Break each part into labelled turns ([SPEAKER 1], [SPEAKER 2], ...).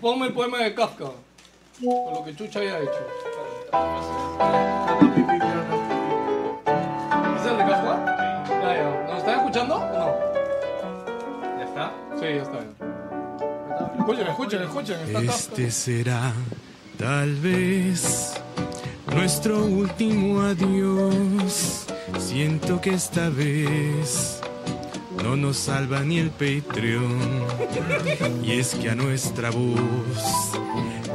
[SPEAKER 1] Ponme el poema de Kafka, con lo que Chucha había hecho. ¿Es el de Kafka? Ya, ya. ¿Nos están escuchando o no?
[SPEAKER 2] ¿Ya está?
[SPEAKER 1] Sí, ya está bien. Escuchen, escuchen, escuchen. Está Kafka.
[SPEAKER 3] Este será tal vez nuestro último adiós. Siento que esta vez no nos salva ni el Patreon. Y es que a nuestra voz,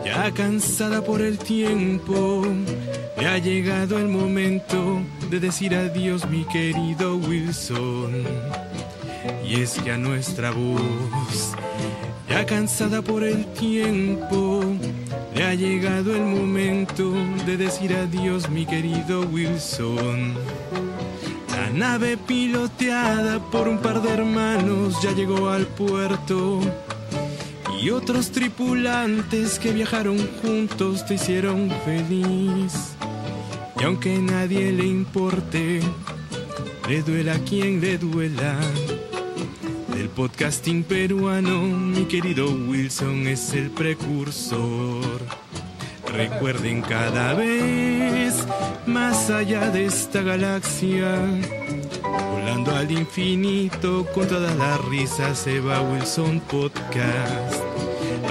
[SPEAKER 3] ya cansada por el tiempo, ya ha llegado el momento de decir adiós, mi querido Wilson. Y es que a nuestra voz, ya cansada por el tiempo, le ha llegado el momento de decir adiós, mi querido Wilson. La nave piloteada por un par de hermanos ya llegó al puerto. Y otros tripulantes que viajaron juntos te hicieron feliz. Y aunque a nadie le importe, le duela a quien le duela. Del podcasting peruano, mi querido Wilson es el precursor. Recuerden cada vez más allá de esta galaxia, volando al infinito con toda la risa se va Wilson Podcast.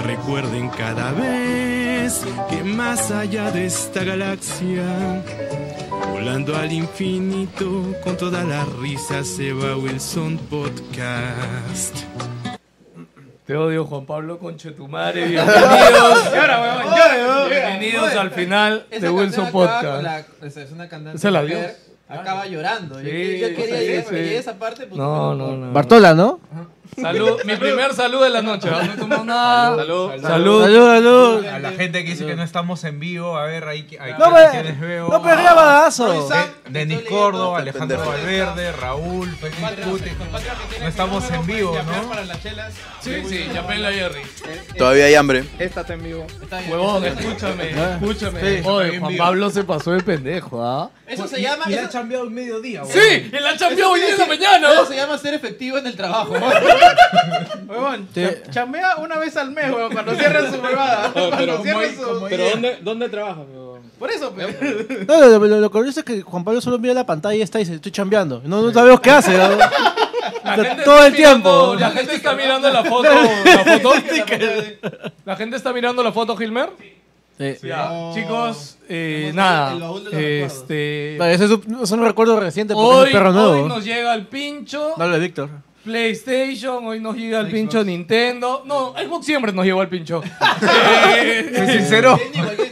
[SPEAKER 3] Recuerden cada vez que más allá de esta galaxia, volando al infinito con toda la risa se va Wilson Podcast.
[SPEAKER 1] Te odio, Juan Pablo Conchetumare. Bienvenidos. Bienvenidos al final de
[SPEAKER 2] Esa canción
[SPEAKER 1] Wilson
[SPEAKER 2] acaba
[SPEAKER 1] Podcast.
[SPEAKER 2] con la- o sea, es una cantante
[SPEAKER 1] Esa es la
[SPEAKER 2] mujer,
[SPEAKER 1] Dios.
[SPEAKER 2] Acaba llorando. Yo,
[SPEAKER 1] Sí,
[SPEAKER 2] yo quería
[SPEAKER 1] sí,
[SPEAKER 2] llegar-
[SPEAKER 1] sí.
[SPEAKER 2] llegué a esa parte. pues,
[SPEAKER 1] No, no, no.
[SPEAKER 4] Bartola, ¿no?
[SPEAKER 1] Salud, mi primer saludo de la noche. ¿ah? No tomamos nada. Salud.
[SPEAKER 4] Salud, salud.
[SPEAKER 5] A la gente que dice que no estamos en vivo, a ver, ahí, que- ahí
[SPEAKER 4] No,
[SPEAKER 5] que-
[SPEAKER 4] pero-
[SPEAKER 5] quienes veo.
[SPEAKER 4] No, pero era
[SPEAKER 2] Roy
[SPEAKER 4] badazo.
[SPEAKER 2] Sam,
[SPEAKER 5] De- Denis
[SPEAKER 2] estoy leyendo-
[SPEAKER 5] Córdoba, Alejandro Valverde, Raúl, Pepe Cute.
[SPEAKER 2] Patria, que tiene
[SPEAKER 5] No estamos
[SPEAKER 2] mi número
[SPEAKER 5] en vivo,
[SPEAKER 2] para llamar
[SPEAKER 5] ¿no?
[SPEAKER 2] para las chelas.
[SPEAKER 1] Sí, sí, llamé a Jerry.
[SPEAKER 6] Todavía hay hambre.
[SPEAKER 2] Está bien.
[SPEAKER 1] Huevón, escúchame,
[SPEAKER 7] ¿eh?
[SPEAKER 1] escúchame. Ah, Oye, Juan Pablo se pasó de pendejo, ¿ah?
[SPEAKER 2] Eso se llama.
[SPEAKER 5] Y
[SPEAKER 2] eso-
[SPEAKER 5] ha chambeado el mediodía, güey.
[SPEAKER 1] Sí, y la chambeó hoy día en la mañana.
[SPEAKER 2] Eso se llama ser efectivo en el trabajo.
[SPEAKER 8] Huevón, cha- chambea una vez al mes, huevón, cuando cierren su huevada. Cuando cierren su...
[SPEAKER 1] dónde, dónde trabajas, huevón?
[SPEAKER 8] Por eso, pe.
[SPEAKER 4] No, lo, lo- lo curioso es que Juan Pablo solo mira la pantalla y está y dice, estoy chambeando. No, no sabemos qué hace. ¿no? Todo
[SPEAKER 1] La gente
[SPEAKER 4] el
[SPEAKER 1] está mirando-
[SPEAKER 4] tiempo.
[SPEAKER 1] La gente está mirando la foto. La foto. La gente está mirando la foto, Gilmer.
[SPEAKER 4] Sí.
[SPEAKER 1] Ya,
[SPEAKER 2] No.
[SPEAKER 1] Chicos, eh,
[SPEAKER 2] Hemos
[SPEAKER 1] nada.
[SPEAKER 2] traído el baúl de los recuerdos.
[SPEAKER 1] Este.
[SPEAKER 4] Vale, ese es un, es un recuerdo reciente porque es
[SPEAKER 1] Hoy,
[SPEAKER 4] un perro
[SPEAKER 1] hoy
[SPEAKER 4] nuevo.
[SPEAKER 1] nos llega el pincho.
[SPEAKER 4] Dale, Víctor.
[SPEAKER 1] PlayStation, hoy nos llega el pincho Nintendo. No, Xbox siempre nos llegó el pincho. Eh,
[SPEAKER 5] Soy sincero.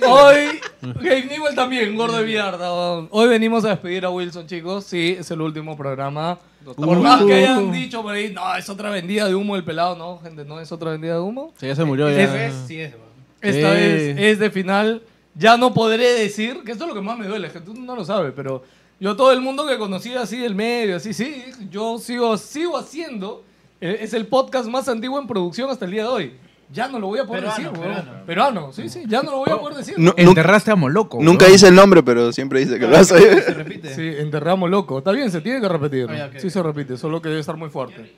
[SPEAKER 1] Hoy, Gabe Newell también, gordo de mierda. weón. Hoy venimos a despedir a Wilson, chicos. Sí, es el último programa. Por más que hayan dicho por ahí, no, es otra vendida de humo el pelado. No, gente, no es otra vendida de humo.
[SPEAKER 4] Sí, ya se murió ya.
[SPEAKER 1] Ese Esta
[SPEAKER 4] Sí.
[SPEAKER 1] vez es de este final. Ya no podré decir, que esto es lo que más me duele, que tú no lo sabes, pero yo todo el mundo que conocía así del medio, así, sí, yo sigo, sigo haciendo. eh, Es el podcast más antiguo en producción hasta el día de hoy. Ya no lo voy a poder
[SPEAKER 2] Peruano,
[SPEAKER 1] decir,
[SPEAKER 2] peruano.
[SPEAKER 1] weón. Peruano, sí, sí, ya no lo voy a Ah, poder decir.
[SPEAKER 6] Nu- nunca,
[SPEAKER 5] Enterraste a Moloco.
[SPEAKER 6] nunca
[SPEAKER 5] güey.
[SPEAKER 6] dice el nombre, pero siempre dice que lo hace.
[SPEAKER 2] Se repite.
[SPEAKER 1] Sí, enterramos loco. Está bien, se tiene que repetir.
[SPEAKER 2] Ah, ya, ok.
[SPEAKER 1] Sí se repite, solo que debe estar muy fuerte.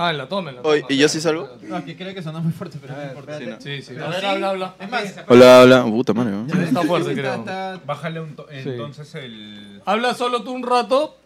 [SPEAKER 1] Ah, en la toma, en la
[SPEAKER 6] Oye,
[SPEAKER 1] toma.
[SPEAKER 6] ¿Y yo sí salgo?
[SPEAKER 2] No, es que creo que sonó muy fuerte, pero no importa.
[SPEAKER 1] Sí, sí. A ver, habla, habla.
[SPEAKER 2] Es más,
[SPEAKER 6] Hola, hola. Uh, Puta madre. ¿no?
[SPEAKER 1] Está fuerte,
[SPEAKER 2] está-
[SPEAKER 1] creo.
[SPEAKER 2] está-
[SPEAKER 5] Bájale un to- entonces el.
[SPEAKER 1] Habla solo tú un rato.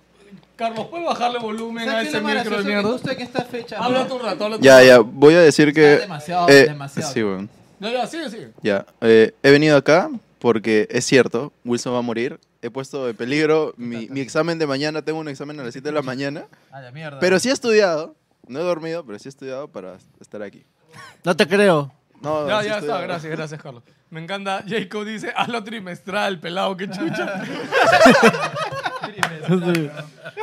[SPEAKER 1] Carlos, ¿puedes bajarle volumen a
[SPEAKER 2] ¿Sabes qué
[SPEAKER 1] ese
[SPEAKER 2] es lo más
[SPEAKER 1] micro de
[SPEAKER 2] gracioso? Que
[SPEAKER 1] mierda?
[SPEAKER 2] Justo en esta fecha.
[SPEAKER 1] Habla tú un rato, habla tú
[SPEAKER 6] Ya,
[SPEAKER 1] un
[SPEAKER 6] ya.
[SPEAKER 1] rato.
[SPEAKER 6] Voy a decir que. eh,
[SPEAKER 2] Está demasiado, demasiado.
[SPEAKER 6] Sí, weón.
[SPEAKER 1] Ya, ya, sigue, sigue.
[SPEAKER 6] Ya. Eh, he venido acá porque es cierto, Wilson va a morir. He puesto en peligro mi, mi examen de mañana. Tengo un examen a las 7 de la mañana.
[SPEAKER 2] A la mierda.
[SPEAKER 6] Pero sí he estudiado. No he dormido, pero sí he estudiado para estar aquí.
[SPEAKER 4] No te creo.
[SPEAKER 6] No,
[SPEAKER 1] Ya,
[SPEAKER 6] sí he
[SPEAKER 1] ya está,
[SPEAKER 6] estudiado.
[SPEAKER 1] gracias, gracias, Carlos. Me encanta, Jacob dice, hazlo trimestral, pelado, que chucha.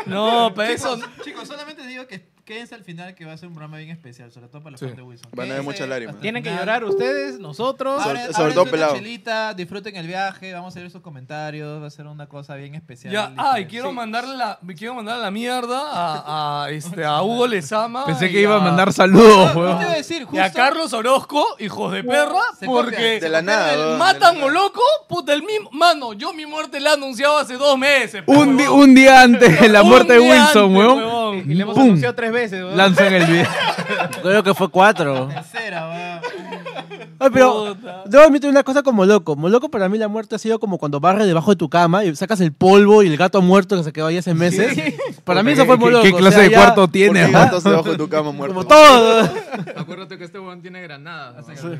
[SPEAKER 1] No, pero eso...
[SPEAKER 2] Chicos, solamente digo que quédense al final que va a ser un programa bien especial, sobre todo para los
[SPEAKER 1] Sí.
[SPEAKER 2] fans de Wilson.
[SPEAKER 6] Van a haber
[SPEAKER 2] Quédense
[SPEAKER 6] muchas lágrimas.
[SPEAKER 2] hasta el
[SPEAKER 8] Tienen que
[SPEAKER 2] final.
[SPEAKER 8] llorar ustedes, nosotros.
[SPEAKER 6] Sobre-
[SPEAKER 2] Abren-
[SPEAKER 6] sobre
[SPEAKER 2] ábrense
[SPEAKER 6] todo
[SPEAKER 2] una
[SPEAKER 6] pelado.
[SPEAKER 2] chelita, disfruten el viaje, vamos a leer sus comentarios, va a ser una cosa bien especial.
[SPEAKER 1] Ya,
[SPEAKER 2] diferente.
[SPEAKER 1] ay, quiero mandarle la, quiero mandarle la mierda a, a, este, a Hugo Lezama.
[SPEAKER 5] Pensé
[SPEAKER 1] y
[SPEAKER 5] que iba a mandar
[SPEAKER 2] No,
[SPEAKER 5] saludos,
[SPEAKER 2] no
[SPEAKER 5] weón.
[SPEAKER 2] te iba a decir,
[SPEAKER 1] Y a
[SPEAKER 2] justo-
[SPEAKER 1] Carlos Orozco, hijos de perra,
[SPEAKER 2] Se
[SPEAKER 1] porque
[SPEAKER 2] copian,
[SPEAKER 6] De la nada. weón, de la
[SPEAKER 1] matan
[SPEAKER 6] nada.
[SPEAKER 1] o loco, puta, el mismo. Mano, yo mi muerte la he anunciado hace dos meses. pe,
[SPEAKER 5] Un, di-
[SPEAKER 1] huevón.
[SPEAKER 5] un día antes de la
[SPEAKER 1] Un
[SPEAKER 5] muerte de
[SPEAKER 1] día
[SPEAKER 5] Wilson,
[SPEAKER 1] antes,
[SPEAKER 5] weón.
[SPEAKER 1] huevón.
[SPEAKER 8] Y le hemos
[SPEAKER 5] Pum.
[SPEAKER 8] anunciado tres veces, weón.
[SPEAKER 2] Lanzan el video.
[SPEAKER 4] Creo que fue cuatro.
[SPEAKER 8] Tercera, weón.
[SPEAKER 4] Ay, pero debo admitir una cosa como loco. Como loco para mí la muerte ha sido como cuando barres debajo de tu cama y sacas el polvo y el gato muerto que se quedó ahí hace meses. Para mí eso fue muy
[SPEAKER 2] ¿Qué-
[SPEAKER 4] loco.
[SPEAKER 2] ¿Qué
[SPEAKER 4] O
[SPEAKER 2] clase
[SPEAKER 4] sea,
[SPEAKER 2] de
[SPEAKER 4] ya-
[SPEAKER 2] cuarto
[SPEAKER 6] Porque
[SPEAKER 2] tiene?
[SPEAKER 6] hay gatos debajo de tu cama muerto.
[SPEAKER 4] Como todo.
[SPEAKER 9] Acuérdate que este weón tiene granadas. ¿no?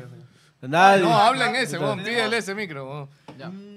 [SPEAKER 4] Nadie.
[SPEAKER 1] No, habla en ese, weón. Pídele ese micro, weón.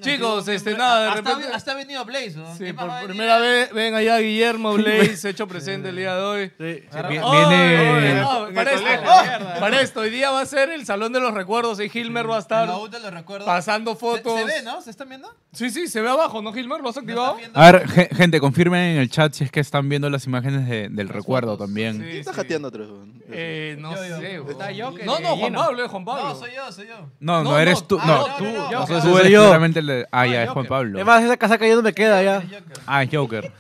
[SPEAKER 1] Chicos, este, nada, de
[SPEAKER 2] Hasta-
[SPEAKER 1] repente...
[SPEAKER 2] Hasta ha venido Blaze, ¿no?
[SPEAKER 1] Sí,
[SPEAKER 2] ¿Qué más va a
[SPEAKER 1] por
[SPEAKER 2] venir?
[SPEAKER 1] primera vez ven allá Guillermo Blaze, hecho presente el día de hoy. Oh,
[SPEAKER 4] Sí.
[SPEAKER 1] Ay,
[SPEAKER 2] viene-
[SPEAKER 1] ay, ay, para, esto, oh, para esto, hoy día va a ser el Salón de los Recuerdos y Gilmer va a
[SPEAKER 2] En
[SPEAKER 1] estar
[SPEAKER 2] la U te lo recuerdo.
[SPEAKER 1] pasando
[SPEAKER 2] Se-
[SPEAKER 1] fotos.
[SPEAKER 2] Se, ve, ¿no? ¿Se están viendo?
[SPEAKER 1] Sí, sí, se ve abajo, ¿no, Gilmer? ¿Lo has
[SPEAKER 2] ¿No están
[SPEAKER 1] activado?
[SPEAKER 2] viendo?
[SPEAKER 5] A ver, ge- gente, confirmen en el chat si es que están viendo las imágenes de- del recuerdo también.
[SPEAKER 1] Sí,
[SPEAKER 6] ¿Quién está
[SPEAKER 1] sí.
[SPEAKER 6] jateando atrás? weón?
[SPEAKER 1] Eh, no
[SPEAKER 2] Yo, yo.
[SPEAKER 1] sé. weón.
[SPEAKER 8] Está yo que
[SPEAKER 1] no, no, Juan
[SPEAKER 8] lleno.
[SPEAKER 1] Pablo, es Juan Pablo.
[SPEAKER 2] No, soy yo, soy yo.
[SPEAKER 5] No, no,
[SPEAKER 1] No,
[SPEAKER 5] eres
[SPEAKER 1] no,
[SPEAKER 5] tú.
[SPEAKER 1] ah,
[SPEAKER 5] no,
[SPEAKER 1] no,
[SPEAKER 5] tú.
[SPEAKER 1] no, no.
[SPEAKER 5] Tú
[SPEAKER 4] Soy-
[SPEAKER 5] eres
[SPEAKER 4] soy yo.
[SPEAKER 5] claramente el de- Ah, ya, es Juan Pablo.
[SPEAKER 4] Es más, esa casaca ya no me queda ya.
[SPEAKER 5] Ah, es Joker.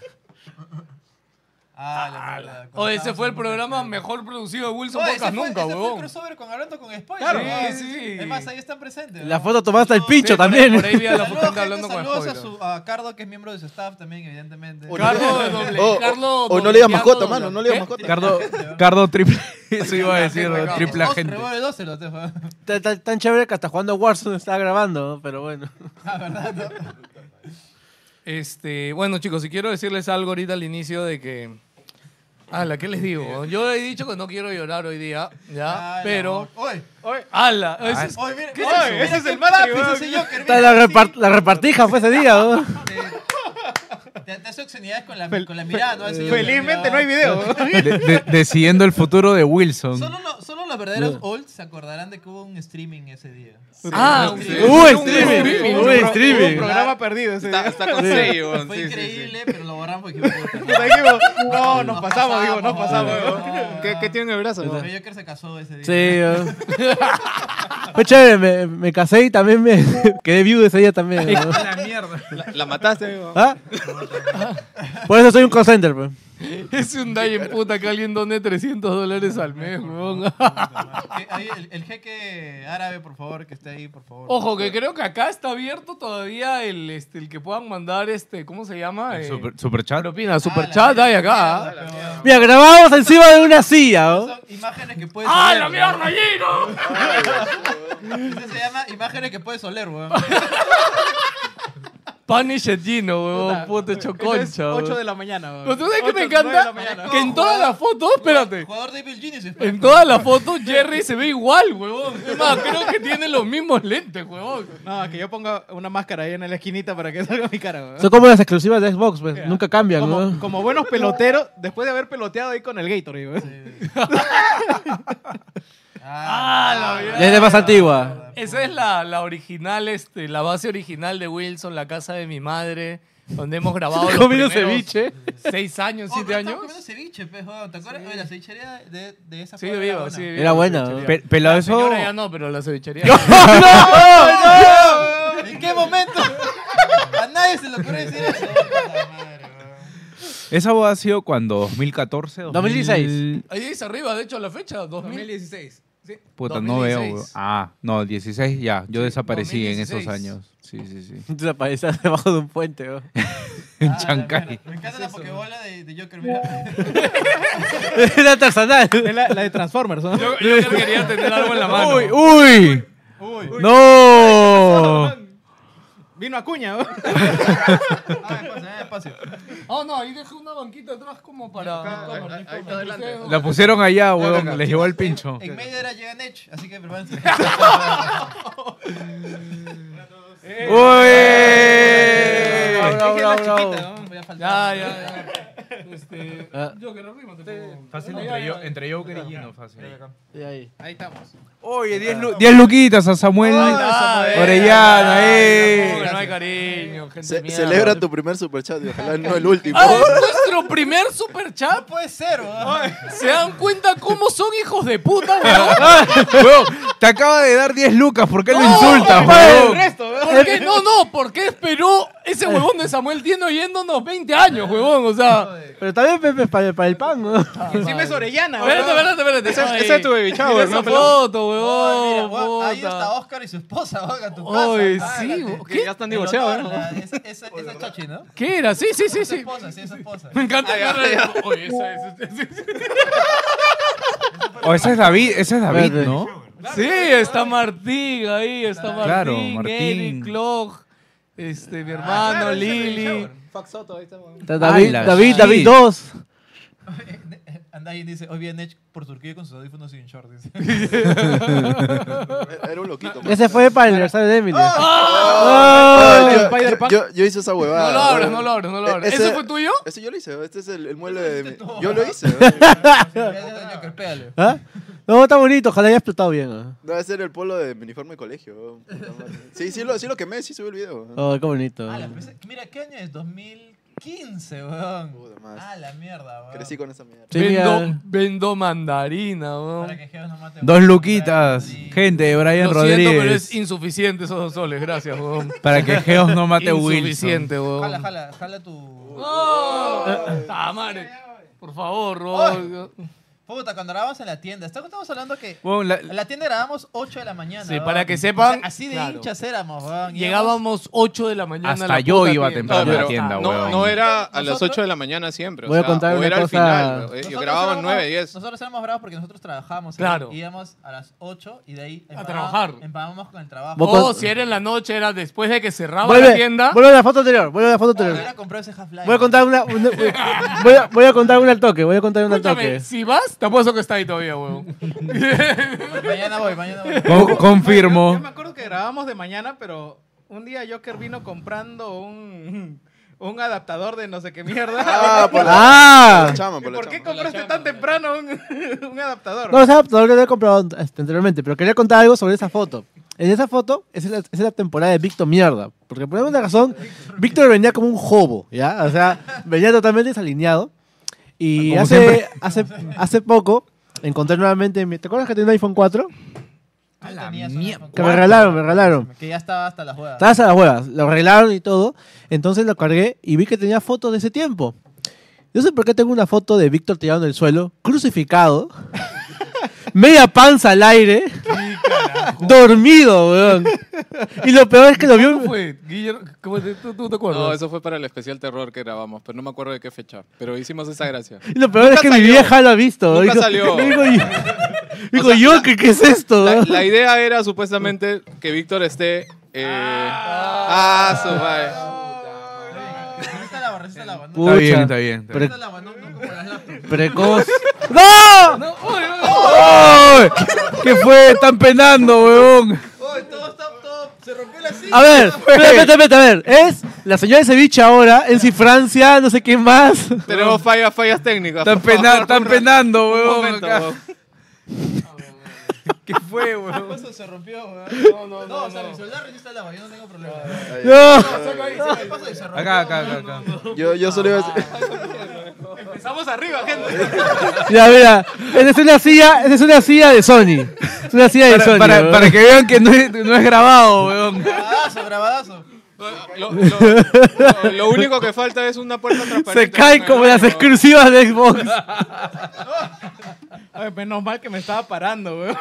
[SPEAKER 2] Ah, la verdad.
[SPEAKER 1] O ese fue el programa mejor producido de Wilson
[SPEAKER 2] Oye, ese
[SPEAKER 1] Podcast
[SPEAKER 2] fue,
[SPEAKER 1] nunca,
[SPEAKER 2] ese fue el
[SPEAKER 1] weón.
[SPEAKER 2] crossover con Hablando con Spoiler.
[SPEAKER 1] Claro,
[SPEAKER 2] ¿no?
[SPEAKER 1] sí, sí.
[SPEAKER 2] Es más, ahí están presentes.
[SPEAKER 4] La
[SPEAKER 2] ¿no?
[SPEAKER 4] foto tomaste el pincho
[SPEAKER 1] Sí, por ahí-
[SPEAKER 4] también.
[SPEAKER 1] Por ahí vi a la
[SPEAKER 2] Saludos,
[SPEAKER 1] gente
[SPEAKER 2] gente,
[SPEAKER 1] hablando con
[SPEAKER 2] saludos a,
[SPEAKER 1] spoilers.
[SPEAKER 2] su, a Cardo, que es miembro de su staff también, evidentemente.
[SPEAKER 6] Oye,
[SPEAKER 1] Carlos de doble-
[SPEAKER 6] O-
[SPEAKER 1] Carlos
[SPEAKER 6] o no
[SPEAKER 1] doble-
[SPEAKER 6] le digas
[SPEAKER 1] Carlos
[SPEAKER 6] mascota,
[SPEAKER 1] doble-
[SPEAKER 6] mano, no le digas
[SPEAKER 2] ¿Eh?
[SPEAKER 6] mascota.
[SPEAKER 1] ¿Qué?
[SPEAKER 5] Cardo, Cardo triple. Eso iba a decir,
[SPEAKER 1] Cardo.
[SPEAKER 5] triple
[SPEAKER 2] Dos,
[SPEAKER 5] agente.
[SPEAKER 2] revuelve dos, se lo te fue.
[SPEAKER 4] Tan, tan- tan chévere que hasta jugando a Warzone estaba grabando, ¿no? pero bueno.
[SPEAKER 1] Este, bueno, chicos, si quiero decirles algo ahorita al inicio de que. Ala, ¿qué les digo? Yo he dicho que no quiero llorar hoy día, ¿ya?
[SPEAKER 2] Ay,
[SPEAKER 1] Pero.
[SPEAKER 2] no. Oye,
[SPEAKER 1] Ala, ese es-
[SPEAKER 2] oye, mira.
[SPEAKER 1] ¿Qué es
[SPEAKER 2] oye,
[SPEAKER 1] eso?
[SPEAKER 2] mira
[SPEAKER 1] Ese es
[SPEAKER 2] qué
[SPEAKER 1] el Matri,
[SPEAKER 2] papi,
[SPEAKER 1] weón.
[SPEAKER 2] ese Joker, mira,
[SPEAKER 4] La,
[SPEAKER 2] así,
[SPEAKER 4] repar- la repartija fue ese día, ¿no?
[SPEAKER 2] Te, te hace obscenidades con la, con la mirada,
[SPEAKER 1] eh,
[SPEAKER 2] ¿no? Ese Joker, mira.
[SPEAKER 8] Felizmente no hay video, weón.
[SPEAKER 5] De- de- decidiendo el futuro de Wilson.
[SPEAKER 2] Solo, lo- solo los verdaderos olds se acordarán de que hubo un streaming ese día.
[SPEAKER 1] Ah,
[SPEAKER 2] Sí.
[SPEAKER 1] sí.
[SPEAKER 4] Hubo
[SPEAKER 1] Sí,
[SPEAKER 4] streaming,
[SPEAKER 1] hubo
[SPEAKER 4] hubo
[SPEAKER 1] streaming.
[SPEAKER 8] Hubo un
[SPEAKER 4] streaming.
[SPEAKER 8] programa perdido ese
[SPEAKER 9] Está,
[SPEAKER 8] día.
[SPEAKER 9] está con sello, weón.
[SPEAKER 2] Fue
[SPEAKER 9] sí, sí, sí.
[SPEAKER 2] increíble, pero lo borramos porque puta, ¿no?
[SPEAKER 8] Puta, dijimos, No, nos pasamos, digo, nos pasamos. weón.
[SPEAKER 2] weón.
[SPEAKER 9] ¿Qué, ¿Qué tiene en el brazo? weón?
[SPEAKER 2] El Joker se casó ese día.
[SPEAKER 4] Sí, ¿no? Fue chévere, me, me casé y también me quedé viudo ese día también. ¿no?
[SPEAKER 9] La, la mataste, weón.
[SPEAKER 4] ¿Ah? Por eso soy un call center, pues.
[SPEAKER 1] Es un day en puta que alguien done 300 dólares al mes, weón.
[SPEAKER 2] Que Eh, ahí el, el jeque árabe, por favor, que esté ahí, por favor.
[SPEAKER 1] Ojo, que creo que acá está abierto todavía el, este, el que puedan mandar, este, ¿cómo se llama? Eh,
[SPEAKER 5] Super, superchat.
[SPEAKER 1] propina, super chat hay acá. ¿ah?
[SPEAKER 2] Pero
[SPEAKER 4] Mira, grabamos encima de una silla, ¿no?
[SPEAKER 2] Son imágenes que puedes
[SPEAKER 1] ¡Ah,
[SPEAKER 2] oler.
[SPEAKER 1] la
[SPEAKER 2] weón.
[SPEAKER 1] mierda, Gino!
[SPEAKER 2] Eso se llama imágenes que puedes oler, weón.
[SPEAKER 1] Punish at Gino, weón. Puta, hecho
[SPEAKER 8] Es
[SPEAKER 1] concha,
[SPEAKER 8] 8 de
[SPEAKER 1] weón.
[SPEAKER 8] la mañana, weón.
[SPEAKER 1] Pero tú sabes que me
[SPEAKER 8] Ocho, nueve de la
[SPEAKER 1] encanta
[SPEAKER 8] mañana.
[SPEAKER 1] que en todas las fotos, espérate,
[SPEAKER 2] Jugador de Evil Genius.
[SPEAKER 1] en todas las fotos Jerry se ve igual, huevón. Es más, creo que tiene los mismos lentes, huevón.
[SPEAKER 8] No, que yo ponga una máscara ahí en la esquinita para que salga mi cara, weón.
[SPEAKER 4] Son como las exclusivas de Xbox, pues. Nunca cambian,
[SPEAKER 8] Como,
[SPEAKER 4] ¿no?
[SPEAKER 8] como buenos peloteros, después de haber peloteado ahí con el Gatorade, weón.
[SPEAKER 1] Ah, la verdad.
[SPEAKER 4] Ya es de más antigua.
[SPEAKER 1] Esa es la, la original, este, la base original de Wilson, la casa de mi madre, donde hemos grabado los
[SPEAKER 4] Comiendo
[SPEAKER 1] primeros
[SPEAKER 4] ceviche.
[SPEAKER 1] seis años,
[SPEAKER 2] Oh,
[SPEAKER 1] siete
[SPEAKER 2] pero estamos
[SPEAKER 1] años.
[SPEAKER 2] comiendo ceviche, pues, weón. ¿Te acuerdas? Oye, la cevichería de, de esa
[SPEAKER 1] Sigue
[SPEAKER 2] cuadra era
[SPEAKER 1] viva,
[SPEAKER 2] buena.
[SPEAKER 1] sigue viva.
[SPEAKER 4] Era buena,
[SPEAKER 1] la cevichería.
[SPEAKER 5] Pe- pelado, eso.
[SPEAKER 1] Señora ya no, pero la cevichería.
[SPEAKER 2] ¿En qué momento? A nadie se le ocurre decir eso. Puta madre, weón.
[SPEAKER 5] Esa boda ha sido cuando 2014,
[SPEAKER 4] 2016.
[SPEAKER 1] Ahí dice arriba, de hecho, la fecha, 2000.
[SPEAKER 9] 2016. Sí.
[SPEAKER 5] Puta, no veo.
[SPEAKER 1] 2016.
[SPEAKER 5] weón. Ah, no, 16 ya. Yo desaparecí en
[SPEAKER 1] 2016.
[SPEAKER 5] esos años. Sí, sí, sí.
[SPEAKER 4] Desapareció debajo de un puente, ¿no?
[SPEAKER 5] En
[SPEAKER 2] Ah, la
[SPEAKER 5] Chancay.
[SPEAKER 2] mierda. Me encanta la pokebola de, de Joker, mira.
[SPEAKER 4] Era artesanal.
[SPEAKER 8] Es la, la de Transformers, ¿no?
[SPEAKER 1] Yo, yo quería tener algo en la mano.
[SPEAKER 5] Uy, uy. No.
[SPEAKER 8] Vino Acuña, weón.
[SPEAKER 2] Ah, despacio, eh, despacio.
[SPEAKER 1] Oh, no, ahí dejé una banquita atrás como para.
[SPEAKER 5] La pusieron allá, weón. Les llevó el pincho.
[SPEAKER 2] En medio era Llegan Edge, así que prepárense.
[SPEAKER 5] Uy.
[SPEAKER 4] Bravo, bravo, bravo.
[SPEAKER 2] Voy a faltar.
[SPEAKER 1] Ya, ya, ya. Este, yo que arriba te pongo.
[SPEAKER 5] Ah. Fácil
[SPEAKER 1] Ahí, ahí,
[SPEAKER 5] entre, yo,
[SPEAKER 1] ahí.
[SPEAKER 5] entre Joker y Gino, fácil.
[SPEAKER 4] Y ahí.
[SPEAKER 8] Ahí estamos.
[SPEAKER 5] Oye, 10 luquitas a Samuel
[SPEAKER 1] Ah, eh,
[SPEAKER 5] Orellana,
[SPEAKER 1] ay,
[SPEAKER 5] eh.
[SPEAKER 1] no, No hay cariño, gente
[SPEAKER 6] Ce-
[SPEAKER 1] mierda.
[SPEAKER 6] celebra tu primer superchat y ojalá no el último.
[SPEAKER 1] Ah, es nuestro primer super chat.
[SPEAKER 2] Puede ser, weón.
[SPEAKER 1] ¿Se dan cuenta cómo son hijos de puta, weón?
[SPEAKER 5] Weón, Te acaba de dar 10 lucas, ¿por qué lo
[SPEAKER 1] No,
[SPEAKER 5] insultas,
[SPEAKER 1] hombre,
[SPEAKER 5] huevón?
[SPEAKER 1] ¿Por qué? No, no, ¿por qué esperó ese huevón de Samuel Tiendo yéndonos 20 años, huevón? O sea. Ah,
[SPEAKER 4] Pero también Pepe para, para el pan, weón.
[SPEAKER 8] Encima es Orellana,
[SPEAKER 1] Espérate,
[SPEAKER 8] weón.
[SPEAKER 1] espérate, espérate.
[SPEAKER 9] Ese-
[SPEAKER 1] Ay,
[SPEAKER 9] ese es tu baby
[SPEAKER 1] mira
[SPEAKER 9] shower,
[SPEAKER 1] esa
[SPEAKER 9] ¿no, pelón?
[SPEAKER 2] Oh,
[SPEAKER 1] foto,
[SPEAKER 2] mira,
[SPEAKER 1] huevón.
[SPEAKER 2] weón, ahí
[SPEAKER 1] puta.
[SPEAKER 2] está Oscar y su esposa, weón, a tu casa.
[SPEAKER 1] Ay,
[SPEAKER 2] Ah,
[SPEAKER 1] sí,
[SPEAKER 2] la-
[SPEAKER 1] weón.
[SPEAKER 2] que-
[SPEAKER 9] Que ya están
[SPEAKER 2] el
[SPEAKER 9] divorciados,
[SPEAKER 2] doctor,
[SPEAKER 9] ¿no?
[SPEAKER 2] la- Esa, esa, esa chochi, ¿no?
[SPEAKER 1] ¿Qué era? Sí, sí, sí,
[SPEAKER 2] Su
[SPEAKER 1] sí.
[SPEAKER 2] esposa, sí, es su esposa.
[SPEAKER 1] Me encanta.
[SPEAKER 9] Ah, ya, ya.
[SPEAKER 1] Oye, esa es.
[SPEAKER 5] O ese es David, ese es David,
[SPEAKER 4] Espérate.
[SPEAKER 5] ¿no?
[SPEAKER 1] Sí, está Martín ahí, está Martín,
[SPEAKER 5] Claro,
[SPEAKER 1] Martín.
[SPEAKER 5] Martín.
[SPEAKER 1] Eric Log, este, mi hermano,
[SPEAKER 8] claro, ese es el
[SPEAKER 1] Lili.
[SPEAKER 8] shower.
[SPEAKER 4] Da- David,
[SPEAKER 5] Ay, la
[SPEAKER 4] David,
[SPEAKER 5] shit.
[SPEAKER 4] David 2.
[SPEAKER 2] Andayin dice, hoy viene por Turquía con sus audífonos y un short. Dice.
[SPEAKER 6] Era un loquito. man.
[SPEAKER 4] Ese fue para el aniversario de Emily.
[SPEAKER 6] Ah, yo-
[SPEAKER 1] Spider-Pan.
[SPEAKER 6] yo, yo hice esa huevada.
[SPEAKER 1] No lo abras,
[SPEAKER 6] weón. E-,
[SPEAKER 1] no lo abras, no lo abras.
[SPEAKER 6] Ese-
[SPEAKER 1] ¿Eso fue tuyo?
[SPEAKER 6] Ese yo lo hice, este es el, el mueble de mi-
[SPEAKER 2] tú.
[SPEAKER 6] Yo lo hice. weón.
[SPEAKER 2] Joker, pégale.
[SPEAKER 4] ¿Ah? No, está bonito, ojalá haya explotado bien. ¿no?
[SPEAKER 6] No, ese era el polo de mi uniforme de colegio. weón. Puta madre. Sí, sí lo, sí lo quemé, sí subí el video. weón.
[SPEAKER 4] Oh, qué bonito.
[SPEAKER 2] Ah, la pesa- Mira, ¿qué año es? 2015, weón.
[SPEAKER 6] Puta madre.
[SPEAKER 2] Ah, la mierda, weón.
[SPEAKER 6] Crecí con esa mierda.
[SPEAKER 4] Sí,
[SPEAKER 1] vendo,
[SPEAKER 4] mira.
[SPEAKER 1] vendo mandarina,
[SPEAKER 2] Para
[SPEAKER 1] weón.
[SPEAKER 2] que Jebas no mate.
[SPEAKER 5] Dos luquitas.
[SPEAKER 2] Sí.
[SPEAKER 5] Gente, Brian
[SPEAKER 1] Lo siento, pero
[SPEAKER 5] Rodríguez.
[SPEAKER 1] es insuficiente esos dos soles, gracias, weón.
[SPEAKER 5] Para que Geos no mate a Wilson.
[SPEAKER 1] Insuficiente, weón.
[SPEAKER 2] Jala, jala, jala tu.
[SPEAKER 1] ¡Oh! ¡Ah, madre! Por favor, weón.
[SPEAKER 2] Puta, cuando grabamos en la tienda. Estamos estamos hablando que.
[SPEAKER 5] Bueno, la-
[SPEAKER 2] En la tienda grabamos 8 de la mañana.
[SPEAKER 1] Sí,
[SPEAKER 2] weón.
[SPEAKER 1] para que sepan,
[SPEAKER 2] O sea, así de
[SPEAKER 1] claro.
[SPEAKER 2] hinchas éramos, weón.
[SPEAKER 1] Llegábamos 8 de la mañana. a
[SPEAKER 5] Hasta
[SPEAKER 1] la
[SPEAKER 5] yo
[SPEAKER 1] puta
[SPEAKER 5] iba
[SPEAKER 1] tienda.
[SPEAKER 5] temprano
[SPEAKER 9] No,
[SPEAKER 5] a la
[SPEAKER 9] pero
[SPEAKER 5] tienda,
[SPEAKER 9] no,
[SPEAKER 5] weón.
[SPEAKER 9] no era a las
[SPEAKER 2] Nosotros-
[SPEAKER 9] 8 de la mañana siempre. O
[SPEAKER 4] Voy a
[SPEAKER 9] sea,
[SPEAKER 4] contar
[SPEAKER 9] o eh,
[SPEAKER 4] una
[SPEAKER 9] era al
[SPEAKER 4] cosa.
[SPEAKER 9] final. weón. Yo
[SPEAKER 2] Nosotros
[SPEAKER 9] grababa
[SPEAKER 2] éramos-
[SPEAKER 9] 9, 10.
[SPEAKER 2] Nosotros éramos bravos porque nosotros trabajábamos.
[SPEAKER 1] Claro.
[SPEAKER 2] Íbamos a las 8 y de ahí.
[SPEAKER 1] A trabajar.
[SPEAKER 2] Empalmábamos con el trabajo.
[SPEAKER 4] Vos
[SPEAKER 1] Oh,
[SPEAKER 4] con-
[SPEAKER 1] si era en la noche, era después de que cerraba la
[SPEAKER 4] Vuelve,
[SPEAKER 1] tienda.
[SPEAKER 4] vuelve a la foto anterior, vuelve a la foto
[SPEAKER 2] Voy
[SPEAKER 4] anterior.
[SPEAKER 2] a comprar ese Half-Life.
[SPEAKER 4] Voy a contar una, una- voy, a, voy a contar una al toque, voy a contar una al
[SPEAKER 1] Escúchame,
[SPEAKER 4] toque.
[SPEAKER 1] si vas, te apuesto que está ahí todavía, weón.
[SPEAKER 2] Mañana voy, mañana voy.
[SPEAKER 5] Con-
[SPEAKER 8] Yo
[SPEAKER 5] confirmo.
[SPEAKER 8] me acuerdo que grabábamos de mañana, pero un día Joker vino comprando un, un adaptador de no sé qué mierda.
[SPEAKER 6] Ah, por la, por
[SPEAKER 4] Ah,
[SPEAKER 6] la chama, por la
[SPEAKER 8] ¿Por qué
[SPEAKER 6] chama.
[SPEAKER 8] compraste tan temprano un, un adaptador?
[SPEAKER 4] no, esa foto lo había comprado este, anteriormente, pero quería contar algo sobre esa foto. En esa foto esa es la, esa es la temporada de Víctor Mierda, porque por alguna razón Víctor venía como un jobo, ¿ya? O sea, venía totalmente desalineado. Y
[SPEAKER 5] Ah, Como
[SPEAKER 4] hace, hace, hace poco encontré nuevamente, mi- ¿te acuerdas que tenía un iPhone 4?
[SPEAKER 2] A la mierda.
[SPEAKER 4] Que me regalaron, me regalaron.
[SPEAKER 2] Que ya estaba hasta las huevas.
[SPEAKER 4] Estaba a las huevas, lo arreglaron y todo. Entonces lo cargué y vi que tenía fotos de ese tiempo. Yo sé por qué tengo una foto de Víctor tirado en el suelo, crucificado, media panza al aire, dormido, weón. Y lo peor es que lo vio.
[SPEAKER 1] ¿Cómo fue? Guillermo, ¿cómo te- tú, tú te acuerdas?
[SPEAKER 9] No, eso fue para el especial terror que grabamos, pero no me acuerdo de qué fecha. Pero hicimos esa gracia.
[SPEAKER 4] Y lo peor es
[SPEAKER 9] Nunca
[SPEAKER 4] que mi
[SPEAKER 9] salió.
[SPEAKER 4] vieja lo ha visto.
[SPEAKER 9] Nunca
[SPEAKER 4] Dijo-
[SPEAKER 9] salió.
[SPEAKER 4] Dijo, yo, dijo, yo, ¿qué, qué es esto?
[SPEAKER 9] La,
[SPEAKER 4] weón?
[SPEAKER 9] la idea era supuestamente que Víctor esté. Eh, ah, su madre.
[SPEAKER 2] Resista la barra, resista la barra. No,
[SPEAKER 4] Pucha,
[SPEAKER 5] Está bien, está bien. está bien.
[SPEAKER 4] pre-
[SPEAKER 2] resista la barra, no, no como las laptops.
[SPEAKER 4] precoz. ¡No!
[SPEAKER 1] No, oye, oye,
[SPEAKER 5] ¡Ay! ¿Qué fue? Están penando, weón.
[SPEAKER 2] Uy, todo está, todo. Se rompió la silla.
[SPEAKER 4] A ver, espérate, espérate, espérate, a ver. Es la señora de ceviche ahora, en si Francia, no sé quién más.
[SPEAKER 9] Tenemos fallas, fallas técnicas.
[SPEAKER 5] Están,
[SPEAKER 9] por favor.
[SPEAKER 5] pena- están penando,
[SPEAKER 9] Un
[SPEAKER 5] weón.
[SPEAKER 9] momento,
[SPEAKER 5] acá.
[SPEAKER 9] weón.
[SPEAKER 5] ¿Qué fue, weón?
[SPEAKER 2] Ah, pues Eso se rompió, weón. No, no, no. No, o sea, mi celular resiste el agua, yo no tengo problema.
[SPEAKER 5] Ah,
[SPEAKER 4] No.
[SPEAKER 2] ¿Qué pasa? Y se rompió.
[SPEAKER 5] Acá, acá, acá. acá.
[SPEAKER 6] Yo, yo solo iba
[SPEAKER 1] Ah,
[SPEAKER 6] a decir.
[SPEAKER 8] Empezamos arriba, gente.
[SPEAKER 4] Ya, mira, esa es una silla, esa es una silla de Sony. Es una silla de
[SPEAKER 5] Para,
[SPEAKER 4] Sony.
[SPEAKER 5] para-
[SPEAKER 4] weón.
[SPEAKER 5] para que vean que no es, no es grabado, weón.
[SPEAKER 2] Grabadazo, grabadazo.
[SPEAKER 9] Lo, lo- lo único que falta es una puerta transparente.
[SPEAKER 4] Se caen como las
[SPEAKER 9] Weón.
[SPEAKER 4] exclusivas de Xbox.
[SPEAKER 8] Ay, menos mal que me estaba parando, weón.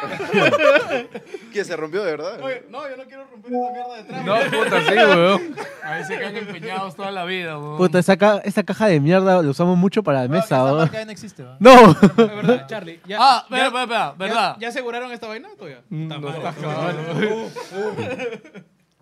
[SPEAKER 6] Que se rompió de verdad.
[SPEAKER 8] Oye, No, yo no quiero romper esa mierda de trampa.
[SPEAKER 5] No, puta, sí, weón.
[SPEAKER 1] A veces quedan empeñados toda la vida, weón.
[SPEAKER 4] Puta, esa, ca- esa caja de mierda la usamos mucho para la
[SPEAKER 2] No, que
[SPEAKER 4] mesa,
[SPEAKER 2] Esa
[SPEAKER 4] weón.
[SPEAKER 2] marca ya no existe, weón.
[SPEAKER 4] No.
[SPEAKER 8] Es verdad, Charlie. Ya,
[SPEAKER 1] ah,
[SPEAKER 8] ya-
[SPEAKER 1] espera, espera, espera,
[SPEAKER 8] ya-
[SPEAKER 1] ¿verdad?
[SPEAKER 8] ¿Ya aseguraron esta vaina todavía?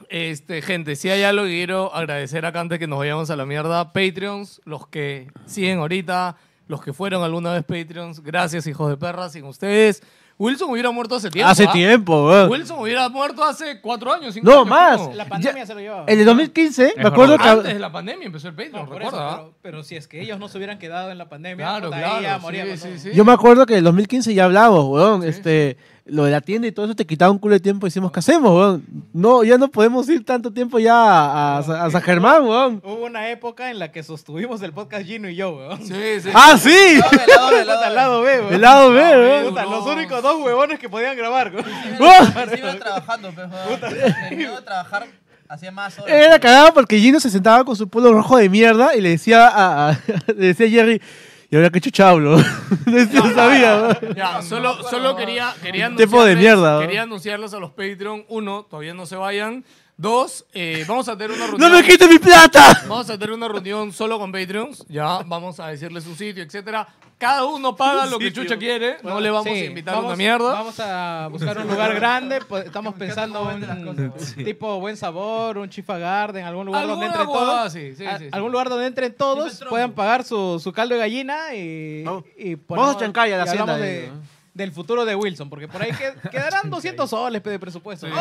[SPEAKER 1] Este, gente, si hay algo que quiero agradecer acá antes que nos vayamos a la mierda. Patreons, los que siguen ahorita, los que fueron alguna vez Patreons, gracias, hijos de perra, sin ustedes. Wilson hubiera muerto hace tiempo.
[SPEAKER 4] Hace
[SPEAKER 1] ¿ah?
[SPEAKER 4] tiempo, weón.
[SPEAKER 1] Wilson hubiera muerto hace cuatro años, cinco
[SPEAKER 4] No,
[SPEAKER 1] años,
[SPEAKER 4] más.
[SPEAKER 1] creo.
[SPEAKER 8] La pandemia se lo llevaba.
[SPEAKER 4] El de 2015, me
[SPEAKER 5] verdad.
[SPEAKER 4] acuerdo
[SPEAKER 1] Antes
[SPEAKER 4] que.
[SPEAKER 1] de la pandemia empezó el Patreon,
[SPEAKER 8] No, por eso,
[SPEAKER 1] recuerda.
[SPEAKER 8] pero, pero si es que ellos no se hubieran quedado en la pandemia,
[SPEAKER 1] Ah. Claro,
[SPEAKER 8] puta, ahí
[SPEAKER 1] claro.
[SPEAKER 8] ya
[SPEAKER 1] sí,
[SPEAKER 8] moríamos,
[SPEAKER 1] sí,
[SPEAKER 8] ¿no?
[SPEAKER 1] sí.
[SPEAKER 4] Yo me acuerdo que en el 2015 ya hablamos, weón. Este, lo de la tienda y todo eso te quitaba un culo de tiempo y decimos, ¿qué hacemos, weón? No, ya no podemos ir tanto tiempo ya a, a, Sa- a San Germán, weón.
[SPEAKER 8] Hubo una época en la que sostuvimos el podcast Gino y yo, weón.
[SPEAKER 1] Sí, sí.
[SPEAKER 4] ¡Ah, sí!
[SPEAKER 8] Puta, al lado B, weón.
[SPEAKER 4] El lado B, weón.
[SPEAKER 8] Puta, los únicos dos huevones que podían grabar, weón.
[SPEAKER 2] Yo iba trabajando, pero terminaba de trabajar, hacía más horas.
[SPEAKER 4] Era cagado porque Gino se sentaba con su polo rojo de mierda y le decía a, a- le decía a Jerry, ¿y ahora qué chucha hablo? no sabía, weón.
[SPEAKER 1] Ya, solo, solo quería, quería
[SPEAKER 4] Un tipo de
[SPEAKER 1] anunciarles-
[SPEAKER 4] mierda, ¿no?
[SPEAKER 1] Quería anunciarles a los Patreon, uno, todavía no se vayan. Dos, eh, vamos a tener una
[SPEAKER 4] ¡No
[SPEAKER 1] reunión.
[SPEAKER 4] me quite mi plata!
[SPEAKER 1] Vamos a tener una reunión solo con Patreons. Ya, vamos a decirles un sitio, etcétera. Cada uno paga lo que Chucha quiere. no le vamos
[SPEAKER 8] Sí,
[SPEAKER 1] a invitar
[SPEAKER 8] vamos-
[SPEAKER 1] una mierda.
[SPEAKER 8] Vamos a buscar un lugar grande. pues, estamos pensando un tipo buen sabor, un chifa garden, algún lugar donde
[SPEAKER 1] Alguna
[SPEAKER 8] entren
[SPEAKER 1] huevada,
[SPEAKER 8] todos.
[SPEAKER 1] sí, sí,
[SPEAKER 8] a-
[SPEAKER 1] sí, sí.
[SPEAKER 8] Algún lugar donde entren todos, puedan pagar su, su caldo de gallina y.
[SPEAKER 4] Vamos.
[SPEAKER 8] y
[SPEAKER 4] Vamos a Chancay, a la
[SPEAKER 8] y hablamos
[SPEAKER 4] hacienda
[SPEAKER 8] de-
[SPEAKER 4] de-
[SPEAKER 8] del futuro de Wilson, porque por ahí que- quedarán 200 soles pe, de presupuesto.
[SPEAKER 1] Sí.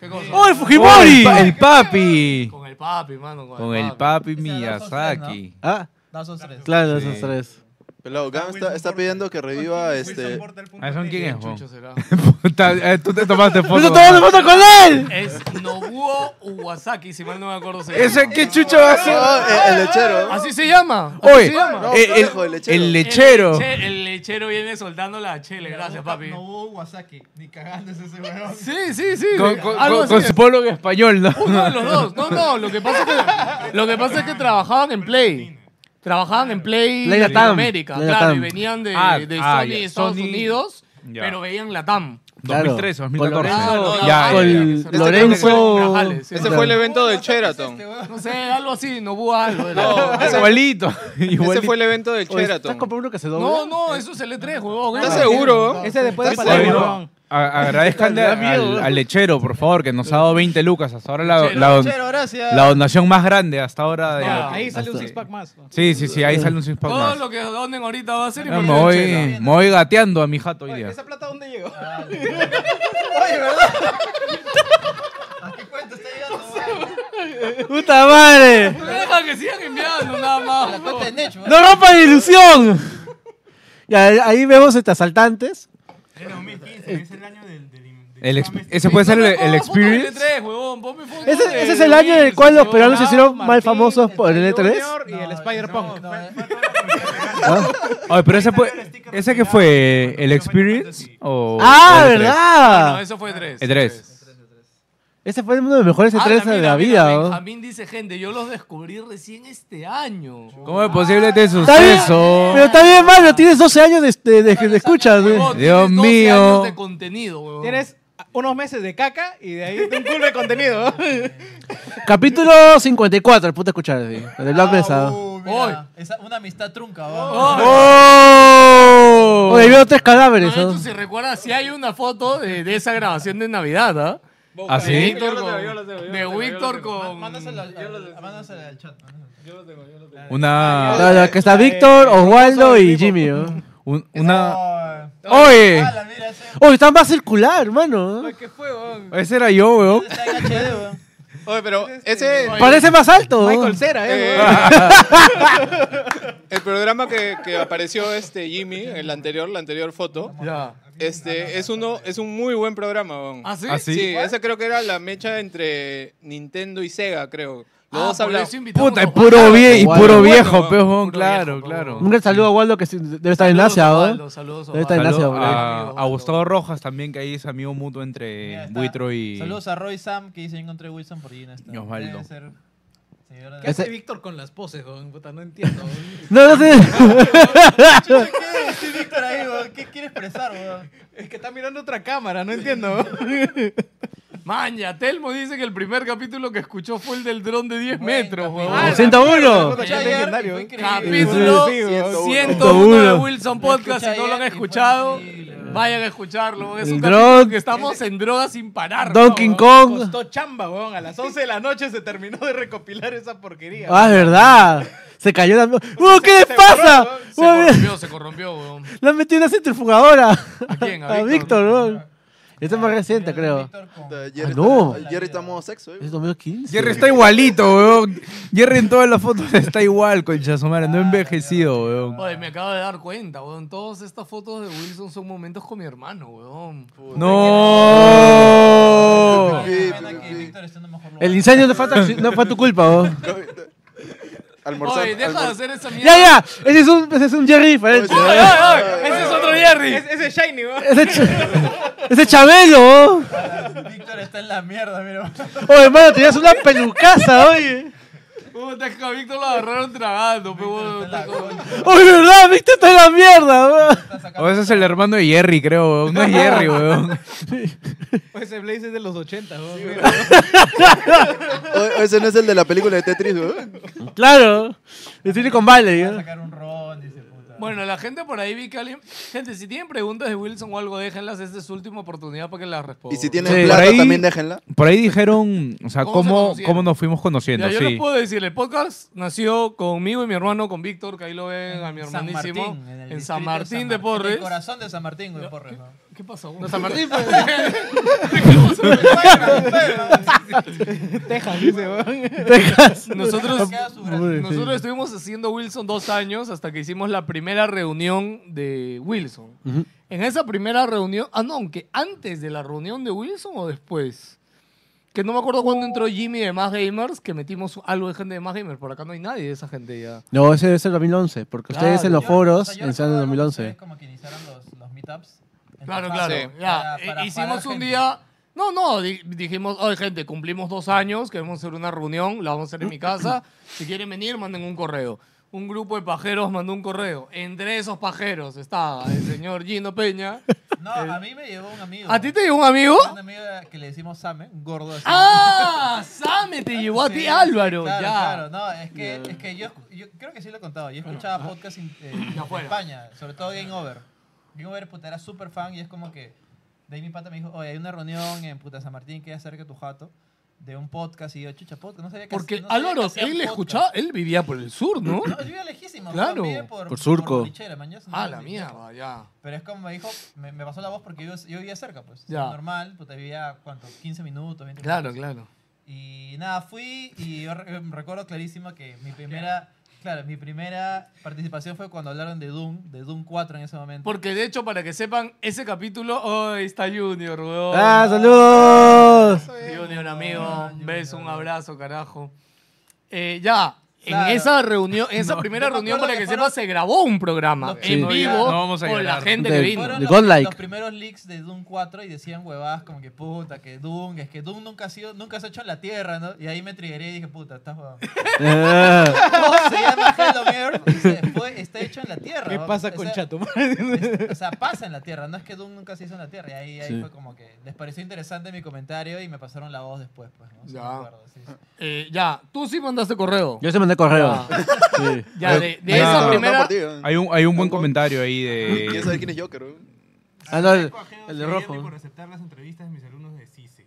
[SPEAKER 1] ¿Qué cosa?
[SPEAKER 4] ¡Oh,
[SPEAKER 5] ¡Oh,
[SPEAKER 4] el
[SPEAKER 5] el,
[SPEAKER 4] Fujimori!
[SPEAKER 5] pa- el papi!
[SPEAKER 1] Con el papi, mano. Con,
[SPEAKER 5] Con el papi Miyazaki.
[SPEAKER 4] Ah,
[SPEAKER 2] No, son tres.
[SPEAKER 4] claro,
[SPEAKER 5] Sí.
[SPEAKER 4] esos tres.
[SPEAKER 6] Pelado, Gam está, está pidiendo que reviva este.
[SPEAKER 5] ¿Ah, ¿Son quién es, Juan?
[SPEAKER 1] Chucha será.
[SPEAKER 5] Puta, eh, Tú te tomaste
[SPEAKER 4] ¡Eso
[SPEAKER 5] foto.
[SPEAKER 4] todo se foto con él!
[SPEAKER 1] Es Nobuo Uwasaki, si mal no me acuerdo. se
[SPEAKER 5] ¿Ese
[SPEAKER 1] llama.
[SPEAKER 5] qué chucha va a ser?
[SPEAKER 6] Oh, eh, el lechero.
[SPEAKER 1] Ah, Así se llama. Así
[SPEAKER 5] Oye,
[SPEAKER 1] se llama.
[SPEAKER 6] No,
[SPEAKER 5] eh, el,
[SPEAKER 6] carajo, el lechero.
[SPEAKER 5] el lechero.
[SPEAKER 1] El, leche- el lechero viene soltando la chele, gracias, papi.
[SPEAKER 2] No hubo Wasaki, ni cagando ese weón.
[SPEAKER 1] Sí, sí, sí.
[SPEAKER 5] Con, con-
[SPEAKER 1] algo
[SPEAKER 5] con-
[SPEAKER 1] así
[SPEAKER 5] con
[SPEAKER 1] es.
[SPEAKER 5] su polo en español, ¿no?
[SPEAKER 1] Uno de los dos. No, no, lo que pasa es que, lo que, pasa es que trabajaban en Play. Trabajaban en Play
[SPEAKER 4] Play Latam,
[SPEAKER 1] Latinoamérica,
[SPEAKER 4] Play
[SPEAKER 1] claro,
[SPEAKER 4] Latam.
[SPEAKER 1] y venían de,
[SPEAKER 5] Ah,
[SPEAKER 1] de Sony,
[SPEAKER 5] ah, ya,
[SPEAKER 1] Estados
[SPEAKER 5] Sony.
[SPEAKER 1] Unidos,
[SPEAKER 5] Ya.
[SPEAKER 1] pero veían Latam.
[SPEAKER 4] Claro.
[SPEAKER 5] 2013, 2014.
[SPEAKER 9] Ah,
[SPEAKER 1] Claro,
[SPEAKER 5] Ya, ya,
[SPEAKER 1] ya, ya,
[SPEAKER 5] ya.
[SPEAKER 1] ya.
[SPEAKER 4] Con
[SPEAKER 1] Este
[SPEAKER 4] Lorenzo...
[SPEAKER 1] Grajales, sí.
[SPEAKER 9] Ese fue el evento del Sheraton.
[SPEAKER 1] No sé, algo así, no hubo algo. era-
[SPEAKER 9] No,
[SPEAKER 5] Es igualito.
[SPEAKER 9] Ese
[SPEAKER 5] igualito.
[SPEAKER 9] fue el evento del
[SPEAKER 4] Oye, ¿Estás
[SPEAKER 9] Sheraton.
[SPEAKER 4] comprando uno que se dobla?
[SPEAKER 1] No, no, eso es el E3, huevón.
[SPEAKER 9] ¿Estás seguro?
[SPEAKER 8] Ese después de
[SPEAKER 9] Está
[SPEAKER 8] Palermo,
[SPEAKER 9] seguro.
[SPEAKER 8] weón.
[SPEAKER 5] A- Agradezcanle
[SPEAKER 4] Da
[SPEAKER 5] al,
[SPEAKER 4] miedo.
[SPEAKER 5] al lechero, por favor, que nos ha dado 20 lucas. Hasta ahora la,
[SPEAKER 1] Lechero,
[SPEAKER 5] la don-
[SPEAKER 2] Pero gracias.
[SPEAKER 5] la donación más grande hasta ahora. De
[SPEAKER 1] Ya.
[SPEAKER 8] Ahí sale un six pack más.
[SPEAKER 5] Sí, sí, sí, ahí sale un six pack
[SPEAKER 1] Todo
[SPEAKER 5] más.
[SPEAKER 1] lo que donen ahorita va a ser
[SPEAKER 5] Ah, me, voy, me voy gateando a mi jato hoy
[SPEAKER 8] Oye,
[SPEAKER 5] día.
[SPEAKER 8] ¿Esa plata dónde llegó?
[SPEAKER 2] ¿Qué cuento está llegando? weón?
[SPEAKER 4] ¡Puta madre!
[SPEAKER 1] Deja que sigan enviando nada más. huevón.
[SPEAKER 2] Cuenta de Nech, weón.
[SPEAKER 4] ¡No rompan la ilusión! Y ahí ahí vemos este asaltantes.
[SPEAKER 10] es el año del. del,
[SPEAKER 5] El exp- ese puede ser el, el experience.
[SPEAKER 4] Ese, ese es el año en el cual los peruanos se hicieron mal famosos por el E E3.
[SPEAKER 8] Junior Y el Spider-Punk.
[SPEAKER 2] No, eh.
[SPEAKER 5] Oye, Ah. pero ese fue. ¿Ese que fue? ¿El experience? O,
[SPEAKER 4] ¡Ah,
[SPEAKER 5] o el E E3?
[SPEAKER 1] No,
[SPEAKER 4] verdad!
[SPEAKER 1] eso fue E3.
[SPEAKER 5] E E3.
[SPEAKER 4] Ese fue uno de los mejores
[SPEAKER 1] Ah,
[SPEAKER 4] E3 de
[SPEAKER 1] mira,
[SPEAKER 4] la
[SPEAKER 1] mira,
[SPEAKER 4] vida. oh. ¿no?
[SPEAKER 1] Benjamín dice, gente, yo los descubrí recién este año.
[SPEAKER 5] ¿Cómo es posible este
[SPEAKER 4] Está bien,
[SPEAKER 5] suceso?
[SPEAKER 4] pero está bien, Mario, tienes 12 años de, de, de- de escuchas. ¿no?
[SPEAKER 1] Huevón,
[SPEAKER 5] Dios
[SPEAKER 1] tienes 12
[SPEAKER 5] mío.
[SPEAKER 1] Oh, años de contenido, huevón.
[SPEAKER 8] Tienes unos meses de caca y de ahí un culo de contenido.
[SPEAKER 1] Ah,
[SPEAKER 4] Capítulo 54, el puto escuchar. sí, con
[SPEAKER 1] Ah,
[SPEAKER 4] el blog pesado.
[SPEAKER 2] Uh,
[SPEAKER 1] Hoy.
[SPEAKER 2] mira, esa- una amistad trunca, weón.
[SPEAKER 1] Oh,
[SPEAKER 5] ¡Oh!
[SPEAKER 4] Oye, veo tres
[SPEAKER 1] no,
[SPEAKER 4] cadáveres.
[SPEAKER 1] esto
[SPEAKER 4] ¿no?
[SPEAKER 1] se recuerda, si hay una foto de, de esa grabación de Navidad, ¿ah?
[SPEAKER 5] ¿Ah, sí?
[SPEAKER 1] De
[SPEAKER 9] Yo
[SPEAKER 1] Víctor
[SPEAKER 9] lo tengo, yo
[SPEAKER 1] con...
[SPEAKER 9] lo tengo, yo
[SPEAKER 1] De
[SPEAKER 9] lo tengo,
[SPEAKER 1] Víctor
[SPEAKER 9] yo lo
[SPEAKER 1] con... Ah.
[SPEAKER 2] Mándasela al- al- mándasela al chat. mándasela al chat.
[SPEAKER 5] Una.
[SPEAKER 4] No, no, que está Víctor, Oswaldo y Jimmy. ¿eh? ¿no?
[SPEAKER 5] un- una.
[SPEAKER 2] Ay.
[SPEAKER 5] ¡Oye!
[SPEAKER 2] Ah, la mira, ese
[SPEAKER 4] Oh, está más circular, hermano. ¿no?
[SPEAKER 8] ¿Qué fue, weón?
[SPEAKER 5] Ese era yo, weón.
[SPEAKER 2] está en HD, weón.
[SPEAKER 9] Oye, pero ese.
[SPEAKER 4] Parece más alto. ¿no?
[SPEAKER 8] Michael Cera, eh,
[SPEAKER 9] eh,
[SPEAKER 8] weón.
[SPEAKER 9] el programa que, que apareció este Jimmy, el anterior, la anterior foto,
[SPEAKER 1] Ya.
[SPEAKER 9] este, es uno, es un muy buen programa, weón.
[SPEAKER 1] ¿Ah, sí?
[SPEAKER 5] ¿Ah, sí?
[SPEAKER 9] Sí, esa creo que era la mecha entre Nintendo y Sega, creo. Los
[SPEAKER 1] Ah,
[SPEAKER 9] dos
[SPEAKER 1] por
[SPEAKER 9] hablaban.
[SPEAKER 1] eso invitamos
[SPEAKER 5] Puta,
[SPEAKER 1] a
[SPEAKER 5] y
[SPEAKER 1] Osvaldo.
[SPEAKER 5] puro, vie- y
[SPEAKER 4] Bueno,
[SPEAKER 5] puro
[SPEAKER 4] bueno,
[SPEAKER 5] viejo,
[SPEAKER 9] bueno.
[SPEAKER 5] pejón,
[SPEAKER 1] Puro
[SPEAKER 5] claro,
[SPEAKER 1] viejo,
[SPEAKER 5] claro.
[SPEAKER 4] Un gran saludo a Waldo que sí- debe estar en
[SPEAKER 1] Saludos,
[SPEAKER 4] Asia. ¿no?
[SPEAKER 1] Osvaldo, saludos,
[SPEAKER 4] Debe estar en Asia,
[SPEAKER 1] Osvaldo.
[SPEAKER 5] Saludo
[SPEAKER 4] boludo.
[SPEAKER 5] a,
[SPEAKER 1] Amigo,
[SPEAKER 5] a Gustavo Rojas también, que ahí es amigo mutuo entre
[SPEAKER 2] Mira, está.
[SPEAKER 5] Buitro y.
[SPEAKER 2] Saludos a Roy Sam, que dice: Yo encontré Wilson por allí. No está.
[SPEAKER 5] Y Osvaldo.
[SPEAKER 2] Debe ser seguidora de-
[SPEAKER 8] ¿Qué hace Víctor con las poses, weón? Puta, no entiendo. weón.
[SPEAKER 4] No, no sé.
[SPEAKER 2] Chucha, ¿Qué decir Víctor ahí, weón? ¿Qué quiere expresar, weón?
[SPEAKER 8] Es que está mirando otra cámara, no entiendo.
[SPEAKER 1] Man, ya Telmo dice que el primer capítulo que escuchó fue el del dron de 10 metros,
[SPEAKER 2] capítulo.
[SPEAKER 1] huevón.
[SPEAKER 2] Ah,
[SPEAKER 1] Ah,
[SPEAKER 4] 101.
[SPEAKER 8] Puta, ya es
[SPEAKER 2] Ayer
[SPEAKER 8] legendario,
[SPEAKER 2] fue
[SPEAKER 8] eh.
[SPEAKER 2] increíble.
[SPEAKER 1] Capítulo
[SPEAKER 4] Sí,
[SPEAKER 1] 101 de
[SPEAKER 4] 101.
[SPEAKER 1] Wilson Podcast. Si no lo
[SPEAKER 2] Escucha ayer y
[SPEAKER 1] han
[SPEAKER 2] fue
[SPEAKER 1] escuchado,
[SPEAKER 2] increíble.
[SPEAKER 1] vayan a escucharlo. Es un
[SPEAKER 4] El
[SPEAKER 1] capítulo
[SPEAKER 4] dron.
[SPEAKER 1] que estamos en droga sin parar.
[SPEAKER 4] Donkey
[SPEAKER 1] huevón.
[SPEAKER 4] Kong.
[SPEAKER 8] Costó chamba, weón. A las 11 de la noche se terminó de recopilar esa porquería.
[SPEAKER 4] Ah, es verdad. Se cayó la. ¡Uh, qué les pasa!
[SPEAKER 1] Se
[SPEAKER 4] ¡Uh, mira!
[SPEAKER 1] corrompió, se corrompió, huevón.
[SPEAKER 4] Le han metido una centrifugadora.
[SPEAKER 1] ¿A Ah. quién?
[SPEAKER 4] A Víctor, ¿no? Esta es más reciente, creo.
[SPEAKER 6] Jerry
[SPEAKER 4] Ah, no.
[SPEAKER 6] está, Jerry está modo sexo, eh.
[SPEAKER 4] Es 2015.
[SPEAKER 5] Jerry está igualito, weón. Jerry en todas las fotos está igual, concha su madre. No ha envejecido, weón.
[SPEAKER 1] Oye, me acabo de dar cuenta, weón. Todas estas fotos de Wilson son momentos con mi hermano, weón.
[SPEAKER 4] Oh,
[SPEAKER 5] ¡No!
[SPEAKER 6] Sí,
[SPEAKER 2] que
[SPEAKER 6] sí.
[SPEAKER 2] Víctor está en un mejor lugar.
[SPEAKER 4] El incendio no fue, tu- no fue tu culpa, vos.
[SPEAKER 6] Almorzar.
[SPEAKER 1] Oye, deja
[SPEAKER 6] almor-
[SPEAKER 1] de hacer esa mierda.
[SPEAKER 4] Ya, ya. Ese es un, ese es un Jerry diferente.
[SPEAKER 6] Oye,
[SPEAKER 1] ¡Ay, ay, ay! ¡Ese es otro Jerry!
[SPEAKER 8] Es- Ese es Shiny, ¿no?
[SPEAKER 4] Ese, ch- ese Chabelo. vos.
[SPEAKER 2] Víctor está en la mierda, mira.
[SPEAKER 4] Oye, hermano, tenías una pelucaza, oye.
[SPEAKER 1] Puta, es que a Víctor lo agarraron tragando, pues, pe, weón.
[SPEAKER 2] Está en la concha,
[SPEAKER 4] Oye, ¿verdad? Viste, está en la mierda, weón.
[SPEAKER 2] está sacando-
[SPEAKER 5] O ese es el hermano de Jerry, creo, weón. No es Jerry, weón.
[SPEAKER 8] Ese Blaze es de los 80, ¿no? Mira.
[SPEAKER 6] O- Ese no es el de la película de Tetris, weón.
[SPEAKER 4] Claro. De Silicon Valley,
[SPEAKER 2] Va a
[SPEAKER 4] ¿eh?
[SPEAKER 2] sacar un ron, dice puta.
[SPEAKER 1] Bueno, la gente por ahí vi que alguien... Gente, si tienen preguntas de Wilson o algo, déjenlas. Esta es su última oportunidad para que las respondan.
[SPEAKER 6] Y si tienen
[SPEAKER 5] Sí, por
[SPEAKER 6] plata,
[SPEAKER 5] ahí-
[SPEAKER 6] también déjenla.
[SPEAKER 5] Por ahí dijeron, o sea,
[SPEAKER 1] ¿Cómo se
[SPEAKER 5] cómo,
[SPEAKER 1] conocieron?
[SPEAKER 5] cómo nos fuimos conociendo,
[SPEAKER 1] Ya, yo les
[SPEAKER 5] sí.
[SPEAKER 1] puedo decir, el podcast nació conmigo y mi hermano, con Víctor, que ahí lo ven a mi
[SPEAKER 2] San
[SPEAKER 1] hermanísimo.
[SPEAKER 2] Martín, el
[SPEAKER 1] en
[SPEAKER 2] distrito
[SPEAKER 1] San Martín de
[SPEAKER 2] Martín, En
[SPEAKER 1] Porres.
[SPEAKER 2] el corazón de San Martín, güey, Porres. ¿no?
[SPEAKER 1] ¿Qué pasó?
[SPEAKER 8] No,
[SPEAKER 1] San
[SPEAKER 8] San
[SPEAKER 1] Martín, pues.
[SPEAKER 8] Martín,
[SPEAKER 1] Texas, dice, Nosotros,
[SPEAKER 2] Queda su gracia.
[SPEAKER 4] Hombre, sí.
[SPEAKER 1] nosotros estuvimos haciendo Wilson dos años hasta que hicimos la primera reunión de Wilson.
[SPEAKER 4] Ujú.
[SPEAKER 1] En esa primera reunión, ah, no, aunque antes de la reunión de Wilson o después. Que no me acuerdo cuándo entró Jimmy de Más Gamers, que metimos algo de gente de Más Gamers. Por acá no hay nadie de esa gente ya.
[SPEAKER 4] No, ese debe ser 2011, porque
[SPEAKER 1] Claro,
[SPEAKER 4] ustedes en los
[SPEAKER 2] Yo-
[SPEAKER 4] foros
[SPEAKER 2] o sea, yo
[SPEAKER 4] en
[SPEAKER 2] recuerdo
[SPEAKER 4] en
[SPEAKER 2] algo que ustedes
[SPEAKER 4] 2011.
[SPEAKER 2] Como que iniciaron los, los meetups. en
[SPEAKER 1] Claro,
[SPEAKER 2] pasado,
[SPEAKER 1] claro. ya.
[SPEAKER 2] para-
[SPEAKER 1] Eh,
[SPEAKER 2] para
[SPEAKER 1] Hicimos un
[SPEAKER 2] jalar gente.
[SPEAKER 1] día. No, no, di- dijimos, oye gente, cumplimos dos años, queremos hacer una reunión, la vamos a hacer en mi casa. Si quieren venir, manden un correo. Un grupo de pajeros mandó un correo. Entre esos pajeros estaba el señor Gino Peña.
[SPEAKER 2] No, a mí me llevó un amigo.
[SPEAKER 1] ¿A ti te llegó un amigo?
[SPEAKER 2] Un amigo que le decimos Same, un gordo así.
[SPEAKER 1] ¡Ah! ¡Same te llegó a
[SPEAKER 2] Sí,
[SPEAKER 1] ti,
[SPEAKER 2] sí,
[SPEAKER 1] Álvaro!
[SPEAKER 2] claro,
[SPEAKER 1] ya.
[SPEAKER 2] Claro, no, es que, es que yo, yo creo que sí lo he contado. Yo escuchaba podcasts in- eh, en
[SPEAKER 1] afuera.
[SPEAKER 2] España, sobre todo Game Over. Game Over, puta, era súper fan y es como que. De ahí mi pata me dijo, oye, hay una reunión en puta San Martín que es cerca de tu jato de un podcast. Y yo, chucha, podcast, no sabía que
[SPEAKER 1] Porque
[SPEAKER 2] no sabía que
[SPEAKER 1] Álvaro,
[SPEAKER 2] hacían
[SPEAKER 1] él
[SPEAKER 2] podcast.
[SPEAKER 1] escuchaba, él vivía por el sur, ¿no?
[SPEAKER 2] No, yo vivía lejísimo.
[SPEAKER 1] Claro.
[SPEAKER 2] Claro. Por,
[SPEAKER 4] Por Surco.
[SPEAKER 2] Bolichera, man, yo no
[SPEAKER 1] Ah,
[SPEAKER 2] sé
[SPEAKER 1] la
[SPEAKER 2] si-
[SPEAKER 1] mierda, ya.
[SPEAKER 2] Pero es como me dijo, me, me pasó la voz porque yo, yo vivía cerca, pues.
[SPEAKER 1] Ya.
[SPEAKER 2] Normal, puta, vivía, ¿cuánto? 15 minutos, 20
[SPEAKER 1] Claro,
[SPEAKER 2] minutos.
[SPEAKER 1] claro.
[SPEAKER 2] Y nada, fui y yo re- em, recuerdo clarísimo que mi primera, claro, mi primera participación fue cuando hablaron de Doom, de Doom 4 en ese momento.
[SPEAKER 1] Porque de hecho, para que sepan, ese capítulo, hoy está Junior, weón.
[SPEAKER 4] ¡Ah, saludos!
[SPEAKER 1] Junior, amigo,
[SPEAKER 2] Ah,
[SPEAKER 1] un
[SPEAKER 2] Junior,
[SPEAKER 1] beso, un
[SPEAKER 2] amigo.
[SPEAKER 1] abrazo, carajo. Eh, ya,
[SPEAKER 2] Claro.
[SPEAKER 1] en esa reunión, en esa primera
[SPEAKER 2] Yo me
[SPEAKER 1] reunión,
[SPEAKER 2] acuerdo
[SPEAKER 1] para que,
[SPEAKER 2] que
[SPEAKER 1] sepas, se grabó un programa
[SPEAKER 2] No,
[SPEAKER 1] en
[SPEAKER 4] sí.
[SPEAKER 1] vivo
[SPEAKER 5] No vamos a
[SPEAKER 1] con la
[SPEAKER 5] llorar.
[SPEAKER 1] gente
[SPEAKER 4] De-
[SPEAKER 1] que vino.
[SPEAKER 2] Fueron
[SPEAKER 4] The
[SPEAKER 2] los,
[SPEAKER 4] Godlike.
[SPEAKER 2] los primeros leaks de Doom 4 y decían huevadas como que puta, que Doom, es que Doom nunca ha sido, nunca se ha hecho en la tierra, ¿no? Y ahí me triggeré y dije, puta, estás huevón.
[SPEAKER 4] Ah,
[SPEAKER 2] se llama Hello Earth? Dice, fue- está hecho en la tierra.
[SPEAKER 8] ¿Qué
[SPEAKER 2] ¿no?
[SPEAKER 8] pasa
[SPEAKER 2] O
[SPEAKER 8] con
[SPEAKER 2] sea,
[SPEAKER 8] Chato?
[SPEAKER 2] es- o sea, pasa en la tierra, no es que Doom nunca se hizo en la tierra. Y ahí, ahí
[SPEAKER 4] Sí.
[SPEAKER 2] fue como que les pareció interesante mi comentario y me pasaron la voz después, pues, ¿no? Sí,
[SPEAKER 1] Ya.
[SPEAKER 2] me acuerdo, sí, sí.
[SPEAKER 1] Eh, ya, tú sí mandaste correo.
[SPEAKER 4] Yo se mandé correo. Sí.
[SPEAKER 1] Ah. Ya, de, de
[SPEAKER 5] Ahí
[SPEAKER 1] esa
[SPEAKER 5] está.
[SPEAKER 1] primera.
[SPEAKER 5] Ah. Hay un, hay un buen comentario ahí
[SPEAKER 6] ¿Quieres
[SPEAKER 5] de...
[SPEAKER 6] saber quién es Joker, weón?
[SPEAKER 4] Ah, no, el,
[SPEAKER 10] Agradezco a Geos
[SPEAKER 4] el
[SPEAKER 10] y
[SPEAKER 4] de
[SPEAKER 10] a Jerry
[SPEAKER 4] rojo.
[SPEAKER 10] Por aceptar las entrevistas de mis alumnos de CICE.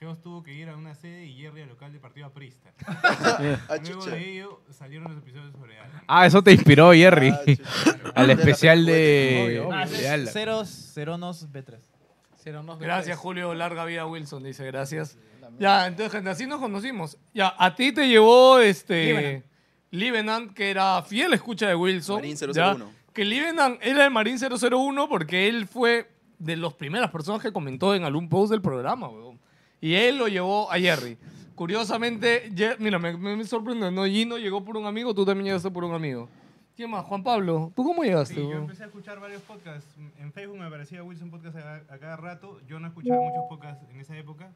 [SPEAKER 10] Geos tuvo que ir a una sede y Jerry al local del Partido Aprista.
[SPEAKER 6] Ah,
[SPEAKER 10] Luego
[SPEAKER 6] chucha.
[SPEAKER 10] de ello salieron los episodios sobre Alan.
[SPEAKER 5] Ah, eso te inspiró, Jerry.
[SPEAKER 6] Ah, chucha.
[SPEAKER 5] Al especial de...
[SPEAKER 1] Obvio, obvio.
[SPEAKER 2] Ah,
[SPEAKER 5] de Alan.
[SPEAKER 2] es Ceros, Ceronos B3.
[SPEAKER 1] Gracias, Julio. Larga vida, Wilson, dice, gracias. Ya, entonces, gente, así nos conocimos. Ya, a ti te llevó este. Livenant, que era fiel escucha de Wilson.
[SPEAKER 6] Marín
[SPEAKER 1] ya,
[SPEAKER 6] 001.
[SPEAKER 1] que Livenant era el Marín 001 porque él fue de las primeras personas que comentó en algún post del programa, weón. Y él lo llevó a Jerry. Curiosamente, Jer- mira, me, me, me sorprende, ¿no? Gino llegó por un amigo, tú también llegaste por un amigo. ¿Quién más? Juan Pablo, ¿tú cómo llegaste?
[SPEAKER 10] Sí, yo
[SPEAKER 1] weón?
[SPEAKER 10] empecé a escuchar varios podcasts. En Facebook me aparecía Wilson Podcast a, a cada rato. Yo no escuchaba muchos podcasts en esa época.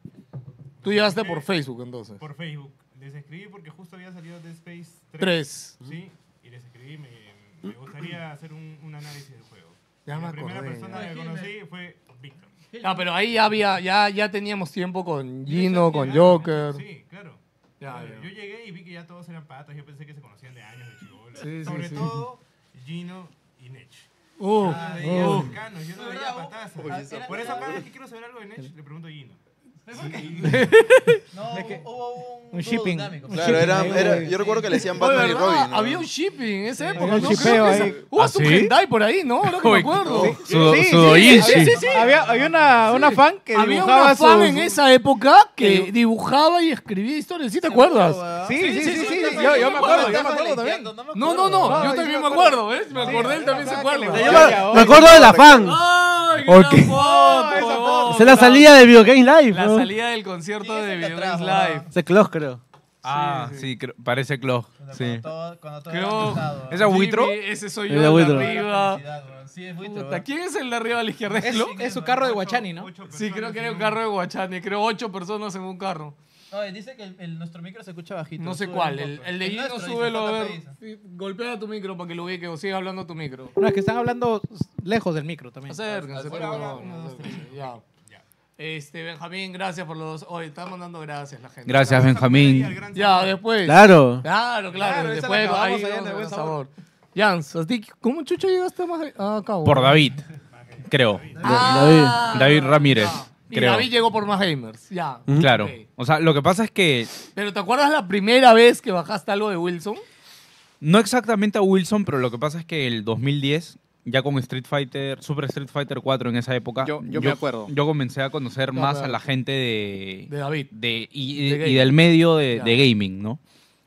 [SPEAKER 1] Tú llegaste por Facebook, entonces.
[SPEAKER 10] Por Facebook. Les escribí porque justo había salido Dead Space 3.
[SPEAKER 1] Tres.
[SPEAKER 10] Sí, y les escribí. Me, me gustaría hacer un, un análisis del juego.
[SPEAKER 1] Ya
[SPEAKER 10] Y
[SPEAKER 1] me
[SPEAKER 10] la primera
[SPEAKER 1] acordé,
[SPEAKER 10] persona
[SPEAKER 2] ya.
[SPEAKER 10] que conocí fue Víctor.
[SPEAKER 1] Ah, pero ahí ya había, ya, ya teníamos tiempo con Gino, con
[SPEAKER 10] Claro,
[SPEAKER 1] Joker.
[SPEAKER 10] Sí, claro.
[SPEAKER 1] Ya,
[SPEAKER 10] Claro,
[SPEAKER 1] ya.
[SPEAKER 10] Yo llegué y vi que ya todos eran patas. Yo pensé que se conocían de años de chibolos.
[SPEAKER 1] Sí, sí,
[SPEAKER 10] Sobre
[SPEAKER 1] sí.
[SPEAKER 10] todo Gino y Nech.
[SPEAKER 1] Uh,
[SPEAKER 10] Yo no
[SPEAKER 1] uh.
[SPEAKER 10] veía cercanos, yo no
[SPEAKER 2] Oye,
[SPEAKER 10] veía
[SPEAKER 2] eso-
[SPEAKER 10] patazas.
[SPEAKER 2] Oye, eso-
[SPEAKER 10] Por eso cada vez que quiero saber algo de Nech, le pregunto a Gino.
[SPEAKER 2] No,
[SPEAKER 8] que-
[SPEAKER 2] hubo un,
[SPEAKER 8] un
[SPEAKER 2] dúo
[SPEAKER 8] shipping.
[SPEAKER 2] dinámico.
[SPEAKER 8] Un
[SPEAKER 6] Claro, era,
[SPEAKER 8] Shipping,
[SPEAKER 6] era-
[SPEAKER 8] güey.
[SPEAKER 6] yo recuerdo que le decían
[SPEAKER 1] Oh, de
[SPEAKER 6] Batman y
[SPEAKER 1] verdad,
[SPEAKER 6] Robin. ¿no?
[SPEAKER 1] Había un shipping en esa época.
[SPEAKER 8] un
[SPEAKER 1] ¿no? Creo
[SPEAKER 8] shipeo
[SPEAKER 1] que
[SPEAKER 8] ahí.
[SPEAKER 1] esa- Hubo
[SPEAKER 5] ¿Ah,
[SPEAKER 1] su
[SPEAKER 5] sí?
[SPEAKER 1] hentai por ahí, ¿no? Ahora que me
[SPEAKER 5] Uy,
[SPEAKER 1] acuerdo.
[SPEAKER 5] Su- Sudoichi.
[SPEAKER 8] Había, había una, una fan que
[SPEAKER 1] Había
[SPEAKER 8] dibujaba
[SPEAKER 1] una fan
[SPEAKER 8] sus-
[SPEAKER 1] en esa época que dibujaba y escribía historias, ¿sí te acuerdas?
[SPEAKER 8] Sí, sí, sí, sí, sí,
[SPEAKER 1] yo-
[SPEAKER 8] Yo,
[SPEAKER 1] yo
[SPEAKER 8] yo
[SPEAKER 1] me
[SPEAKER 8] me
[SPEAKER 1] acuerdo,
[SPEAKER 8] acuerdo.
[SPEAKER 1] yo me
[SPEAKER 2] acuerdo también.
[SPEAKER 1] No, no, no, yo
[SPEAKER 8] yo
[SPEAKER 1] también me
[SPEAKER 8] me
[SPEAKER 1] acuerdo, ¿ves? Me acordé, él también se acuerda.
[SPEAKER 8] Yo
[SPEAKER 4] me,
[SPEAKER 8] ya,
[SPEAKER 4] me acuerdo de la fan.
[SPEAKER 1] ¡Ay,
[SPEAKER 4] ¿Por qué?
[SPEAKER 1] gran foto, huevón!
[SPEAKER 4] Se la
[SPEAKER 1] Gran-
[SPEAKER 4] salida de Video Game Live.
[SPEAKER 1] La
[SPEAKER 4] ¿no?
[SPEAKER 1] salida del concierto de Video Games Live.
[SPEAKER 4] Se close, creo.
[SPEAKER 5] Ah, sí, creo- parece Clog. Sí.
[SPEAKER 2] Cuando todo, cuando todo
[SPEAKER 1] Creo-
[SPEAKER 2] era amistad,
[SPEAKER 5] ¿Esa buitro?
[SPEAKER 1] Jimmy, Ese soy yo,
[SPEAKER 4] Era
[SPEAKER 1] el
[SPEAKER 4] buitro.
[SPEAKER 1] de
[SPEAKER 2] weón.
[SPEAKER 1] arriba.
[SPEAKER 2] Felicidad, weón. Sí, es buitro,
[SPEAKER 1] Puta,
[SPEAKER 2] weón.
[SPEAKER 1] ¿Quién es el de arriba a la izquierda? ¿Es
[SPEAKER 8] Es,
[SPEAKER 1] Clo?
[SPEAKER 8] es su carro de Guachani, ¿no?
[SPEAKER 10] Ocho
[SPEAKER 1] Sí, creo que
[SPEAKER 10] personas
[SPEAKER 1] era un
[SPEAKER 10] en
[SPEAKER 1] carro de Guachani. Creo ocho personas en un carro.
[SPEAKER 2] Oye, dice que el, el- nuestro micro se escucha bajito.
[SPEAKER 1] No sé
[SPEAKER 2] Sube
[SPEAKER 1] cuál.
[SPEAKER 2] un
[SPEAKER 1] El,
[SPEAKER 2] poco.
[SPEAKER 1] el de Gino,
[SPEAKER 2] nuestro, dice,
[SPEAKER 1] súbelo a
[SPEAKER 2] JP
[SPEAKER 1] ver.
[SPEAKER 2] dice.
[SPEAKER 1] Golpea tu micro para que lo ubique o siga hablando a tu micro.
[SPEAKER 8] No, es que están hablando lejos del micro también.
[SPEAKER 1] Acérquense, por
[SPEAKER 2] Hola, hola,
[SPEAKER 1] favor.
[SPEAKER 2] uno, dos,
[SPEAKER 1] Ya. Este, Benjamín, gracias por los. Oye, está mandando gracias la gente.
[SPEAKER 5] Gracias, Benjamín.
[SPEAKER 10] Gran
[SPEAKER 1] Ya, después.
[SPEAKER 4] Claro.
[SPEAKER 1] Claro, claro.
[SPEAKER 8] Claro, esa
[SPEAKER 1] después
[SPEAKER 8] la acabamos
[SPEAKER 1] ahí
[SPEAKER 8] allá en
[SPEAKER 1] vamos
[SPEAKER 8] el
[SPEAKER 1] a
[SPEAKER 8] Buen
[SPEAKER 1] ver sabor. Jans, ¿a ti ¿cómo chucha llegaste más acá? weón?
[SPEAKER 5] Por David, creo.
[SPEAKER 1] Ah,
[SPEAKER 5] David Ramírez,
[SPEAKER 1] ya. Y
[SPEAKER 5] creo.
[SPEAKER 1] David llegó por más gamers. Ya.
[SPEAKER 5] Claro.
[SPEAKER 1] ok.
[SPEAKER 5] O sea, lo que pasa es que
[SPEAKER 1] Pero ¿te acuerdas la primera vez que bajaste algo de Wilson?
[SPEAKER 5] No exactamente a Wilson, pero lo que pasa es que el 2010, ya con Street Fighter, Super Street Fighter 4 en esa época,
[SPEAKER 9] Yo- yo me acuerdo.
[SPEAKER 5] Yo comencé a conocer
[SPEAKER 1] Ya,
[SPEAKER 5] más
[SPEAKER 1] claro.
[SPEAKER 5] a la gente de,
[SPEAKER 1] De David.
[SPEAKER 5] de- y,
[SPEAKER 1] De
[SPEAKER 5] y
[SPEAKER 1] gaming.
[SPEAKER 5] del medio de,
[SPEAKER 1] Ya.
[SPEAKER 5] de gaming, ¿no?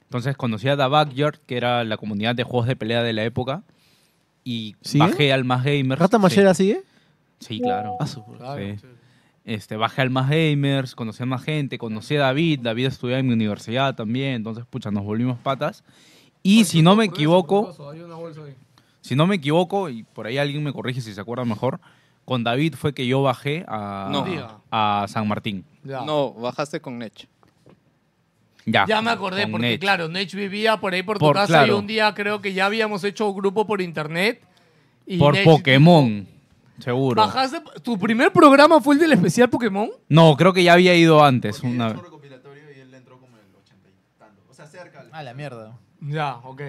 [SPEAKER 5] Entonces conocí a The Backyard, que era la comunidad de juegos de pelea de la época, y
[SPEAKER 4] ¿Sí?
[SPEAKER 5] bajé al Más Gamers.
[SPEAKER 4] ¿Rata
[SPEAKER 5] Sí.
[SPEAKER 4] Machera sigue?
[SPEAKER 5] Sí, claro.
[SPEAKER 4] Ah, su-
[SPEAKER 5] Sí. Este, bajé al Más Gamers, conocí a más gente, conocí a David, David estudiaba en mi universidad también, entonces, pucha, nos volvimos patas. Y si no me equivoco, si no me equivoco, y por ahí alguien me corrige si se acuerda mejor, con David fue que yo bajé a,
[SPEAKER 9] No.
[SPEAKER 1] Diga.
[SPEAKER 5] a San Martín.
[SPEAKER 1] Ya.
[SPEAKER 9] No, bajaste con Nech.
[SPEAKER 5] Ya,
[SPEAKER 1] Ya me acordé,
[SPEAKER 5] con
[SPEAKER 1] porque
[SPEAKER 5] Nech.
[SPEAKER 1] claro, Nech vivía por ahí por tu
[SPEAKER 5] Por-
[SPEAKER 1] casa y
[SPEAKER 5] claro.
[SPEAKER 1] un día creo que ya habíamos hecho un grupo por internet. Y
[SPEAKER 5] Por
[SPEAKER 1] Nech-
[SPEAKER 5] Pokémon, seguro.
[SPEAKER 1] Bajaste, ¿Tu primer programa fue el del especial Pokémon?
[SPEAKER 5] No, creo que ya había ido antes. una-
[SPEAKER 6] recopilatorio y él entró como en el 80 y tanto. O sea, cerca.
[SPEAKER 2] A la mierda.
[SPEAKER 1] Ya, ok.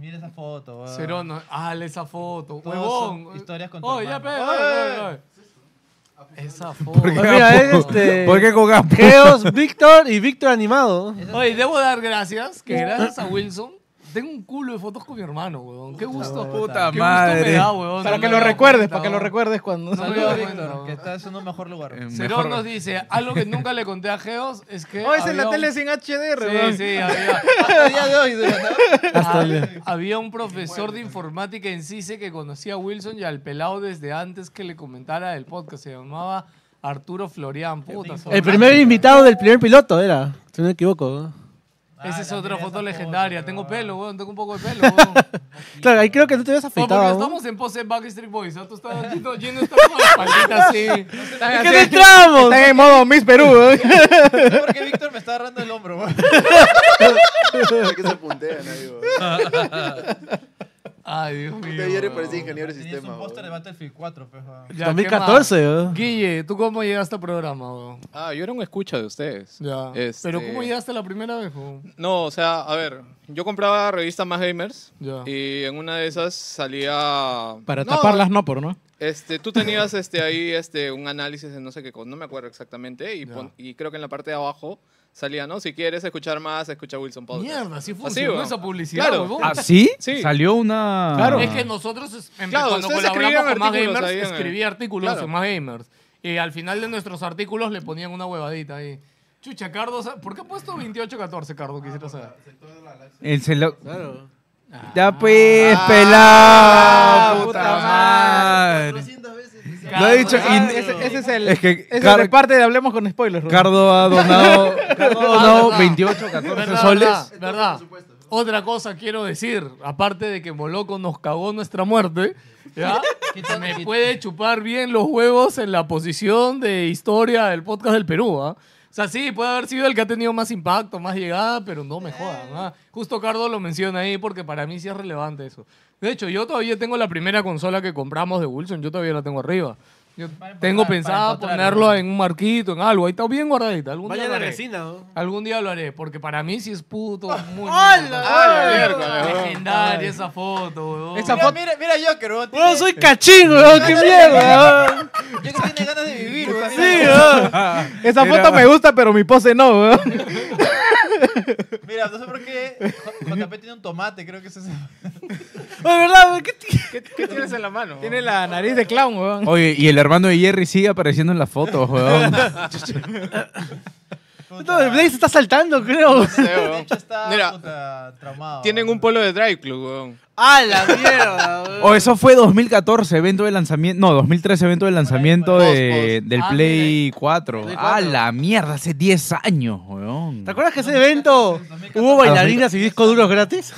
[SPEAKER 2] Mira esa foto, weón.
[SPEAKER 1] Cerón, no- hale esa foto.
[SPEAKER 2] Todos
[SPEAKER 1] Huevón.
[SPEAKER 2] son historias con tu
[SPEAKER 1] Oh, ya,
[SPEAKER 2] hermano.
[SPEAKER 1] pe,
[SPEAKER 2] Oye.
[SPEAKER 1] oye, oye, oye. Esa foto.
[SPEAKER 5] ¿Por qué
[SPEAKER 4] Pues mira,
[SPEAKER 5] Gapo?
[SPEAKER 4] es este-
[SPEAKER 5] ¿Por qué con Gapo?
[SPEAKER 4] Geos, Víctor y Víctor animado.
[SPEAKER 1] Oye, debo dar gracias, que gracias a Wilson tengo un culo de fotos con mi hermano, weón. Qué gusto.
[SPEAKER 5] Puta
[SPEAKER 1] qué gusto me
[SPEAKER 5] madre.
[SPEAKER 1] da, weón.
[SPEAKER 8] Para
[SPEAKER 1] No
[SPEAKER 8] que
[SPEAKER 1] me
[SPEAKER 8] lo
[SPEAKER 1] había dado
[SPEAKER 8] recuerdes,
[SPEAKER 1] cuenta,
[SPEAKER 8] para que lo
[SPEAKER 1] weón.
[SPEAKER 8] recuerdes cuando.
[SPEAKER 1] No me había
[SPEAKER 2] Saludos,
[SPEAKER 1] dado
[SPEAKER 2] Víctor, que
[SPEAKER 1] cuenta,
[SPEAKER 2] estás en un mejor lugar.
[SPEAKER 6] Em,
[SPEAKER 5] Eh,
[SPEAKER 1] Cerón nos dice, algo que nunca le conté a Geos es que...
[SPEAKER 8] Oh, es en
[SPEAKER 1] había
[SPEAKER 8] la
[SPEAKER 1] un-
[SPEAKER 8] tele sin HDR,
[SPEAKER 1] Sí,
[SPEAKER 8] weón.
[SPEAKER 1] sí, había,
[SPEAKER 2] Hasta el día de hoy, ¿verdad?
[SPEAKER 4] Hasta
[SPEAKER 1] Ah,
[SPEAKER 4] el-
[SPEAKER 1] había un profesor de informática en CICE que conocía a Wilson y al pelado desde antes que le comentara del podcast. Se llamaba Arturo Florian. Puta,
[SPEAKER 2] El
[SPEAKER 4] El
[SPEAKER 1] sobre-
[SPEAKER 4] primer invitado del primer piloto era, si no me equivoco. ¿no?
[SPEAKER 1] Esa es
[SPEAKER 2] Ah,
[SPEAKER 1] otra
[SPEAKER 2] mira esa
[SPEAKER 1] foto legendaria.
[SPEAKER 2] weón.
[SPEAKER 1] Tengo pelo, weón. Tengo un poco de pelo, weón.
[SPEAKER 4] Claro, ahí creo que no te habías
[SPEAKER 1] No, porque
[SPEAKER 4] afeitado. ¿no?
[SPEAKER 1] estamos en pose Backstreet Boys. ¿ah? Tú estás yendo, yendo está con la espaldita así.
[SPEAKER 8] Están
[SPEAKER 4] ¿Qué
[SPEAKER 8] así-
[SPEAKER 4] no entramos?
[SPEAKER 8] Están en modo Miss Perú, weón.
[SPEAKER 2] No sé por qué Víctor me está agarrando el hombro, weón.
[SPEAKER 6] que se puntean ahí, güey.
[SPEAKER 1] Ay, Dios mío.
[SPEAKER 6] Puta, Yo
[SPEAKER 1] weón.
[SPEAKER 6] parecía Este ingeniero de
[SPEAKER 2] Tenías
[SPEAKER 6] sistema.
[SPEAKER 2] un póster de
[SPEAKER 6] güey.
[SPEAKER 2] Battlefield 4, pues, weón.
[SPEAKER 1] Ya, ¿qué
[SPEAKER 4] 2014,
[SPEAKER 1] más?
[SPEAKER 4] ¿no?
[SPEAKER 1] Guille, ¿tú cómo llegaste al programa, weón?
[SPEAKER 9] Ah, yo era un escucha de ustedes.
[SPEAKER 1] Ya.
[SPEAKER 9] Este-
[SPEAKER 1] Pero ¿cómo llegaste la primera vez, weón?
[SPEAKER 9] No, o sea, a ver, yo compraba revistas más gamers
[SPEAKER 1] Ya.
[SPEAKER 9] y en una de esas salía...
[SPEAKER 8] Para
[SPEAKER 9] No,
[SPEAKER 8] taparlas, no por, ¿no?
[SPEAKER 9] Este, tú tenías este, ahí este, un análisis de no sé qué cosa, no me acuerdo exactamente, y,
[SPEAKER 1] Ya.
[SPEAKER 9] pon- y creo que en la parte de abajo salía, ¿no? Si quieres escuchar más, escucha Wilson Podcast.
[SPEAKER 1] Mierda, sí funcionó
[SPEAKER 9] weón.
[SPEAKER 1] esa publicidad,
[SPEAKER 9] Claro.
[SPEAKER 1] huevón.
[SPEAKER 5] ¿Ah, sí?
[SPEAKER 9] Sí.
[SPEAKER 5] Salió
[SPEAKER 4] Ah.
[SPEAKER 5] una...
[SPEAKER 8] Claro.
[SPEAKER 1] Es que nosotros es- en-
[SPEAKER 9] Claro,
[SPEAKER 1] cuando
[SPEAKER 9] ustedes
[SPEAKER 1] colaboramos con
[SPEAKER 9] escribían
[SPEAKER 1] más
[SPEAKER 9] artículos
[SPEAKER 1] gamers,
[SPEAKER 9] ahí en el-
[SPEAKER 1] escribí artículos
[SPEAKER 9] Claro.
[SPEAKER 1] en más gamers. Y al final de nuestros artículos le ponían una huevadita ahí. Chucha, Cardo, ¿sabes? ¿por qué ha puesto 28-14, Cardo? Quisiera saber.
[SPEAKER 5] El celo- Ya pues, pelado. Ah, Puta madre. Lo he dicho.
[SPEAKER 8] Ah,
[SPEAKER 5] y-
[SPEAKER 8] ese, ese es el.
[SPEAKER 5] Es que
[SPEAKER 8] ese es
[SPEAKER 5] Car-
[SPEAKER 8] de parte de Hablemos con Spoilers, weón.
[SPEAKER 5] Cardo ha donado, Cardo ha donado
[SPEAKER 1] Ah, verdad.
[SPEAKER 5] 28, 14
[SPEAKER 1] ¿Verdad,
[SPEAKER 5] soles.
[SPEAKER 1] verdad, verdad. Otra cosa quiero decir, aparte de que Moloco nos cagó nuestra muerte, ¿ya? me puede chupar bien los huevos en la posición de historia del podcast del Perú, ¿ah? O sea, sí, puede haber sido el que ha tenido más impacto, más llegada, pero no me jodan. ¿ah? Justo Cardo lo menciona ahí porque para mí sí es relevante eso. De hecho, yo todavía tengo la primera consola que compramos de Wilson, yo todavía la tengo arriba. Yo
[SPEAKER 2] Para
[SPEAKER 1] tengo
[SPEAKER 2] empotrar, para
[SPEAKER 1] pensado
[SPEAKER 2] empotrar,
[SPEAKER 1] ponerlo
[SPEAKER 2] ¿no?
[SPEAKER 1] en un marquito, en algo. Ahí está bien guardadita. Algún día
[SPEAKER 4] Vayan
[SPEAKER 1] lo
[SPEAKER 4] a
[SPEAKER 1] haré.
[SPEAKER 4] resina, ¿no?
[SPEAKER 1] Algún día lo haré, porque para mí sí es puto muy, muy.
[SPEAKER 9] ¡Hala!
[SPEAKER 1] importante. Legendaria esa foto, weón.
[SPEAKER 8] Esa
[SPEAKER 2] Mira,
[SPEAKER 8] foto-
[SPEAKER 2] mira, mira Joker, weón.
[SPEAKER 4] Bueno,
[SPEAKER 2] tiene-
[SPEAKER 4] soy cachín, weón, qué mierda, weón.
[SPEAKER 2] Joker tiene ganas de vivir, weón.
[SPEAKER 4] Sí, weón.
[SPEAKER 8] Esa
[SPEAKER 5] Era-
[SPEAKER 8] foto me gusta, pero mi pose no, weón.
[SPEAKER 2] Mira, no sé por qué J- JP tiene un tomate, creo que es ese.
[SPEAKER 4] Oye, ¿verdad? ¿Qué t-
[SPEAKER 9] ¿Qué, qué tienes en la mano?
[SPEAKER 8] Tiene la nariz de clown, weón.
[SPEAKER 5] Oye, y el hermano de Jerry sigue apareciendo en las fotos, weón.
[SPEAKER 4] No, el Blaze está saltando, creo.
[SPEAKER 9] Sí,
[SPEAKER 2] De
[SPEAKER 9] weón.
[SPEAKER 2] hecho está
[SPEAKER 9] Mira,
[SPEAKER 2] puta, traumado.
[SPEAKER 9] tienen un polo de Drive Club, weón.
[SPEAKER 4] ¡A la mierda! weón.
[SPEAKER 5] O Oh, eso fue 2014, evento de lanzamiento. No, 2013, evento de lanzamiento
[SPEAKER 9] Post,
[SPEAKER 5] de,
[SPEAKER 9] post.
[SPEAKER 5] del
[SPEAKER 4] Ah,
[SPEAKER 5] Play 4.
[SPEAKER 4] Play
[SPEAKER 5] ¡A
[SPEAKER 4] 4.
[SPEAKER 5] la mierda! Hace 10 años, weón.
[SPEAKER 4] ¿Te acuerdas que ese evento hubo bailarinas y discos duros gratis?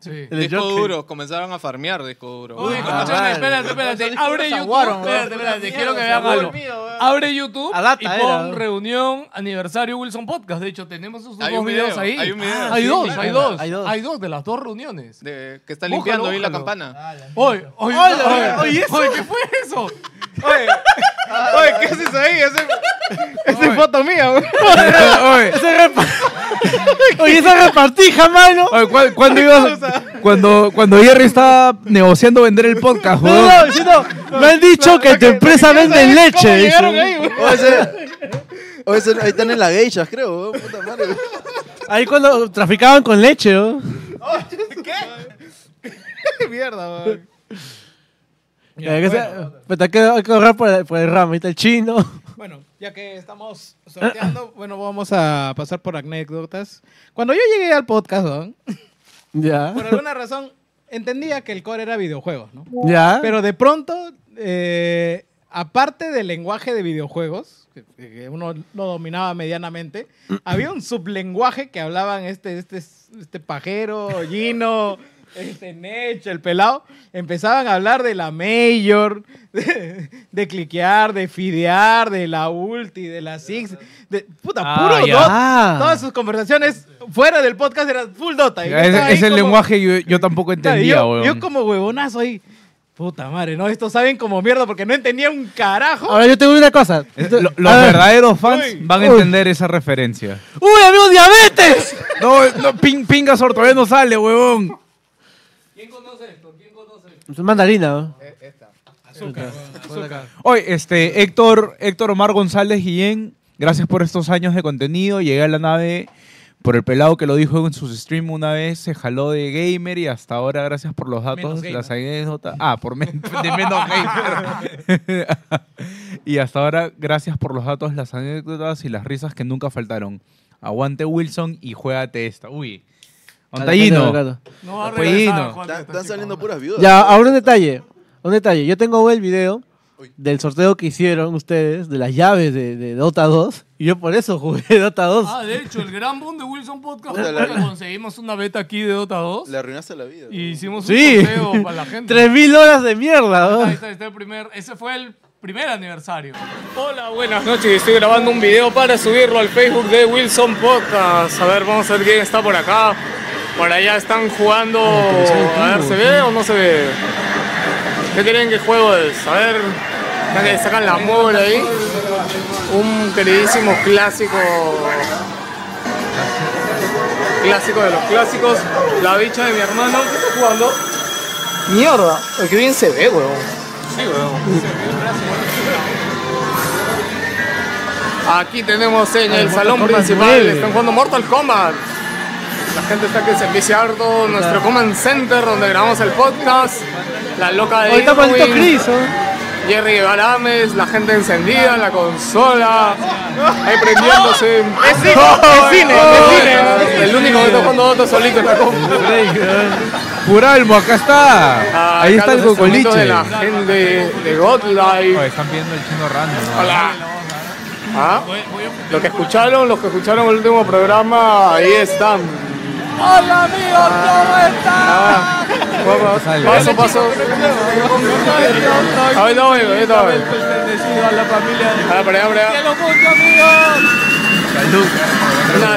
[SPEAKER 1] Sí.
[SPEAKER 4] El de
[SPEAKER 9] disco
[SPEAKER 4] Joker.
[SPEAKER 9] duro, comenzaron a farmear disco duro.
[SPEAKER 1] Oye,
[SPEAKER 9] weón.
[SPEAKER 1] escuchame,
[SPEAKER 4] vale.
[SPEAKER 1] espérate, espérate. Abre YouTube.
[SPEAKER 8] aguaron, weón.
[SPEAKER 1] espérate, espérate. Quiero que
[SPEAKER 2] Mierda,
[SPEAKER 1] vean
[SPEAKER 2] se
[SPEAKER 1] algo.
[SPEAKER 2] aburrió, weón.
[SPEAKER 1] Abre YouTube
[SPEAKER 4] Adapta,
[SPEAKER 1] y
[SPEAKER 4] era,
[SPEAKER 1] pon
[SPEAKER 4] ¿no?
[SPEAKER 1] reunión aniversario Wilson Podcast. De hecho, tenemos esos
[SPEAKER 9] Hay
[SPEAKER 1] dos
[SPEAKER 9] un video,
[SPEAKER 1] videos ahí. Ah,
[SPEAKER 9] hay un video.
[SPEAKER 4] Ah,
[SPEAKER 1] hay,
[SPEAKER 9] Sí,
[SPEAKER 1] dos,
[SPEAKER 9] claro.
[SPEAKER 1] hay dos,
[SPEAKER 4] Hay
[SPEAKER 1] hay
[SPEAKER 4] dos.
[SPEAKER 1] dos. de las dos reuniones.
[SPEAKER 9] De- que está limpiando
[SPEAKER 1] Búscalo,
[SPEAKER 9] ahí la
[SPEAKER 1] búscalo.
[SPEAKER 9] campana.
[SPEAKER 2] Ah, la
[SPEAKER 1] Oye, oye,
[SPEAKER 4] Hola,
[SPEAKER 1] oye,
[SPEAKER 4] oye, eso.
[SPEAKER 1] oye, ¿qué fue eso?
[SPEAKER 9] Oye, oye, ¿qué haces ahí? Ese- Esa es foto mía, weón.
[SPEAKER 5] Oye,
[SPEAKER 4] Oye, esa repartija, mano.
[SPEAKER 5] oye, ¿cu- ¿cuándo ibas? Cuando, cuando Jerry estaba negociando vender el podcast,
[SPEAKER 4] No, no,
[SPEAKER 5] weón.
[SPEAKER 4] no, sí, no. Me han dicho que tu empresa vende leche.
[SPEAKER 8] llegaron
[SPEAKER 4] dice.
[SPEAKER 8] ahí, weón?
[SPEAKER 6] O ese, o ese, ahí están en las geishas, creo. weón, Puta madre.
[SPEAKER 4] Ahí cuando traficaban con leche, ¿no?
[SPEAKER 8] Qué mierda, weón.
[SPEAKER 4] Ya, que sea- pero hay que- hay que ahorrar por el, por el ramo. Ahí está el chino.
[SPEAKER 8] Bueno, ya que estamos sorteando, bueno, vamos a pasar por anécdotas. Cuando yo llegué al podcast, weón,
[SPEAKER 4] Ya.
[SPEAKER 8] por alguna razón, entendía que el core era videojuegos, ¿no?
[SPEAKER 4] Ya.
[SPEAKER 8] Pero de pronto, eh, aparte del lenguaje de videojuegos, que- que uno lo dominaba medianamente, había un sublenguaje que hablaban este, este, este pajero, Gino, este Nech, el pelado. Empezaban a hablar de la mayor, de, de cliquear, de fidear, de la ulti, de la six, de puta,
[SPEAKER 5] Ah,
[SPEAKER 8] puro
[SPEAKER 5] ya.
[SPEAKER 8] Dota.
[SPEAKER 4] Ah.
[SPEAKER 8] Todas sus conversaciones fuera del podcast eran full Dota. Y yo estaba
[SPEAKER 5] Ese,
[SPEAKER 8] ahí
[SPEAKER 5] ese
[SPEAKER 8] como-
[SPEAKER 5] lenguaje yo, yo tampoco
[SPEAKER 8] Claro,
[SPEAKER 5] entendía,
[SPEAKER 8] yo,
[SPEAKER 5] weón.
[SPEAKER 8] yo como huevonazo ahí. Puta madre, no, estos saben como mierda porque no entendía un carajo.
[SPEAKER 4] Ahora yo te digo una cosa.
[SPEAKER 5] Eh, lo- los
[SPEAKER 4] A ver.
[SPEAKER 5] verdaderos fans van a
[SPEAKER 4] Uy.
[SPEAKER 5] entender esa referencia.
[SPEAKER 4] ¡Uy, amigo, diabetes!
[SPEAKER 5] No, no pin- Pingasor todavía no sale, huevón.
[SPEAKER 1] ¿Quién conoce esto? ¿Quién conoce esto?
[SPEAKER 4] Es mandarina, ¿no?
[SPEAKER 5] Oye, este, Héctor, Héctor Omar González Guillén, gracias por estos años de contenido. Llegué a la nave por el pelado que lo dijo en sus streams una vez, se jaló de gamer y hasta ahora, gracias por los datos,
[SPEAKER 8] Menos gamer.
[SPEAKER 5] las anécdotas. Ah, por men- de menos gamer. y hasta ahora, gracias por los datos, las anécdotas y las risas que nunca faltaron. Aguante Wilson y juégate esta. Uy. Ontallino.
[SPEAKER 1] No va a
[SPEAKER 5] Pues,
[SPEAKER 1] regresar,
[SPEAKER 5] no.
[SPEAKER 6] Están,
[SPEAKER 1] Juan, esta
[SPEAKER 6] están
[SPEAKER 1] chica.
[SPEAKER 6] saliendo puras viudas.
[SPEAKER 4] Ya, ahora un detalle. Un detalle. Yo tengo el video del sorteo que hicieron ustedes de las llaves de, de Dota 2. Y yo por eso jugué Dota 2.
[SPEAKER 1] Ah, de hecho, el gran boom de Wilson Podcast
[SPEAKER 6] Puta,
[SPEAKER 1] fue
[SPEAKER 6] la-
[SPEAKER 1] porque conseguimos una beta aquí de Dota 2
[SPEAKER 6] Le arruinaste la vida.
[SPEAKER 1] y
[SPEAKER 6] weón.
[SPEAKER 1] hicimos un
[SPEAKER 4] Sí.
[SPEAKER 1] sorteo para la gente.
[SPEAKER 4] 3000 horas de mierda.
[SPEAKER 1] Ahí
[SPEAKER 4] ¿no?
[SPEAKER 1] está, ahí está el primer, ese fue el primer aniversario. Hola, buenas noches. Estoy grabando un video para subirlo al Facebook de Wilson Podcast. A ver, vamos a ver quién está por acá. Por allá están jugando. A ver, Ah, ¿se ve o no se ve? ¿Qué creen que juego es? A ver, ya que sacan la móvil ahí. Un queridísimo clásico. Clásico de los clásicos. La bicha de mi hermano. ¿Qué está jugando?
[SPEAKER 8] Mierda, qué bien se ve, weón.
[SPEAKER 1] Aquí tenemos en el salón principal, están jugando Mortal Kombat. La gente está que se envicia harto, nuestro Command Center donde grabamos el podcast, la loca de
[SPEAKER 4] Ahorita maldito
[SPEAKER 1] Irwin,
[SPEAKER 4] Chris. ¿no?
[SPEAKER 1] Jerry Balames, la gente encendida, la consola, ahí prendiéndose. Es cine, es cine, El único que está jugando otro solito está con...
[SPEAKER 5] Puralmo, acá está. Ahí
[SPEAKER 1] Ah, Acá
[SPEAKER 5] está el
[SPEAKER 1] los instrumentos
[SPEAKER 5] cocoliche.
[SPEAKER 1] de la gente de Godlife.
[SPEAKER 5] Oye, están viendo el chino random. ¿no?
[SPEAKER 1] Hola. ¿Ah? Lo que escucharon, los que escucharon el último programa, ahí están. Hola amigos, ¿cómo están? paso, paso. Ahorita voy, ahorita voy. a la familia de por ahí, por ahí.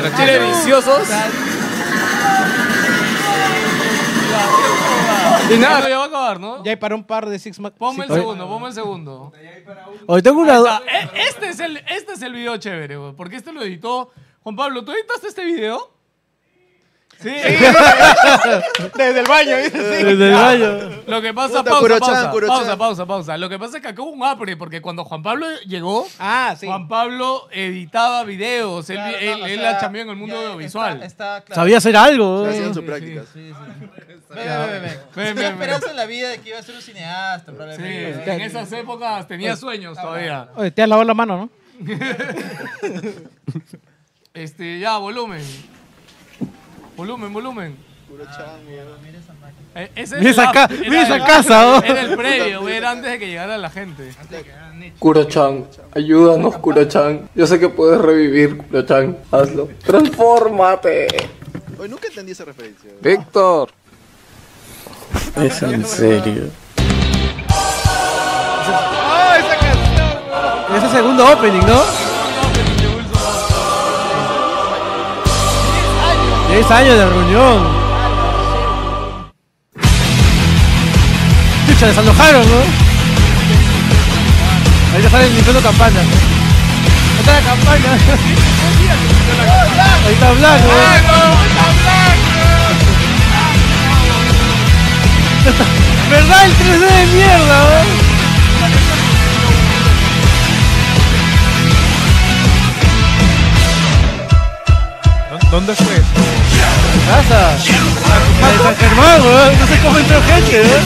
[SPEAKER 1] Unas chiles viciosos. Y nada, ya va a acabar, ¿no?
[SPEAKER 8] Ya hay para un par de Six Mac.
[SPEAKER 1] Ponme el segundo, ponme el segundo.
[SPEAKER 4] Hoy tengo una
[SPEAKER 1] Ah,
[SPEAKER 4] duda.
[SPEAKER 1] eh, Este es el, este es el video chévere, güey, porque este lo editó Juan Pablo. ¿Tú editaste este video? Sí,
[SPEAKER 8] Desde el baño, dice, sí.
[SPEAKER 7] Desde el baño.
[SPEAKER 1] lo que pasa,
[SPEAKER 6] Puta,
[SPEAKER 1] pausa,
[SPEAKER 6] Kurochan,
[SPEAKER 1] pausa,
[SPEAKER 6] Kurochan.
[SPEAKER 1] pausa, pausa, pausa. Lo que pasa es que acá hubo un apre, porque cuando Juan Pablo llegó,
[SPEAKER 8] Ah, sí.
[SPEAKER 1] Juan Pablo editaba videos, él,
[SPEAKER 2] Claro, no,
[SPEAKER 1] él-
[SPEAKER 2] o
[SPEAKER 1] él
[SPEAKER 2] sea,
[SPEAKER 1] la chambeó en el mundo
[SPEAKER 2] ya
[SPEAKER 1] audiovisual.
[SPEAKER 2] Está, está claro.
[SPEAKER 7] Sabía hacer algo.
[SPEAKER 6] Está
[SPEAKER 7] ¿no?
[SPEAKER 6] haciendo
[SPEAKER 1] sí,
[SPEAKER 6] sus
[SPEAKER 1] sí.
[SPEAKER 6] prácticas.
[SPEAKER 2] Sí, sí. Ve, ve, ve, ve.
[SPEAKER 1] Ve, ve,
[SPEAKER 2] Tenía
[SPEAKER 1] ve.
[SPEAKER 2] esperanza en la vida de que iba a ser un cineasta,
[SPEAKER 1] Sí,
[SPEAKER 2] probablemente.
[SPEAKER 1] en esas épocas tenía
[SPEAKER 2] ah,
[SPEAKER 1] sueños todavía.
[SPEAKER 8] Oye, te has lavado la mano, ¿no?
[SPEAKER 1] Este, ya, volumen. Volumen, volumen. Eh, ese
[SPEAKER 7] Mira
[SPEAKER 1] era el
[SPEAKER 7] esa
[SPEAKER 1] after,
[SPEAKER 7] ca-
[SPEAKER 1] era
[SPEAKER 7] mira esa
[SPEAKER 1] el-
[SPEAKER 7] casa, ¿oh?
[SPEAKER 1] Era el previo, era antes de que llegara la gente.
[SPEAKER 11] Kurochan, ayúdanos, Kurochan. Yo sé que puedes revivir, Kurochan. Hazlo. Transfórmate.
[SPEAKER 6] Oye, nunca entendí esa referencia.
[SPEAKER 11] Víctor. Es en serio.
[SPEAKER 7] Ese segundo opening, ¿no? 10 años de reunión. Chucha, desalojaron, ¿no? Ahí ya sale el Nintendo Campana. Ahí está la campana. Ahí está Blanco. ¿Verdad el 3D de mierda, ¿eh?
[SPEAKER 5] ¿Dónde fue?
[SPEAKER 7] casa. De San Germán, weón. ¿eh? No sé cómo entró gente, ¿eh?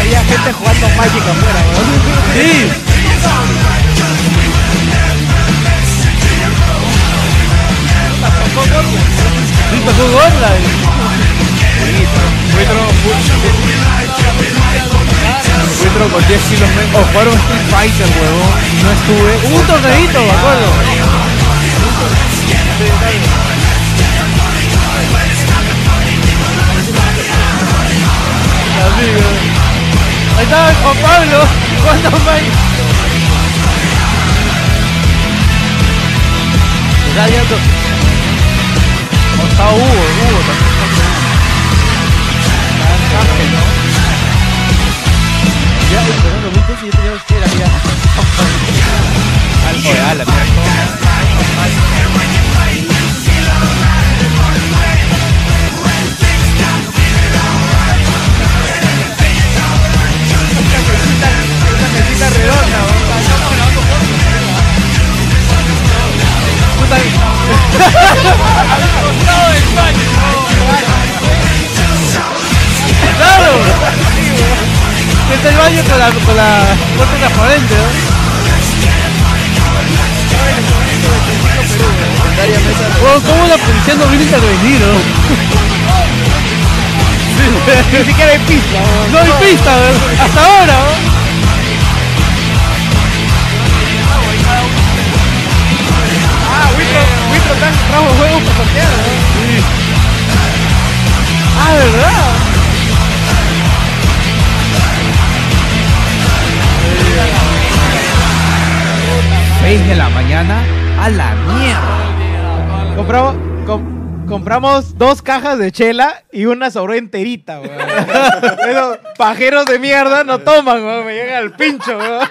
[SPEAKER 8] Había gente jugando Magic afuera, weón.
[SPEAKER 7] Sí. Sí, tocó Gorla.
[SPEAKER 5] Encuentro con 10 kilos menos. O jugaron Street Fighter, huevón. No estuve.
[SPEAKER 7] Hubo un torneito, me acuerdo. Amigo. Ahí estaba Juan Pablo. ¿Cuánto más? Está abierto. O está Hugo, Hugo también. Ya, el Fernando Víctor, si yo tenía que era, mira.
[SPEAKER 5] Oye, ala, mira.
[SPEAKER 7] ¡Claro! Está el baño con la, con la puerta transparente, ¿no? Bueno, ¿cómo la policía no vino a intervenir, no? Ni siquiera hay pista, No hay pista, ¿no? Hasta ahora, ¿no? Ah, ¿verdad?
[SPEAKER 5] Seis de la mañana a la mierda.
[SPEAKER 8] Compramos, com- compramos dos cajas de chela y una sobró enterita, weón. Esos pajeros de mierda no toman, weón. Me llega al pincho, weón.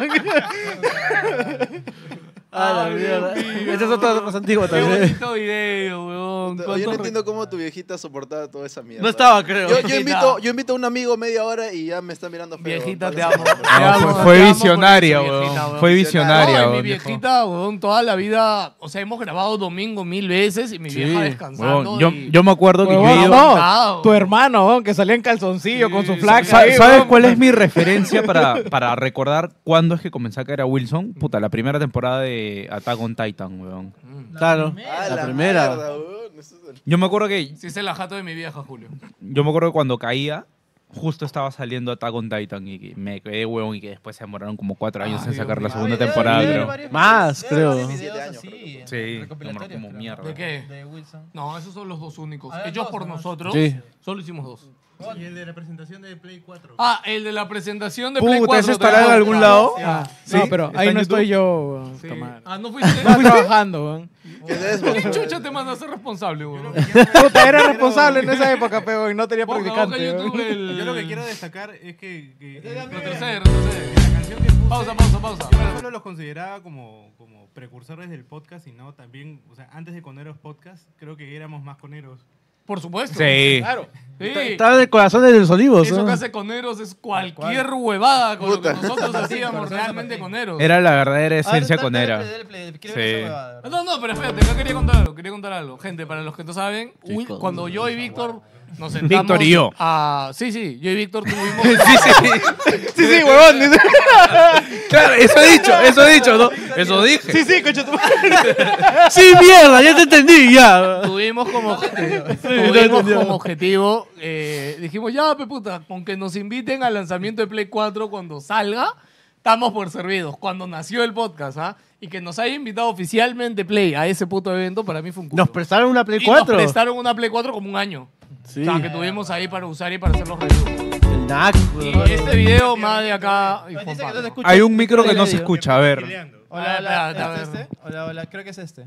[SPEAKER 7] Ah, la mierda. Esta es otra más antigua
[SPEAKER 1] Qué
[SPEAKER 7] también.
[SPEAKER 1] bonito video, weón.
[SPEAKER 6] Yo
[SPEAKER 1] Cuánto
[SPEAKER 6] no
[SPEAKER 1] re-
[SPEAKER 6] entiendo cómo tu viejita soportaba toda esa mierda.
[SPEAKER 7] No estaba, creo.
[SPEAKER 6] Yo, yo invito, yo invito a un amigo media hora y ya me está mirando feo.
[SPEAKER 1] Viejita,
[SPEAKER 6] Por
[SPEAKER 1] te
[SPEAKER 6] eso-
[SPEAKER 1] amo. Te
[SPEAKER 5] No,
[SPEAKER 1] amo,
[SPEAKER 5] Ah, fue-
[SPEAKER 1] te
[SPEAKER 5] fue
[SPEAKER 1] amo por
[SPEAKER 5] visionaria,
[SPEAKER 1] esa viejita,
[SPEAKER 5] weón. Fue visionaria,
[SPEAKER 1] No, y mi
[SPEAKER 5] weón,
[SPEAKER 1] viejita, weón, toda la vida. O sea, hemos grabado domingo mil veces y mi vieja descansando.
[SPEAKER 5] Huevón, yo,
[SPEAKER 1] y-
[SPEAKER 5] yo me acuerdo que yo he
[SPEAKER 8] Huevón,
[SPEAKER 5] ido-
[SPEAKER 8] no,
[SPEAKER 1] Aguantado.
[SPEAKER 8] tu hermano, weón, que salía en calzoncillo con su
[SPEAKER 1] Sí,
[SPEAKER 8] flaca.
[SPEAKER 5] Sa-
[SPEAKER 8] ahí,
[SPEAKER 5] ¿Sabes
[SPEAKER 8] weón.
[SPEAKER 5] cuál es mi referencia para, para recordar cuándo es que comencé a caer a Wilson? Puta, la primera temporada de Attack on Titan, weón.
[SPEAKER 7] Claro,
[SPEAKER 6] Ah,
[SPEAKER 7] la primera.
[SPEAKER 6] mierda, weón. Eso es-
[SPEAKER 5] Yo me acuerdo que
[SPEAKER 1] Sí, es el ajato de mi vieja, Julio.
[SPEAKER 5] yo me acuerdo que cuando caía justo estaba saliendo Attack on Titan y que me quedé huevón y que después se demoraron como cuatro años en sacar la segunda temporada,
[SPEAKER 2] Debe haber
[SPEAKER 5] creo.
[SPEAKER 2] varios-
[SPEAKER 7] Más,
[SPEAKER 2] debe haber
[SPEAKER 7] creo.
[SPEAKER 2] varios
[SPEAKER 6] Siete
[SPEAKER 2] videos
[SPEAKER 6] años,
[SPEAKER 2] así,
[SPEAKER 5] creo. Sí,
[SPEAKER 2] recopilatorios,
[SPEAKER 5] como
[SPEAKER 2] creo.
[SPEAKER 5] mierda.
[SPEAKER 1] ¿De qué?
[SPEAKER 2] De Wilson.
[SPEAKER 1] No, esos son los dos únicos.
[SPEAKER 12] Ah,
[SPEAKER 2] A ver,
[SPEAKER 1] Ellos
[SPEAKER 2] dos
[SPEAKER 1] por
[SPEAKER 2] nomás.
[SPEAKER 1] nosotros.
[SPEAKER 7] Sí.
[SPEAKER 1] Solo hicimos dos.
[SPEAKER 12] Oh, Y el de la presentación de Play 4.
[SPEAKER 1] Ah, el de la presentación de Play
[SPEAKER 5] Puta,
[SPEAKER 1] 4.
[SPEAKER 5] ¿ese estará en
[SPEAKER 1] tenemos-
[SPEAKER 5] algún lado?
[SPEAKER 8] Ah, No, pero ahí no estoy yo, weón.
[SPEAKER 1] Sí.
[SPEAKER 8] Puta madre.
[SPEAKER 1] Ah, ¿no fuiste?
[SPEAKER 8] Estaba trabajando, weón.
[SPEAKER 1] ¿Qué chucha te mandas a ser responsable, weón?
[SPEAKER 8] Puta, era responsable en esa época, pego, y no tenía
[SPEAKER 1] Ponga,
[SPEAKER 8] practicante.
[SPEAKER 1] ponga YouTube
[SPEAKER 8] weón.
[SPEAKER 1] el-
[SPEAKER 10] Yo lo que quiero destacar es que. que-
[SPEAKER 1] Retrocede, retrocede.
[SPEAKER 10] La canción que puse,
[SPEAKER 1] Pausa, pausa, pausa.
[SPEAKER 10] Yo no solo los consideraba como, como precursores del podcast, sino también, o sea, antes de Coneros Podcast, creo que éramos más coneros.
[SPEAKER 1] Por supuesto.
[SPEAKER 5] Sí.
[SPEAKER 1] Claro. Sí.
[SPEAKER 4] Estaba en el corazón de los olivos.
[SPEAKER 1] Eso
[SPEAKER 4] ¿no?
[SPEAKER 1] que hace Coneros es cualquier huevada con lo que nosotros hacíamos realmente Coneros.
[SPEAKER 5] Era la verdadera
[SPEAKER 2] Ahora,
[SPEAKER 5] esencia
[SPEAKER 2] dale,
[SPEAKER 5] conera.
[SPEAKER 2] dale, dale, dale, quiero ver esa
[SPEAKER 5] Sí.
[SPEAKER 2] huevada.
[SPEAKER 1] No, no, pero espérate, yo quería contar algo, quería contar algo. Gente, para los que no saben, Will- cuando yo y Víctor nos sentamos...
[SPEAKER 5] Víctor y yo.
[SPEAKER 1] a- sí, sí, yo y Víctor tuvimos...
[SPEAKER 8] Sí, sí, huevón. dice.
[SPEAKER 5] Claro, eso he dicho, eso he dicho, ¿no? Eso dije.
[SPEAKER 8] Sí, sí, coche tu madre.
[SPEAKER 4] Sí, mierda, ya te entendí, ya.
[SPEAKER 1] Tuvimos como,
[SPEAKER 4] no
[SPEAKER 1] tuvimos
[SPEAKER 4] entendió.
[SPEAKER 1] como objetivo, eh, dijimos, ya, pe puta, con que nos inviten al lanzamiento de Play 4 cuando salga, estamos por servidos. Cuando nació el podcast, ¿ah? Y que nos haya invitado oficialmente Play a ese puto evento, para mí fue un culo.
[SPEAKER 4] Nos prestaron una Play
[SPEAKER 1] Y
[SPEAKER 4] 4.
[SPEAKER 1] nos prestaron una Play 4 como un año.
[SPEAKER 4] Sí.
[SPEAKER 1] O sea, que tuvimos ahí para usar y para hacer los reviews.
[SPEAKER 4] El NAC,
[SPEAKER 1] Y
[SPEAKER 4] weón.
[SPEAKER 1] este video más de acá... y
[SPEAKER 2] Dice que
[SPEAKER 1] Juan
[SPEAKER 2] no se
[SPEAKER 1] Pablo.
[SPEAKER 2] escucha.
[SPEAKER 5] Hay un micro que
[SPEAKER 2] Dale,
[SPEAKER 5] no
[SPEAKER 2] dale,
[SPEAKER 5] se
[SPEAKER 2] yo.
[SPEAKER 5] escucha, a ver.
[SPEAKER 10] Peleando.
[SPEAKER 2] Hola,
[SPEAKER 1] Ah, ya,
[SPEAKER 2] hola, ¿este,
[SPEAKER 1] ya,
[SPEAKER 2] este? Hola, hola, creo que es este.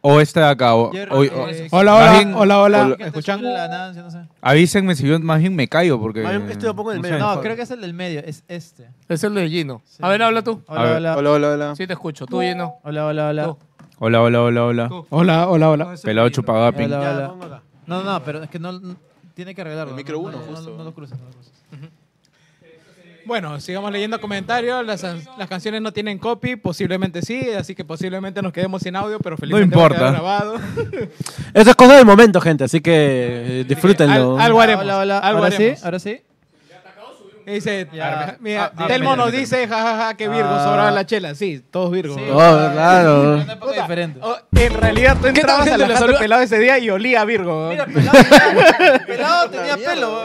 [SPEAKER 5] O este de acá. o-
[SPEAKER 2] Jerry,
[SPEAKER 5] o-
[SPEAKER 2] eh,
[SPEAKER 5] o-
[SPEAKER 2] ¿qué
[SPEAKER 8] Hola,
[SPEAKER 5] Más
[SPEAKER 8] hola,
[SPEAKER 5] bien-
[SPEAKER 8] hola, hola.
[SPEAKER 2] te
[SPEAKER 8] ¿Escuchan?
[SPEAKER 2] escucha la Nancy? No, sé.
[SPEAKER 5] Avísenme si yo más bien me callo porque.
[SPEAKER 4] Más bien, esto lo pongo en el
[SPEAKER 5] sé.
[SPEAKER 4] medio.
[SPEAKER 2] No, creo que es el del medio, es este.
[SPEAKER 1] Es el de Gino. A ver, habla tú.
[SPEAKER 5] A ver.
[SPEAKER 2] Hola, hola,
[SPEAKER 6] Hola, hola, hola.
[SPEAKER 1] Sí te escucho, tú Gino.
[SPEAKER 2] hola, hola, hola.
[SPEAKER 1] Tú.
[SPEAKER 5] Hola, hola, hola, hola.
[SPEAKER 8] Hola, hola, hola.
[SPEAKER 5] Pelado chupagapi.
[SPEAKER 2] Hola,
[SPEAKER 8] Ya,
[SPEAKER 2] hola.
[SPEAKER 8] pongo acá.
[SPEAKER 2] No, no, pero es que no, no- tiene que arreglarlo.
[SPEAKER 6] El micro
[SPEAKER 2] no,
[SPEAKER 6] uno,
[SPEAKER 2] no, no,
[SPEAKER 6] justo.
[SPEAKER 2] No, lo cruces, no lo cruces.
[SPEAKER 8] Bueno, sigamos leyendo comentarios. Las, las canciones no tienen copy, posiblemente sí, así que posiblemente nos quedemos sin audio, pero felizmente va a
[SPEAKER 5] importa.
[SPEAKER 8] quedar grabado.
[SPEAKER 4] Eso es cosa del momento, gente, así que eh, disfrútenlo.
[SPEAKER 8] Al- algo haremos.
[SPEAKER 2] Hola, hola,
[SPEAKER 8] algo
[SPEAKER 2] ahora sí,
[SPEAKER 8] haremos.
[SPEAKER 2] ahora sí.
[SPEAKER 8] Y Dice,
[SPEAKER 2] Ya.
[SPEAKER 8] mira,
[SPEAKER 2] Ah,
[SPEAKER 8] Telmo
[SPEAKER 2] ah,
[SPEAKER 8] nos
[SPEAKER 2] mira,
[SPEAKER 8] dice, jajaja, que Virgo
[SPEAKER 2] Ah.
[SPEAKER 8] sobraba la chela. Sí, todos Virgo.
[SPEAKER 2] Sí,
[SPEAKER 8] bro.
[SPEAKER 4] Oh, claro.
[SPEAKER 2] Una época
[SPEAKER 8] Puta,
[SPEAKER 2] diferente.
[SPEAKER 8] oh, en realidad tú entrabas
[SPEAKER 1] gente?
[SPEAKER 8] a la
[SPEAKER 1] Le
[SPEAKER 8] casa
[SPEAKER 1] saluda-
[SPEAKER 8] pelado ese día y olía a Virgo.
[SPEAKER 2] Mira, pelado, pelado tenía pelo.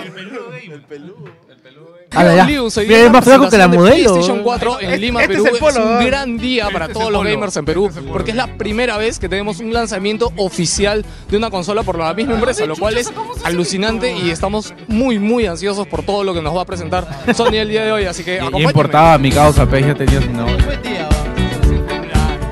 [SPEAKER 4] A la ya. Mira, es más flaco que la modelo. eh.
[SPEAKER 1] PlayStation 4 en
[SPEAKER 8] Este-
[SPEAKER 1] Lima,
[SPEAKER 8] este
[SPEAKER 1] Perú
[SPEAKER 8] es el
[SPEAKER 1] es,
[SPEAKER 8] polo,
[SPEAKER 1] un
[SPEAKER 8] ¿verdad?
[SPEAKER 1] gran
[SPEAKER 2] Este
[SPEAKER 1] día
[SPEAKER 4] Este
[SPEAKER 1] para todos los gamers en Perú, porque es la primera vez que tenemos un lanzamiento oficial de una consola por la misma empresa, lo cual es alucinante y estamos muy, muy ansiosos por todo lo que nos va a presentar Sony el día de hoy, así que
[SPEAKER 5] Ya
[SPEAKER 1] acompáñenme.
[SPEAKER 5] importaba mi causa, pe, ya tenía su nombre.
[SPEAKER 2] Buen día, va.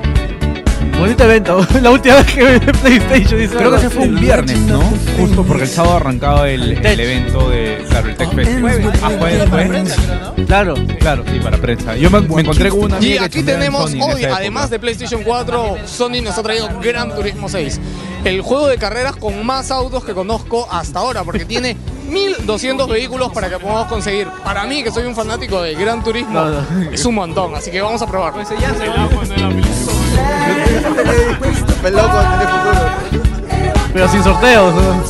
[SPEAKER 4] Bonito evento. La última vez que vi PlayStation dice.
[SPEAKER 5] Creo que ese fue un viernes, ¿no? Justo porque el sábado arrancaba el, el evento de. Claro, el Tech Festival. Ah, jueves,
[SPEAKER 2] Para
[SPEAKER 5] jueves.
[SPEAKER 2] prensa, creo, ¿no?
[SPEAKER 4] Claro.
[SPEAKER 5] Claro, sí, para prensa. Yo me, me encontré con una
[SPEAKER 1] Y
[SPEAKER 5] amiga que
[SPEAKER 1] aquí
[SPEAKER 5] chambeaba en
[SPEAKER 1] tenemos
[SPEAKER 5] Sony en
[SPEAKER 1] hoy,
[SPEAKER 5] esa época.
[SPEAKER 1] además de PlayStation 4, Sony nos ha traído Gran Turismo 6. El juego de carreras con más autos que conozco hasta ahora, porque tiene 1200 vehículos para que podamos conseguir. Para mí, que soy un fanático de Gran Turismo,
[SPEAKER 4] No, no.
[SPEAKER 1] es un montón, así que vamos a probar.
[SPEAKER 5] Pues
[SPEAKER 6] Pelado con el futuro.
[SPEAKER 4] Pero sin sorteos. ¿no?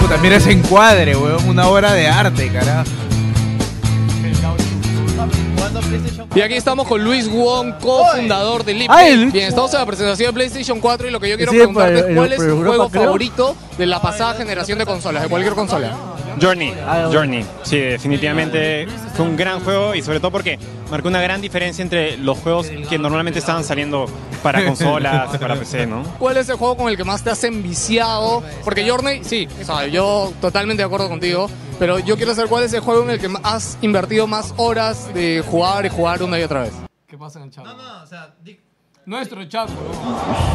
[SPEAKER 5] Puta, mira ese encuadre, weón. Una obra de arte, carajo.
[SPEAKER 2] Jugando PlayStation
[SPEAKER 1] Y aquí estamos con Luis Wong, cofundador de Lip.
[SPEAKER 5] Ah,
[SPEAKER 4] Ay, Luis
[SPEAKER 1] Bien, estamos en la presentación de PlayStation 4 y lo que yo quiero
[SPEAKER 4] Sí, por
[SPEAKER 1] preguntarte
[SPEAKER 4] el-
[SPEAKER 1] es cuál es
[SPEAKER 4] por
[SPEAKER 1] tu
[SPEAKER 4] Europa,
[SPEAKER 1] juego
[SPEAKER 4] creo.
[SPEAKER 1] favorito de la pasada generación de consolas, de cualquier consola.
[SPEAKER 13] Journey,
[SPEAKER 4] Ah, bueno.
[SPEAKER 13] Journey. Sí, definitivamente fue un gran juego y sobre todo porque marcó una gran diferencia entre los juegos que normalmente estaban saliendo para consolas, para PC, ¿no?
[SPEAKER 1] ¿Cuál es el juego con el que más te has enviciado? Porque Journey, sí, o sea, yo totalmente de acuerdo contigo, pero yo quiero saber cuál es el juego en el que has invertido más horas de jugar y jugar una y otra vez. ¿Qué pasa en el chat?
[SPEAKER 2] No, no, o sea, di-
[SPEAKER 1] Nuestro chat,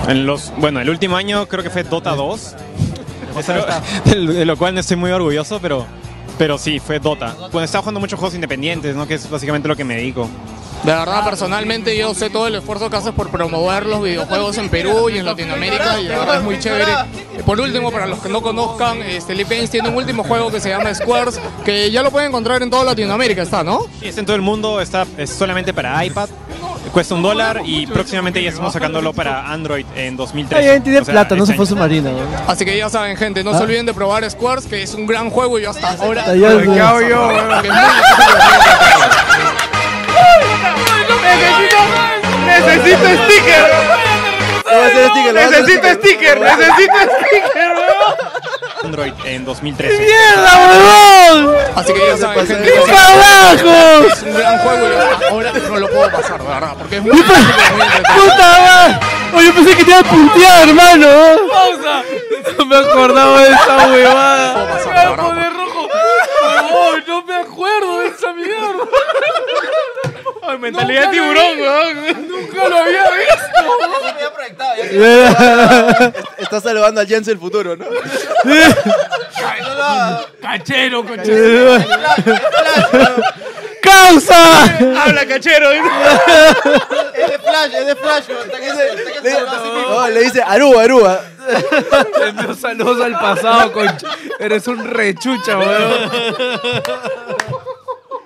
[SPEAKER 13] En los, bueno, el último año creo que fue Dota 2, Es algo- de lo cual no estoy muy orgulloso, pero, pero sí, fue Dota. Bueno, estaba jugando muchos juegos independientes, ¿no? Que es básicamente lo que me dedico.
[SPEAKER 1] De verdad, personalmente yo sé todo el esfuerzo que haces por promover los videojuegos en Perú y en Latinoamérica y de verdad es muy chévere. Por último, para los que no conozcan, este, Lee Pains tiene un último juego que se llama Squares, que ya lo pueden encontrar en toda Latinoamérica, ¿está, no?
[SPEAKER 13] Y está en todo el mundo, está es solamente para iPad, cuesta un dólar y próximamente ya estamos sacándolo para Android en 2013.
[SPEAKER 4] Está bien, tiene
[SPEAKER 13] o sea,
[SPEAKER 4] plata, no
[SPEAKER 13] este
[SPEAKER 4] se fue
[SPEAKER 13] año.
[SPEAKER 4] submarina. ¿no?
[SPEAKER 1] Así que ya saben, gente,
[SPEAKER 5] Ah.
[SPEAKER 1] no se olviden de probar Squares, que es un gran juego y yo hasta ahora...
[SPEAKER 4] Está ya,
[SPEAKER 8] ¿Qué hago
[SPEAKER 4] weón.
[SPEAKER 8] yo, weón?
[SPEAKER 1] que es muy difícil de hacer.
[SPEAKER 8] Necesito sticker.
[SPEAKER 6] Voy a hacer sticker, voy a hacer
[SPEAKER 8] Necesito
[SPEAKER 6] sticker.
[SPEAKER 8] sticker. Necesito sticker, weón.
[SPEAKER 13] Android en 2013.
[SPEAKER 4] ¡Mierda, huevón!
[SPEAKER 1] Así que ya saben,
[SPEAKER 6] pasé
[SPEAKER 1] gente,
[SPEAKER 6] de
[SPEAKER 1] no se-
[SPEAKER 4] ¡Carajo!
[SPEAKER 1] es un gran juego ¿eh? y yo hasta ahora no lo puedo pasar, de verdad, porque es muy difícil de hacer.
[SPEAKER 4] ¡Puta madre! Oye, pensé que te iba a puntear, hermano. ¡Pausa! No me acordaba de esa huevada.
[SPEAKER 1] poner rojo. no me acuerdo de esa mierda.
[SPEAKER 5] en mentalidad tiburón, weón.
[SPEAKER 8] Nunca lo había visto.
[SPEAKER 2] Eso me había proyectado. ya
[SPEAKER 6] Está salvando al Jens el futuro, ¿no?
[SPEAKER 8] Cachero,
[SPEAKER 4] cachero. ¡Causa!
[SPEAKER 5] Habla, cachero.
[SPEAKER 2] Es de Flash, es de Flash, weón. Está
[SPEAKER 6] No, le dice Aruba, Aruba.
[SPEAKER 7] Envió saludos al pasado, concha. Eres un rechucha, weón.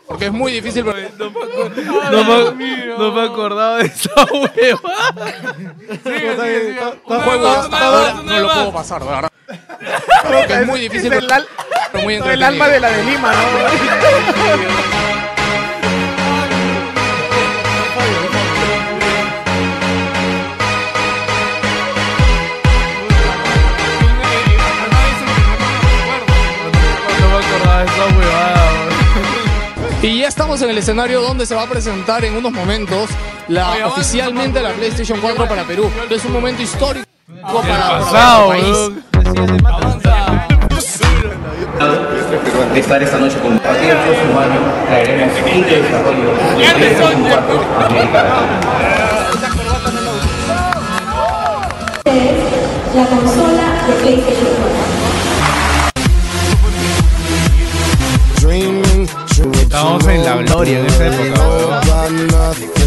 [SPEAKER 7] Porque es muy difícil, porque no me, acu- no me- no me acordaba de esa hueva.
[SPEAKER 1] Juego
[SPEAKER 8] más,
[SPEAKER 1] hasta
[SPEAKER 8] una
[SPEAKER 1] ahora,
[SPEAKER 8] más, una
[SPEAKER 1] no lo
[SPEAKER 8] más.
[SPEAKER 1] puedo pasar, de verdad. Creo que es muy difícil.
[SPEAKER 5] Es el al-
[SPEAKER 1] pero muy
[SPEAKER 5] el alma de la de Lima, ¿no?
[SPEAKER 1] Y ya estamos en el escenario donde se va a presentar en unos momentos la oficialmente la PlayStation 4 para Perú. Es un momento histórico para,
[SPEAKER 7] pasado,
[SPEAKER 1] para nuestro país.
[SPEAKER 14] estar esta noche con Partido Humano traeremos un desarrollo
[SPEAKER 15] La consola de PlayStation 4.
[SPEAKER 7] Estamos en la gloria en esa época, weón.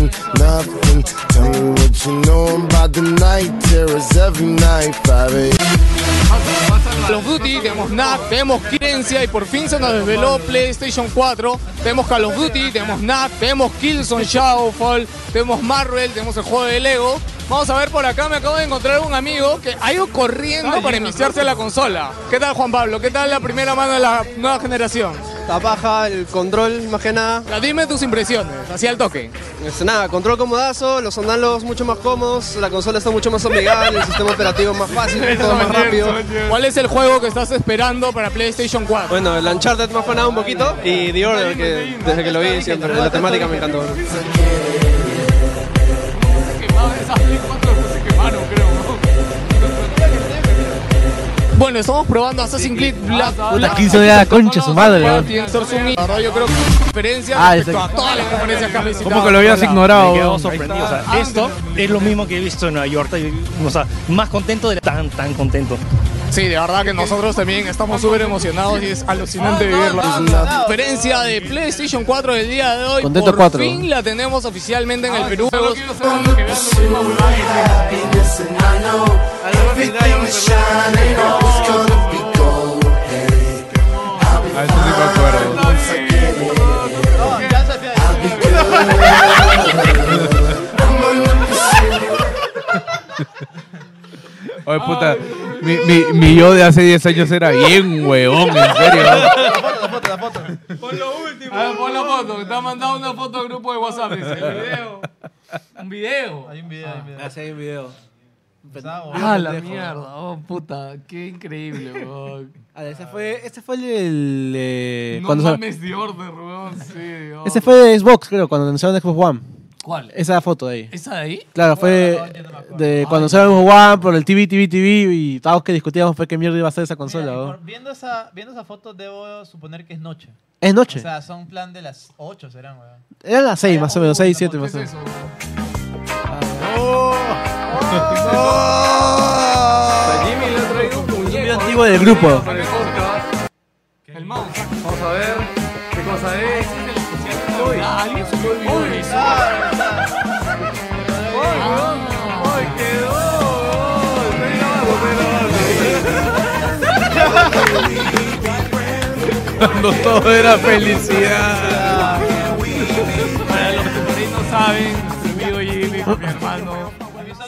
[SPEAKER 1] Call of Duty, tenemos NAC, tenemos Kirencia y por fin se nos desveló PlayStation 4. Tenemos Call of Duty, tenemos NAC, tenemos Killzone Shadowfall, tenemos Marvel, tenemos el juego de Lego. Vamos a ver por acá, me acabo de encontrar un amigo que ha ido corriendo para iniciarse a la consola. ¿Qué tal Juan Pablo? ¿Qué tal la primera mano de la nueva generación?
[SPEAKER 14] La paja, el control, más que nada.
[SPEAKER 1] Dime tus impresiones, así al toque.
[SPEAKER 14] Es nada, control comodazo, los andalos mucho más cómodos, la consola está mucho más amigable, el sistema operativo más fácil, todo más rápido.
[SPEAKER 1] ¿Cuál es el juego que estás esperando para PlayStation 4?
[SPEAKER 14] Bueno, el Uncharted me ha afanado un poquito y The Order, que desde que lo vi siempre, la temática me encantó.
[SPEAKER 1] Bueno, estamos probando Assassin's Creed Black
[SPEAKER 4] Puta, 15 de Ah, la concha, su madre,
[SPEAKER 1] Bueno,
[SPEAKER 4] weón.
[SPEAKER 1] tiene que ser su mi- La verdad, yo creo que es una diferencia
[SPEAKER 4] Ah,
[SPEAKER 1] respecto
[SPEAKER 4] ese-
[SPEAKER 1] a todas las conferencias que has visitado.
[SPEAKER 4] ¿Cómo que lo habías ignorado,
[SPEAKER 16] Me quedo
[SPEAKER 4] weón?
[SPEAKER 16] sorprendido. O sea,
[SPEAKER 1] Ahí está.
[SPEAKER 16] esto es lo mismo que he visto en Nueva York. O sea, más contento de la... tan, tan contento.
[SPEAKER 1] Sí, de verdad Ah, que nosotros también estamos súper emocionados y es alucinante vivirlo. La conferencia de PlayStation 4 del día de hoy,
[SPEAKER 4] Contento
[SPEAKER 1] por
[SPEAKER 4] cuatro.
[SPEAKER 1] fin la tenemos oficialmente en el Perú.
[SPEAKER 7] A eso sí me acuerdo. Oye, puta, mi, mi, mi yo de hace 10 años era bien huevón, en serio.
[SPEAKER 8] A ver, pon Ah, la foto, que te ha mandado una foto al grupo de WhatsApp. Dice, el video. Un video. Hay un video, hay un video.
[SPEAKER 2] hay un video.
[SPEAKER 8] Ah, la mierda, oh puta, qué increíble, weón.
[SPEAKER 4] Ah, Ese fue, ese fue el. el, eh,
[SPEAKER 8] No
[SPEAKER 4] cuando sal-
[SPEAKER 8] mames de orden, weón, sí, weón.
[SPEAKER 4] Ese fue de Xbox, creo, cuando anunciaron Xbox One.
[SPEAKER 8] ¿Cuál?
[SPEAKER 4] Esa foto de ahí.
[SPEAKER 8] ¿Esa de ahí?
[SPEAKER 4] Claro, fue de cuando anunciaron Xbox One por el TV, TV, TV y estábamos que discutíamos fue qué mierda iba a ser esa consola.
[SPEAKER 2] Mira, y
[SPEAKER 4] weón.
[SPEAKER 2] por- viendo, esa, viendo esa foto, debo suponer que es noche.
[SPEAKER 4] Es noche.
[SPEAKER 2] O sea, son plan de las 8 serán, weón.
[SPEAKER 4] Eran las 6 más o menos,
[SPEAKER 1] oh,
[SPEAKER 4] 6, 7 más o menos. Ah,
[SPEAKER 8] Pues Jimmy le ha traído un ¿eh?
[SPEAKER 4] Yo
[SPEAKER 8] puñetazo.
[SPEAKER 4] antiguo del grupo.
[SPEAKER 8] El mouse. Vamos a ver qué cosa es. Uy, alguien subió el video. Ah, Uy, Ah,
[SPEAKER 7] Cuando todo era felicidad.
[SPEAKER 8] Para los que por ahí no saben, mi amigo Jimmy con mi hermano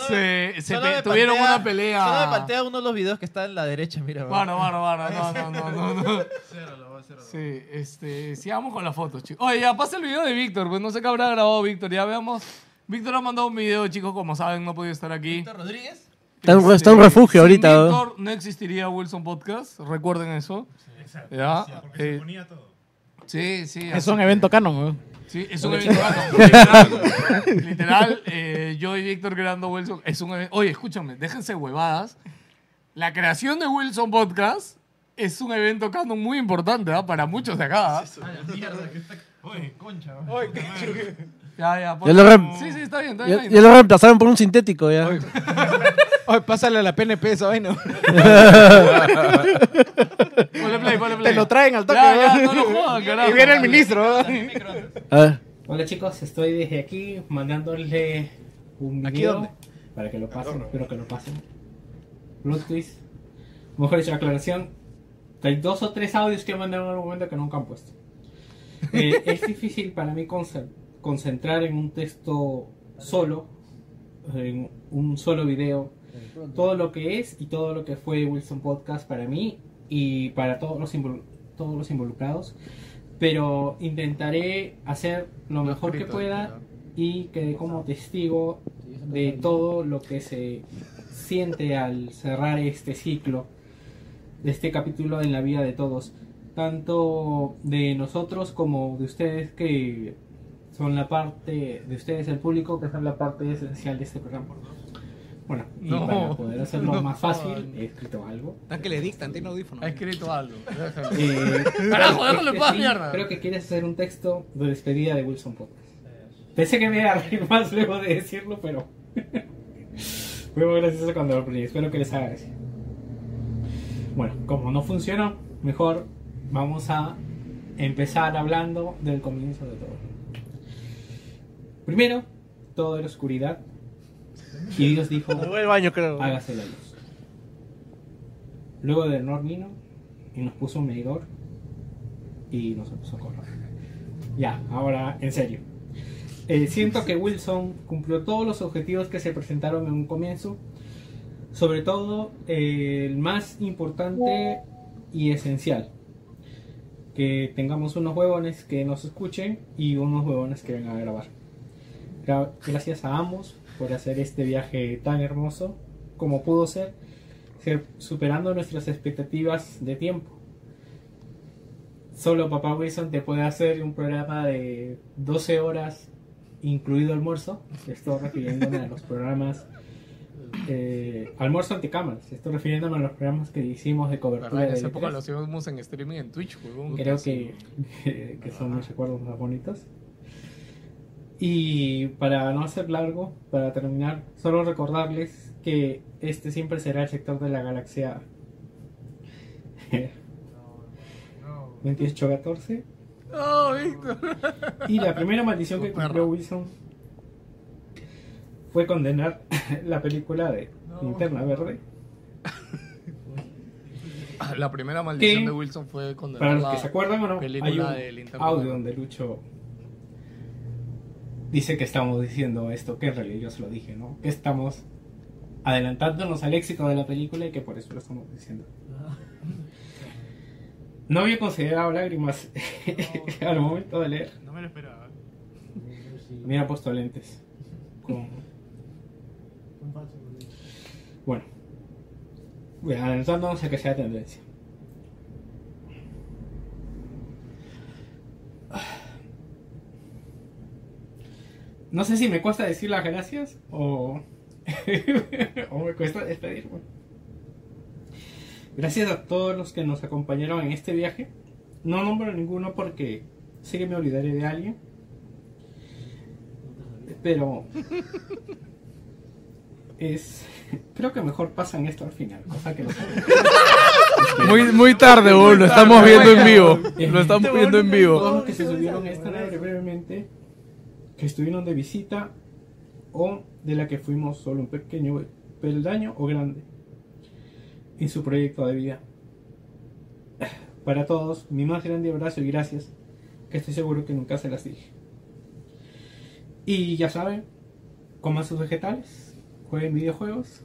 [SPEAKER 8] se, se
[SPEAKER 2] Solo
[SPEAKER 8] pe-
[SPEAKER 2] me
[SPEAKER 8] tuvieron
[SPEAKER 2] paltea-
[SPEAKER 8] una pelea.
[SPEAKER 2] Solo me paltea uno de los videos que está en la derecha, mira. weón.
[SPEAKER 8] Bueno, bueno, bueno, no, no, no, no, no. Sí, este, sigamos con las fotos, chicos. Oye, ya pasa el video de Víctor, pues no sé qué habrá grabado Víctor, ya veamos. Víctor ha mandado un video, chicos, como saben, no ha podido estar aquí. ¿Víctor
[SPEAKER 2] Rodríguez?
[SPEAKER 4] Está en, está en un refugio ahorita. weón.
[SPEAKER 8] Víctor no existiría Wilson Podcast, recuerden eso.
[SPEAKER 5] exacto,
[SPEAKER 8] ¿Ya?
[SPEAKER 5] sí, porque
[SPEAKER 8] se ponía todo. Sí, sí.
[SPEAKER 5] Es
[SPEAKER 8] así
[SPEAKER 5] un
[SPEAKER 8] que-
[SPEAKER 5] evento canon, weón.
[SPEAKER 8] Sí, es un evento raro, literal, literal, eh, yo y Víctor creando Wilson. Es un evento. Oye, escúchame, déjense huevadas. La creación de Wilson Podcast es un evento canon muy importante ¿ah? para muchos de acá. ¿ah?
[SPEAKER 2] Mierda, que está. Oye, concha.
[SPEAKER 8] Oye, qué
[SPEAKER 1] Ya, ya.
[SPEAKER 4] Ya lo, rem-
[SPEAKER 1] Sí, sí, está bien, está bien.
[SPEAKER 4] ya,
[SPEAKER 1] ahí.
[SPEAKER 4] ya lo reemplazaron por un sintético ya.
[SPEAKER 8] Oye, pásale a la PNP esa vaina.
[SPEAKER 1] Ponle play, ponle play.
[SPEAKER 8] Te lo traen al toque.
[SPEAKER 1] Ya, ya,
[SPEAKER 8] ¿no?
[SPEAKER 1] no lo
[SPEAKER 16] Oh,
[SPEAKER 1] jodan, carajo.
[SPEAKER 8] Y viene el ministro.
[SPEAKER 16] Hola chicos, estoy desde aquí mandándole un
[SPEAKER 8] ¿Aquí
[SPEAKER 16] video
[SPEAKER 8] dónde?
[SPEAKER 16] para que lo pasen, espero que lo pasen. Plot twist. Mejor dicho, aclaración. Hay dos o tres audios que mandaron en algún momento que nunca han puesto. Eh, es difícil para mí conce- concentrar en un texto solo, en un solo video, todo lo que es y todo lo que fue Wilson Podcast para mí y para todos los, invol- todos los involucrados. Pero intentaré hacer lo mejor que
[SPEAKER 2] escrito,
[SPEAKER 16] pueda y quedé como testigo de todo lo que se siente al cerrar este ciclo, de este capítulo en la vida de todos, tanto de nosotros como de ustedes que son la parte de ustedes, el público, que son la parte esencial de este programa. Bueno, y
[SPEAKER 2] No.
[SPEAKER 16] para poder hacerlo
[SPEAKER 2] No.
[SPEAKER 16] más fácil, he escrito algo.
[SPEAKER 8] Tan que le dictan, tiene audífono.
[SPEAKER 1] Ha escrito algo.
[SPEAKER 16] Eh,
[SPEAKER 1] Carajo,
[SPEAKER 16] creo
[SPEAKER 1] déjalo en
[SPEAKER 16] que
[SPEAKER 1] paz,
[SPEAKER 16] sí,
[SPEAKER 1] mierda.
[SPEAKER 16] Creo que quieres hacer un texto de despedida de Wilson Podcast. Pensé que me iba a reír más luego de decirlo, pero. Fue muy gracioso cuando lo aprendí. Espero que les haga gracia. Bueno, como no funcionó, mejor vamos a empezar hablando del comienzo de todo. Primero, todo era oscuridad. Y Dios dijo:
[SPEAKER 3] Voy al baño, creo.
[SPEAKER 16] Hágase la luz. Luego del honor vino y nos puso un medidor y nos puso a correr. Ya, ahora en serio. Eh, siento que Wilson cumplió todos los objetivos que se presentaron en un comienzo, sobre todo eh, el más importante y esencial. Que tengamos unos huevones que nos escuchen y unos huevones que vengan a grabar. Gra- Gracias a ambos por hacer este viaje tan hermoso como pudo ser, ser- superando nuestras expectativas de tiempo. Solo Papá Wilson te puede hacer un programa de 12 horas, incluido almuerzo. Estoy refiriéndome a los programas. eh, almuerzo anticámaras. Estoy refiriéndome a los programas que hicimos de cobertura.
[SPEAKER 1] Verdad, En
[SPEAKER 16] de E
[SPEAKER 1] esa época
[SPEAKER 16] E3.
[SPEAKER 1] los íbamos en streaming en Twitch, huevón.
[SPEAKER 16] Creo que, que son mis recuerdos más bonitos. Y para no hacer largo, para terminar, solo recordarles que este siempre será el sector de la galaxia 2814.
[SPEAKER 8] Ah,
[SPEAKER 1] No, Víctor.
[SPEAKER 16] Y la primera maldición que cumplió Wilson fue condenar la película de Linterna Verde
[SPEAKER 8] Ah,
[SPEAKER 1] La primera maldición
[SPEAKER 16] que,
[SPEAKER 1] de Wilson fue condenar
[SPEAKER 16] Para los
[SPEAKER 1] la
[SPEAKER 16] que se acuerdan o no, hay
[SPEAKER 1] película
[SPEAKER 16] un
[SPEAKER 1] de Linterna
[SPEAKER 16] audio
[SPEAKER 1] Verde.
[SPEAKER 16] donde Lucho dice que estamos diciendo esto, que en realidad yo se lo dije, ¿no? Que estamos adelantándonos al éxito de la película y que por eso lo estamos diciendo.
[SPEAKER 1] Ah.
[SPEAKER 16] No había considerado lágrimas al momento de leer.
[SPEAKER 10] No me lo esperaba.
[SPEAKER 16] Me había puesto lentes. Como- Bueno, Bueno, adelantándonos a que sea tendencia. No sé si me cuesta decir las gracias
[SPEAKER 1] Oh.
[SPEAKER 16] o, o me cuesta despedirme. Gracias a todos los que nos acompañaron en este viaje. No nombro ninguno porque sé que me olvidaré de alguien. Pero es creo que mejor pasan esto al final, cosa que no saben.
[SPEAKER 5] Muy, muy tarde, boludo. Lo estamos viendo en vivo.
[SPEAKER 16] Eh,
[SPEAKER 5] Lo estamos viendo
[SPEAKER 16] Todos
[SPEAKER 5] en vivo.
[SPEAKER 16] los que se subieron a esta nave brevemente, que estuvieron de visita o de la que fuimos solo un pequeño peldaño o grande en su proyecto de vida. Para todos, mi más grande abrazo y gracias, que estoy seguro que nunca se las dije. Y ya saben, coman sus vegetales, jueguen videojuegos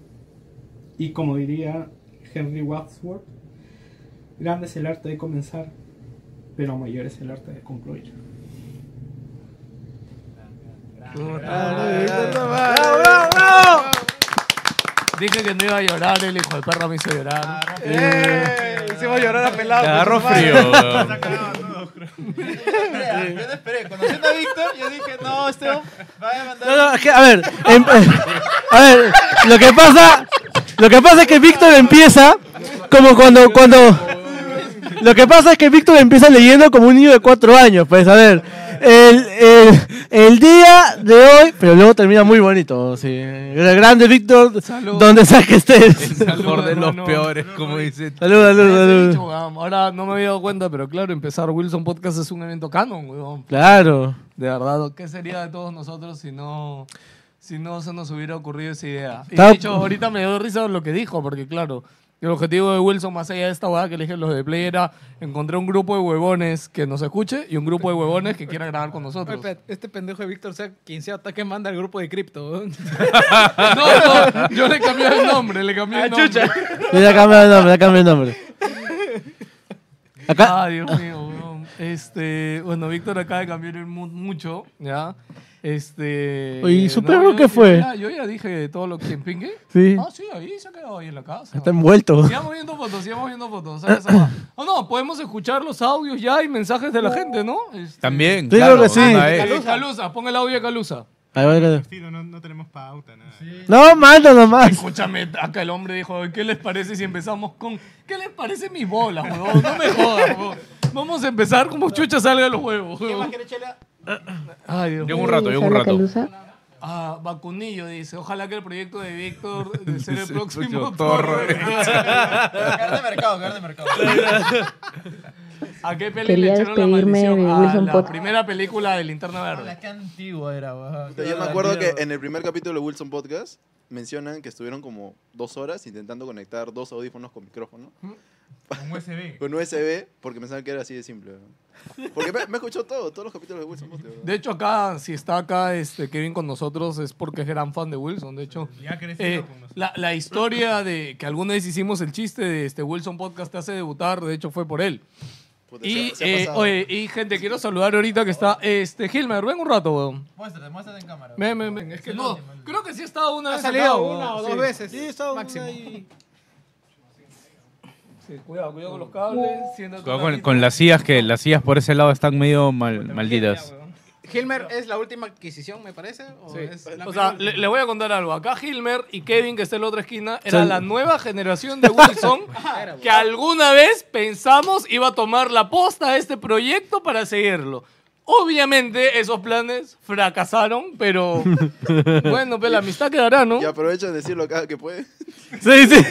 [SPEAKER 16] y como diría Henry Wadsworth, grande es el arte de comenzar, pero mayor es el arte de concluir.
[SPEAKER 1] Dije que no iba a llorar, el hijo de perra me hizo llorar.
[SPEAKER 8] Hicimos llorar a pelado.
[SPEAKER 1] Te agarró
[SPEAKER 8] con su madre.
[SPEAKER 1] frío, weón. Se acababa
[SPEAKER 2] Mira, yo no esperé. Conociendo a Víctor, yo dije, no, este va va a mandar.
[SPEAKER 4] No, no, es que, a ver, em- a ver, lo que pasa, lo que pasa es que Víctor empieza como cuando, cuando, Lo que pasa es que Víctor empieza leyendo como un niño de cuatro años, pues, a ver. El, el- el día de hoy, pero luego termina muy bonito, sí. Grande Víctor, donde sea que estés.
[SPEAKER 5] El mejor de los peores, como dicen.
[SPEAKER 4] Saluda, saluda, saluda.
[SPEAKER 1] Dicho, weón, Ahora no me había dado cuenta, pero claro, empezar Wilson Podcast es un evento canon, weón.
[SPEAKER 4] Claro.
[SPEAKER 1] De verdad, ¿qué sería de todos nosotros si no, si no se nos hubiera ocurrido esa idea? Y de
[SPEAKER 4] Está-
[SPEAKER 1] hecho, ahorita me dio risa lo que dijo, porque claro, el objetivo de Wilson, más allá de esta hueá que le dije a los de Play, era encontrar un grupo de huevones que nos escuche y un grupo de huevones que quieran grabar con nosotros.
[SPEAKER 8] Espera, Este pendejo de Víctor sea quien sea ataque manda al grupo de cripto.
[SPEAKER 1] No, no, yo le cambié el nombre, le cambié
[SPEAKER 8] Ah,
[SPEAKER 1] el nombre.
[SPEAKER 4] Yo ya cambié el nombre, ya cambié el nombre. Acá.
[SPEAKER 1] Ah, Dios mío, weón. Este, bueno, Víctor acaba de cambiar el mood mucho, ¿ya? Este.
[SPEAKER 4] Oye, ¿y su perro
[SPEAKER 1] yo-
[SPEAKER 4] qué
[SPEAKER 1] yo
[SPEAKER 4] fue?
[SPEAKER 1] ya- Yo ya, dije todo lo que en pingue.
[SPEAKER 4] Sí.
[SPEAKER 1] Ah, sí, ahí se ha quedado ahí en la casa.
[SPEAKER 4] Está envuelto.
[SPEAKER 1] Sigamos viendo fotos, sigamos viendo fotos. ¿sabes? Esa va. Oh, no, podemos escuchar los audios ya y mensajes de la gente, ¿no? Este,
[SPEAKER 5] También.
[SPEAKER 4] Te digo
[SPEAKER 5] claro,
[SPEAKER 4] que sí.
[SPEAKER 5] de una
[SPEAKER 1] eh,
[SPEAKER 5] vez.
[SPEAKER 1] Calusa, Calusa, pon el audio de Calusa.
[SPEAKER 4] Ahí va, acá.
[SPEAKER 14] no, no tenemos pauta, nada.
[SPEAKER 4] No, manda nomás.
[SPEAKER 1] Escúchame, acá el hombre dijo, ¿qué les parece si empezamos con... ¿Qué les parece mis bolas, huevón? No me jodas, huevón. Vamos a empezar como chucha salga de los huevos, huevón. Ay, Dios
[SPEAKER 5] Llevo
[SPEAKER 1] mío.
[SPEAKER 5] un rato, llevo un rato.
[SPEAKER 1] Ah, Vacunillo dice, ojalá que el proyecto de Víctor de ser el
[SPEAKER 5] Sí,
[SPEAKER 1] próximo
[SPEAKER 5] escucho,
[SPEAKER 1] torro.
[SPEAKER 5] Torre.
[SPEAKER 7] Caer de mercado, caer de mercado.
[SPEAKER 1] ¿A qué peli
[SPEAKER 7] Quería
[SPEAKER 1] le echaron la
[SPEAKER 7] despedirme
[SPEAKER 1] maldición?
[SPEAKER 7] de
[SPEAKER 1] A
[SPEAKER 7] Wilson
[SPEAKER 1] la
[SPEAKER 7] Potts.
[SPEAKER 1] primera película de Linterna Verde.
[SPEAKER 7] Qué antiguo era, weón.
[SPEAKER 6] Yo me acuerdo que en el primer capítulo de Wilson Podcast mencionan que estuvieron como dos horas intentando conectar dos audífonos con micrófono.
[SPEAKER 14] Con USB.
[SPEAKER 6] Con USB, porque pensaban que era así de simple. ¿no? Porque me, me escuchó todo, todos los capítulos de Wilson Podcast. ¿no?
[SPEAKER 1] De hecho, acá, si está acá este, Kevin con nosotros, es porque es gran fan de Wilson. De hecho,
[SPEAKER 14] Ya crecí
[SPEAKER 1] eh,
[SPEAKER 14] con nosotros.
[SPEAKER 1] la, la historia de que alguna vez hicimos el chiste de este Wilson Podcast te hace debutar, de hecho, fue por él.
[SPEAKER 6] Puta,
[SPEAKER 1] Y,
[SPEAKER 6] se ha- se ha
[SPEAKER 1] eh,
[SPEAKER 6] pasado.
[SPEAKER 1] oye, y gente, quiero saludar ahorita que está este Hilmer. Ven un rato, weón.
[SPEAKER 7] Muéstrate, muéstrate en cámara.
[SPEAKER 1] Ven, ven, ven. Es que no, creo que sí ha estado una
[SPEAKER 8] Ha
[SPEAKER 1] vez.
[SPEAKER 8] salido
[SPEAKER 1] acá, weón.
[SPEAKER 8] una o dos
[SPEAKER 1] Sí.
[SPEAKER 8] veces. máximo.
[SPEAKER 1] Sí, cuidado, cuidado con los cables. siéntate
[SPEAKER 5] Cuidado
[SPEAKER 1] un
[SPEAKER 5] con,
[SPEAKER 1] ratito.
[SPEAKER 5] con las sillas, que las sillas por ese lado están medio mal- malditas.
[SPEAKER 8] Hilmer es la última adquisición, me parece. O,
[SPEAKER 1] Sí.
[SPEAKER 8] es la
[SPEAKER 1] O sea,
[SPEAKER 8] penúltima?
[SPEAKER 1] le, le voy a contar algo. Acá Hilmer y Kevin, que está en la otra esquina, era
[SPEAKER 4] Son-
[SPEAKER 1] la nueva generación de Wilson que alguna vez pensamos iba a tomar la posta a este proyecto para seguirlo. Obviamente esos planes fracasaron, pero bueno, pues la amistad quedará, ¿no?
[SPEAKER 6] Y aprovechan de decirlo cada que puede.
[SPEAKER 4] Sí, sí.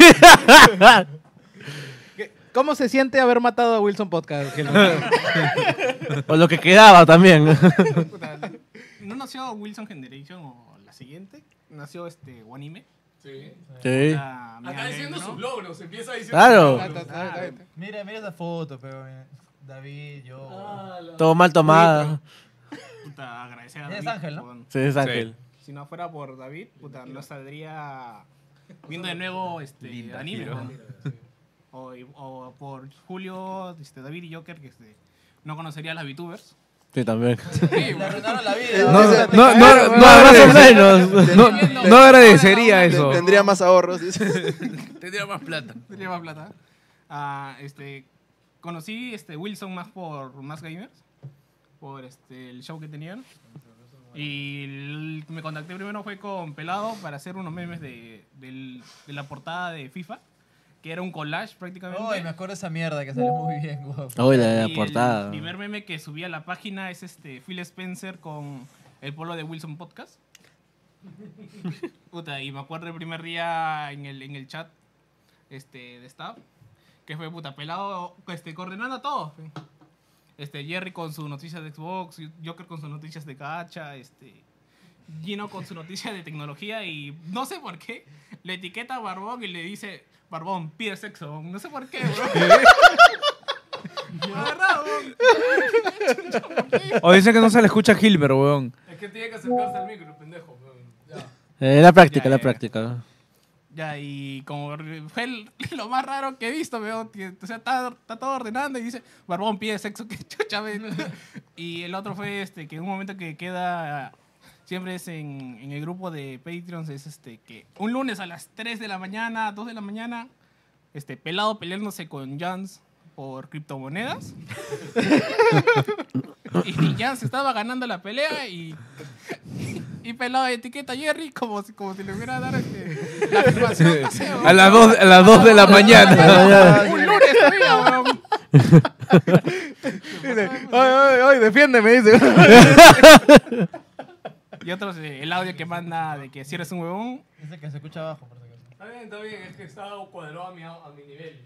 [SPEAKER 8] ¿Cómo se siente haber matado a Wilson Podcast? Hilmer?
[SPEAKER 4] O lo que quedaba también.
[SPEAKER 16] ¿No nació Wilson Generation o la siguiente? ¿Nació este Guanime? Sí.
[SPEAKER 4] Sí.
[SPEAKER 1] Acá diciendo sus logros, empieza diciendo
[SPEAKER 4] Claro.
[SPEAKER 1] sus logros.
[SPEAKER 2] Ah,
[SPEAKER 7] Mira, mira esa foto, pero mira. David, yo. weón.
[SPEAKER 4] Todo mal tomada.
[SPEAKER 16] Puta, agradecer a
[SPEAKER 7] Ella
[SPEAKER 16] David.
[SPEAKER 7] es Ángel, ¿no?
[SPEAKER 16] weón.
[SPEAKER 4] Sí, es Ángel.
[SPEAKER 16] Si no fuera por David, puta, no saldría viendo de nuevo este anime.
[SPEAKER 5] giro.
[SPEAKER 16] weón. O, o por Julio, este, David y Joker, que este, no conocería a las VTubers.
[SPEAKER 4] Sí, también.
[SPEAKER 7] Le arruinaron la vida.
[SPEAKER 6] No,
[SPEAKER 5] No,
[SPEAKER 6] Dice-
[SPEAKER 5] no, no, no, más o menos. No, no agradecería
[SPEAKER 6] Ten-
[SPEAKER 5] eso.
[SPEAKER 6] Tendría más ahorros. dice.
[SPEAKER 16] Tendría más plata. Tendría más plata. Ah, este, conocí este Wilson más por Más Gamers, por este, el show que tenían. Y el que me contacté primero fue con Pelado para hacer unos memes de, del- de la portada de FIFA, que era un collage prácticamente.
[SPEAKER 7] Ay, me acuerdo esa mierda que salió muy bien, weón.
[SPEAKER 4] Uy, la,
[SPEAKER 16] Y
[SPEAKER 4] la portada.
[SPEAKER 16] El primer meme que subí a la página es este Phil Spencer con el polo de Wilson Podcast. Puta, y me acuerdo el primer día en el, en el chat este, de staff, que fue puta pelado este, coordinando a todos. pe. Este, Jerry con sus noticias de Xbox, Joker con sus noticias de gacha, este, Gino con su noticia de tecnología y no sé por qué le etiqueta a Barbón y le dice, Barbón, pide sexo. No sé por qué, bro. La verdad, weón.
[SPEAKER 5] O dicen que no se le escucha a Hilmer, weón.
[SPEAKER 1] Es que tiene que acercarse al micro, pendejo. weón. Ya.
[SPEAKER 4] Eh, la práctica,
[SPEAKER 16] Ya,
[SPEAKER 4] la
[SPEAKER 16] ya, ya.
[SPEAKER 4] práctica.
[SPEAKER 16] Ya, y como re- fue el- lo más raro que he visto, veo, que- o sea, está, está todo ordenando y dice, Barbón pide sexo, que chucha, ve. Y el otro fue este, que en un momento que queda, siempre es en, en el grupo de Patreons, es este, que un lunes a las 3 de la mañana, 2 de la mañana, este, pelado peleándose con Jans por criptomonedas. y Jans estaba ganando la pelea y y pelado de etiqueta a Jerry como si, como si le hubiera dado este, la afirmación. no sé,
[SPEAKER 5] A las dos- a las dos de la
[SPEAKER 16] dos
[SPEAKER 5] mañana.
[SPEAKER 16] Un lunes todavía, weón.
[SPEAKER 8] Dice, oye, oye, oye, defiéndeme, dice.
[SPEAKER 16] Y otros, eh, el audio que manda de que si eres un huevón.
[SPEAKER 2] Dice que se escucha abajo, por
[SPEAKER 16] cierto. Está bien, está bien, es que está cuadrado a mi, a mi nivel.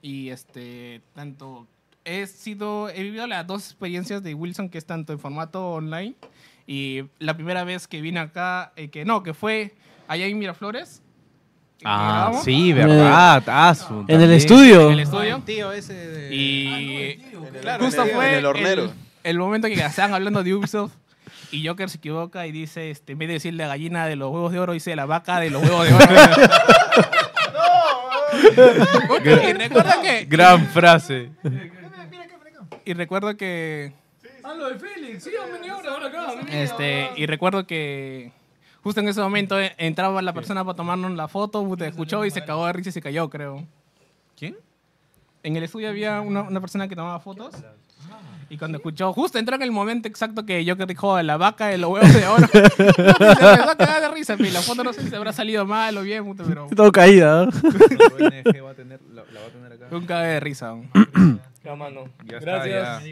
[SPEAKER 16] Y este, tanto. He sido. He vivido las dos experiencias de Wilson, que es tanto en formato online. Y la primera vez que vine acá, eh, que no, que fue allá en Miraflores.
[SPEAKER 7] Ah,
[SPEAKER 16] grabamos?
[SPEAKER 7] sí, verdad. ah, su-
[SPEAKER 4] En el
[SPEAKER 7] también.
[SPEAKER 4] estudio.
[SPEAKER 16] En el estudio.
[SPEAKER 2] tío ese de...
[SPEAKER 16] Y
[SPEAKER 2] claro.
[SPEAKER 16] justo
[SPEAKER 2] En el-
[SPEAKER 16] fue
[SPEAKER 2] en el hornero.
[SPEAKER 16] El, el momento que estaban hablando de Ubisoft y Joker se equivoca y dice, este, en vez de decir la gallina de los huevos de oro, dice la vaca de los huevos de oro.
[SPEAKER 7] Gra-
[SPEAKER 16] y recuerda que...
[SPEAKER 7] Gran frase.
[SPEAKER 16] Y recuerdo que...
[SPEAKER 1] Ah, lo de Félix. Sí, hombre, ni ahora, ahora acá.
[SPEAKER 16] Este, y recuerdo que justo en ese momento eh, entraba la persona para tomarnos la foto, te escuchó y se cagó de risa y se cayó, creo. ¿Quién? En el estudio había una, una persona que tomaba fotos. Y cuando escuchó, justo entró en el momento exacto que yo que dijo la vaca de los huevos de oro. y se empezó a cagar de risa. Y la foto no sé si se habrá salido mal o bien, puta, pero.
[SPEAKER 4] Todo caída.
[SPEAKER 16] ONG
[SPEAKER 4] ¿no?
[SPEAKER 17] va a tener- la- la va a tener acá.
[SPEAKER 16] Un cague de risa.
[SPEAKER 1] Ya, mano.
[SPEAKER 16] Ya está,
[SPEAKER 1] Gracias.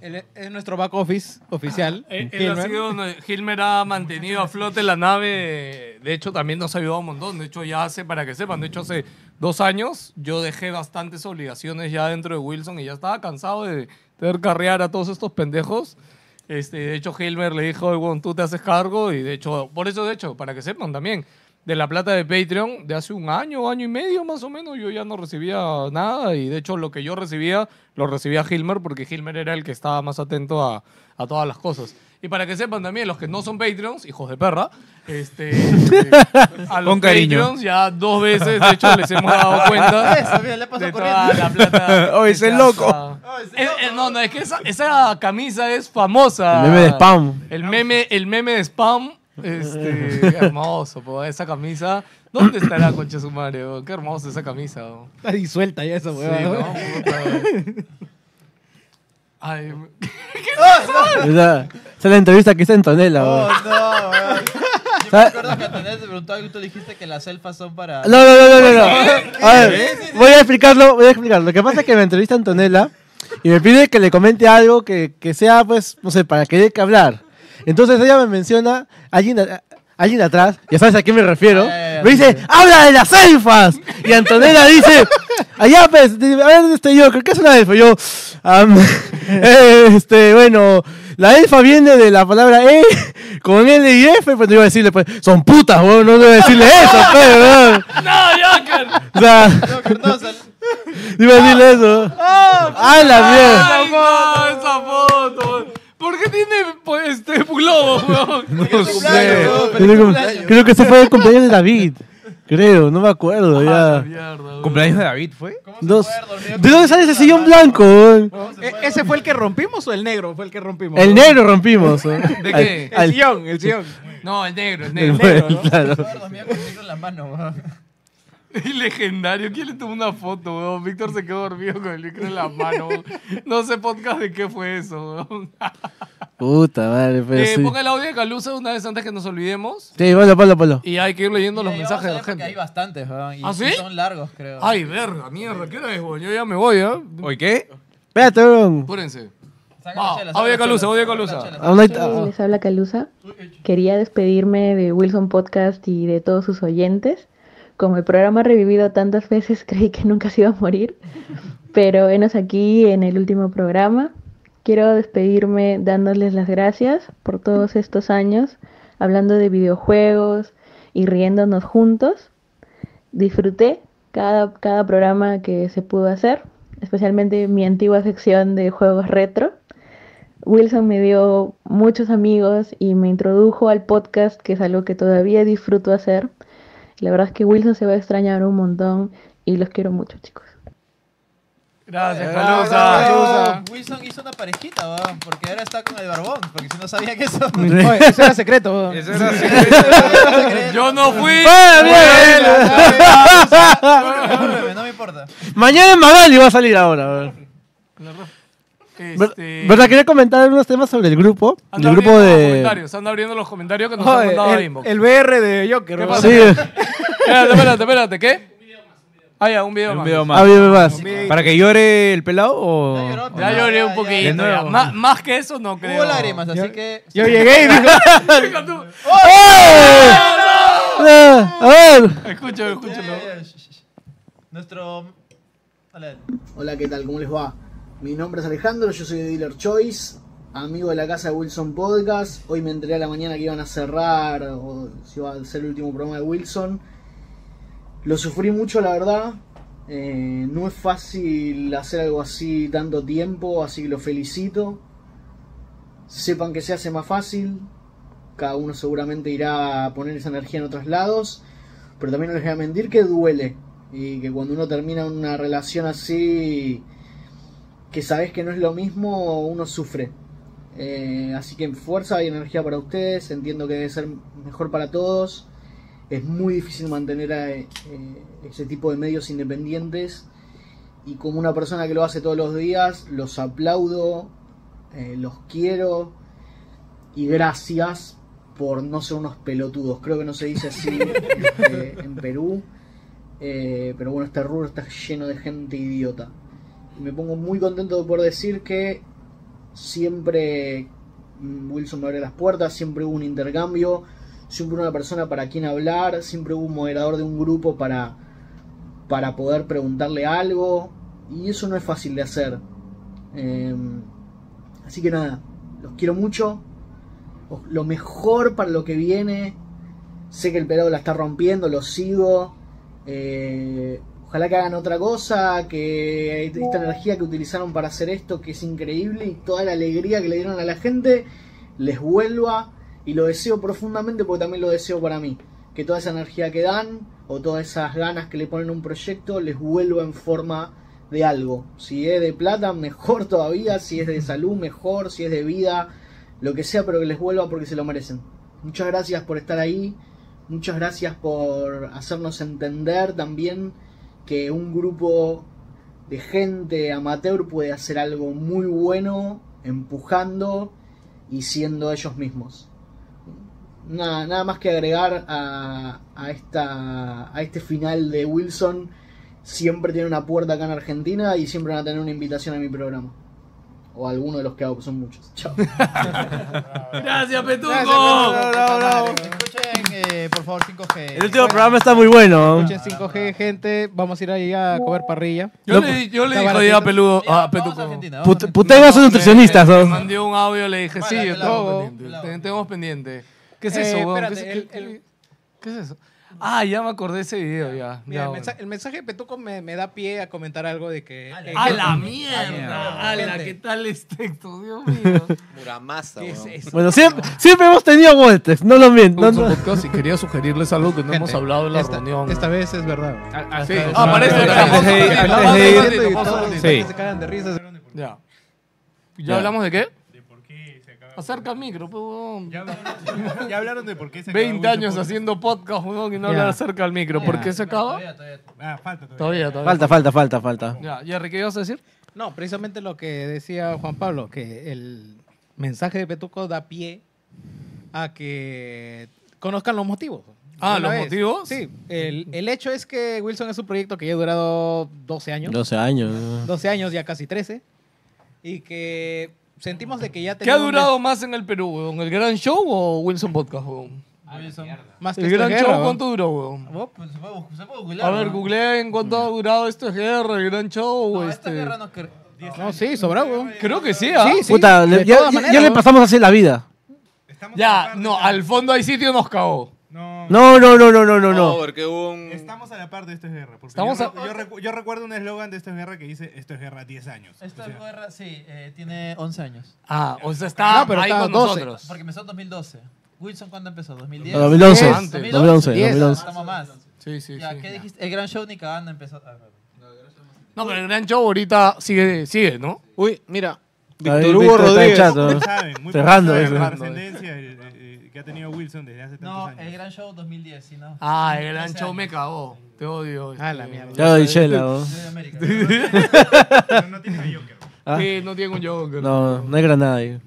[SPEAKER 8] Él es nuestro back office oficial.
[SPEAKER 1] Eh, Él ha
[SPEAKER 8] Hilmer.
[SPEAKER 1] sido, no, Hilmer ha mantenido a flote la nave. De hecho, también nos ha ayudado un montón. De hecho, ya hace, para que sepan, de hecho, hace dos años yo dejé bastantes obligaciones ya dentro de Wilson y ya estaba cansado de tener que arrear a todos estos pendejos. Este, de hecho, Hilmer le dijo, "Oye, huevón, tú te haces cargo y de hecho, por eso, de hecho, para que sepan también, de la plata de Patreon de hace un año, año y medio más o menos, yo ya no recibía nada y de hecho lo que yo recibía lo recibía Hilmer porque Hilmer era el que estaba más atento a, a todas las cosas. Y para que sepan también, los que no son Patreons, hijos de perra, este, eh, a los
[SPEAKER 7] Con cariño.
[SPEAKER 1] Patreons ya dos veces, de hecho, les hemos dado cuenta
[SPEAKER 2] Eso, mira, le pasó
[SPEAKER 1] de
[SPEAKER 2] corriendo.
[SPEAKER 1] toda la plata.
[SPEAKER 7] Oye,
[SPEAKER 1] que
[SPEAKER 7] ese
[SPEAKER 1] se
[SPEAKER 7] loco.
[SPEAKER 1] ha- Es- es- Eh, no, no, es que esa, esa camisa es famosa.
[SPEAKER 4] El meme de Spam.
[SPEAKER 1] El meme, el meme de Spam. Este, qué hermoso, po, esa camisa. ¿Dónde estará, concha su madre? po? Qué hermosa esa camisa. po.
[SPEAKER 8] Está disuelta ya esa
[SPEAKER 1] Sí,
[SPEAKER 8] hueva. ¿no?
[SPEAKER 1] no, puta. Ay,
[SPEAKER 4] Esa esa es la entrevista que hice en Tonela.
[SPEAKER 2] Oh,
[SPEAKER 4] weón.
[SPEAKER 2] no, weón. Yo me
[SPEAKER 4] ¿Sabes?
[SPEAKER 2] acuerdo que Antonella te preguntó algo y tú dijiste que las elfas son para...
[SPEAKER 4] No, no, no, no, no. no. A ver, voy a explicarlo, voy a explicarlo. Lo que pasa es que me entrevista Antonella y me pide que le comente algo que, que sea, pues, no sé, para que dé que hablar. Entonces ella me menciona alguien, a- alguien de atrás, ya sabes a qué me refiero, me dice, ¡habla de las elfas! Y Antonella dice, allá pues, di- a ver, este, yo, ¿qué es una elfa? Yo, am, eh, este, bueno, la elfa viene de la palabra E con L y F, pero yo iba a decirle, pues, son putas, weón, no debo decirle eso, pues, weón. O sea, iba a decirle eso. ¡Ah, la mierda!
[SPEAKER 1] Ay, no, esa foto. ¿Por qué tiene pues, este globo, weón?
[SPEAKER 7] No sé.
[SPEAKER 4] Creo que- Creo que ese fue el cumpleaños de David. Creo, no me acuerdo ya.
[SPEAKER 7] ¿Cumpleaños de David fue?
[SPEAKER 4] Dos. ¿De dónde sale ese sillón blanco? weón?
[SPEAKER 8] ¿E- ¿Ese fue el que rompimos o el negro? Fue el que rompimos.
[SPEAKER 4] El negro rompimos. ¿eh?
[SPEAKER 8] ¿De
[SPEAKER 4] Al-
[SPEAKER 8] qué?
[SPEAKER 4] al-
[SPEAKER 8] El sillón, el sillón.
[SPEAKER 1] No, el negro, el
[SPEAKER 4] El
[SPEAKER 1] negro.
[SPEAKER 4] negro, ¿no? Claro.
[SPEAKER 2] Dormía con el negro en la mano, weón.
[SPEAKER 1] Legendario, ¿quién le tomó una foto, weón? Víctor se quedó dormido con el micro en la mano. weón. No sé podcast de qué fue eso, weón.
[SPEAKER 4] Puta madre, pero
[SPEAKER 1] Eh,
[SPEAKER 4] sí.
[SPEAKER 1] Ponga el audio de Calusa una vez antes que nos olvidemos.
[SPEAKER 4] Sí, ponlo, ponlo, ponlo.
[SPEAKER 1] Y hay que ir leyendo los mensajes de la
[SPEAKER 2] Porque hay
[SPEAKER 1] gente.
[SPEAKER 2] bastantes, weón. y-
[SPEAKER 1] ¿Ah,
[SPEAKER 2] y
[SPEAKER 1] sí?
[SPEAKER 2] Son largos, creo.
[SPEAKER 1] Ay, verga, mierda, ¿qué hora es, weón? Yo ya me voy, ¿eh?
[SPEAKER 7] ¿Oye qué?
[SPEAKER 4] Espérate, weón.
[SPEAKER 1] Apúrense.
[SPEAKER 2] Saca las
[SPEAKER 1] Va,
[SPEAKER 2] chelas, saca
[SPEAKER 1] audio
[SPEAKER 2] las
[SPEAKER 1] de Calusa,
[SPEAKER 2] chelas,
[SPEAKER 1] audio de
[SPEAKER 2] saca las
[SPEAKER 1] Calusa.
[SPEAKER 2] chelas.
[SPEAKER 4] Aún ahí está.
[SPEAKER 15] Hola, les habla Calusa. Quería despedirme de Wilson Podcast y de todos sus oyentes. Como el programa ha revivido tantas veces, creí que nunca se iba a morir. Pero venos aquí en el último programa. Quiero despedirme dándoles las gracias por todos estos años, hablando de videojuegos y riéndonos juntos. Disfruté cada, cada programa que se pudo hacer, especialmente mi antigua sección de juegos retro. Wilson me dio muchos amigos y me introdujo al podcast, que es algo que todavía disfruto hacer. La verdad es que Wilson se va a extrañar un montón y los quiero mucho, chicos.
[SPEAKER 1] Gracias,
[SPEAKER 2] Ah,
[SPEAKER 1] Calusa.
[SPEAKER 2] Wilson hizo una parejita, weón, porque ahora está con el barbón, porque si no sabía que eso.
[SPEAKER 8] Oye, eso era secreto. weón.
[SPEAKER 1] Yo no fui.
[SPEAKER 2] Ah,
[SPEAKER 4] ¡Eh, bien!
[SPEAKER 2] No me importa.
[SPEAKER 4] Mañana en Magali va a salir ahora. weón. Ver-
[SPEAKER 1] Este-
[SPEAKER 4] ¿Verdad? Quería comentar unos temas sobre el grupo.
[SPEAKER 1] Anda
[SPEAKER 4] el grupo
[SPEAKER 1] abriendo los
[SPEAKER 4] de.
[SPEAKER 1] comentarios, anda abriendo los comentarios que nos
[SPEAKER 8] Oye,
[SPEAKER 1] han mandado a
[SPEAKER 8] el,
[SPEAKER 1] inbox.
[SPEAKER 8] el BR de Joker.
[SPEAKER 1] ¿Qué
[SPEAKER 8] weón.
[SPEAKER 1] pasa? Espérate, espérate, espérate, ¿qué? Ah, ya, un video
[SPEAKER 5] Un
[SPEAKER 1] más.
[SPEAKER 5] video más.
[SPEAKER 4] Ah, video más.
[SPEAKER 1] Un video.
[SPEAKER 5] ¿Para que llore el pelado o.?
[SPEAKER 1] Ya lloré un
[SPEAKER 5] De
[SPEAKER 1] poquito. ya.
[SPEAKER 5] nuevo.
[SPEAKER 1] Má- Más que eso, no creo. Hubo lágrimas, así
[SPEAKER 2] que.
[SPEAKER 4] yo llegué y dijo- "Oh,
[SPEAKER 1] Dijo tú, ¡Eh!
[SPEAKER 4] Ah, ¡Eh! a ver.
[SPEAKER 1] Escúchalo, escúchalo.
[SPEAKER 2] Nuestro. Dale, dale.
[SPEAKER 18] Hola, ¿qué tal? ¿Cómo les va? Mi nombre es Alejandro, yo soy de Dealer Choice, amigo de la casa de Wilson Podcast. Hoy me enteré a la mañana que iban a cerrar, o si iba a ser el último programa de Wilson. Lo sufrí mucho, la verdad. Eh, no es fácil hacer algo así tanto tiempo, así que lo felicito. Sepan que se hace más fácil. Cada uno seguramente irá a poner esa energía en otros lados. Pero también no les voy a mentir que duele. Y que cuando uno termina una relación así, que sabes que no es lo mismo, uno sufre. Eh, así que fuerza y energía para ustedes. Entiendo que debe ser mejor para todos. Es muy difícil mantener a, eh, ese tipo de medios independientes. Y como una persona que lo hace todos los días, los aplaudo, eh, los quiero. Y gracias por no ser unos pelotudos. Creo que no se dice así eh, en Perú. Eh, pero bueno, este rubro está lleno de gente idiota. Y me pongo muy contento de poder decir que siempre mm, Wilson me abrió las puertas, siempre hubo un intercambio, siempre hubo una persona para quien hablar, siempre hubo un moderador de un grupo para, para poder preguntarle algo. Y eso no es fácil de hacer. Eh, así que nada, los quiero mucho. Os- Lo mejor para lo que viene. Sé que el pelado la está rompiendo, lo sigo. Eh, ojalá que hagan otra cosa, que esta energía que utilizaron para hacer esto, que es increíble, y toda la alegría que le dieron a la gente, les vuelva. Y lo deseo profundamente porque también lo deseo para mí. Que toda esa energía que dan o todas esas ganas que le ponen a un proyecto les vuelva en forma de algo. Si es de plata, mejor todavía. Si es de salud, mejor. Si es de vida, lo que sea, pero que les vuelva porque se lo merecen. Muchas gracias por estar ahí. Muchas gracias por hacernos entender también que un grupo de gente amateur puede hacer algo muy bueno empujando y siendo ellos mismos. Nada, nada más que agregar a, a esta, a este final de Wilson. Siempre tiene una puerta acá en Argentina y siempre van a tener una invitación a mi programa. O a alguno de los que hago, que son muchos. Chao.
[SPEAKER 1] Gracias, Petuco.
[SPEAKER 2] Gracias, Petuco. Escuchen, eh, por favor, 5G.
[SPEAKER 4] El último programa está muy bueno.
[SPEAKER 8] Escuchen 5G, gente. Vamos a ir ahí a comer parrilla.
[SPEAKER 1] Yo le, yo le dije hoy a Peludo, a Petuco.
[SPEAKER 4] Put- Putengas son nutricionistas.
[SPEAKER 1] Me
[SPEAKER 4] ¿no?
[SPEAKER 1] mandé un audio, le dije, sí, estamos pendientes. Tenemos pendiente. ¿Qué es
[SPEAKER 8] Eh,
[SPEAKER 1] eso, weón? ¿Qué,
[SPEAKER 8] espérate,
[SPEAKER 1] es-
[SPEAKER 8] el-
[SPEAKER 1] qué- qué es eso? Ah, ya me acordé de ese video, ya. ya,
[SPEAKER 8] Mira, el,
[SPEAKER 1] bueno.
[SPEAKER 8] mensaje, el mensaje de Petuco me, me da pie a comentar algo de que. eh,
[SPEAKER 1] ¡A la
[SPEAKER 8] gente-
[SPEAKER 1] mierda! ¡A la qué tal es texto, Dios mío!
[SPEAKER 3] Muramasa,
[SPEAKER 1] ¿Qué es
[SPEAKER 3] weón.
[SPEAKER 1] eso?
[SPEAKER 4] Bueno, siempre, siempre hemos tenido muertes, no lo miento.
[SPEAKER 1] Wilson Podcast y quería sugerirles algo que no hemos hablado en la reunión.
[SPEAKER 8] Esta vez es verdad.
[SPEAKER 1] ah, sí. Ah, parece que
[SPEAKER 8] Antes de ir-
[SPEAKER 1] estamos-
[SPEAKER 8] antes de ir-
[SPEAKER 1] estamos-
[SPEAKER 8] y
[SPEAKER 1] estamos-
[SPEAKER 8] todos
[SPEAKER 1] Sí.
[SPEAKER 8] se cagan de risa.
[SPEAKER 1] Ya. ¿Ya
[SPEAKER 8] Ya.
[SPEAKER 1] hablamos de qué? Acerca el micro, pues, huevón.
[SPEAKER 10] Ya hablaron de por qué se acaba
[SPEAKER 1] 20
[SPEAKER 10] Wilson
[SPEAKER 1] años
[SPEAKER 10] Podcast.
[SPEAKER 1] haciendo podcast, huevón, y
[SPEAKER 4] Ya.
[SPEAKER 1] no hablar acerca al micro. ¿Por
[SPEAKER 4] Ya.
[SPEAKER 1] qué se acaba?
[SPEAKER 10] Ah, falta todavía.
[SPEAKER 1] Todavía, todavía.
[SPEAKER 4] Falta, falta, falta, falta.
[SPEAKER 1] Ya, ya, ¿qué ibas a decir?
[SPEAKER 8] No, precisamente lo que decía Juan Pablo, que el mensaje de Petuco da pie a que conozcan los motivos.
[SPEAKER 1] Ah,
[SPEAKER 8] Una
[SPEAKER 1] ¿los motivos?
[SPEAKER 8] Sí, el, el hecho es que Wilson es un proyecto que ya ha durado 12 años.
[SPEAKER 4] 12 años.
[SPEAKER 8] 12 años, ya casi 13. Y que sentimos de que ya
[SPEAKER 1] ¿Qué ha
[SPEAKER 8] tenemos un
[SPEAKER 1] durado más en el Perú, huevón? ¿El Gran Show o Wilson Podcast, huevón?
[SPEAKER 8] Más que
[SPEAKER 1] ¿El Gran
[SPEAKER 8] extranjero,
[SPEAKER 1] Show
[SPEAKER 8] ¿no?
[SPEAKER 1] cuánto duró, huevón?
[SPEAKER 2] Vos, pues, se puede bus- se puede googlear,
[SPEAKER 1] A ver,
[SPEAKER 2] ¿no?
[SPEAKER 1] googleen cuánto ha durado esto es guerra, el Gran Show. o este...
[SPEAKER 2] No, cre-
[SPEAKER 8] No, sí, sobrado, weón.
[SPEAKER 1] Creo que sí, ¿ah?
[SPEAKER 4] Puta, le- ya, ya- ya le pasamos así la vida.
[SPEAKER 1] Ya, no, al fondo hay sitio nos cagó.
[SPEAKER 4] No, no, no, no, no, no.
[SPEAKER 1] Oh,
[SPEAKER 4] no.
[SPEAKER 10] porque hubo un... Estamos a la par de esto es guerra. porque
[SPEAKER 1] Estamos
[SPEAKER 10] yo,
[SPEAKER 1] a-
[SPEAKER 10] recu- yo recu- yo recuerdo un eslogan de esto es guerra que dice esto es guerra 10 años.
[SPEAKER 2] Esta guerra, sí, eh, tiene 11 años.
[SPEAKER 1] Ah, o sea, está
[SPEAKER 2] No, pero
[SPEAKER 1] ahí
[SPEAKER 2] está
[SPEAKER 1] con
[SPEAKER 2] 12.
[SPEAKER 1] nosotros.
[SPEAKER 2] Porque empezó en 2012. Wilson, ¿cuándo empezó? ¿2010?
[SPEAKER 4] 2011,
[SPEAKER 2] 2011,
[SPEAKER 4] 2011, 2011.
[SPEAKER 2] Estamos más.
[SPEAKER 1] Sí, sí,
[SPEAKER 2] ya,
[SPEAKER 1] sí.
[SPEAKER 2] ¿Qué dijiste? El Gran Show ni cagando empezó. Ah, bueno.
[SPEAKER 1] No, pero el Gran Show ahorita sigue, sigue ¿no?
[SPEAKER 3] Uy, mira.
[SPEAKER 4] Ahí Víctor Hugo está Rodríguez. en chat, ¿no?
[SPEAKER 10] Muy saben, muy
[SPEAKER 4] Cerrando
[SPEAKER 10] saben
[SPEAKER 4] eso.
[SPEAKER 10] La trascendencia el- eh, eh, que ha tenido Wilson desde hace tantos
[SPEAKER 2] No,
[SPEAKER 10] años.
[SPEAKER 2] el Gran Show 2010, si no.
[SPEAKER 1] Ah, el Gran
[SPEAKER 2] 13
[SPEAKER 1] Show
[SPEAKER 2] años.
[SPEAKER 1] me cagó. Te odio. Este,
[SPEAKER 8] Ah, la mierda.
[SPEAKER 4] Te odio, Shela, vos.
[SPEAKER 2] Soy de América.
[SPEAKER 1] Pero no tiene un Joker.
[SPEAKER 4] ¿Ah?
[SPEAKER 1] Sí, no tiene un Joker.
[SPEAKER 4] No, no hay granada ahí.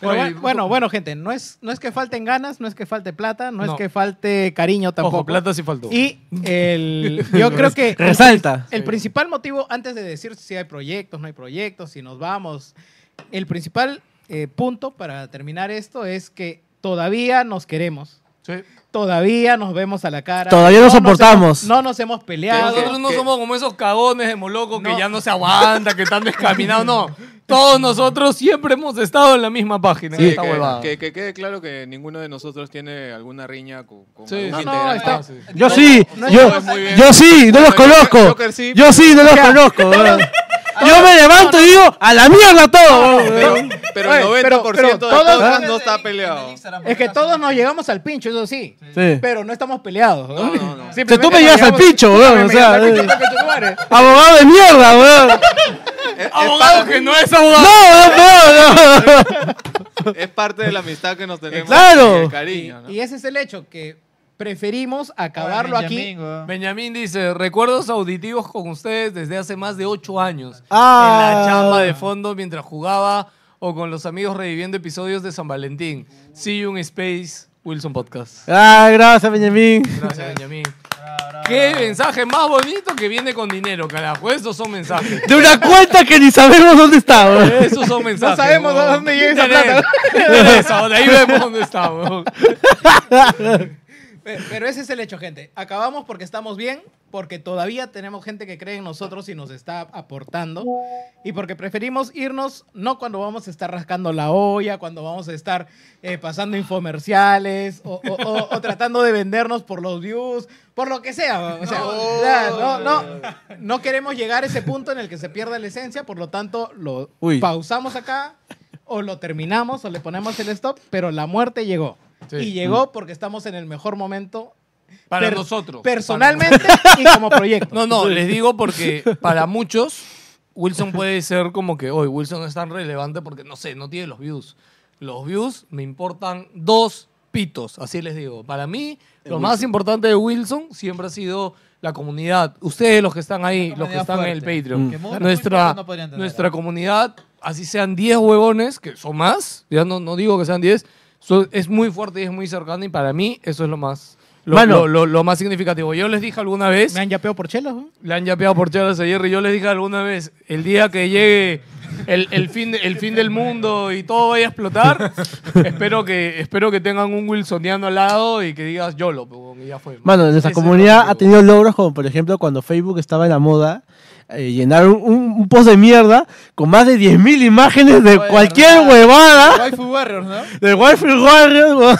[SPEAKER 8] Pero
[SPEAKER 19] Oye,
[SPEAKER 8] bueno, bueno, bueno, gente, no es, no es que falten ganas, no es que falte plata, no, es que falte cariño tampoco.
[SPEAKER 1] plata sí faltó.
[SPEAKER 8] Y el, yo creo que...
[SPEAKER 4] Resalta.
[SPEAKER 8] El principal motivo, antes de decir si hay proyectos, no hay proyectos, si nos vamos, el principal eh, punto para terminar esto es que todavía nos queremos. Todavía nos vemos a la cara.
[SPEAKER 4] Todavía nos
[SPEAKER 8] hemos-
[SPEAKER 4] soportamos.
[SPEAKER 8] no nos hemos peleado.
[SPEAKER 1] Nosotros no somos como esos cagones de Moloco que ya no se aguanta, que están descaminados. No, todos nosotros siempre hemos estado en la misma página. en
[SPEAKER 20] Sí,
[SPEAKER 1] esta huevada.
[SPEAKER 20] que, que, que quede claro que ninguno de nosotros tiene alguna riña con, con
[SPEAKER 1] Sí.
[SPEAKER 20] algún
[SPEAKER 1] No, no,
[SPEAKER 20] integrante.
[SPEAKER 1] está-
[SPEAKER 4] Yo sí,
[SPEAKER 20] No,
[SPEAKER 4] yo,
[SPEAKER 20] no, muy bien.
[SPEAKER 4] yo sí, no los
[SPEAKER 20] Joker-
[SPEAKER 4] conozco.
[SPEAKER 20] Joker sí.
[SPEAKER 4] Yo sí, no los
[SPEAKER 20] O sea,
[SPEAKER 4] conozco. weón. Yo me levanto y digo, a la mierda todo. weón.
[SPEAKER 20] Pero el 90%
[SPEAKER 8] Oye, pero- pero
[SPEAKER 20] de
[SPEAKER 8] todos-
[SPEAKER 20] todos no está peleado.
[SPEAKER 8] Es que todos nos llegamos al pincho, eso sí.
[SPEAKER 4] Sí.
[SPEAKER 8] Pero no estamos peleados. ¿no?
[SPEAKER 4] O sea,
[SPEAKER 8] Simplemente
[SPEAKER 4] tú me
[SPEAKER 8] nos
[SPEAKER 4] llegas al
[SPEAKER 8] llegamos-
[SPEAKER 4] pincho,
[SPEAKER 8] tú
[SPEAKER 4] weón.
[SPEAKER 8] me
[SPEAKER 4] O
[SPEAKER 8] llegas
[SPEAKER 4] sea,
[SPEAKER 8] al pincho,
[SPEAKER 4] eh,
[SPEAKER 8] coño, tu madre.
[SPEAKER 4] abogado de mierda, weón.
[SPEAKER 1] Abogado que no es abogado.
[SPEAKER 4] No, no, no.
[SPEAKER 20] Es parte de la amistad que nos tenemos.
[SPEAKER 4] Claro.
[SPEAKER 20] y el cariño, ¿no?
[SPEAKER 8] Y ese es el hecho, que preferimos acabarlo aquí.
[SPEAKER 1] Benjamín dice, recuerdos auditivos con ustedes desde hace más de ocho años.
[SPEAKER 4] Ah.
[SPEAKER 1] En la chamba de fondo mientras jugaba o con los amigos reviviendo episodios de San Valentín. See you in space, Wilson Podcast.
[SPEAKER 4] Ah, gracias, Benjamín.
[SPEAKER 1] Gracias, Benjamín. Qué mensaje más bonito que viene con dinero, carajo. Esos son mensajes.
[SPEAKER 4] De una cuenta que ni sabemos dónde está, weón.
[SPEAKER 1] Esos son mensajes.
[SPEAKER 8] sabemos
[SPEAKER 1] huevón.
[SPEAKER 8] dónde llega esa
[SPEAKER 1] Internet.
[SPEAKER 8] plata.
[SPEAKER 1] Internet, eso, de ahí vemos dónde
[SPEAKER 7] Ah,
[SPEAKER 1] está, huevón.
[SPEAKER 8] Pe- Pero ese es el hecho, gente. Acabamos porque estamos bien, porque todavía tenemos gente que cree en nosotros y nos está aportando. Y porque preferimos irnos no cuando vamos a estar rascando la olla, cuando vamos a estar eh, pasando infomerciales o, o- o- o tratando de vendernos por los views, por lo que sea. O sea, ya, no, no, no queremos llegar a ese punto en el que se pierda la esencia, por lo tanto lo
[SPEAKER 4] Uy.
[SPEAKER 8] pausamos acá o lo terminamos o le ponemos el stop, pero la muerte llegó.
[SPEAKER 1] Sí.
[SPEAKER 8] Y llegó porque estamos en el mejor momento.
[SPEAKER 1] Para
[SPEAKER 8] per-
[SPEAKER 1] nosotros.
[SPEAKER 8] Personalmente y como proyecto.
[SPEAKER 1] No, no, les digo porque para muchos Wilson puede ser como que hoy Wilson no es tan relevante porque no sé, no tiene los views. Los views me importan dos pitos, así les digo. Para mí,
[SPEAKER 2] El
[SPEAKER 1] lo
[SPEAKER 2] Wilson.
[SPEAKER 1] más importante de Wilson siempre ha sido la comunidad. Ustedes los que están ahí, los que
[SPEAKER 2] comunidad
[SPEAKER 1] están en
[SPEAKER 2] fuerte,
[SPEAKER 1] el Patreon.
[SPEAKER 2] que muy- muy
[SPEAKER 1] Nuestra,
[SPEAKER 2] pocos no podrían tener.
[SPEAKER 1] nuestra comunidad, así sean 10 huevones, que son más, ya no, no digo que sean 10, so- es muy fuerte y es muy cercana y para mí eso es lo más... Lo,
[SPEAKER 4] Mano.
[SPEAKER 1] lo- lo- lo más significativo. Yo les dije alguna vez.
[SPEAKER 8] Me han yapeado por chelas, ¿no?
[SPEAKER 1] Le han yapeado por chelas a Jerry. Yo les dije alguna vez, el día que llegue el, el fin, de- el fin del mundo y todo vaya a explotar, espero que, espero que tengan un Wilsoniano al lado y que digas YOLO, pues, huevón", y ya fue.
[SPEAKER 4] Mano, nuestra
[SPEAKER 1] Ese es
[SPEAKER 4] comunidad ha tenido logros como, por ejemplo, cuando Facebook estaba en la moda, eh, llenaron un, un post de mierda con más de 10.000 imágenes de cualquier huevada.
[SPEAKER 2] Waifu Warriors, ¿no?
[SPEAKER 4] De Wi-Fi Warriors. weón.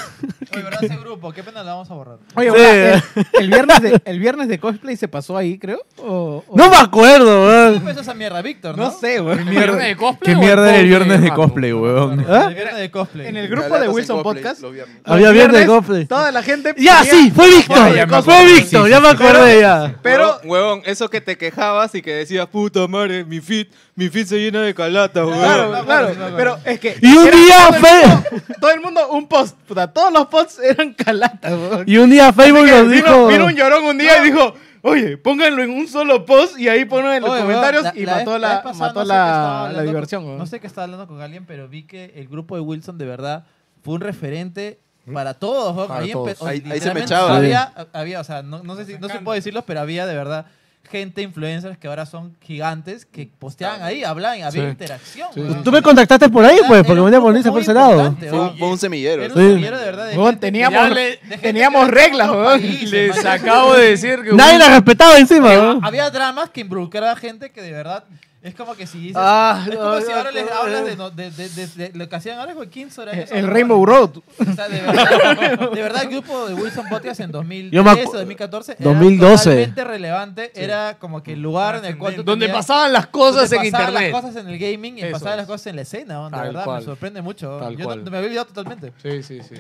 [SPEAKER 2] Oye, ¿verdad ese grupo? ¿Qué pena la vamos a borrar?
[SPEAKER 8] Oye,
[SPEAKER 4] Sí.
[SPEAKER 8] hola, el, el viernes de, el viernes de cosplay se pasó ahí, creo. o- o-
[SPEAKER 4] No me acuerdo, weón.
[SPEAKER 2] es esa mierda, Víctor?
[SPEAKER 8] No sé, güey.
[SPEAKER 21] ¿Qué mierda era el viernes de cosplay,
[SPEAKER 7] ¿Eh?
[SPEAKER 21] huevón?
[SPEAKER 4] ¿Ah?
[SPEAKER 2] El viernes de cosplay.
[SPEAKER 8] En el grupo de Wilson Podcast. los
[SPEAKER 4] Había viernes de
[SPEAKER 8] viernes,
[SPEAKER 4] cosplay.
[SPEAKER 8] Toda la gente.
[SPEAKER 4] Ya,
[SPEAKER 8] ponía-
[SPEAKER 4] sí, fue Víctor.
[SPEAKER 8] Oye,
[SPEAKER 4] Ya me
[SPEAKER 8] cosplay.
[SPEAKER 4] Fue Víctor, ya me acordé ya.
[SPEAKER 20] Pero, huevón, eso que te quejabas y que decías, puta madre, mi fit, mi fit se llena de calata, huevón.
[SPEAKER 8] Claro, claro, pero es que.
[SPEAKER 4] Y un
[SPEAKER 8] era
[SPEAKER 4] día
[SPEAKER 8] todo el
[SPEAKER 4] fe-
[SPEAKER 8] mundo- Todo el mundo, un post. Puta, todos los posts eran calatas, weón.
[SPEAKER 4] Y un día Facebook
[SPEAKER 8] Así que
[SPEAKER 4] nos
[SPEAKER 8] vino-
[SPEAKER 4] dijo.
[SPEAKER 8] Vino un llorón un día y dijo, oye, pónganlo en un solo post y ahí ponen en los
[SPEAKER 2] Oye, weón,
[SPEAKER 8] comentarios
[SPEAKER 2] la-
[SPEAKER 8] y
[SPEAKER 2] la
[SPEAKER 8] mató
[SPEAKER 2] vez-
[SPEAKER 8] la,
[SPEAKER 2] vez pasada
[SPEAKER 8] mató
[SPEAKER 2] no sé
[SPEAKER 8] la-
[SPEAKER 2] qué estaba
[SPEAKER 8] la
[SPEAKER 2] hablando con-
[SPEAKER 8] diversión. weón.
[SPEAKER 2] No sé qué estaba hablando con alguien, pero vi que el grupo de Wilson de verdad fue un referente para todos. weón.
[SPEAKER 6] ¿Mm? Para
[SPEAKER 2] ahí, empe-
[SPEAKER 6] todos.
[SPEAKER 2] o-
[SPEAKER 6] Ahí- ahí se
[SPEAKER 2] literalmente
[SPEAKER 6] mechaban.
[SPEAKER 2] Había, había, o sea, no, no sé si, no se puede decirlos, pero había de verdad gente, influencers que ahora son gigantes que posteaban ahí, hablaban, había
[SPEAKER 4] Sí.
[SPEAKER 2] interacción.
[SPEAKER 4] Sí.
[SPEAKER 2] weón.
[SPEAKER 4] Tú me contactaste por ahí, pues, porque venía por ese por
[SPEAKER 2] muy
[SPEAKER 4] ese lado.
[SPEAKER 2] importante, Fue un-
[SPEAKER 6] Fue un semillero.
[SPEAKER 2] Era un
[SPEAKER 4] Sí.
[SPEAKER 2] semillero de verdad. de
[SPEAKER 8] Weón,
[SPEAKER 2] gente-
[SPEAKER 8] teníamos,
[SPEAKER 2] Ya le-
[SPEAKER 8] teníamos reglas, weón.
[SPEAKER 1] Les acabo de decir que...
[SPEAKER 4] Nadie la respetaba encima,
[SPEAKER 2] Había-
[SPEAKER 4] weón.
[SPEAKER 2] Había dramas que involucraba gente que de verdad es como que si dices.
[SPEAKER 4] Ah,
[SPEAKER 2] es como
[SPEAKER 4] no,
[SPEAKER 2] si
[SPEAKER 4] no,
[SPEAKER 2] ahora les
[SPEAKER 4] no,
[SPEAKER 2] hablas
[SPEAKER 4] no. Eh,
[SPEAKER 2] de, no- de- de- de- de lo que hacían ahora con 15 horas.
[SPEAKER 8] El- el Rainbow Road.
[SPEAKER 2] O sea, de verdad, de verdad, el grupo de Wilson Podcast en 2013
[SPEAKER 4] acu-
[SPEAKER 2] o 2014 era
[SPEAKER 4] 2012.
[SPEAKER 2] totalmente relevante. Era como que el lugar en el cual tú
[SPEAKER 1] Donde
[SPEAKER 2] tenías-
[SPEAKER 1] pasaban las cosas
[SPEAKER 2] donde
[SPEAKER 1] en
[SPEAKER 2] pasaban
[SPEAKER 1] internet.
[SPEAKER 2] las cosas en el gaming y
[SPEAKER 1] Eso
[SPEAKER 2] pasaban
[SPEAKER 1] es.
[SPEAKER 2] las cosas en la escena. ¿no? De
[SPEAKER 1] Tal
[SPEAKER 2] verdad,
[SPEAKER 1] cual.
[SPEAKER 2] me sorprende mucho.
[SPEAKER 1] Tal
[SPEAKER 2] Yo no-
[SPEAKER 1] cual.
[SPEAKER 2] me había olvidado totalmente.
[SPEAKER 1] Sí, sí, sí.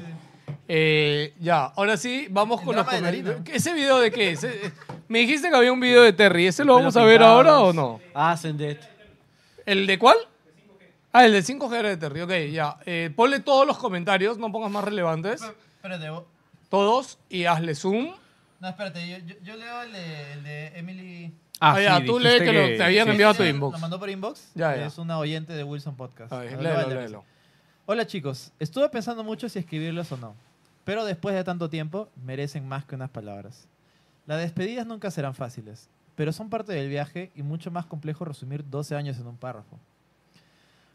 [SPEAKER 1] Eh, ya, ahora sí, vamos con los comentarios. ¿Ese video de qué? es? Eh, Me dijiste que había un video de Terry. ¿Ese lo vamos a ver ahora o no?
[SPEAKER 4] Ah, Sendet.
[SPEAKER 1] ¿El de cuál? Ah, el de 5G era de Terry. Ok, ya. Eh, ponle todos los comentarios, no pongas más relevantes.
[SPEAKER 2] Espérate, vos-
[SPEAKER 1] Todos y hazle zoom.
[SPEAKER 2] no, espérate, yo, yo- yo leo el de, el de Emily.
[SPEAKER 1] Ah, Ah, ya, sí, tú lees dijiste que lo- que- te habían enviado a tu inbox.
[SPEAKER 2] Lo mandó por inbox.
[SPEAKER 1] Ya, ya.
[SPEAKER 2] Es una oyente de Wilson Podcast.
[SPEAKER 1] A ver,
[SPEAKER 2] Lo
[SPEAKER 1] léelo,
[SPEAKER 2] voy a leer.
[SPEAKER 1] léelo.
[SPEAKER 2] Hola chicos, estuve pensando mucho si escribirlos o no, pero después de tanto tiempo merecen más que unas palabras. Las despedidas nunca serán fáciles, pero son parte del viaje y mucho más complejo resumir 12 años en un párrafo.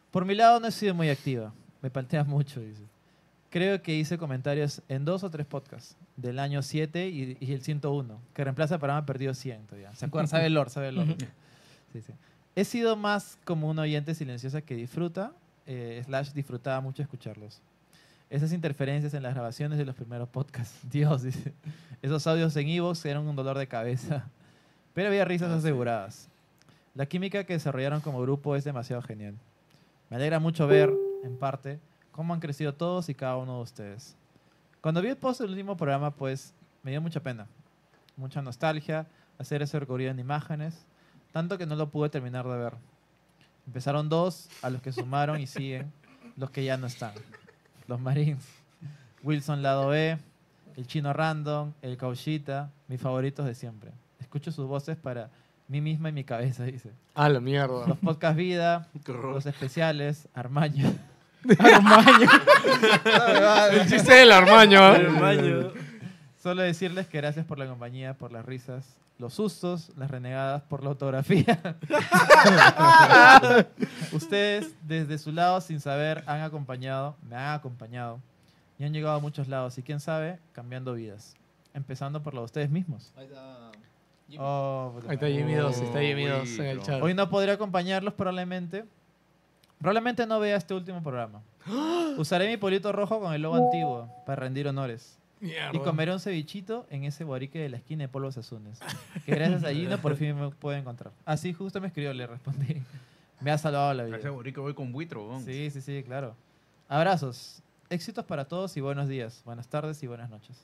[SPEAKER 2] Por mi lado no he sido muy activa, me palteas mucho, dice. Creo que hice comentarios en dos o tres podcasts, del año 7 y, y el 101, que reemplaza para programa Perdido 100 ya. ¿Se acuerdan? Sabe el Lord, sabe el Lord. Sí, sí. He sido más como una oyente silenciosa que disfruta, eh, slash disfrutaba mucho escucharlos. Esas interferencias en las grabaciones de los primeros podcasts. Dios, dice. Esos audios en Evox eran un dolor de cabeza. Pero había risas aseguradas. La química que desarrollaron como grupo es demasiado genial. Me alegra mucho ver, en parte, cómo han crecido todos y cada uno de ustedes. Cuando vi el post del último programa, pues me dio mucha pena, mucha nostalgia, hacer ese recorrido en imágenes, tanto que no lo pude terminar de ver. Empezaron dos, a los que sumaron y siguen, los que ya no están. Los Marines, Wilson Lado B, el Chino Random, el Cauchita, mis favoritos de siempre. Escucho sus voces para mí misma y mi cabeza, dice.
[SPEAKER 1] Ah, la mierda.
[SPEAKER 2] Los podcast vida, los especiales, Armaño.
[SPEAKER 1] Armaño. El chiste del Armaño, ¿eh? El Armaño.
[SPEAKER 2] Solo decirles que gracias por la compañía, por las risas, los sustos, las renegadas, por la autografía. Ustedes, desde su lado, sin saber, han acompañado, me han acompañado y han llegado a muchos lados y quién sabe, cambiando vidas. Empezando por la de ustedes mismos. Oh, puta
[SPEAKER 1] Ahí está
[SPEAKER 2] madre.
[SPEAKER 1] Jimmy dos, está Jimmy dos en el chat.
[SPEAKER 2] Hoy no podré acompañarlos probablemente. Probablemente no vea este último programa. Usaré mi polito rojo con el logo antiguo para rendir honores.
[SPEAKER 1] Mierda.
[SPEAKER 2] Y comeré un cevichito en ese guarique de la esquina de Polvos Azules. Que gracias a Gino por fin me puedo encontrar. Así justo me escribió, le respondí. Me ha salvado la vida.
[SPEAKER 7] Ese guarique voy con buitro, weón.
[SPEAKER 2] Sí, sí, sí, claro. Abrazos. Éxitos para todos y buenos días, buenas tardes y buenas noches.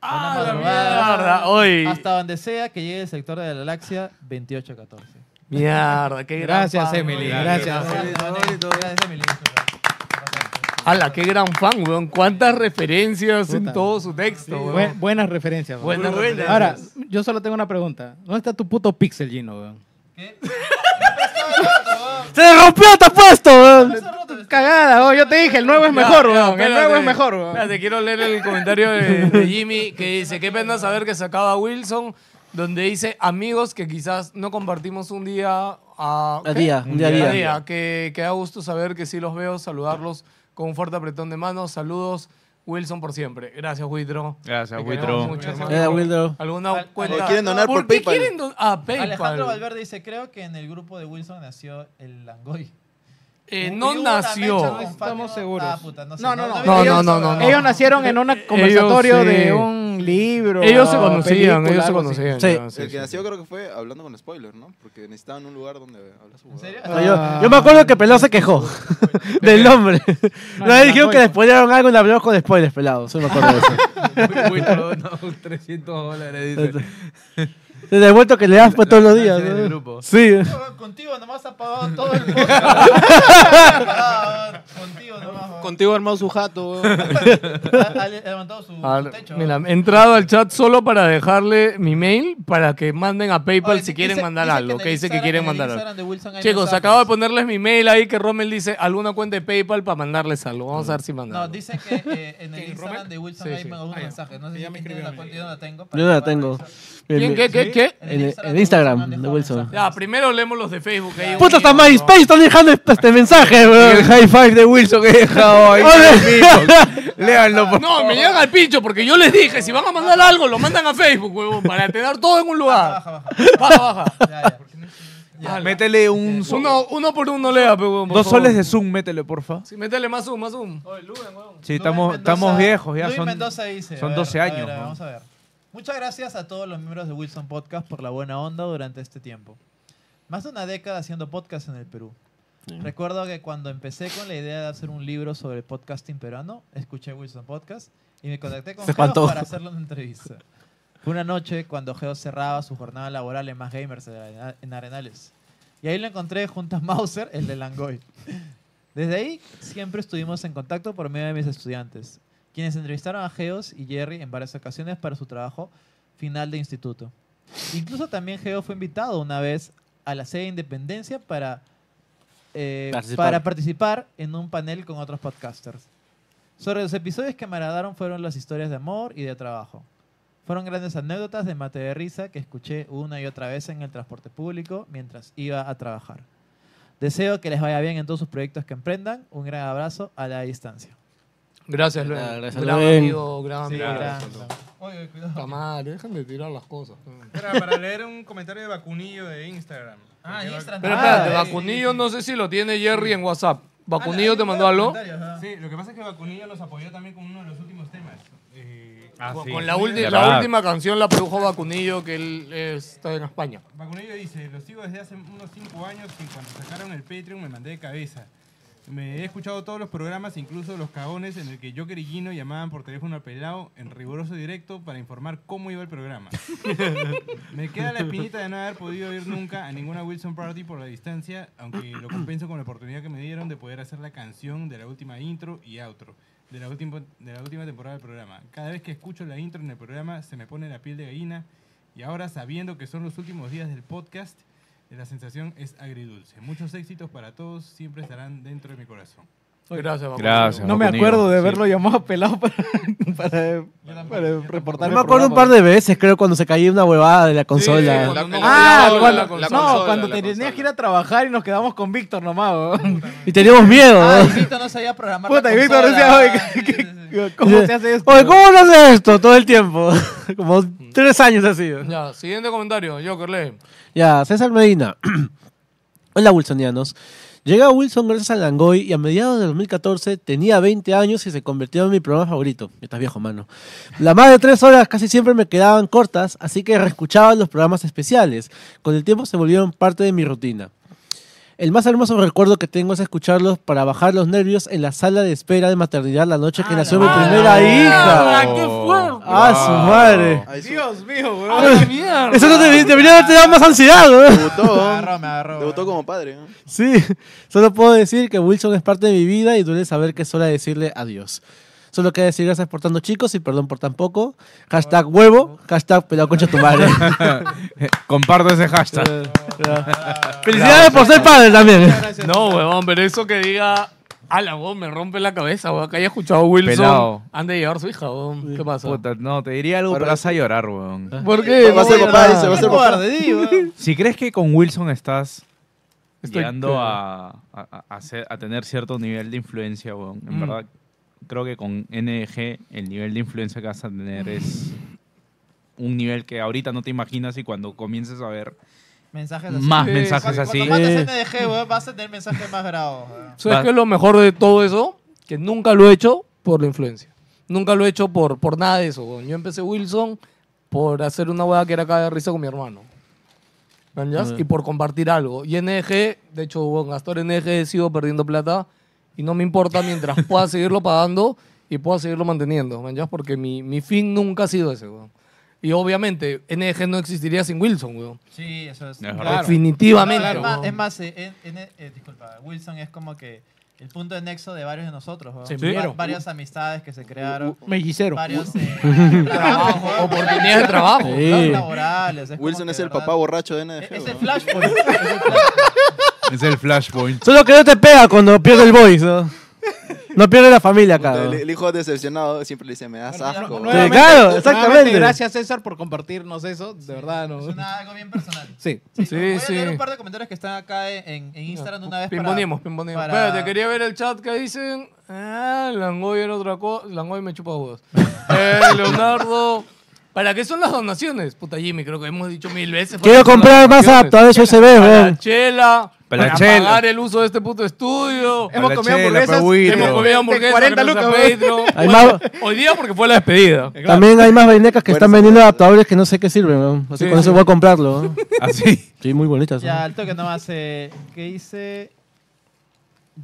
[SPEAKER 1] ¡Ah,
[SPEAKER 2] Buenas
[SPEAKER 1] la
[SPEAKER 2] madrugadas.
[SPEAKER 1] mierda! Hoy.
[SPEAKER 2] Hasta donde sea que llegue el sector de la galaxia 2814.
[SPEAKER 1] Mierda, qué gran
[SPEAKER 2] Gracias,
[SPEAKER 1] fan,
[SPEAKER 2] Emily.
[SPEAKER 1] weón.
[SPEAKER 2] Gracias.
[SPEAKER 1] Gracias, Ala, qué gran fan, weón. Cuántas referencias en todo su texto, weón.
[SPEAKER 8] Buen- buenas referencias. weón.
[SPEAKER 1] Buenas referencias.
[SPEAKER 8] Ahora, yo solo tengo una pregunta. ¿Dónde está tu puto pixel, Gino? weón?
[SPEAKER 4] ¡Se rompió, te puesto! weón!
[SPEAKER 8] Cagada, weón. yo te dije, el nuevo es mejor, weón. El nuevo es mejor, weón.
[SPEAKER 1] Te quiero leer el comentario de, de Jimmy que dice, qué pena saber que sacaba Wilson, donde dice, amigos que quizás no compartimos un día a...
[SPEAKER 4] A
[SPEAKER 1] ¿qué?
[SPEAKER 4] día, un día a día.
[SPEAKER 1] Que, que da gusto saber que sí los veo, saludarlos con un fuerte apretón de manos, saludos. Wilson por siempre. Gracias, Huitro.
[SPEAKER 7] Gracias,
[SPEAKER 1] Te
[SPEAKER 7] Huitro.
[SPEAKER 1] queremos mucho,
[SPEAKER 7] Gracias,
[SPEAKER 1] hermano.
[SPEAKER 7] Huitro.
[SPEAKER 1] ¿Alguna
[SPEAKER 7] Al-
[SPEAKER 1] cuenta?
[SPEAKER 6] quieren donar por
[SPEAKER 1] Ah, qué
[SPEAKER 6] PayPal?
[SPEAKER 1] quieren don- ah, PayPal.
[SPEAKER 2] Alejandro Valverde dice, creo que en el grupo de Wilson nació el Langoy.
[SPEAKER 1] Eh,
[SPEAKER 2] Y
[SPEAKER 1] no
[SPEAKER 2] hubo una
[SPEAKER 1] nació.
[SPEAKER 2] mecha con
[SPEAKER 1] No
[SPEAKER 2] Fátima.
[SPEAKER 8] estamos seguros.
[SPEAKER 2] Ah, puta, no, sé,
[SPEAKER 8] No, no, no.
[SPEAKER 1] No,
[SPEAKER 8] Ellos-
[SPEAKER 1] no, no, no.
[SPEAKER 8] Ellos nacieron en un
[SPEAKER 1] Ellos,
[SPEAKER 8] conversatorio
[SPEAKER 1] sí.
[SPEAKER 8] de un libro.
[SPEAKER 1] Ellos se conocían,
[SPEAKER 8] película,
[SPEAKER 1] ellos se
[SPEAKER 8] algo así.
[SPEAKER 1] conocían,
[SPEAKER 4] Sí.
[SPEAKER 1] ya, sí,
[SPEAKER 6] El
[SPEAKER 1] sí,
[SPEAKER 6] que nació creo que fue hablando con spoiler, ¿no? Porque necesitaban un lugar donde hablar su
[SPEAKER 4] O
[SPEAKER 1] Ah,
[SPEAKER 4] sea, yo, yo me acuerdo que Pelado se quejó del nombre.
[SPEAKER 1] No,
[SPEAKER 4] No,
[SPEAKER 1] no,
[SPEAKER 4] dijeron que
[SPEAKER 1] no.
[SPEAKER 4] le spoilearon algo y la hablamos con spoilers, Pelado. Solo me acuerdo de eso.
[SPEAKER 7] Muy pronto, 300 dólares,
[SPEAKER 4] Este.
[SPEAKER 7] dice.
[SPEAKER 4] Desde el vuelto que le das pues, todos los
[SPEAKER 7] La
[SPEAKER 4] días.
[SPEAKER 7] clase del
[SPEAKER 4] ¿no?
[SPEAKER 7] grupo.
[SPEAKER 4] Sí.
[SPEAKER 2] Contigo nomás ha pagado todo el podcast. Contigo nomás. weón.
[SPEAKER 14] Contigo ha armado su jato, weón.
[SPEAKER 2] Ha- ha levantado su,
[SPEAKER 1] Ah,
[SPEAKER 2] su techo.
[SPEAKER 1] mira, he entrado al chat solo para dejarle mi mail para que manden a PayPal si quieren mandar algo. Que dice que quieren mandar algo. Chicos, acabo de ponerles mi mail ahí que Rommel dice alguna cuenta de PayPal para mandarles algo. Vamos a ver si mandan.
[SPEAKER 2] No,
[SPEAKER 1] algo.
[SPEAKER 2] dice que eh, en el Instagram de Wilson
[SPEAKER 1] Sí,
[SPEAKER 2] hay
[SPEAKER 1] sí.
[SPEAKER 2] algún
[SPEAKER 1] Ah, ya.
[SPEAKER 2] mensaje. No sé si quién tiene la cuenta, yo no la tengo.
[SPEAKER 4] Yo no la tengo.
[SPEAKER 1] ¿Quién, qué, qué, qué?
[SPEAKER 4] En el, en Instagram de Wilson.
[SPEAKER 1] Ya, primero leemos los de Facebook. ahí.
[SPEAKER 4] Puta, hasta MySpace están dejando este mensaje, weón.
[SPEAKER 5] El high five de Wilson que he dejado ahí. Leanlo, por
[SPEAKER 1] No, me llega al pincho porque yo les dije, si van a mandar algo, lo mandan a Facebook, huevón, para tener todo en un lugar. Baja, baja. Baja,
[SPEAKER 5] Métele un zoom.
[SPEAKER 1] Uno, uno por uno lea, pe, huevón, por
[SPEAKER 5] Dos
[SPEAKER 1] favor.
[SPEAKER 5] soles de zoom, métele, porfa.
[SPEAKER 1] Sí, métele más zoom, más zoom.
[SPEAKER 5] Sí, estamos, estamos viejos ya.
[SPEAKER 2] Luis
[SPEAKER 5] Son,
[SPEAKER 2] Mendoza dice,
[SPEAKER 5] son
[SPEAKER 2] a ver,
[SPEAKER 5] 12
[SPEAKER 2] a
[SPEAKER 5] años.
[SPEAKER 2] ver,
[SPEAKER 5] ¿no?
[SPEAKER 2] Vamos a ver. Muchas gracias a todos los miembros de Wilson Podcast por la buena onda durante este tiempo. Más de una década haciendo podcast en el Perú. Recuerdo que cuando empecé con la idea de hacer un libro sobre podcasting peruano, escuché Wilson Podcast y me contacté con
[SPEAKER 4] Se
[SPEAKER 2] Geo
[SPEAKER 4] espantó.
[SPEAKER 2] para hacerle una entrevista. Fue una noche cuando Geo cerraba su jornada laboral en Más Gamers en Arena- en Arenales. Y ahí lo encontré junto a Mauser, el de Langoy. Desde ahí siempre estuvimos en contacto por medio de mis estudiantes, quienes entrevistaron a Geos y Jerry en varias ocasiones para su trabajo final de instituto. Incluso también Geo fue invitado una vez a la sede de Independencia para eh,
[SPEAKER 7] Participar.
[SPEAKER 2] para participar en un panel con otros podcasters. Sobre los episodios que me agradaron fueron las historias de amor y de trabajo. Fueron grandes anécdotas de mate de risa que escuché una y otra vez en el transporte público mientras iba a trabajar. Deseo que les vaya bien en todos sus proyectos que emprendan. Un gran abrazo a la distancia.
[SPEAKER 1] Gracias, Luen.
[SPEAKER 2] Nada, gracias,
[SPEAKER 1] gran
[SPEAKER 2] Luen.
[SPEAKER 1] amigo, gran
[SPEAKER 2] Sí,
[SPEAKER 1] amigo.
[SPEAKER 2] gracias.
[SPEAKER 1] Oye, cuidado. Puta madre, dejen de tirar las cosas.
[SPEAKER 22] Era para leer un comentario de Vacunillo de Instagram. Ah, Ah, Instagram.
[SPEAKER 1] Pero espérate, Vacunillo no sé si lo tiene Jerry en WhatsApp. ¿Vacunillo te mandó algo?
[SPEAKER 22] Sí, lo que pasa es que Vacunillo nos apoyó también con uno de los últimos temas. Eh,
[SPEAKER 8] Ah,
[SPEAKER 1] Con,
[SPEAKER 22] Vacunillo-
[SPEAKER 1] con la, ulti- la última canción la produjo Vacunillo, que él eh, está en España.
[SPEAKER 22] Vacunillo dice, lo sigo desde hace unos 5 años y cuando sacaron el Patreon me mandé de cabeza. Me he escuchado todos los programas, incluso los cagones en el que Joker y Gino llamaban por teléfono a Pelao en riguroso directo para informar cómo iba el programa. me queda la espinita de no haber podido ir nunca a ninguna Wilson Party por la distancia, aunque lo compenso con la oportunidad que me dieron de poder hacer la canción de la última intro y outro. De la, última, de la última temporada del programa. Cada vez que escucho la intro en el programa se me pone la piel de gallina y ahora, sabiendo que son los últimos días del podcast, eh, la sensación es agridulce. Muchos éxitos para todos, siempre estarán dentro de mi corazón.
[SPEAKER 1] Gracias,
[SPEAKER 7] Gracias,
[SPEAKER 8] No me
[SPEAKER 7] Vacunillo,
[SPEAKER 8] acuerdo de
[SPEAKER 7] sí.
[SPEAKER 8] haberlo llamado pelado para, para, para reportar.
[SPEAKER 4] Yo me acuerdo un par de veces, creo, cuando se caía una huevada de la consola.
[SPEAKER 8] Ah,
[SPEAKER 4] la
[SPEAKER 8] cuando,
[SPEAKER 4] consola,
[SPEAKER 8] no,
[SPEAKER 4] la
[SPEAKER 8] cuando te tenías que ir a trabajar y nos quedamos con Víctor nomás. weón.
[SPEAKER 4] Y teníamos miedo.
[SPEAKER 8] Ay,
[SPEAKER 4] ¿no?
[SPEAKER 8] Víctor
[SPEAKER 2] Ah, no sabía programar.
[SPEAKER 8] Puta, y Víctor decía, oye, ¿qué- qué- ¿cómo
[SPEAKER 4] Dice,
[SPEAKER 8] se hace esto?
[SPEAKER 4] Oye, ¿cómo lo haces esto? Todo el tiempo. Como tres años ha sido.
[SPEAKER 1] Ya, siguiente comentario, Joker, lee.
[SPEAKER 4] Ya, César Medina. Hola, Wilsonianos. Llegué a Wilson gracias a Langoy y a mediados de 2014 tenía 20 años y se convirtió en mi programa favorito. Estás viejo, mano. Las más de tres horas casi siempre me quedaban cortas, así que reescuchaba los programas especiales. Con el tiempo se volvieron parte de mi rutina. El más hermoso recuerdo que tengo es escucharlos para bajar los nervios en la sala de espera de maternidad la noche que nació mi primera hija.
[SPEAKER 21] mierda, qué fuerte!
[SPEAKER 4] ¡Ah, su madre!
[SPEAKER 8] Dios mío,
[SPEAKER 1] Ah,
[SPEAKER 4] weón. Eso no te, debería haberte dado más ansiedad, weón.
[SPEAKER 6] Debutó como padre. ¿no?
[SPEAKER 4] Sí, solo puedo decir que Wilson es parte de mi vida y duele saber que es hora de decirle adiós. Solo queda decir gracias por tanto chicos y perdón por tan poco. Hashtag huevo, hashtag pelado concha tu madre.
[SPEAKER 5] Comparto ese hashtag.
[SPEAKER 4] Felicidades por ser padre también.
[SPEAKER 1] No, huevón, pero eso que diga. Ala, huevón, me rompe la cabeza, huevón. Que haya escuchado a Wilson.
[SPEAKER 5] Pelao.
[SPEAKER 1] Han de llevar su hija, huevón. ¿Qué pasa?
[SPEAKER 5] Puta, no, te diría algo, pero vas a llorar, weón.
[SPEAKER 1] ¿Por qué?
[SPEAKER 5] Vas a
[SPEAKER 1] Voy a
[SPEAKER 5] papá,
[SPEAKER 1] llorar.
[SPEAKER 5] dice, vas a
[SPEAKER 1] Qué
[SPEAKER 5] papá.
[SPEAKER 1] cobarde, di, huevón.
[SPEAKER 5] Si crees que con Wilson estás
[SPEAKER 1] Estoy
[SPEAKER 5] llegando
[SPEAKER 1] claro.
[SPEAKER 5] a, a- a ser- a tener cierto nivel de influencia, weón, en
[SPEAKER 1] Mm.
[SPEAKER 5] verdad, creo que con NG el nivel de influencia que vas a tener es un nivel que ahorita no te imaginas y cuando comiences a ver
[SPEAKER 2] Mensajes así.
[SPEAKER 5] más
[SPEAKER 2] Sí,
[SPEAKER 5] mensajes
[SPEAKER 2] cuando-
[SPEAKER 5] así.
[SPEAKER 2] Cuando mandas NDG, weón, vas a tener mensajes más bravos. weón.
[SPEAKER 1] ¿Sabes qué es lo mejor de todo eso? Que nunca lo he hecho por la influencia. Nunca lo he hecho por, por nada de eso. weón. Yo empecé Wilson por hacer una hueá que era cada risa con mi hermano. ¿Manjas?
[SPEAKER 5] Ah.
[SPEAKER 1] Y por compartir algo. Y NG, de hecho, weón, Gastor NG sigo perdiendo plata y no me importa mientras pueda seguirlo pagando y pueda seguirlo manteniendo. ¿Manjas? Porque mi, mi fin nunca ha sido ese. weón. Y obviamente, NG no existiría sin Wilson. weón.
[SPEAKER 2] Sí, eso es.
[SPEAKER 1] Es verdad. Definitivamente,
[SPEAKER 2] No, es más-
[SPEAKER 1] weón.
[SPEAKER 2] es más, eh, en- en- eh, disculpa, Wilson es como que el punto de nexo de varios de nosotros. weón.
[SPEAKER 1] Se
[SPEAKER 2] Va-
[SPEAKER 1] vieron.
[SPEAKER 2] Varias amistades que se crearon.
[SPEAKER 8] Mellicero.
[SPEAKER 2] Varios eh,
[SPEAKER 6] Trabajo,
[SPEAKER 2] trabajos, weón,
[SPEAKER 6] oportunidades de trabajo,
[SPEAKER 2] trabajos
[SPEAKER 6] Sí.
[SPEAKER 2] laborales. Es como
[SPEAKER 6] Wilson
[SPEAKER 2] que,
[SPEAKER 6] es el
[SPEAKER 2] ¿verdad?
[SPEAKER 6] papá borracho de NDG.
[SPEAKER 2] Es
[SPEAKER 6] weón.
[SPEAKER 2] el flashpoint.
[SPEAKER 5] Es el flashpoint.
[SPEAKER 4] Solo que no te pega cuando pierde el voice, ¿no? No pierde la familia acá. ¿no?
[SPEAKER 6] El, el hijo decepcionado siempre le dice, me das asco. weón".
[SPEAKER 4] nuevamente- claro,
[SPEAKER 8] Nuevamente,
[SPEAKER 4] exactamente.
[SPEAKER 8] Gracias, César, por compartirnos eso. De verdad, no.
[SPEAKER 2] Es una- algo bien personal.
[SPEAKER 8] Sí.
[SPEAKER 2] Voy a leer un par de comentarios que están acá en, en Instagram de una vez. para-
[SPEAKER 1] Pimboneemos, pimboneemos.
[SPEAKER 2] para-
[SPEAKER 1] Espérate, quería ver el chat que dicen. Ah, Langoy era otra cosa. Langoy me chupa huevos. eh, Leonardo. ¿Para qué son las donaciones? Puta Jimmy, creo que hemos dicho mil veces. ¿para
[SPEAKER 4] Quiero
[SPEAKER 1] qué son
[SPEAKER 4] comprar
[SPEAKER 1] las
[SPEAKER 4] más
[SPEAKER 1] donaciones?
[SPEAKER 4] adaptadores USB,
[SPEAKER 1] Para
[SPEAKER 4] weón.
[SPEAKER 1] la chela.
[SPEAKER 4] Para
[SPEAKER 1] Para,
[SPEAKER 4] la chela.
[SPEAKER 1] pagar el uso de este puto estudio.
[SPEAKER 8] Hemos la comido chela, hamburguesas pa' Willy.
[SPEAKER 1] Hemos
[SPEAKER 8] de
[SPEAKER 1] comido hamburguesas.
[SPEAKER 8] 40
[SPEAKER 1] 40 lucas,
[SPEAKER 8] lucas,
[SPEAKER 4] Hay
[SPEAKER 1] Hoy día porque fue la despedida.
[SPEAKER 4] También hay más vainecas que están vendiendo adaptadores que no sé qué sirven, ¿no? Así
[SPEAKER 1] Sí,
[SPEAKER 4] con
[SPEAKER 1] sí.
[SPEAKER 4] eso voy a comprarlo. ¿no?
[SPEAKER 5] Así.
[SPEAKER 4] Sí, muy bonitas. ¿no?
[SPEAKER 2] Ya, al toque nomás. Eh, ¿Qué dice?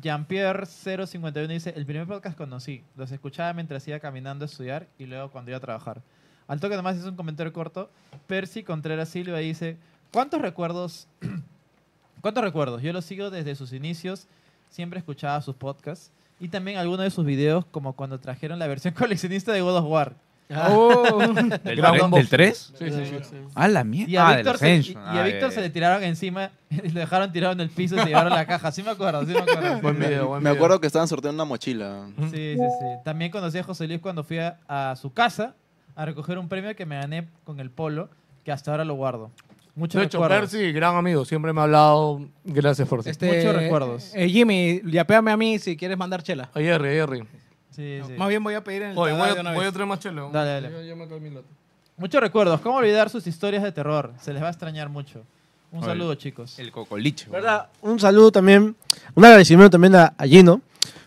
[SPEAKER 2] Jean-Pierre051 dice: El primer podcast conocí. Los escuchaba mientras iba caminando a estudiar y luego cuando iba a trabajar. Al toque nomás es un comentario corto. Percy Contreras Silva dice: ¿Cuántos recuerdos? ¿Cuántos recuerdos? Yo los sigo desde sus inicios. Siempre escuchaba sus podcasts y también algunos de sus videos, como cuando trajeron la versión coleccionista de God of War.
[SPEAKER 5] ¿Del tre- del tres?
[SPEAKER 2] Sí, sí, sí.
[SPEAKER 5] Ah, la mierda.
[SPEAKER 2] Y a
[SPEAKER 5] Ah, del
[SPEAKER 2] Víctor, se, y-
[SPEAKER 5] Ascension.
[SPEAKER 2] y a
[SPEAKER 5] Ah,
[SPEAKER 2] Víctor
[SPEAKER 5] ya,
[SPEAKER 2] se le tiraron encima, y lo dejaron tirado en el piso y se llevaron la caja. Sí me acuerdo, sí me acuerdo.
[SPEAKER 6] Me acuerdo que estaban sorteando una mochila.
[SPEAKER 2] Sí, sí, sí. También conocí a José Luis cuando fui a, a su casa a recoger un premio que me gané con el polo, que hasta ahora lo guardo. Muchos
[SPEAKER 7] de hecho,
[SPEAKER 2] recuerdos.
[SPEAKER 7] Percy, gran amigo, siempre me ha hablado. Gracias por
[SPEAKER 8] Este, eh, Jimmy, yapéame a mí si quieres mandar chela.
[SPEAKER 7] A Jerry, a Jerry.
[SPEAKER 2] Sí, sí.
[SPEAKER 8] Más bien voy a pedir en el
[SPEAKER 7] Oye,
[SPEAKER 8] Tadao
[SPEAKER 7] voy a-
[SPEAKER 8] de una
[SPEAKER 7] voy
[SPEAKER 8] vez.
[SPEAKER 7] a traer más chela.
[SPEAKER 2] Dale, dale.
[SPEAKER 1] Yo me mi lote.
[SPEAKER 2] Muchos recuerdos. ¿Cómo olvidar sus historias de terror? Se les va a extrañar mucho. Un
[SPEAKER 5] Oye,
[SPEAKER 2] saludo, chicos.
[SPEAKER 5] El cocoliche.
[SPEAKER 4] ¿Verdad? Un saludo también, un agradecimiento también a, a Gino,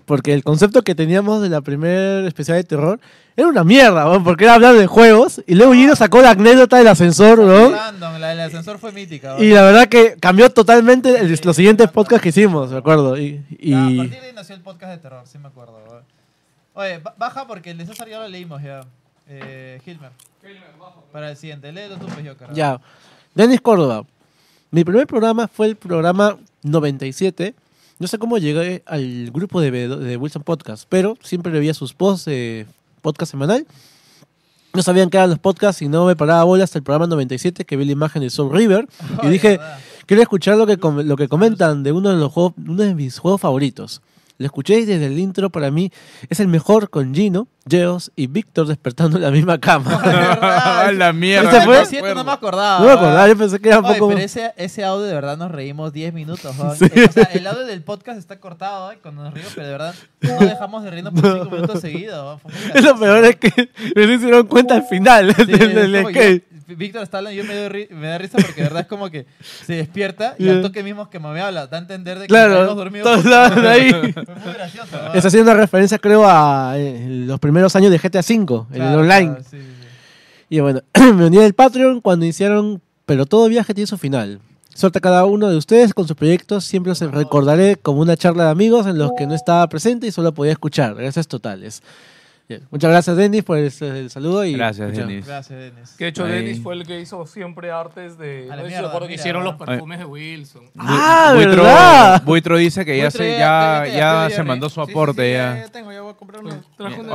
[SPEAKER 4] porque el concepto que teníamos de la primer especial de terror era una mierda, weón, porque era hablar de juegos y luego Gino sacó la anécdota del ascensor, weón,
[SPEAKER 2] Random, la del ascensor fue mítica.
[SPEAKER 4] y la verdad que cambió totalmente el- los siguientes podcasts que hicimos, me acuerdo. Y, y-
[SPEAKER 2] Ah, a partir de ahí nació el podcast de terror, sí me acuerdo. weón. Oye, ba- baja porque el de César ya lo leímos ya. Eh, Hilmer. Para el siguiente. Léelo tú, pues yo, carajo.
[SPEAKER 4] ya, Denis Córdoba, mi primer programa fue el programa 97. No sé cómo llegué al grupo de, Bedo- de Wilson Podcast, pero siempre veía sus posts, eh, podcast semanal. No sabían qué eran los podcasts y no me paraba bola hasta el programa 97 que vi la imagen de Soul River. Y dije, quiero escuchar lo que, com- lo que comentan de uno de, los juegos, uno de mis juegos favoritos. Lo escuché y desde el intro para mí es el mejor con Gino, Geos y Víctor despertando en la misma cama.
[SPEAKER 5] la
[SPEAKER 4] ¿Ese fue?
[SPEAKER 2] no me acordaba.
[SPEAKER 4] No me acordaba, yo pensé que era un
[SPEAKER 2] Oye,
[SPEAKER 4] poco-
[SPEAKER 2] pero ese, ese audio de verdad nos reímos 10 minutos. ¿no?
[SPEAKER 4] Sí.
[SPEAKER 2] Eh, O sea, el audio del podcast está cortado ¿eh? cuando nos reímos, pero de verdad no dejamos de reírnos por 5 minutos seguidos. ¿no?
[SPEAKER 4] Es lo peor es que no se dieron cuenta al final
[SPEAKER 2] Sí,
[SPEAKER 4] del, del
[SPEAKER 2] es como
[SPEAKER 4] skate.
[SPEAKER 2] yo- Víctor está hablando y yo me, doy ri- me da risa porque de verdad es como que se despierta y al
[SPEAKER 4] Yeah.
[SPEAKER 2] toque mismo que me habla, da a entender de que
[SPEAKER 4] Claro,
[SPEAKER 2] nos dormidos.
[SPEAKER 4] todos laban ahí.
[SPEAKER 2] Fue muy gracioso. ¿no?
[SPEAKER 4] Está haciendo una referencia, creo, a eh, los primeros años de GTA V, en el
[SPEAKER 2] Claro,
[SPEAKER 4] online.
[SPEAKER 2] claro, sí, sí, sí.
[SPEAKER 4] Y bueno, me uní al Patreon cuando iniciaron, pero todo viaje tiene su final. Suerte a cada uno de ustedes con sus proyectos, siempre los recordaré como una charla de amigos en los que no estaba presente y solo podía escuchar. Gracias totales. Bien, Muchas gracias, Denis, por el, el saludo. Y
[SPEAKER 5] Gracias,
[SPEAKER 4] Muchas-
[SPEAKER 5] Dennis.
[SPEAKER 2] Gracias, Dennis.
[SPEAKER 7] Que de hecho,
[SPEAKER 5] Ahí.
[SPEAKER 7] Dennis fue el que hizo siempre artes de.
[SPEAKER 2] A
[SPEAKER 7] no sé si
[SPEAKER 2] la
[SPEAKER 7] se
[SPEAKER 2] mierda,
[SPEAKER 7] acuerdan que
[SPEAKER 2] mira,
[SPEAKER 7] hicieron los
[SPEAKER 2] ¿no?
[SPEAKER 7] perfumes de Wilson.
[SPEAKER 4] Ah,
[SPEAKER 5] Buitro,
[SPEAKER 4] ¿verdad?
[SPEAKER 5] Buitro dice que ya,
[SPEAKER 7] Buitro
[SPEAKER 5] se,
[SPEAKER 7] ya-
[SPEAKER 5] ya,
[SPEAKER 7] ya-
[SPEAKER 5] ya,
[SPEAKER 7] ya- ya-
[SPEAKER 5] se mandó su aporte. ya.
[SPEAKER 7] tengo, ya voy a comprar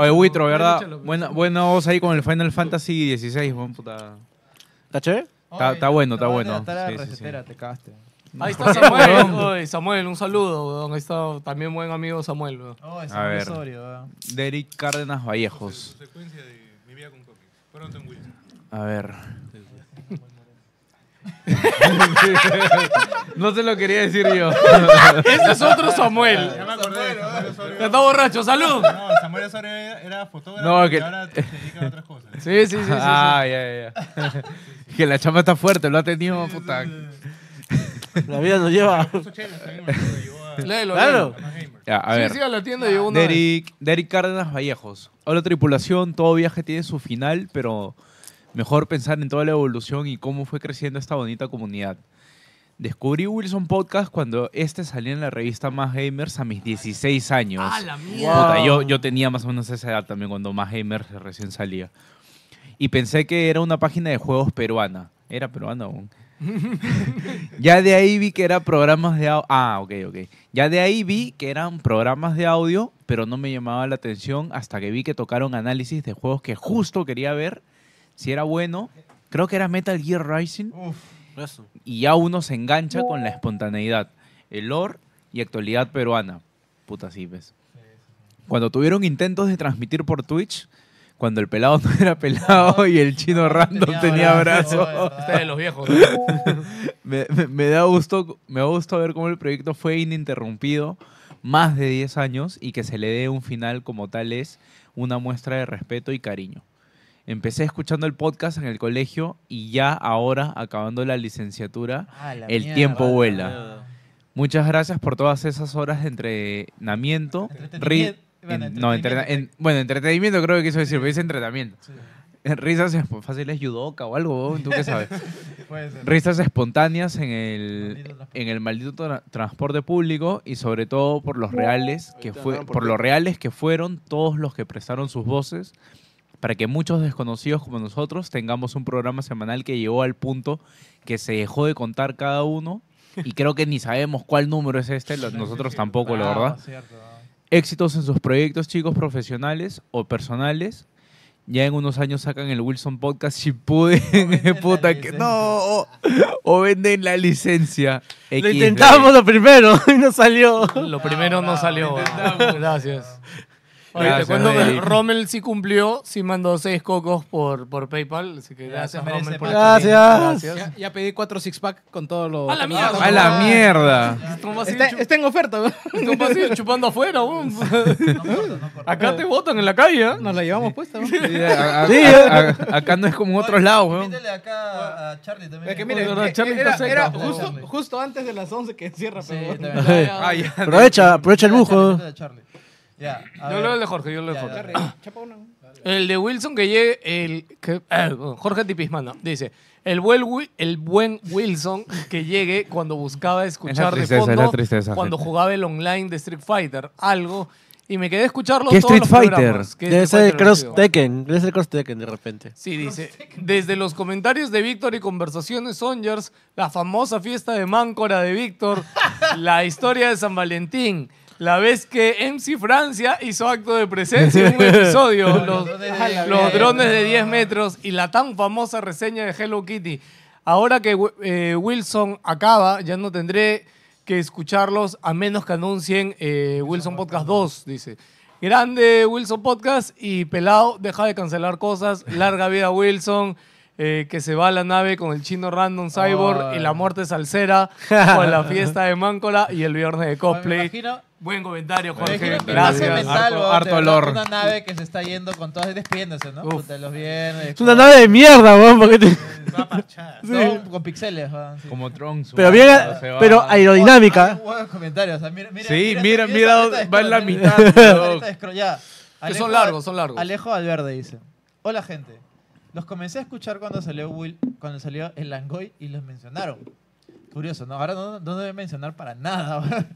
[SPEAKER 5] Oye, Buitro, ¿verdad? Buena, buena voz ahí con el Final Fantasy XVI, buen puta.
[SPEAKER 4] ¿Está chévere?
[SPEAKER 5] Está, está bueno, está
[SPEAKER 2] Acabas de
[SPEAKER 5] bueno.
[SPEAKER 2] atar a la
[SPEAKER 5] Sí, sí, sí.
[SPEAKER 2] recetera, te cagaste.
[SPEAKER 7] Ahí está Samuel. Oye, Samuel, un saludo. weón. Ahí está también buen amigo Samuel. weón.
[SPEAKER 2] Oye,
[SPEAKER 5] A
[SPEAKER 2] Samuel
[SPEAKER 5] ver.
[SPEAKER 2] Osorio, ¿verdad?
[SPEAKER 5] Derek Cárdenas Vallejos. A ver. No se lo quería decir yo.
[SPEAKER 7] Ese es otro Samuel.
[SPEAKER 10] Ya me acordé. Samuel Osorio.
[SPEAKER 7] Ya está borracho, salud.
[SPEAKER 10] No, Samuel Osorio era era fotógrafo
[SPEAKER 5] No,
[SPEAKER 10] y
[SPEAKER 5] que-
[SPEAKER 10] ahora se dedica a otras cosas.
[SPEAKER 7] Sí, sí, sí, sí,
[SPEAKER 5] Ah,
[SPEAKER 7] sí.
[SPEAKER 5] ya, ya, ya. Que la chamba está fuerte, lo ha tenido, puta.
[SPEAKER 4] La vida nos lleva.
[SPEAKER 7] Léelo,
[SPEAKER 4] Claro. Ah.
[SPEAKER 7] léelo.
[SPEAKER 5] Ya, a
[SPEAKER 7] Sí,
[SPEAKER 5] ver.
[SPEAKER 7] sí, a la tienda llegó uno.
[SPEAKER 5] Derek, Derek Cárdenas Vallejos. Hola tripulación, todo viaje tiene su final, pero mejor pensar en toda la evolución y cómo fue creciendo esta bonita comunidad. Descubrí Wilson Podcast cuando este salía en la revista Más Gamers a mis 16 años.
[SPEAKER 7] ¡Ah, la mierda!
[SPEAKER 5] Puta, yo, yo tenía más o menos esa edad también cuando Más Gamers recién salía. Y pensé que era una página de juegos peruana. Era peruana aún. Ya de ahí vi que eran programas de audio. Ah, ok, ok. Ya de ahí vi que eran programas de audio, pero no me llamaba la atención hasta que vi que tocaron análisis de juegos que justo quería ver si era bueno. Creo que era Metal Gear Rising. Y ya uno se engancha con la espontaneidad, el lore y actualidad peruana. Puta, sí, ves. Cuando tuvieron intentos de transmitir por Twitch, cuando el pelado no era pelado y el chino random tenía,
[SPEAKER 7] brazo.
[SPEAKER 5] brazo.
[SPEAKER 7] Ustedes los viejos.
[SPEAKER 5] me, me- me da gusto, me da gusto ver cómo el proyecto fue ininterrumpido más de 10 años y que se le dé un final como tal es una muestra de respeto y cariño. Empecé escuchando el podcast en el colegio y ya ahora, acabando la licenciatura,
[SPEAKER 2] Ah, la
[SPEAKER 5] el
[SPEAKER 2] mierda,
[SPEAKER 5] tiempo
[SPEAKER 2] la
[SPEAKER 5] vuela.
[SPEAKER 7] Ah,
[SPEAKER 2] mierda.
[SPEAKER 5] Muchas gracias por todas esas horas de entrenamiento. ri-
[SPEAKER 2] Entretenimiento, bueno,
[SPEAKER 5] en- no, entrena- en- bueno, entretenimiento creo que quiso decir, pero dice entrenamiento. Risas es- fácil es judoka o algo, ¿no? ¿tú qué sabes?
[SPEAKER 2] Puede ser.
[SPEAKER 5] Risas espontáneas en el, en el maldito tra- transporte público y sobre todo por los reales que
[SPEAKER 6] Ahorita
[SPEAKER 5] fue,
[SPEAKER 6] andaban por
[SPEAKER 5] por los
[SPEAKER 6] Twitter.
[SPEAKER 5] reales que fueron todos los que prestaron sus voces para que muchos desconocidos como nosotros tengamos un programa semanal que llegó al punto que se dejó de contar cada uno y creo que ni sabemos cuál número es este, lo- nosotros tampoco, la
[SPEAKER 4] Ah,
[SPEAKER 2] Bravo,
[SPEAKER 5] verdad.
[SPEAKER 2] cierto, bravo.
[SPEAKER 5] Éxitos en sus proyectos, chicos, profesionales o personales. Ya en unos años sacan el Wilson Podcast y pueden, puta, que no, o, o venden la licencia.
[SPEAKER 4] Lo intentamos lo primero y no salió.
[SPEAKER 1] Lo primero
[SPEAKER 10] Ah,
[SPEAKER 1] no salió. Gracias. Oye, te
[SPEAKER 5] Gracias,
[SPEAKER 1] cuento que
[SPEAKER 5] Eric.
[SPEAKER 1] Rommel sí cumplió, sí mandó seis cocos por, por PayPal. Así que gracias, Rommel. Por
[SPEAKER 8] Ya, ya pedí cuatro six pack con todo lo.
[SPEAKER 1] ¡A la mierda!
[SPEAKER 5] A la mierda.
[SPEAKER 8] Está, está en oferta, weón.
[SPEAKER 1] Tú vas a ir chupando afuera, weón. Acá te botan en la calle, ¿eh?
[SPEAKER 8] Nos la llevamos puesta, weón.
[SPEAKER 5] Sí, a- a-
[SPEAKER 8] Sí,
[SPEAKER 5] a- a- acá no es como en otros lados, weón.
[SPEAKER 2] acá a Charlie también.
[SPEAKER 8] Es que mira,
[SPEAKER 1] Oye, Charlie
[SPEAKER 8] era,
[SPEAKER 1] está
[SPEAKER 8] era
[SPEAKER 1] seca.
[SPEAKER 8] justo, justo antes de las 11 que encierra, pero.
[SPEAKER 4] Ah, ya. Aprovecha, aprovecha el lujo.
[SPEAKER 1] Yo leo el de Jorge, yo leo el de Jorge.
[SPEAKER 8] Chapa uno.
[SPEAKER 1] El de Wilson que llegue, el que- ah, bueno, Jorge Tipismana dice, el buen, Wi- el buen Wilson que llegue cuando buscaba escuchar
[SPEAKER 5] tristeza,
[SPEAKER 1] de
[SPEAKER 5] es la
[SPEAKER 1] fondo,
[SPEAKER 5] tristeza,
[SPEAKER 1] cuando
[SPEAKER 5] gente.
[SPEAKER 1] jugaba el online de Street Fighter, algo, y me quedé a escucharlo
[SPEAKER 4] ¿Qué
[SPEAKER 1] todos
[SPEAKER 4] Street
[SPEAKER 1] los
[SPEAKER 4] Fighter?
[SPEAKER 1] programas. ¿Qué
[SPEAKER 4] Debe
[SPEAKER 1] Street
[SPEAKER 4] ser el
[SPEAKER 1] Fighter
[SPEAKER 4] Cross
[SPEAKER 1] ha sido?
[SPEAKER 4] Tekken. Debe ser el Cross Tekken de repente.
[SPEAKER 1] Sí, dice, desde los comentarios de Víctor y conversaciones Songers, la famosa fiesta de Máncora de Víctor, la historia de San Valentín, la vez que MC Francia hizo acto de presencia en un episodio, los, los drones de 10 metros y la tan famosa reseña de Hello Kitty. Ahora que eh, Wilson acaba, ya no tendré que escucharlos a menos que anuncien eh, Wilson Podcast 2, dice. Grande Wilson Podcast y pelado, deja de cancelar cosas. Larga vida Wilson, eh, que se va a la nave con el chino random cyborg y la muerte salsera con la fiesta de Máncora y el viernes de cosplay. Buen comentario, Jorge. Gracias.
[SPEAKER 2] Harto,
[SPEAKER 1] Harto- harto
[SPEAKER 2] olor.
[SPEAKER 1] olor.
[SPEAKER 2] Una nave que se está yendo con todas despiéndose, ¿no? Puta, los viernes.
[SPEAKER 4] Es una nave de mierda, weón. porque te-
[SPEAKER 2] Todo con pixeles. weón, sí.
[SPEAKER 5] Como Trunks.
[SPEAKER 4] Pero
[SPEAKER 5] weón,
[SPEAKER 4] bien,
[SPEAKER 5] cuando se va.
[SPEAKER 4] pero aerodinámica.
[SPEAKER 2] Huevos comentarios. o sea, mira, mira,
[SPEAKER 5] Sí,
[SPEAKER 2] mira,
[SPEAKER 5] mira, mira,
[SPEAKER 2] esa
[SPEAKER 5] dónde-
[SPEAKER 2] lista de
[SPEAKER 5] va en la
[SPEAKER 2] scroll, mira,
[SPEAKER 5] mitad.
[SPEAKER 2] mira esa
[SPEAKER 5] weón.
[SPEAKER 2] lista de scroll, ya.
[SPEAKER 1] Que son
[SPEAKER 2] Alejo-
[SPEAKER 1] largos, son largos.
[SPEAKER 2] Alejo Valverde dice: Hola, gente. Los comencé a escuchar cuando salió Will, cuando salió el Langoy y los mencionaron. Curioso, ¿no? Ahora no, no deben mencionar para nada. weón.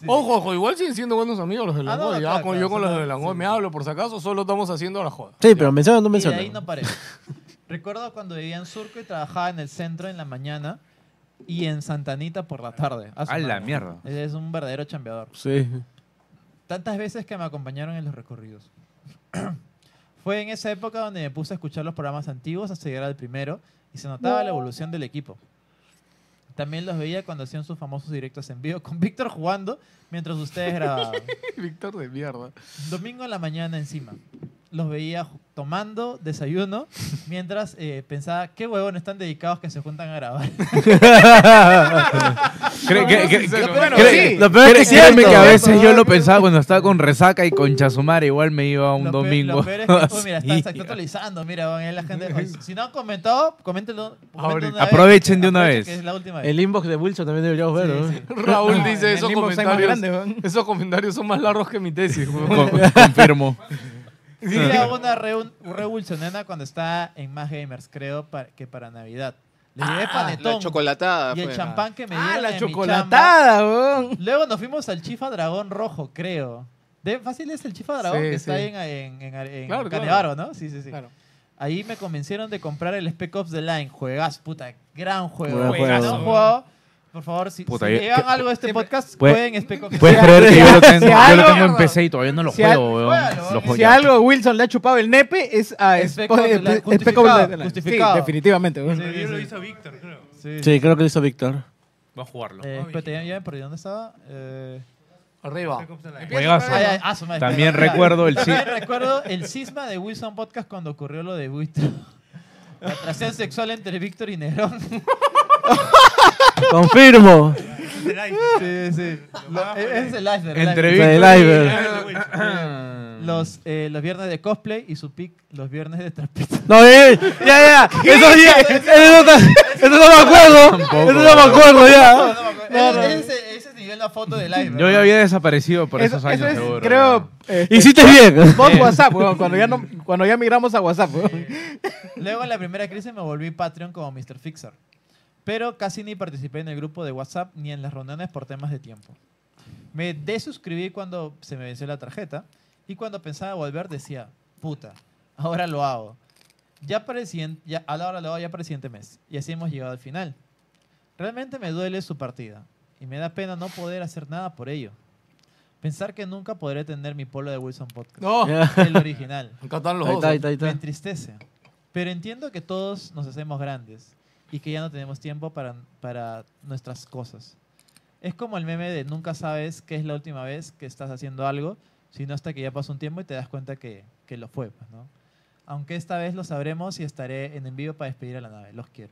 [SPEAKER 2] Sí.
[SPEAKER 1] Ojo, ojo, igual siguen siendo buenos amigos los de la
[SPEAKER 2] Ah, no,
[SPEAKER 1] Goya.
[SPEAKER 2] claro,
[SPEAKER 1] Con-
[SPEAKER 2] claro,
[SPEAKER 1] yo con
[SPEAKER 2] son
[SPEAKER 1] los de la
[SPEAKER 2] amigos,
[SPEAKER 1] Goya me hablo, por si acaso, solo estamos haciendo la joda.
[SPEAKER 4] Sí, pero menciona o no
[SPEAKER 2] Y de
[SPEAKER 4] menciona.
[SPEAKER 2] ahí no paré. Recuerdo cuando vivía en Surco y trabajaba en el centro en la mañana y en Santanita por la tarde. su
[SPEAKER 5] A la
[SPEAKER 2] madre.
[SPEAKER 5] mierda.
[SPEAKER 2] Es un verdadero chambeador.
[SPEAKER 4] Sí.
[SPEAKER 2] Tantas veces que me acompañaron en los recorridos. Fue en esa época donde me puse a escuchar los programas antiguos hasta llegar al primero y se notaba la evolución del equipo. También los veía cuando hacían sus famosos directos en vivo con Víctor jugando mientras ustedes grababan.
[SPEAKER 1] Víctor de mierda.
[SPEAKER 2] Domingo en la mañana encima. Los veía ju- tomando desayuno mientras eh, pensaba, qué huevones están dedicados que se juntan a grabar.
[SPEAKER 5] Cre- que- que-
[SPEAKER 2] Sincero.
[SPEAKER 5] que-
[SPEAKER 2] Bueno,
[SPEAKER 5] cre-
[SPEAKER 2] sí.
[SPEAKER 5] cre-
[SPEAKER 2] Lo peor es que es
[SPEAKER 5] créeme
[SPEAKER 2] cierto. ¿eh?
[SPEAKER 5] que a veces yo lo pensaba cuando estaba con resaca y con chasumar, igual me iba un
[SPEAKER 2] Lo pe-
[SPEAKER 5] domingo.
[SPEAKER 2] lo peor es que- uy, mira, está,
[SPEAKER 5] así.
[SPEAKER 2] está actualizando. Mira, van ahí la gente. oye, Si no han comentado, coméntenlo. coméntenlo una vez.
[SPEAKER 5] Aprovechen de una
[SPEAKER 2] Aprovechen,
[SPEAKER 5] vez.
[SPEAKER 2] que es la última vez.
[SPEAKER 4] El inbox de Wilson también deberíamos ver, ¿no?
[SPEAKER 1] Raúl
[SPEAKER 2] en
[SPEAKER 1] dice
[SPEAKER 2] el
[SPEAKER 1] esos
[SPEAKER 2] inbox hay más
[SPEAKER 1] comentarios.
[SPEAKER 2] grande,
[SPEAKER 1] Esos comentarios son más largos que mi tesis. weón".
[SPEAKER 5] Con- confirmo.
[SPEAKER 2] Sí, le hago una reun- revolucionada cuando está en Más Gamers, creo pa- que para Navidad. Le llevé
[SPEAKER 3] Ah,
[SPEAKER 2] panetón.
[SPEAKER 3] la chocolatada
[SPEAKER 2] Y el
[SPEAKER 3] fue.
[SPEAKER 2] champán que me
[SPEAKER 8] Ah,
[SPEAKER 2] dieron.
[SPEAKER 8] la
[SPEAKER 2] en mi
[SPEAKER 8] chocolatada,
[SPEAKER 2] chamba. Luego nos fuimos al Chifa Dragón Rojo, creo. De, fácil es el Chifa Dragón
[SPEAKER 8] Sí,
[SPEAKER 2] que está
[SPEAKER 8] sí.
[SPEAKER 2] ahí en, en, en- en
[SPEAKER 8] Claro,
[SPEAKER 2] Canevaro,
[SPEAKER 8] claro.
[SPEAKER 2] ¿no? Sí, sí, sí.
[SPEAKER 8] Claro.
[SPEAKER 2] Ahí me convencieron de comprar el Spec Ops The Line. Juegas, puta, gran juego.
[SPEAKER 5] Gran
[SPEAKER 2] Juegazo.
[SPEAKER 5] juego.
[SPEAKER 2] No han jugado, Por favor, si,
[SPEAKER 5] Puta,
[SPEAKER 2] si
[SPEAKER 5] yo-
[SPEAKER 2] llegan
[SPEAKER 5] que-
[SPEAKER 2] algo de este podcast,
[SPEAKER 5] Puede-
[SPEAKER 2] jueguen Spec Ops.
[SPEAKER 5] Puedes creer que yo lo tengo,
[SPEAKER 8] si
[SPEAKER 5] yo lo
[SPEAKER 8] algo-
[SPEAKER 5] tengo en PC y todavía no lo
[SPEAKER 8] si
[SPEAKER 5] juego,
[SPEAKER 8] al-
[SPEAKER 5] weón. Lo juego
[SPEAKER 8] Si
[SPEAKER 5] ya.
[SPEAKER 8] algo Wilson le ha chupado el nepe es a
[SPEAKER 2] Es
[SPEAKER 8] Sp-
[SPEAKER 2] Peco de la-
[SPEAKER 8] es Peco
[SPEAKER 2] justificado,
[SPEAKER 8] de la-
[SPEAKER 2] justificado.
[SPEAKER 8] Sí, definitivamente. weón.
[SPEAKER 2] Sí, sí, sí.
[SPEAKER 4] Sí, creo que lo hizo Víctor.
[SPEAKER 5] Va a jugarlo.
[SPEAKER 2] Eh, espérate, ya, ya me perdí. ¿Dónde estaba? Eh...
[SPEAKER 1] Arriba.
[SPEAKER 5] Juegazo.
[SPEAKER 2] Ah, ya, ah, su madre,
[SPEAKER 5] También
[SPEAKER 2] espera,
[SPEAKER 5] recuerdo el
[SPEAKER 2] espera.
[SPEAKER 5] ci-
[SPEAKER 2] También recuerdo el cisma de Wilson Podcast cuando ocurrió lo de Buistro. La atracción sexual entre Víctor y Nerón.
[SPEAKER 4] Confirmo.
[SPEAKER 2] Sí, sí. Lo- eh, es el Eisner, el
[SPEAKER 4] Entre
[SPEAKER 2] Eisner.
[SPEAKER 4] Víctor y- El
[SPEAKER 2] Los, eh, los viernes de cosplay y su pick los viernes de trapito.
[SPEAKER 4] No, eh, ya, ya, ya. Eso, sí, eso, no, eso no me acuerdo. Eso no me acuerdo ya.
[SPEAKER 2] No, no. Ese, ese nivel la foto del Eisner.
[SPEAKER 5] Yo ya había desaparecido por esos años,
[SPEAKER 8] es,
[SPEAKER 5] seguro.
[SPEAKER 8] creo. este,
[SPEAKER 4] Hiciste bien.
[SPEAKER 8] Post
[SPEAKER 4] Bien.
[SPEAKER 8] WhatsApp, weón, cuando ya, no, cuando ya migramos a WhatsApp. weón.
[SPEAKER 2] Luego en la primera crisis me volví Patreon como Mr. Fixer. Pero casi ni participé en el grupo de WhatsApp ni en las reuniones por temas de tiempo. Me desuscribí cuando se me venció la tarjeta y cuando pensaba volver decía, puta, ahora lo hago. Ya para el siguiente, ya, ahora lo hago ya para el siguiente mes. Y así hemos llegado al final. Realmente me duele su partida y me da pena no poder hacer nada por ello. Pensar que nunca podré tener mi polo de Wilson Podcast.
[SPEAKER 7] No.
[SPEAKER 2] El original.
[SPEAKER 7] Me encantan los Ahí está, dos. ahí está, ahí está.
[SPEAKER 2] Me entristece. Pero entiendo que todos nos hacemos grandes y que ya no tenemos tiempo para, para nuestras cosas. Es como el meme de nunca sabes qué es la última vez que estás haciendo algo, sino hasta que ya pasó un tiempo y te das cuenta que, que lo fue. pues, ¿no? Aunque esta vez lo sabremos y estaré en envío para despedir a la nave. Los quiero.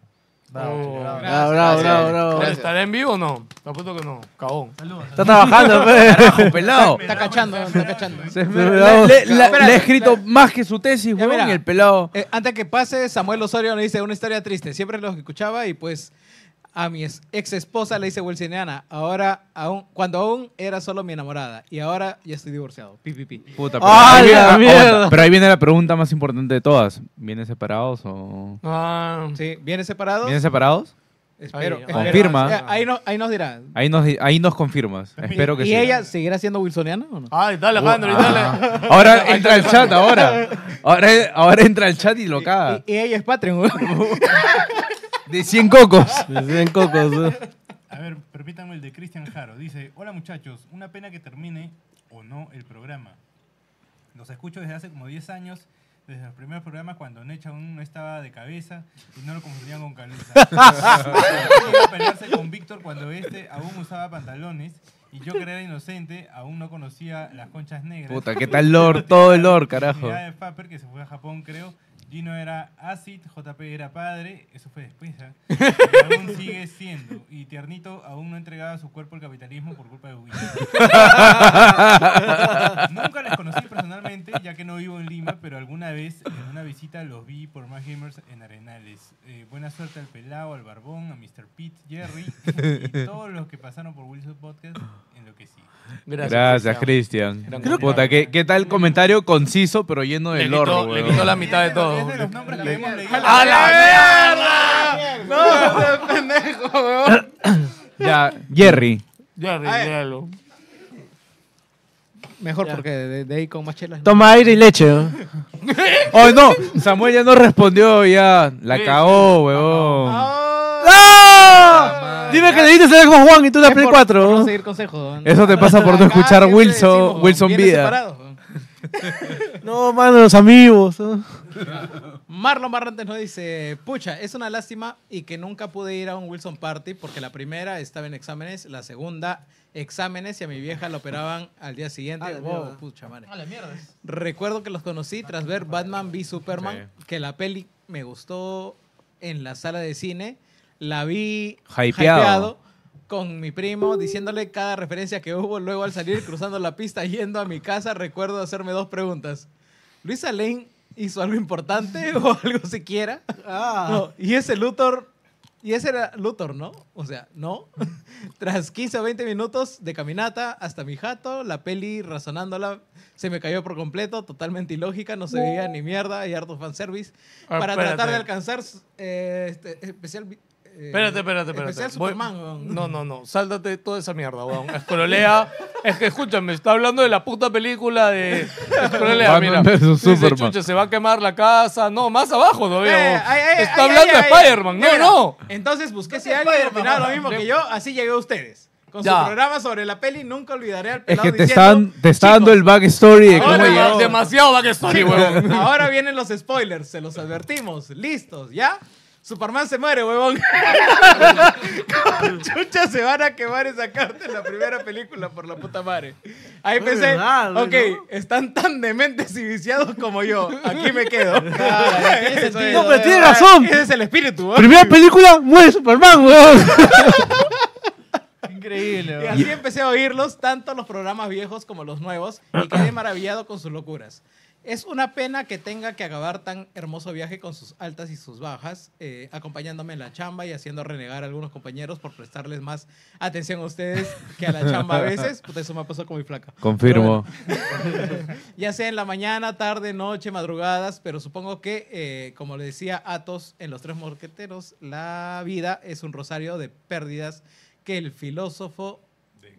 [SPEAKER 7] Oh.
[SPEAKER 2] Gracias. Gracias. Gracias.
[SPEAKER 7] ¿Estará en vivo o no? Te apuesto que no. Cagón.
[SPEAKER 2] Está trabajando, pe.
[SPEAKER 5] pues.
[SPEAKER 7] Carajo, pelado.
[SPEAKER 8] Está cachando, está cachando.
[SPEAKER 5] Le, le- la- le he escrito más que su tesis,
[SPEAKER 8] Ya,
[SPEAKER 5] huevón,
[SPEAKER 8] mira,
[SPEAKER 5] y el pelado.
[SPEAKER 8] eh, antes que pase, Samuel Osorio nos dice una historia triste. Siempre los escuchaba y pues a mi ex esposa le dice Wilsoniana, ahora aún, cuando aún era solo mi enamorada y ahora ya estoy divorciado. Pi, pi, pi.
[SPEAKER 5] Puta, pero,
[SPEAKER 8] ¡Ah,
[SPEAKER 5] ahí viene- aguanta, pero ahí viene la pregunta más importante de todas. ¿Vienen separados o...?
[SPEAKER 8] Sí, viene separado.
[SPEAKER 5] ¿Vienen separados?
[SPEAKER 8] Espero.
[SPEAKER 5] Ahí,
[SPEAKER 8] espero.
[SPEAKER 5] confirma.
[SPEAKER 8] Eh, Ahí, no- ahí nos dirá.
[SPEAKER 5] Ahí nos, di- ahí nos confirmas. Espero que
[SPEAKER 8] ¿Y
[SPEAKER 5] sí.
[SPEAKER 8] ella seguirá siendo wilsoniana o no?
[SPEAKER 7] Ay, dale,
[SPEAKER 5] Alejandro, y dale. Ahora entra al chat, ahora. Ahora, e, ahora entra al chat y lo caga.
[SPEAKER 8] Y ella es Patreon.
[SPEAKER 5] De 100 cocos. De 100 cocos.
[SPEAKER 4] eh.
[SPEAKER 10] A ver, permítanme el de Cristian Jaro. Dice, hola muchachos, una pena que termine o no el programa. Los escucho desde hace como 10 años, desde los primeros programas cuando Necha aún no estaba de cabeza y no lo confundían con Calusa. Iba a pelearse con Víctor cuando este aún usaba pantalones y yo que era inocente aún no conocía las conchas negras.
[SPEAKER 5] Puta, ¿qué tal Lord? Todo el Lord, carajo.
[SPEAKER 10] Unidad de Faper que se fue a Japón, creo. Gino era acid, JP era padre, eso fue después, ¿ah? Y aún sigue siendo. Y Tiernito aún no entregaba su cuerpo al capitalismo por culpa de Wilson. Nunca les conocí personalmente, ya que no vivo en Lima, pero alguna vez en una visita los vi por más gamers en Arenales. Eh, buena suerte al Pelao, al Barbón, a Mr. Pete, Jerry y todos los que pasaron por Wilson Podcast en lo que sí.
[SPEAKER 5] Gracias, Cristian.
[SPEAKER 10] Gran
[SPEAKER 5] Puta, ¿qué, qué tal comentario conciso pero lleno de
[SPEAKER 7] Le quitó-
[SPEAKER 5] lorro,
[SPEAKER 7] le
[SPEAKER 5] weón?
[SPEAKER 7] quitó la mitad de todo.
[SPEAKER 10] ¡A
[SPEAKER 7] la
[SPEAKER 10] mierda! ¡No, pendejo, weón!
[SPEAKER 5] Ya, Jerry.
[SPEAKER 7] Ya, regalo.
[SPEAKER 8] Mejor porque de, de ahí con más chelas.
[SPEAKER 4] Toma aire y leche. ¿no?
[SPEAKER 5] Oh, no. Samuel ya no respondió, ya. La cagó, weón.
[SPEAKER 4] ¡No!
[SPEAKER 7] Ah,
[SPEAKER 4] Dime que le diste el Xbox One y tú la Play 4. ¿no?
[SPEAKER 8] consejo.
[SPEAKER 5] Eso te pasa por no escuchar Wilson, Wilson Vida.
[SPEAKER 4] No, mano, los amigos. ¿no?
[SPEAKER 8] Marlon Barrantes nos dice, pucha, es una lástima y que nunca pude ir a un Wilson Party porque la primera estaba en exámenes, la segunda exámenes y a mi vieja la operaban al día siguiente.
[SPEAKER 2] Ah, la
[SPEAKER 8] Wow,
[SPEAKER 2] mierda.
[SPEAKER 8] Ah, pucha madre.
[SPEAKER 10] Ah,
[SPEAKER 8] Recuerdo que los conocí tras ver Batman v Superman, que la peli me gustó en la sala de cine. La vi
[SPEAKER 5] Hypeado.
[SPEAKER 8] con mi primo, diciéndole cada referencia que hubo luego al salir cruzando la pista yendo a mi casa. Recuerdo hacerme dos preguntas. ¿Luisa Lane hizo algo importante o algo siquiera? No, y ese Luthor, y ese era Luthor, ¿no? O sea, no. Tras 15 o 20 minutos de caminata hasta mi jato, la peli razonándola se me cayó por completo, totalmente ilógica, no se veía ni mierda y harto fanservice.
[SPEAKER 7] Ah,
[SPEAKER 8] para
[SPEAKER 7] espérate.
[SPEAKER 8] tratar de alcanzar eh, este, especial. eh,
[SPEAKER 7] Espérate, espérate, espérate.
[SPEAKER 8] Especial
[SPEAKER 7] Voy-
[SPEAKER 8] Superman, weón.
[SPEAKER 7] No, no, no. Sáltate toda esa mierda, weón. Escrolea. Es que escúchame, está hablando de la puta película de. Escrolea, mira.
[SPEAKER 5] Batman versus
[SPEAKER 7] Dice,
[SPEAKER 5] Superman.
[SPEAKER 7] "Chucha, se va a quemar la casa. No, más abajo todavía.
[SPEAKER 8] Eh,
[SPEAKER 7] weón.
[SPEAKER 8] ay, ay,
[SPEAKER 7] está
[SPEAKER 8] ay,
[SPEAKER 7] hablando
[SPEAKER 8] ay,
[SPEAKER 7] de
[SPEAKER 8] ay.
[SPEAKER 7] Spider-Man. No,
[SPEAKER 8] Mira,
[SPEAKER 7] no.
[SPEAKER 8] Entonces busqué si alguien opinaba lo mismo que yo, así llegué a ustedes. Con
[SPEAKER 7] Ya.
[SPEAKER 8] su programa sobre la peli, nunca olvidaré al
[SPEAKER 5] Es
[SPEAKER 8] pelado
[SPEAKER 5] que te
[SPEAKER 8] diciendo,
[SPEAKER 5] está, dan- te está dando el backstory de cómo
[SPEAKER 8] Ahora,
[SPEAKER 5] llegó.
[SPEAKER 7] Demasiado oh, va que estoy, weón.
[SPEAKER 8] Ahora vienen los spoilers, se los advertimos. Listos, ¿ya? Superman se muere, huevón. Con chucha se van a quemar esa carta en la primera película, por la puta madre. Ahí
[SPEAKER 21] Es
[SPEAKER 8] pensé,
[SPEAKER 21] verdad, güey,
[SPEAKER 8] ok, están tan dementes y viciados como yo. Aquí me quedo. Eso es.
[SPEAKER 4] No, pero tiene razón.
[SPEAKER 8] Ese es el espíritu, ¿eh?
[SPEAKER 4] Primera película, muere Superman, weón.
[SPEAKER 8] Increíble. Y así empecé a oírlos, tanto los programas viejos como los nuevos, y quedé maravillado con sus locuras. Es una pena que tenga que acabar tan hermoso viaje con sus altas y sus bajas, eh, acompañándome en la chamba y haciendo renegar a algunos compañeros por prestarles más atención a ustedes que a la chamba a veces. Puta, eso me ha pasado con mi flaca.
[SPEAKER 5] Confirmo.
[SPEAKER 8] ya sea en la mañana, tarde, noche, madrugadas, pero supongo que, eh, como le decía Atos en Los Tres Morqueteros, la vida es un rosario de pérdidas que el filósofo,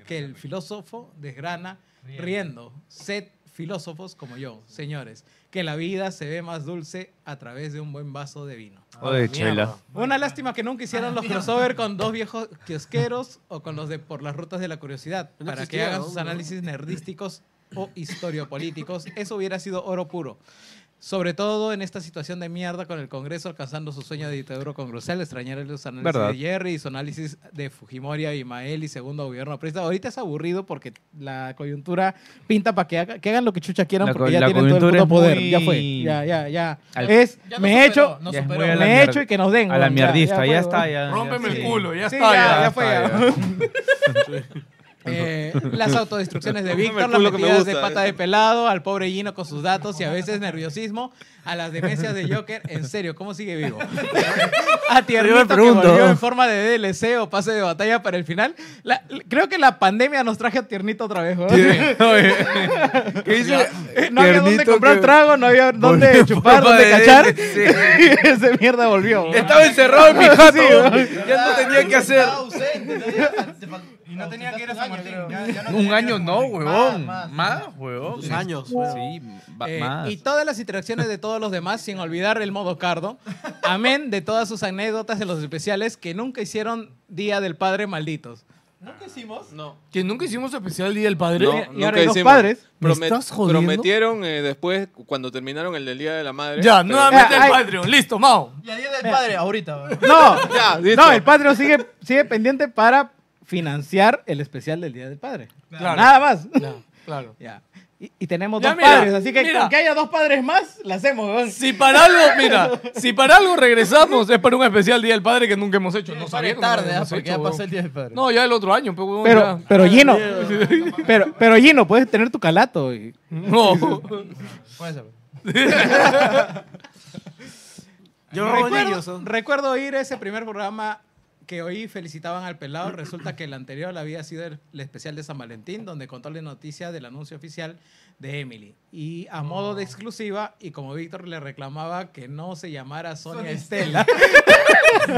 [SPEAKER 8] que el filósofo desgrana riendo. Sed filósofos como yo, señores, que la vida se ve más dulce a través de un buen vaso de vino.
[SPEAKER 5] O de
[SPEAKER 8] Ah, mierda.
[SPEAKER 5] chela.
[SPEAKER 8] Una lástima que nunca hicieron los crossover con dos viejos kiosqueros o con los de por las rutas de la curiosidad
[SPEAKER 3] No
[SPEAKER 8] para que
[SPEAKER 3] existía,
[SPEAKER 8] hagan
[SPEAKER 3] ¿no?
[SPEAKER 8] sus análisis nerdísticos o historiopolíticos. Eso hubiera sido oro puro. Sobre todo en esta situación de mierda con el Congreso alcanzando su sueño de dictadura congresal, extrañar los análisis
[SPEAKER 5] Verdad.
[SPEAKER 8] de Jerry y su análisis de Fujimori, Abimael y segundo gobierno presta. Ahorita es aburrido porque la coyuntura pinta para que, haga- que hagan lo que chucha quieran
[SPEAKER 5] La co-
[SPEAKER 8] porque ya
[SPEAKER 5] la
[SPEAKER 8] tienen todo el
[SPEAKER 5] coyuntura
[SPEAKER 8] puto
[SPEAKER 5] es
[SPEAKER 8] poder. Ya
[SPEAKER 5] muy-
[SPEAKER 8] fue. Ya, ya, ya.
[SPEAKER 5] Al-
[SPEAKER 8] es,
[SPEAKER 5] Ya nos
[SPEAKER 8] me he
[SPEAKER 5] superó,
[SPEAKER 8] hecho,
[SPEAKER 5] nos
[SPEAKER 8] me
[SPEAKER 5] superó.
[SPEAKER 8] he hecho y que nos den.
[SPEAKER 5] A la
[SPEAKER 8] weón,
[SPEAKER 5] mierdista, ya
[SPEAKER 8] fue,
[SPEAKER 5] está,
[SPEAKER 8] weón.
[SPEAKER 5] ya- ya Rómpeme el sí. culo, ya
[SPEAKER 8] Sí,
[SPEAKER 5] está,
[SPEAKER 8] Ya,
[SPEAKER 5] ya
[SPEAKER 8] ya fue,
[SPEAKER 5] está,
[SPEAKER 8] ya. Eh, las autodestrucciones de
[SPEAKER 3] Rómpeme el
[SPEAKER 8] Víctor, las
[SPEAKER 3] culo que me
[SPEAKER 8] metidas de
[SPEAKER 3] gusta,
[SPEAKER 8] pata de pelado, al pobre Gino con sus datos y a veces nerviosismo, a las demencias de Joker, en serio, ¿cómo sigue vivo? a
[SPEAKER 4] Yo
[SPEAKER 8] Tiernito
[SPEAKER 4] me
[SPEAKER 8] que
[SPEAKER 4] pregunto.
[SPEAKER 8] volvió en forma de DLC o pase de batalla para el final. La- creo que la pandemia nos traje a Tiernito otra vez, weón.
[SPEAKER 21] ¿Qué dice?
[SPEAKER 8] Eh, No había dónde
[SPEAKER 21] Tiernito
[SPEAKER 8] comprar
[SPEAKER 21] que-
[SPEAKER 8] trago, no había dónde
[SPEAKER 21] Volvió
[SPEAKER 8] chupar,
[SPEAKER 21] forma
[SPEAKER 8] dónde
[SPEAKER 21] de
[SPEAKER 8] cachar.
[SPEAKER 21] DLC.
[SPEAKER 8] Y ese mierda volvió.
[SPEAKER 21] Estaba encerrado en mi jato.
[SPEAKER 8] Sí, weón.
[SPEAKER 21] ya no tenía que hacer.
[SPEAKER 8] Eh,
[SPEAKER 10] Y no tenía que ir a San Martín. ya- ya no
[SPEAKER 5] Un
[SPEAKER 10] tenía que ir a
[SPEAKER 5] año
[SPEAKER 10] San
[SPEAKER 5] no,
[SPEAKER 10] Martín.
[SPEAKER 5] huevón. Más, huevón.
[SPEAKER 4] Dos años,
[SPEAKER 5] Sí, va-
[SPEAKER 8] Eh,
[SPEAKER 5] más.
[SPEAKER 8] y todas las interacciones de todos los demás, sin olvidar el modo cardo. Amén de todas sus anécdotas de los especiales que nunca hicieron Día del Padre malditos.
[SPEAKER 2] ¿Nunca hicimos? No.
[SPEAKER 7] Que nunca hicimos especial Día del Padre.
[SPEAKER 20] No,
[SPEAKER 8] y ahora
[SPEAKER 20] nunca
[SPEAKER 8] hay dos
[SPEAKER 20] hicimos.
[SPEAKER 8] padres.
[SPEAKER 1] ¿Me
[SPEAKER 20] Promet-
[SPEAKER 1] estás jodiendo?
[SPEAKER 20] Prometieron eh, después, cuando terminaron el del Día de la Madre.
[SPEAKER 7] Ya,
[SPEAKER 20] pero-
[SPEAKER 7] nuevamente el Patreon. Listo, Mao.
[SPEAKER 2] Y el día del padre, ahorita.
[SPEAKER 8] No,
[SPEAKER 20] Ya, listo.
[SPEAKER 8] no el Patreon sigue, sigue pendiente para financiar el especial del Día del Padre.
[SPEAKER 7] Claro.
[SPEAKER 8] Nada más.
[SPEAKER 7] Claro.
[SPEAKER 8] Ya. Y, y tenemos
[SPEAKER 7] Ya,
[SPEAKER 8] dos
[SPEAKER 7] mira,
[SPEAKER 8] padres, así que
[SPEAKER 7] mira.
[SPEAKER 8] con que haya dos padres más, la hacemos. weón.
[SPEAKER 7] Si para algo, mira, si para algo regresamos, es para un especial Día del Padre que nunca hemos hecho. No sabía que no lo
[SPEAKER 2] tarde, ¿ah?
[SPEAKER 7] habíamos
[SPEAKER 2] Porque
[SPEAKER 7] hecho,
[SPEAKER 2] ya
[SPEAKER 7] huevón.
[SPEAKER 2] pasó el día del padre.
[SPEAKER 7] No, ya el otro año, pues, huevón,
[SPEAKER 8] Pero,
[SPEAKER 7] ya.
[SPEAKER 8] pero Gino, pero, pero Gino, puedes tener tu calato. y-
[SPEAKER 7] No.
[SPEAKER 8] Yo
[SPEAKER 2] robo
[SPEAKER 8] recuerdo,
[SPEAKER 2] niños,
[SPEAKER 8] recuerdo oír ese primer programa que oí felicitaban al pelado. Resulta que el anterior había sido el, el especial de San Valentín, donde contó la noticia del anuncio oficial de Emily. Y a modo de exclusiva, y como Víctor le reclamaba que no se llamara Sonia Estela.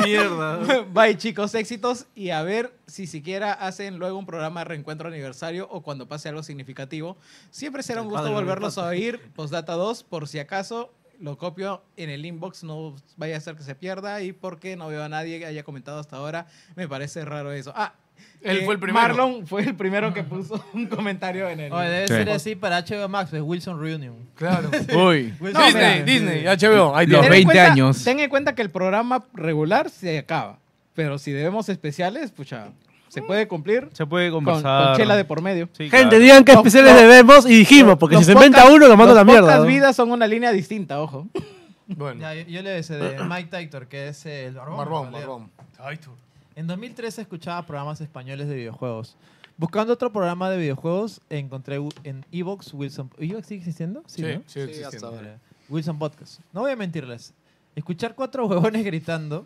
[SPEAKER 4] Mierda.
[SPEAKER 8] Bye, chicos, éxitos. Y a ver si siquiera hacen luego un programa de reencuentro aniversario o cuando pase algo significativo. Siempre será un
[SPEAKER 4] El
[SPEAKER 8] gusto
[SPEAKER 4] padre
[SPEAKER 8] volverlos
[SPEAKER 4] Roberto.
[SPEAKER 8] a oír. Postdata 2, por si acaso lo copio en el inbox, no vaya a ser que se pierda. Y porque no veo a nadie que haya comentado hasta ahora, me parece raro eso. Ah,
[SPEAKER 7] Él
[SPEAKER 8] eh,
[SPEAKER 7] fue el primero.
[SPEAKER 8] Marlon fue el primero que puso un comentario en el.
[SPEAKER 2] Oye, debe
[SPEAKER 7] Sí.
[SPEAKER 2] ser así para HBO Max, es Wilson Reunion.
[SPEAKER 7] Claro. Uy.
[SPEAKER 2] Wilson
[SPEAKER 7] Disney,
[SPEAKER 2] Reunion.
[SPEAKER 7] Disney, HBO. Ahí
[SPEAKER 5] Los
[SPEAKER 7] tiene.
[SPEAKER 8] Ten en
[SPEAKER 5] 20
[SPEAKER 8] cuenta-
[SPEAKER 5] años.
[SPEAKER 8] Ten en cuenta que el programa regular se acaba. Pero si debemos especiales, pucha, se puede cumplir.
[SPEAKER 5] Se puede
[SPEAKER 8] con-
[SPEAKER 5] conversar.
[SPEAKER 8] Con chela de por medio.
[SPEAKER 5] Sí,
[SPEAKER 4] Gente,
[SPEAKER 5] claro.
[SPEAKER 4] digan qué
[SPEAKER 8] Los-
[SPEAKER 4] especiales
[SPEAKER 8] los-
[SPEAKER 4] debemos y dijimos, porque si se inventa uno, lo mando a la mierda.
[SPEAKER 8] Las
[SPEAKER 4] ¿no?
[SPEAKER 8] vidas son una línea distinta, ojo.
[SPEAKER 7] Bueno.
[SPEAKER 2] Ya, yo, yo le decía de Mike Titor, que es el barbón.
[SPEAKER 7] Barbón,
[SPEAKER 2] ¿vale?
[SPEAKER 7] barbón.
[SPEAKER 2] En 2013 escuchaba programas españoles de videojuegos. Buscando otro programa de videojuegos, encontré u- en Evox Wilson. ¿Evox sigue existiendo?
[SPEAKER 7] Sí,
[SPEAKER 2] ¿no?
[SPEAKER 7] sigue Sí, existiendo. hasta ahora.
[SPEAKER 2] Wilson Podcast. No voy a mentirles. Escuchar cuatro huevones gritando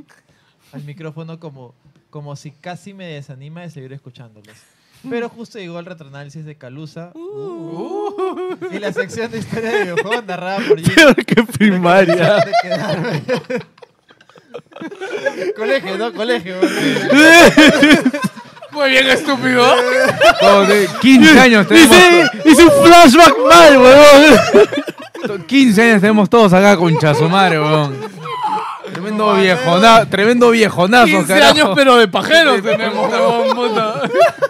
[SPEAKER 2] al micrófono como, como si casi me desanima de seguir escuchándolos. Pero justo llegó el retroanálisis de Calusa uh, y la sección de historia de videojuegos narrada por Jimmy.
[SPEAKER 4] Peor que primaria.
[SPEAKER 2] De quedarme. Colegio, no, colegio.
[SPEAKER 7] Muy bien, estúpido.
[SPEAKER 21] Oh,
[SPEAKER 5] Como que 15 años
[SPEAKER 4] Dice,
[SPEAKER 5] tenemos.
[SPEAKER 4] hice un flashback mal, weón.
[SPEAKER 5] to- 15 años tenemos todos acá, concha su madre, huevón. Tremendo viejona, tremendo viejonazo,
[SPEAKER 7] 15
[SPEAKER 5] carajo.
[SPEAKER 7] años, pero de pajeros tenemos, huevón, puta.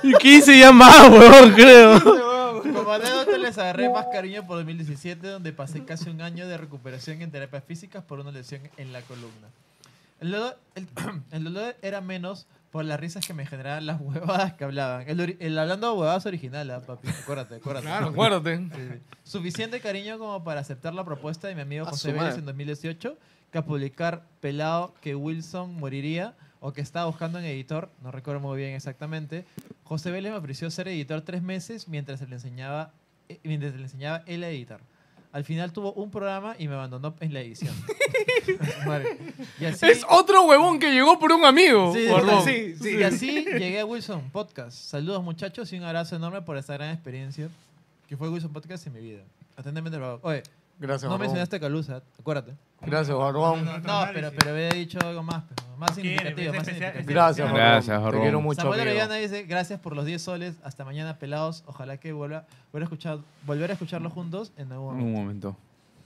[SPEAKER 4] Y 15 ya más, weón, creo.
[SPEAKER 2] Como anécdota les agarré más cariño por 2017, donde pasé casi un año de recuperación en terapias físicas por una lesión en la columna. El dolor, el- el dolor era menos por las risas que me generaban las huevadas que hablaban. El, ori- el hablando de huevadas original, ah, papi. Acuérdate, acuérdate.
[SPEAKER 7] Claro, acuérdate.
[SPEAKER 2] Sí. Suficiente cariño como para aceptar la propuesta de mi amigo
[SPEAKER 3] A
[SPEAKER 2] José
[SPEAKER 3] su madre.
[SPEAKER 2] Vélez en 2018 que a publicar pelado que Wilson moriría o que estaba buscando un editor, no recuerdo muy bien exactamente. José Vélez me ofreció ser editor tres meses mientras se le enseñaba, eh, mientras se le enseñaba él a editar. Al final tuvo un programa y me abandonó en la edición. Madre. Y así-
[SPEAKER 7] Es otro huevón que llegó por un amigo.
[SPEAKER 2] Sí,
[SPEAKER 7] huevón.
[SPEAKER 2] sí, sí. Y así llegué a Wilson Podcast. Saludos muchachos y un abrazo enorme por esta gran experiencia que fue Wilson Podcast en mi vida. Atentamente, Barbón. Oye,
[SPEAKER 7] Gracias,
[SPEAKER 2] no
[SPEAKER 7] Barbón.
[SPEAKER 2] mencionaste a Calusa, acuérdate.
[SPEAKER 7] Gracias, Barbón.
[SPEAKER 2] No, pero, pero había dicho algo más. pero- Más significativo, más significativo.
[SPEAKER 1] Gracias, Jorge. Gracias, Jorge. Te quiero mucho,
[SPEAKER 2] Samuel
[SPEAKER 1] amigo.
[SPEAKER 2] Orellana dice, gracias por los 10 soles. Hasta mañana, pelados. Ojalá que vuelva, vuelva a escuchar, volver a escucharlos juntos en algún
[SPEAKER 5] En un
[SPEAKER 2] momento.
[SPEAKER 5] momento.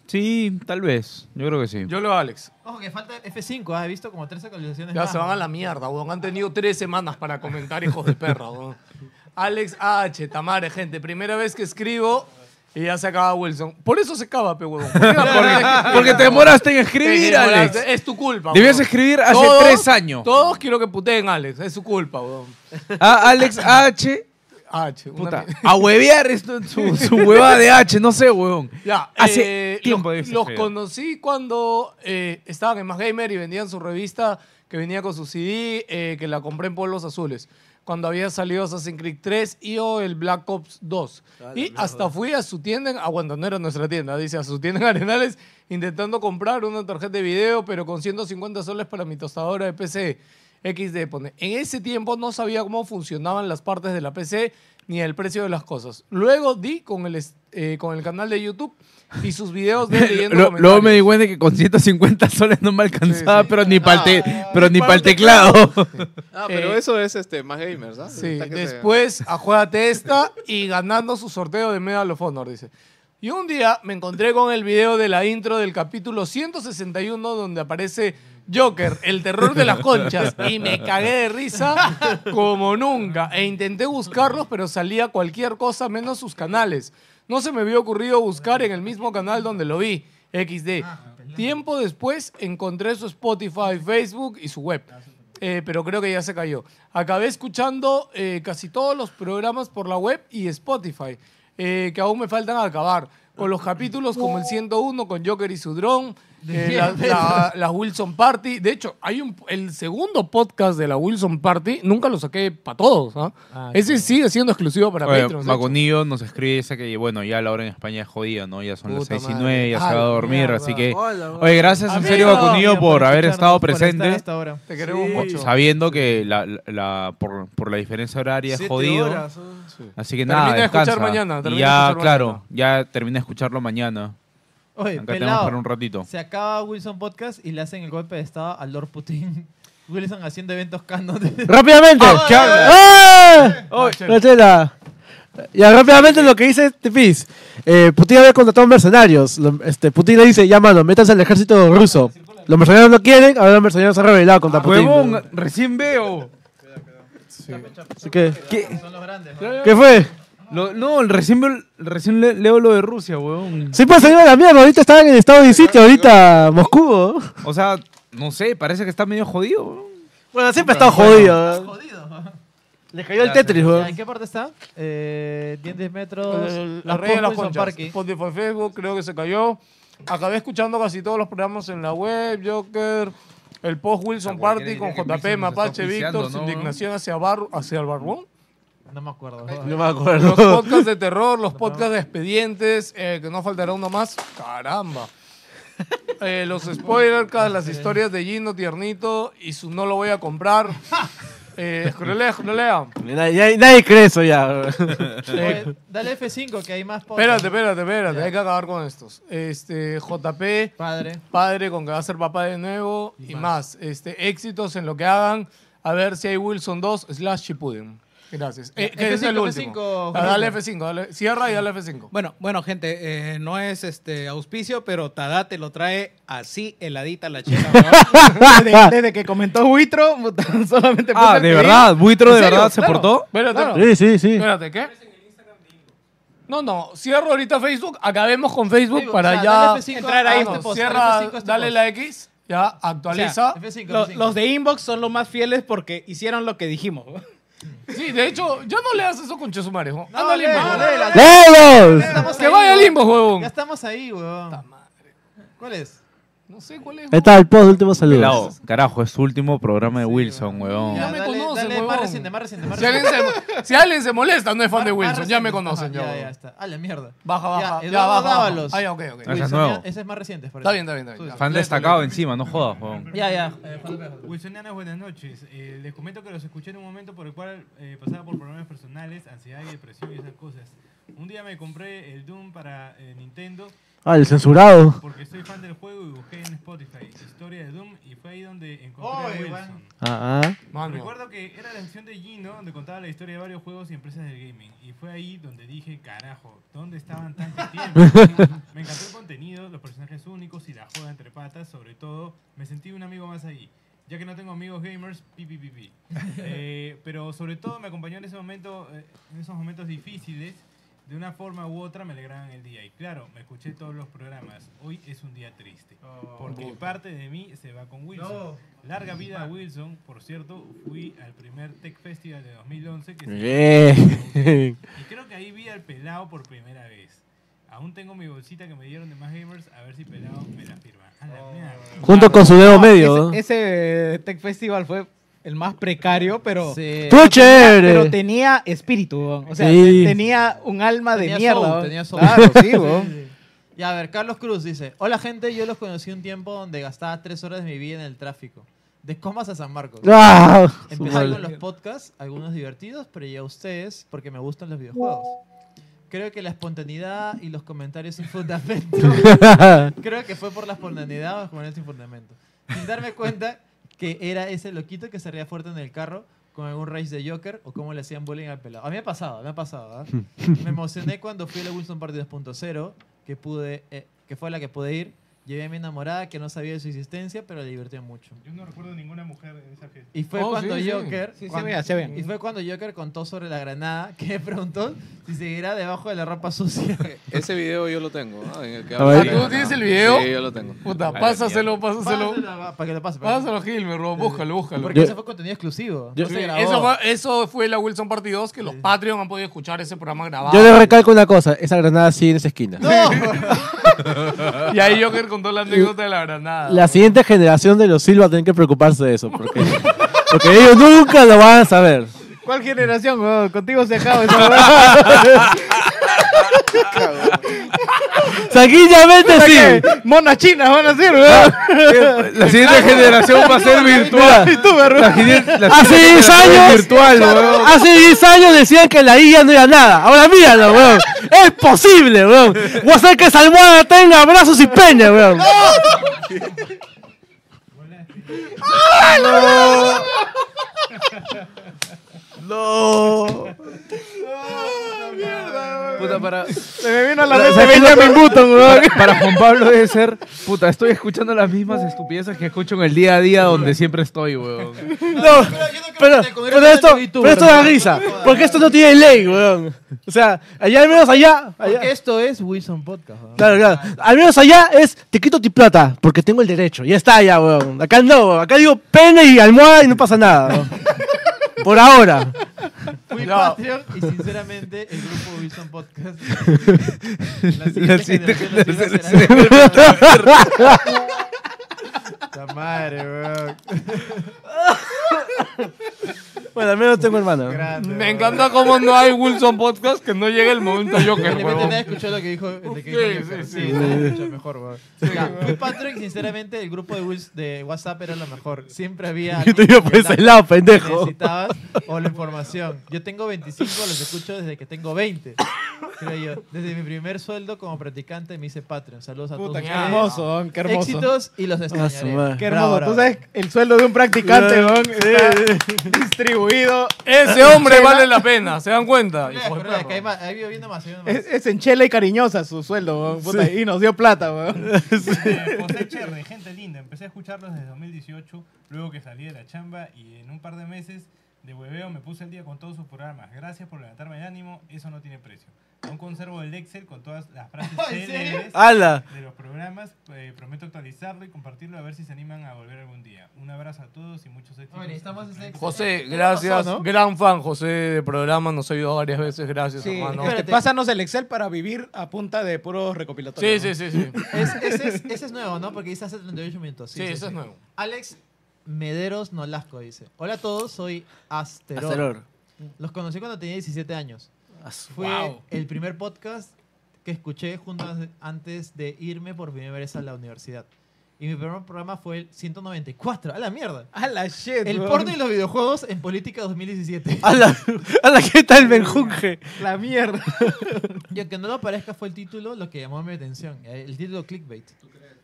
[SPEAKER 5] Sí, tal vez. Yo creo que sí.
[SPEAKER 1] Yo lo hago, Alex.
[SPEAKER 2] Ojo, que falta F5. ¿ah? He visto como 13 actualizaciones
[SPEAKER 1] Ya
[SPEAKER 2] más,
[SPEAKER 1] se van
[SPEAKER 2] ¿no?
[SPEAKER 1] a la mierda, weón. Han tenido tres semanas para comentar, hijos de perra, weón. Alex H, Tamare, gente. Primera vez que escribo y ya se acaba Wilson. Por eso se acaba, pe, weón.
[SPEAKER 7] Porque- porque te demoraste en escribir,
[SPEAKER 1] Te demoraste.
[SPEAKER 7] Alex.
[SPEAKER 1] Es tu culpa,
[SPEAKER 7] Debías
[SPEAKER 1] weón.
[SPEAKER 7] escribir hace tres años.
[SPEAKER 1] Todos quiero que puteen a Alex. Es su culpa, weón.
[SPEAKER 7] A Ah, Alex H.
[SPEAKER 1] H. una
[SPEAKER 7] Puta,
[SPEAKER 1] mi-
[SPEAKER 7] a huevear esto- su, su huevada de H, no sé, huevón.
[SPEAKER 1] Ya,
[SPEAKER 7] Hace
[SPEAKER 1] eh,
[SPEAKER 7] tiempo
[SPEAKER 1] los,
[SPEAKER 7] debes
[SPEAKER 1] los
[SPEAKER 7] escribir.
[SPEAKER 1] conocí cuando eh, estaban en Más Gamer y vendían su revista que venía con su CD, eh, que la compré en Pueblos Azules. Cuando había salido Assassin's Creed 3 y o el Black Ops 2. y hasta fui a su tienda, en- ah, bueno, no era nuestra tienda, dice, a su tienda en Arenales, intentando comprar una tarjeta de video, pero con 150 soles para mi tostadora de PC. XD pone, en ese tiempo no sabía cómo funcionaban las partes de la PC ni el precio de las cosas. Luego di con el, es- eh, con el canal de YouTube y sus videos de leyendo
[SPEAKER 7] Lo-
[SPEAKER 1] comentarios.
[SPEAKER 7] luego me di cuenta que con 150 soles no me alcanzaba, pero ni para el, te- pero ni
[SPEAKER 1] Ah, pa'l
[SPEAKER 7] para el
[SPEAKER 1] teclado.
[SPEAKER 7] teclado.
[SPEAKER 20] Ah, pero
[SPEAKER 1] Eh,
[SPEAKER 20] eso es este, más gamers, ¿ah?
[SPEAKER 1] Sí,
[SPEAKER 20] Está que se-
[SPEAKER 1] después ajuéate esta y ganando su sorteo de Medal of Honor, dice. Y un día me encontré con el video de la intro del capítulo 161 donde aparece Joker, el terror de las conchas, y me cagué de risa como nunca. E intenté buscarlos, pero salía cualquier cosa menos sus canales. No se me había ocurrido buscar en el mismo canal donde lo vi, XD. Tiempo después encontré su Spotify, Facebook y su web. Eh, pero creo que ya se cayó. Acabé escuchando eh, casi todos los programas por la web y Spotify, eh, que aún me faltan acabar. Con los capítulos como el 101, con Joker y su dron, eh, la, la- la Wilson Party. De hecho, hay un, el segundo podcast de la Wilson Party, nunca lo saqué para todos. ¿ah?
[SPEAKER 5] Ah,
[SPEAKER 1] Ese sigue siendo exclusivo para
[SPEAKER 5] Oye,
[SPEAKER 1] Patreon.
[SPEAKER 5] Maconillo nos escribe dice que, bueno, ya la hora en España es jodida, ¿no? Ya son las
[SPEAKER 1] Puta
[SPEAKER 5] 6 y
[SPEAKER 1] madre.
[SPEAKER 5] 9, ya
[SPEAKER 1] Ah,
[SPEAKER 5] se va a
[SPEAKER 1] la
[SPEAKER 5] dormir,
[SPEAKER 1] mierda.
[SPEAKER 5] así que...
[SPEAKER 1] Hola, güey.
[SPEAKER 5] oye, gracias en
[SPEAKER 1] Amigo.
[SPEAKER 5] serio, Maconillo,
[SPEAKER 1] Gracias
[SPEAKER 5] por
[SPEAKER 1] por
[SPEAKER 5] haber estado
[SPEAKER 1] escucharnos, por estar
[SPEAKER 5] presente.
[SPEAKER 1] hasta ahora. Te queremos mucho.
[SPEAKER 5] Sabiendo que la, la- por, por la diferencia horaria es
[SPEAKER 1] Siete
[SPEAKER 5] jodido.
[SPEAKER 1] horas, son- Sí.
[SPEAKER 5] Así que
[SPEAKER 1] Termina
[SPEAKER 5] nada,
[SPEAKER 1] de escuchar
[SPEAKER 5] descansa.
[SPEAKER 1] mañana,
[SPEAKER 5] y
[SPEAKER 1] termina de
[SPEAKER 5] ya,
[SPEAKER 1] escuchar
[SPEAKER 5] claro, ya termina de escucharlo mañana.
[SPEAKER 2] Oye,
[SPEAKER 5] Acá tenemos
[SPEAKER 2] pelado,
[SPEAKER 5] para un ratito.
[SPEAKER 2] Se acaba Wilson Podcast y le hacen el golpe de estado al Lord Putin. Wilson haciendo eventos canon.
[SPEAKER 4] ¡Rápidamente!
[SPEAKER 2] Ah,
[SPEAKER 4] ¡Ah! ¡Ah! Marcela. Ya, rápidamente lo que dice este Piz. Eh, Putin había contratado mercenarios. Lo- este, Putin le dice, ya mano, métanse al ejército ruso. Los mercenarios no quieren, ahora los mercenarios se han
[SPEAKER 5] Ah,
[SPEAKER 4] rebelado
[SPEAKER 2] Ah,
[SPEAKER 4] contra Putin.
[SPEAKER 7] Huevón, recién veo.
[SPEAKER 4] Así que-
[SPEAKER 7] ¿Qué?
[SPEAKER 4] ¿Qué fue?
[SPEAKER 7] Lo- no, recién, veo- recién le- leo lo de Rusia, huevón.
[SPEAKER 4] Sí, pues se iba a la mierda, ahorita estaban en estado de sitio, ahorita Moscú. ¿no?
[SPEAKER 5] O sea, no sé, parece que está medio jodido. ¿no?
[SPEAKER 4] Bueno, siempre ha estado jodido. ¿eh? ¿no? Le cayó el Tetris,
[SPEAKER 2] Ya,
[SPEAKER 4] weón.
[SPEAKER 2] ¿En qué parte está? Eh, 10 metros.
[SPEAKER 1] La red de las
[SPEAKER 2] Wilson
[SPEAKER 1] conchas.
[SPEAKER 2] Parque.
[SPEAKER 1] Spotify, Facebook, creo que se cayó. Acabé escuchando casi todos los programas en la web, Joker, el post Wilson Party con
[SPEAKER 2] diría que
[SPEAKER 1] JP,
[SPEAKER 2] Wilson nos
[SPEAKER 1] Mapache,
[SPEAKER 2] está
[SPEAKER 1] Víctor,
[SPEAKER 2] oficiando,
[SPEAKER 1] su
[SPEAKER 2] ¿no?
[SPEAKER 1] indignación hacia, Bar- hacia el barbón.
[SPEAKER 2] No me acuerdo.
[SPEAKER 4] No me acuerdo.
[SPEAKER 1] Los podcasts de terror, los podcasts de expedientes, eh, que no faltará uno más. Caramba. Eh, los spoilers, las historias de Gino Tiernito y su no lo voy a comprar. Eh, scrollea, scrollea.
[SPEAKER 4] Nadie, nadie- nadie cree eso ya.
[SPEAKER 1] Eh,
[SPEAKER 2] Dale F5 que hay más podcasts.
[SPEAKER 1] Espérate, espérate, espérate. Hay que acabar con estos. Este, JP.
[SPEAKER 2] Padre.
[SPEAKER 1] Padre con que va a ser papá de nuevo. Y, más. Este, éxitos en lo que hagan. A ver si hay Wilson 2 slash Chipuden. Gracias. Eh, que es el
[SPEAKER 8] F5,
[SPEAKER 1] último.
[SPEAKER 8] F5,
[SPEAKER 1] Ah, dale
[SPEAKER 8] Jorge.
[SPEAKER 1] F5. Dale. Cierra y dale F5.
[SPEAKER 8] Bueno, bueno, gente, eh, no es este auspicio, pero Tadá te lo trae así heladita la chela. weón. desde, desde que comentó Buitro, puta, solamente
[SPEAKER 5] Ah,
[SPEAKER 8] puse el
[SPEAKER 5] de
[SPEAKER 8] pedido.
[SPEAKER 5] verdad, Buitro
[SPEAKER 8] ¿En
[SPEAKER 5] de
[SPEAKER 8] serio?
[SPEAKER 5] verdad se
[SPEAKER 8] Claro.
[SPEAKER 5] portó.
[SPEAKER 1] Espérate.
[SPEAKER 8] Claro.
[SPEAKER 4] Sí, sí, sí.
[SPEAKER 1] Espérate, ¿qué? No, no, cierro ahorita Facebook, acabemos con Facebook para
[SPEAKER 8] sea,
[SPEAKER 1] ya
[SPEAKER 8] dale F5
[SPEAKER 1] entrar
[SPEAKER 8] a
[SPEAKER 1] ahí.
[SPEAKER 8] este
[SPEAKER 1] no,
[SPEAKER 8] post,
[SPEAKER 1] cierra,
[SPEAKER 8] dale F5 a este
[SPEAKER 1] dale
[SPEAKER 8] post.
[SPEAKER 1] la X, ya actualiza.
[SPEAKER 8] O sea, lo- los de inbox son los más fieles porque hicieron lo que dijimos.
[SPEAKER 1] Sí, de hecho, ya no leas eso con Chesumares. No,
[SPEAKER 2] No,
[SPEAKER 1] Anda limbo.
[SPEAKER 8] ¡Eh!
[SPEAKER 2] léelo, léelo.
[SPEAKER 5] ¡Eh!
[SPEAKER 4] ¡Léelo!
[SPEAKER 2] Ya estamos
[SPEAKER 1] Que
[SPEAKER 2] ahí,
[SPEAKER 1] vaya
[SPEAKER 2] huevón.
[SPEAKER 1] limbo, huevón.
[SPEAKER 2] Ya estamos ahí, huevón. ¿Cuál es? No
[SPEAKER 1] sé cuál es.
[SPEAKER 4] Ahí está el post, último
[SPEAKER 5] Pelado,
[SPEAKER 4] saludo.
[SPEAKER 5] carajo, es su último programa de Wilson, huevón.
[SPEAKER 2] Ya me dale,
[SPEAKER 1] conoces,
[SPEAKER 2] dale,
[SPEAKER 1] huevón.
[SPEAKER 2] más reciente, más reciente, más
[SPEAKER 1] Si alguien,
[SPEAKER 2] reciente.
[SPEAKER 1] se, si alguien se molesta, no es fan de
[SPEAKER 2] Más
[SPEAKER 1] Wilson. Ya
[SPEAKER 2] reciente.
[SPEAKER 1] me conocen,
[SPEAKER 2] Ajá,
[SPEAKER 1] ya.
[SPEAKER 2] Ya, ya está. A Ah, la mierda.
[SPEAKER 1] Baja, baja, ya,
[SPEAKER 2] Eduardo
[SPEAKER 1] baja, baja.
[SPEAKER 2] Dávalos.
[SPEAKER 1] Ah, ya, ok, ok.
[SPEAKER 5] Ah, ese es nuevo.
[SPEAKER 2] ya, Ese es más reciente. por
[SPEAKER 1] Está
[SPEAKER 2] eso.
[SPEAKER 1] bien, está bien, está bien.
[SPEAKER 5] Fan destacado encima, no jodas, huevón.
[SPEAKER 2] Ya, ya.
[SPEAKER 10] Wilsonianas, buenas noches. Eh, les comento que los escuché en un momento por el cual eh, pasaba por problemas personales, ansiedad y depresión y esas cosas. Un día me compré el Doom para eh, Nintendo.
[SPEAKER 4] Ah, el censurado.
[SPEAKER 10] Porque soy fan del juego y busqué en Spotify Historia de Doom y fue ahí donde encontré a Wilson.
[SPEAKER 4] Ah, ah.
[SPEAKER 1] Mano.
[SPEAKER 10] Recuerdo que era la sección de Gino donde contaba la historia de varios juegos y empresas del gaming. Y fue ahí donde dije, carajo, ¿dónde estaban tanto tiempo? me encantó el contenido, los personajes únicos y la joda entre patas. Sobre todo, me sentí un amigo más ahí. Ya que no tengo amigos gamers, pi, pi, pi, pi. Eh, pero sobre todo me acompañó en, ese momento, eh, en esos momentos difíciles. De una forma u otra me alegraban el día. Y claro, me escuché todos los programas. Hoy es un día triste. porque
[SPEAKER 22] puta.
[SPEAKER 10] parte de mí se va con Wilson. Larga vida a Wilson. Por cierto, fui al primer Tech Festival de 2011. Que se-
[SPEAKER 4] Bien.
[SPEAKER 10] Y creo que ahí vi al pelado por primera vez. Aún tengo mi bolsita que me dieron de más gamers. A ver si pelado me la firma. A la mierda.
[SPEAKER 4] Junto con su dedo medio,
[SPEAKER 8] Ese, ese, eh, Tech Festival fue el más precario, pero.
[SPEAKER 4] Estuvo chévere.
[SPEAKER 8] Pero tenía espíritu, weón. o sea,
[SPEAKER 4] Sí.
[SPEAKER 8] tenía un alma de
[SPEAKER 2] Tenía
[SPEAKER 8] mierda.
[SPEAKER 2] soul,
[SPEAKER 8] weón.
[SPEAKER 2] tenía soul.
[SPEAKER 8] Claro, sí, weón.
[SPEAKER 2] Sí, sí. Y a ver, Carlos Cruz dice, hola gente, yo los conocí un tiempo donde gastaba tres horas de mi vida en el tráfico. De Comas a San Marcos.
[SPEAKER 4] Ah, su
[SPEAKER 2] Empecé
[SPEAKER 4] madre.
[SPEAKER 2] con los podcasts, algunos divertidos, pero ya ustedes, porque me gustan los videojuegos. Creo que la espontaneidad y los comentarios sin fundamento. Creo que fue por la espontaneidad o los comentarios sin fundamento. Sin darme cuenta que era ese loquito que se reía fuerte en el carro con algún race de Joker o cómo le hacían bullying al pelado. A mí me ha pasado, me ha pasado. ¿ah? Me emocioné cuando fui a la Wilson Party 2.0, que, pude, eh, que fue a la que pude ir. Llevé a mi enamorada que no sabía de su existencia, pero la divertí mucho.
[SPEAKER 10] Yo no recuerdo ninguna mujer en esa fiesta.
[SPEAKER 2] Y fue cuando Joker.
[SPEAKER 8] Oh, Sí, se
[SPEAKER 2] cuando-
[SPEAKER 8] veía, se veía.
[SPEAKER 2] Y fue cuando Joker contó sobre la granada que me preguntó si seguirá debajo de la ropa sucia.
[SPEAKER 20] Ese video yo lo tengo. ¿no? En el que
[SPEAKER 2] A
[SPEAKER 20] habla de
[SPEAKER 2] ver.
[SPEAKER 20] la
[SPEAKER 7] Ah,
[SPEAKER 2] ¿Tú
[SPEAKER 20] granada.
[SPEAKER 2] tienes el video?
[SPEAKER 20] Sí, yo lo tengo.
[SPEAKER 2] Puta,
[SPEAKER 20] A la
[SPEAKER 2] pásaselo,
[SPEAKER 20] mierda.
[SPEAKER 2] pásaselo. Pásala, para que lo pase, para que-
[SPEAKER 7] Pásalo, Gilmer, bro. Búscalo, búscalo.
[SPEAKER 2] Porque ese fue contenido exclusivo.
[SPEAKER 7] Sí,
[SPEAKER 2] no se grabó.
[SPEAKER 7] eso, fue, eso fue la Wilson Party 2 que los Patreon han podido escuchar ese programa grabado.
[SPEAKER 4] Yo le recalco una cosa, esa granada sí en esa esquina.
[SPEAKER 7] y ahí Joker contó la anécdota de la granada.
[SPEAKER 4] La siguiente generación de los Silva va a tener que preocuparse de eso, porque, porque ellos nunca lo van a saber.
[SPEAKER 8] ¿Cuál generación, weón? Contigo se acaba esa
[SPEAKER 4] Sanguínamente sí.
[SPEAKER 8] Monas chinas van a ser,
[SPEAKER 21] weón. La siguiente generación va a ser virtual. La siguiente- la
[SPEAKER 4] Hace
[SPEAKER 21] siguiente
[SPEAKER 4] 10
[SPEAKER 21] generación
[SPEAKER 4] años,
[SPEAKER 21] es virtual, weón.
[SPEAKER 4] hace 10 años decían que la IA no era nada. Ahora míralo, weón. Es posible, weón. Voy a hacer que esa almohada tenga brazos y peña, weón.
[SPEAKER 21] No. Puta, para.
[SPEAKER 8] Se me vino a la
[SPEAKER 21] La-
[SPEAKER 8] mesa
[SPEAKER 21] ¿sabes qué?
[SPEAKER 8] Benjamin Button, weón.
[SPEAKER 21] Para- Para Juan Pablo debe ser. Puta, estoy escuchando las mismas estupideces que escucho en el día a día donde siempre estoy, weón.
[SPEAKER 4] No, pero, pero esto, pero esto da risa. Porque esto no tiene ley, weón. O sea, allá al menos allá.
[SPEAKER 2] Porque esto es Wilson Podcast. weón.
[SPEAKER 4] Claro, claro. Al menos allá es te quito tu plata porque tengo el derecho. Ya está allá, weón. Acá no, weón. acá digo pene y almohada y no pasa nada. weón. Por ahora.
[SPEAKER 2] Fui
[SPEAKER 21] No.
[SPEAKER 2] Patreon y sinceramente el grupo Wilson Podcast.
[SPEAKER 21] La siguiente generación
[SPEAKER 2] será-
[SPEAKER 21] será virtual.
[SPEAKER 2] Puta madre, weón.
[SPEAKER 4] Bueno, al menos tengo hermano.
[SPEAKER 7] Me encanta cómo no hay Wilson Podcast que no llegue el momento Joker,
[SPEAKER 2] Obviamente
[SPEAKER 7] huevón.
[SPEAKER 2] nadie escuchó lo que dijo. lo que
[SPEAKER 7] Sí,
[SPEAKER 2] dijo Joker.
[SPEAKER 7] sí, sí.
[SPEAKER 2] Sí, nadie escuchó, mejor, weón. Ya, Fui Patreon y sinceramente el grupo de, Wills- de WhatsApp era lo mejor. Siempre había.
[SPEAKER 4] Yo te iba por ese lado, pendejo.
[SPEAKER 2] Necesitabas o la información. Yo tengo 25, los escucho desde que tengo 20. Creo yo. Desde mi primer sueldo como practicante me hice Patreon. Saludos a
[SPEAKER 8] Puta,
[SPEAKER 2] todos.
[SPEAKER 8] qué
[SPEAKER 2] ustedes.
[SPEAKER 8] hermoso, qué hermoso.
[SPEAKER 2] Éxitos y los
[SPEAKER 4] Ah,
[SPEAKER 2] extrañaré.
[SPEAKER 8] Qué hermoso.
[SPEAKER 2] Bravo, bravo.
[SPEAKER 8] Tú sabes, el sueldo de un practicante, weón, está distribuido.
[SPEAKER 7] Ese hombre
[SPEAKER 8] en chela.
[SPEAKER 7] vale la pena, ¿se dan cuenta? Hijo de
[SPEAKER 2] Pero es
[SPEAKER 7] perro.
[SPEAKER 2] que hay más, hay viviendo más, hay viviendo más.
[SPEAKER 8] Es, es enchela y cariñosa su sueldo, weón, puta, y nos dio plata, weón.
[SPEAKER 10] Eh, José Cherry, gente linda, empecé a escucharlos desde 2018, luego que salí de la chamba y en un par de meses de hueveo me puse al día con todos sus programas. Gracias por levantarme el ánimo, eso no tiene precio. Aún conservo el Excel con todas las frases
[SPEAKER 2] ¿en serio?
[SPEAKER 10] célebres
[SPEAKER 4] ¡Hala!
[SPEAKER 10] de los programas. eh, prometo actualizarlo y compartirlo a ver si se animan a volver algún día. Un abrazo a todos y muchos éxitos.
[SPEAKER 2] Oye, necesitamos ese Excel.
[SPEAKER 7] José, gracias.
[SPEAKER 8] ¿no?
[SPEAKER 7] Gran fan, José, de programa. Nos ha ayudado varias veces. Gracias,
[SPEAKER 8] Sí,
[SPEAKER 7] hermano.
[SPEAKER 8] este, pásanos el Excel para vivir a punta de puros recopilatorios.
[SPEAKER 7] Sí,
[SPEAKER 8] ¿no?
[SPEAKER 7] sí, sí, sí.
[SPEAKER 2] Es- ese, es, ese es nuevo, ¿no? Porque dice hace 38 minutos.
[SPEAKER 7] Sí, ese es nuevo.
[SPEAKER 2] Alex Mederos Nolasco dice: Hola a todos, soy Asteror.
[SPEAKER 4] Asteror.
[SPEAKER 2] Los conocí cuando tenía 17 años. Fue
[SPEAKER 4] Wow.
[SPEAKER 2] el primer podcast que escuché junto a- antes de irme por primera vez a la universidad. Y mi primer programa fue el 194. ¡A la mierda!
[SPEAKER 8] ¡A la shit!
[SPEAKER 2] El
[SPEAKER 8] weón.
[SPEAKER 2] porno y los videojuegos en política 2017.
[SPEAKER 4] A la, a la que está el menjunje.
[SPEAKER 8] La mierda.
[SPEAKER 2] Y aunque no lo parezca, fue el título lo que llamó mi atención. eh, El título clickbait.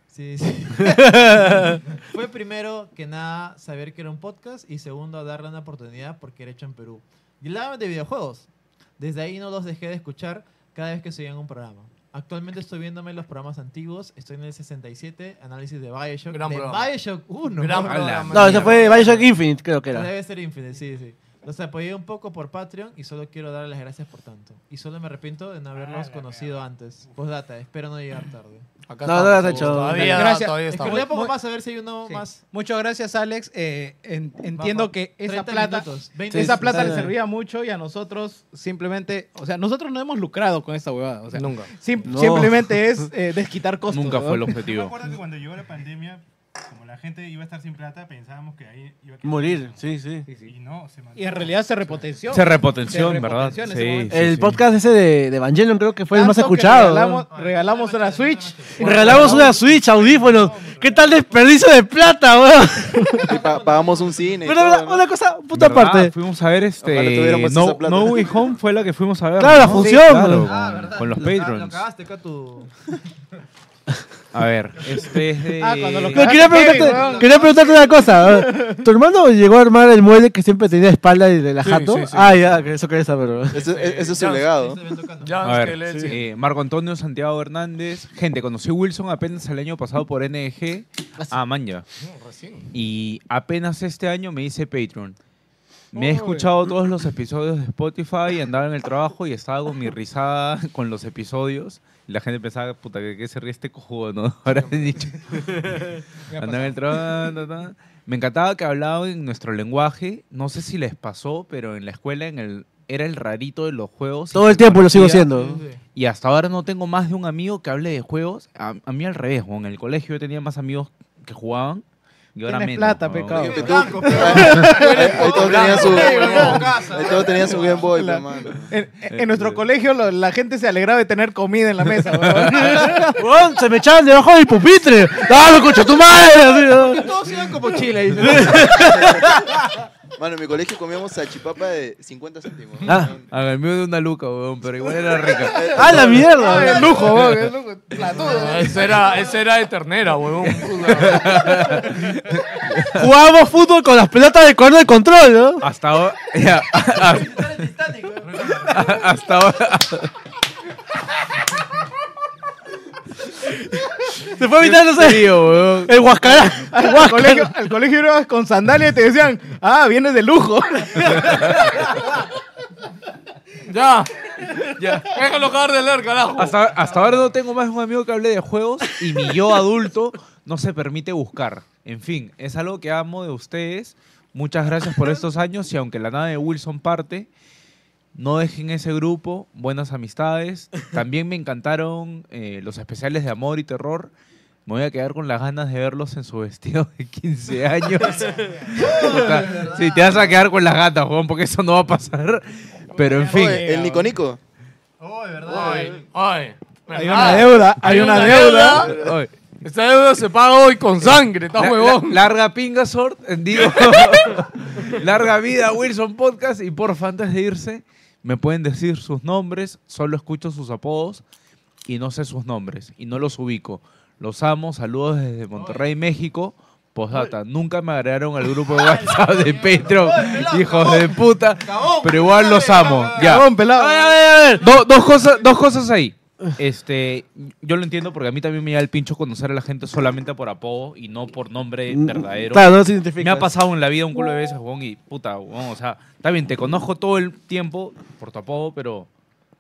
[SPEAKER 2] Sí, sí. fue primero que nada saber que era un podcast y segundo darle una oportunidad porque era hecho en Perú. Y hablaban de videojuegos. Desde ahí no los dejé de escuchar cada vez que subían un programa. Actualmente estoy viéndome los programas antiguos. Estoy en el 67, análisis de Bioshock.
[SPEAKER 7] Gran
[SPEAKER 2] de
[SPEAKER 7] programa.
[SPEAKER 2] Bioshock 1.
[SPEAKER 7] Gran
[SPEAKER 2] ¿no?
[SPEAKER 7] programa.
[SPEAKER 4] No, ese fue Bioshock Infinite, creo que era.
[SPEAKER 2] Debe ser Infinite, sí, sí. Los apoyé un poco por Patreon y solo quiero dar las gracias por tanto. Y solo me arrepiento de no haberlos conocido antes. Postdata, espero no llegar tarde.
[SPEAKER 4] Acá No, no lo has estamos. hecho.
[SPEAKER 2] Todavía,
[SPEAKER 8] Gracias.
[SPEAKER 2] todavía
[SPEAKER 8] Es que
[SPEAKER 2] estamos.
[SPEAKER 8] voy a poco
[SPEAKER 2] Muy-
[SPEAKER 8] más a ver si hay uno
[SPEAKER 2] sí.
[SPEAKER 8] más. Muchas gracias, Alex. Eh, en- entiendo
[SPEAKER 2] Vamos.
[SPEAKER 8] que esa
[SPEAKER 2] 30
[SPEAKER 8] plata,
[SPEAKER 2] minutos, 20
[SPEAKER 8] esa
[SPEAKER 2] minutos.
[SPEAKER 8] plata le
[SPEAKER 2] Dale.
[SPEAKER 8] servía mucho y a nosotros simplemente, o sea, nosotros no hemos lucrado con esta huevada. O sea,
[SPEAKER 7] Nunca.
[SPEAKER 8] sim-
[SPEAKER 7] No.
[SPEAKER 8] Simplemente es eh, desquitar costos.
[SPEAKER 5] Nunca fue el
[SPEAKER 8] ¿no?
[SPEAKER 5] objetivo.
[SPEAKER 10] Me acuerdo que cuando llegó la pandemia, como la gente iba a estar sin plata, pensábamos que ahí iba a quedar.
[SPEAKER 4] Morir, sí, sí.
[SPEAKER 10] Y no, se mantuvo.
[SPEAKER 8] Y en realidad se repotenció.
[SPEAKER 5] Se repotenció, en verdad.
[SPEAKER 8] repotenció en ese
[SPEAKER 5] Sí,
[SPEAKER 8] momento.
[SPEAKER 5] sí,
[SPEAKER 4] El
[SPEAKER 5] sí.
[SPEAKER 4] podcast ese de, de Evangelion creo que fue el más
[SPEAKER 8] Tanto que
[SPEAKER 4] escuchado.
[SPEAKER 8] Regalamos, regalamos una Switch.
[SPEAKER 4] Regalamos una Switch, audífonos. ¿Qué tal desperdicio de plata, weón?
[SPEAKER 6] Y pa- pagamos un cine. y
[SPEAKER 4] Pero
[SPEAKER 6] todo,
[SPEAKER 4] una,
[SPEAKER 6] ¿no?
[SPEAKER 4] una cosa, puta
[SPEAKER 5] ¿Verdad?
[SPEAKER 4] aparte.
[SPEAKER 5] Fuimos a ver
[SPEAKER 6] Ojalá
[SPEAKER 5] este.
[SPEAKER 6] tuviéramos
[SPEAKER 5] No,
[SPEAKER 6] esa plata.
[SPEAKER 5] no Way Home fue la que fuimos a ver.
[SPEAKER 4] Claro, la
[SPEAKER 5] ¿no?
[SPEAKER 4] función,
[SPEAKER 5] Sí,
[SPEAKER 4] bro.
[SPEAKER 5] claro, con, con los
[SPEAKER 6] Ah,
[SPEAKER 2] Lo ca- Lo
[SPEAKER 5] Patrons.
[SPEAKER 2] cagaste acá tu...
[SPEAKER 5] A ver, este es de.
[SPEAKER 8] Ah, cuando lo
[SPEAKER 4] Pero quería preguntarte,
[SPEAKER 8] weón.
[SPEAKER 4] quería preguntarte una cosa. ¿Tu hermano llegó a armar el mueble que siempre tenía espalda y de la
[SPEAKER 5] Sí,
[SPEAKER 4] jato?
[SPEAKER 5] sí, sí.
[SPEAKER 4] Ah, ya, que eso que es, pero.
[SPEAKER 6] Ese, ese es su
[SPEAKER 5] Chance,
[SPEAKER 6] legado.
[SPEAKER 5] A ver,
[SPEAKER 7] Kelel,
[SPEAKER 5] sí. eh, Marco Antonio Santiago Hernández. Gente, conocí a Wilson apenas el año pasado por NG
[SPEAKER 6] Ah,
[SPEAKER 5] a Manja. Ah, Y apenas este año me hice Patreon. Me he
[SPEAKER 7] Uy.
[SPEAKER 5] escuchado todos los episodios de Spotify, andaba en el trabajo y estaba con mi risada con los episodios. Y la gente pensaba, puta, que, que se ríe este cojudo, ¿no? Ahora he dicho. andaba en el trabajo. ta, ta. Me encantaba que hablaban en nuestro lenguaje. No sé si les pasó, pero en la escuela en el, era el rarito de los juegos. y
[SPEAKER 4] Todo el
[SPEAKER 5] se
[SPEAKER 4] tiempo lo sigo
[SPEAKER 5] convertía-
[SPEAKER 4] siendo.
[SPEAKER 5] y hasta ahora no tengo más de un amigo que hable de juegos. A, a mí al revés, weón. en el colegio yo tenía más amigos que jugaban. Y ahora
[SPEAKER 8] Tienes
[SPEAKER 5] menos,
[SPEAKER 8] plata,
[SPEAKER 5] weón.
[SPEAKER 8] pecado.
[SPEAKER 6] Tú- Ahí ahí todo tenía su. Ahí todo tenía su Game Boy,
[SPEAKER 8] La-
[SPEAKER 6] hermano.
[SPEAKER 8] En, en- en nuestro colegio lo- la gente se alegraba de tener comida en la mesa. weón.
[SPEAKER 4] Weón, se me echaban debajo del pupitre. ¡Dame, coche, tu madre! Así, ¿no?
[SPEAKER 2] Todos iban como Chile.
[SPEAKER 6] Mano, en mi colegio comíamos salchipapa de 50 céntimos.
[SPEAKER 5] Ah, al mío de una luca, weón, pero igual era rica.
[SPEAKER 4] ¡Ah, la mierda!
[SPEAKER 8] Ah,
[SPEAKER 4] weón!
[SPEAKER 8] el lujo, weón, el lujo. Platudo.
[SPEAKER 7] Ah, Ese era, ese era de ternera, huevón.
[SPEAKER 4] Jugábamos fútbol con las pelotas de corner control, ¿no?
[SPEAKER 5] Hasta ahora. ya, hasta ahora.
[SPEAKER 4] Se fue a evitar, no sé.
[SPEAKER 5] Tío, weón.
[SPEAKER 4] El Huascará. El
[SPEAKER 8] Al colegio, al colegio ibas con sandalia y te decían, ah, vienes de lujo.
[SPEAKER 7] ya. Déjalo acabar de leer, carajo.
[SPEAKER 5] Hasta, hasta ahora no tengo más un amigo que hable de juegos y mi yo adulto no se permite buscar. En fin, es algo que amo de ustedes. Muchas gracias por estos años y aunque la nave de Wilson parte, no dejen ese grupo, buenas amistades. También me encantaron eh, los especiales de amor y terror. Me voy a quedar con las ganas de verlos en su vestido de 15 años. Puta, sí, te vas a quedar con las gatas, Juan, porque eso no va a pasar. Pero en fin.
[SPEAKER 6] Oye, el Niconico.
[SPEAKER 7] Ay, ay.
[SPEAKER 5] Ah,
[SPEAKER 8] Hay una deuda, hay una deuda.
[SPEAKER 5] Oye.
[SPEAKER 7] Esta deuda se paga hoy con sangre, estás
[SPEAKER 5] La-
[SPEAKER 7] huevón.
[SPEAKER 5] la- larga pinga, Sort. eh, Digo, larga vida, Wilson Podcast. Y porfa, antes de irse, me pueden decir sus nombres. Solo escucho sus apodos y no sé sus nombres. Y no los ubico. Los amo. Saludos desde Monterrey, México. Postdata, nunca me agregaron al grupo de WhatsApp de Petro, hijos de puta, pero igual los amo. Ya.
[SPEAKER 8] Cagón, pelado.
[SPEAKER 5] A ver, a ver, a ver. Do- dos, cosas, dos cosas ahí. Este, yo lo entiendo porque a mí también me da el pincho conocer a la gente solamente por apodo y no por nombre
[SPEAKER 4] Mm,
[SPEAKER 5] verdadero.
[SPEAKER 4] claro, no se identifica.
[SPEAKER 5] Me ha pasado en la vida un culo de veces, huevón, y puta, huevón, o sea, está bien, te conozco todo el tiempo por tu apodo, pero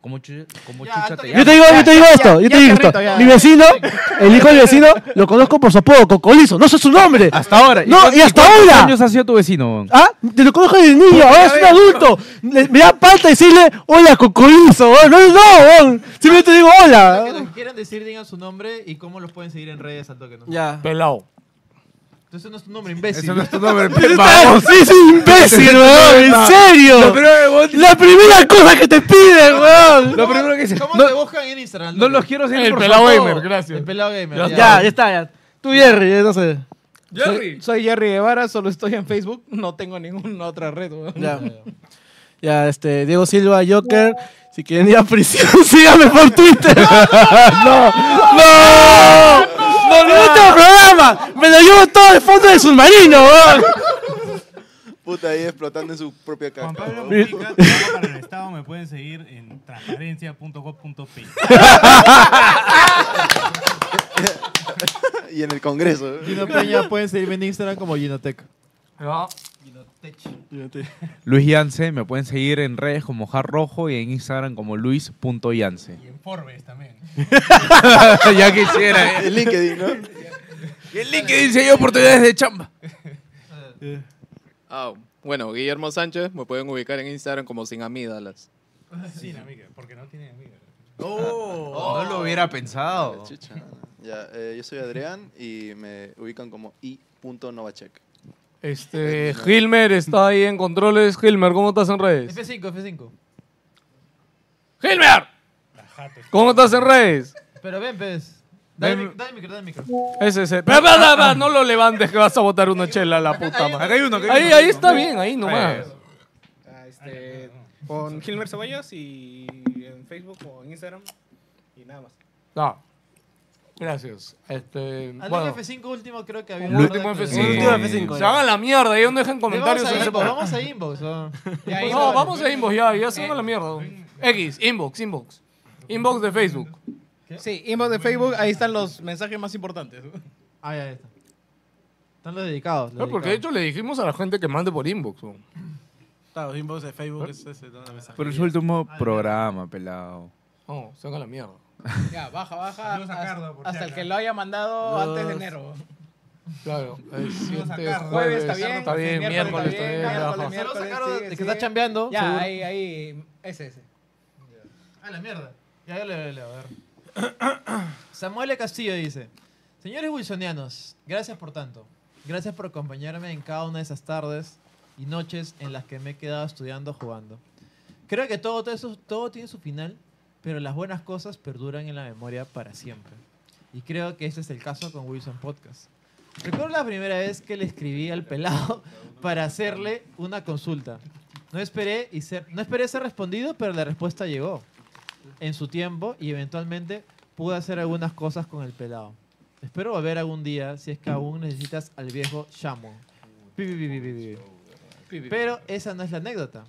[SPEAKER 5] ¿cómo, chu- cómo chucha te
[SPEAKER 4] Yo te digo,
[SPEAKER 5] llamas?
[SPEAKER 4] yo te digo esto, yo te digo esto.
[SPEAKER 8] perrito, ya.
[SPEAKER 4] Mi vecino, el hijo del vecino, lo conozco por su apodo, Cocolizo. No sé su nombre.
[SPEAKER 5] Hasta ahora.
[SPEAKER 4] No,
[SPEAKER 5] cuán-
[SPEAKER 4] y hasta
[SPEAKER 5] cuántos
[SPEAKER 4] ahora?
[SPEAKER 5] años ha sido tu vecino, huevón?
[SPEAKER 4] ¿Ah? Te lo conozco desde niño, ahora es un adulto. Le- me da falta decirle, hola, Cocolizo. weón. No, no, no. Simplemente digo,
[SPEAKER 2] Para que
[SPEAKER 4] hola.
[SPEAKER 2] los que quieran decir, digan su nombre y cómo los pueden seguir en redes al toque. ¿no?
[SPEAKER 4] Ya.
[SPEAKER 7] Pelao.
[SPEAKER 2] Entonces no es tu nombre, imbécil.
[SPEAKER 5] Eso no es tu nombre,
[SPEAKER 4] Vamos, sí, sí, imbécil, weón, en serio. La primera cosa que te piden, weón.
[SPEAKER 5] Lo primero que dice,
[SPEAKER 2] ¿Cómo
[SPEAKER 5] no,
[SPEAKER 2] te buscan en Instagram?
[SPEAKER 5] no los quiero seguir
[SPEAKER 7] El
[SPEAKER 5] por su
[SPEAKER 7] pelao
[SPEAKER 5] apodo.
[SPEAKER 7] gamer, gracias.
[SPEAKER 2] El pelado gamer.
[SPEAKER 4] Ya, ya está, ya. Tú, Jerry, eh, no sé.
[SPEAKER 8] Jerry. Soy, soy Jerry Guevara, solo estoy en Facebook, no tengo ninguna otra red. weón.
[SPEAKER 4] Ya. Ya, este, Diego Silva, Joker. Si quieren ir a prisión, síganme por Twitter. ¡No! ¡No! ¡No! ¡Me gusta el programa! ¡Me lo llevo todo el fondo del submarino, weón!
[SPEAKER 6] Puta ahí explotando en su propia caca. Juan Pablo
[SPEAKER 10] Mujica, trabaja para el Estado, me pueden seguir en transparencia.gov.p.
[SPEAKER 6] y en el Congreso.
[SPEAKER 2] Gino Peña, pues. pueden seguirme en Instagram como Ginotech.
[SPEAKER 5] Luis Yance, me pueden seguir en redes como Jar Rojo y en Instagram como luis.yance.
[SPEAKER 10] En Forbes también.
[SPEAKER 5] ya quisiera. eh.
[SPEAKER 6] En LinkedIn, ¿no?
[SPEAKER 5] Y en LinkedIn se hay oportunidades de chamba.
[SPEAKER 23] Ah, bueno, Guillermo Sánchez, me pueden ubicar en Instagram como sin amígdalas.
[SPEAKER 10] Sin amiga, porque no tiene amiga.
[SPEAKER 5] Oh, no lo hubiera pensado.
[SPEAKER 6] Oh. Chucha. Ya, eh, yo soy Adrián y me ubican como i.novacek.
[SPEAKER 1] Este, Hilmer está ahí en controles. Hilmer, ¿cómo estás en redes?
[SPEAKER 2] F5, F5.
[SPEAKER 1] ¡Hilmer! ¿Cómo estás en redes?
[SPEAKER 2] Pero ven, pues. Dale,
[SPEAKER 1] Ven.
[SPEAKER 2] mic- dale micro, dale micro.
[SPEAKER 1] Ese, ese. Pero, pero, pero, pero, no lo levantes que vas a botar una chela a la puta madre.
[SPEAKER 2] acá hay uno, acá hay
[SPEAKER 1] Ahí,
[SPEAKER 2] uno.
[SPEAKER 1] ahí está bien, ahí nomás.
[SPEAKER 10] Ah,
[SPEAKER 23] este, con Gilmer Ceballos y en Facebook o en Instagram y nada más.
[SPEAKER 1] No. Gracias. Este,
[SPEAKER 2] Al
[SPEAKER 1] bueno.
[SPEAKER 2] F5 último creo que había.
[SPEAKER 1] El último F5. Se hagan la mierda, ahí donde dejen comentarios.
[SPEAKER 2] Vamos
[SPEAKER 1] en
[SPEAKER 2] a
[SPEAKER 1] ese
[SPEAKER 2] inbox,
[SPEAKER 1] podcast.
[SPEAKER 2] vamos a inbox. ¿no?
[SPEAKER 1] no, vamos a inbox ya, ya se van a la mierda. X, inbox, inbox. Inbox de Facebook.
[SPEAKER 8] Sí, inbox de Facebook, ahí están los mensajes más importantes.
[SPEAKER 2] Ah, ya, ya está. Están los dedicados.
[SPEAKER 1] No, porque de hecho le dijimos a la gente que mande por inbox. ¿no?
[SPEAKER 14] Claro, los inbox de Facebook es ese, ¿no? La mensajería.
[SPEAKER 5] Pero es su último programa, pelado.
[SPEAKER 1] No, se hagan la mierda.
[SPEAKER 8] Ya, baja, baja.
[SPEAKER 10] Saludos a
[SPEAKER 8] hasta-
[SPEAKER 10] Cardo, por si
[SPEAKER 8] hasta el
[SPEAKER 10] acaso.
[SPEAKER 8] que lo haya mandado antes de enero.
[SPEAKER 1] Claro. el
[SPEAKER 8] Saludos a
[SPEAKER 1] siguiente
[SPEAKER 8] Cardo.
[SPEAKER 1] jueves,
[SPEAKER 8] Jueves está bien,
[SPEAKER 1] está bien, miércoles está bien.
[SPEAKER 8] miércoles,
[SPEAKER 1] ajá.
[SPEAKER 8] miércoles, sigue,
[SPEAKER 2] El que está
[SPEAKER 8] sigue.
[SPEAKER 2] chambeando.
[SPEAKER 8] Ya,
[SPEAKER 2] seguro.
[SPEAKER 8] ahí, ahí. Ese, ese.
[SPEAKER 2] A Ah, la mierda. Ya, ya le leo, a ver. Samuel E. Castillo dice: Señores wilsonianos, gracias por tanto. Gracias por acompañarme en cada una de esas tardes y noches en las que me he quedado estudiando jugando. Creo que todo, todo, eso- todo tiene su final, pero las buenas cosas perduran en la memoria para siempre. Y creo que este es el caso con Wilson Podcast. Recuerdo la primera vez que le escribí al pelado para hacerle una consulta. No esperé, y ser, no esperé ser respondido, pero la respuesta llegó en su tiempo y eventualmente pude hacer algunas cosas con el pelado. Espero volver algún día si es que aún necesitas al viejo Shamo. Pi, pi, pi, pi, pi, pi. Pero esa no es la anécdota.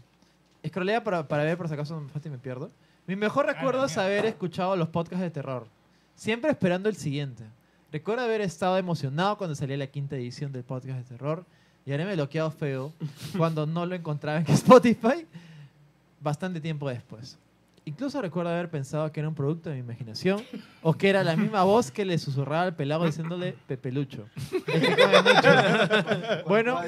[SPEAKER 2] Escrolea para, para ver por si acaso me falta y me pierdo. Mi mejor recuerdo es haber escuchado los podcasts de terror, siempre esperando el siguiente. Recuerdo haber estado emocionado cuando salía la quinta edición del podcast de terror y haberme bloqueado feo cuando no lo encontraba en Spotify bastante tiempo después. Incluso recuerdo haber pensado que era un producto de mi imaginación o que era la misma voz que le susurraba al pelado diciéndole Pepelucho. El que come mucho. bueno,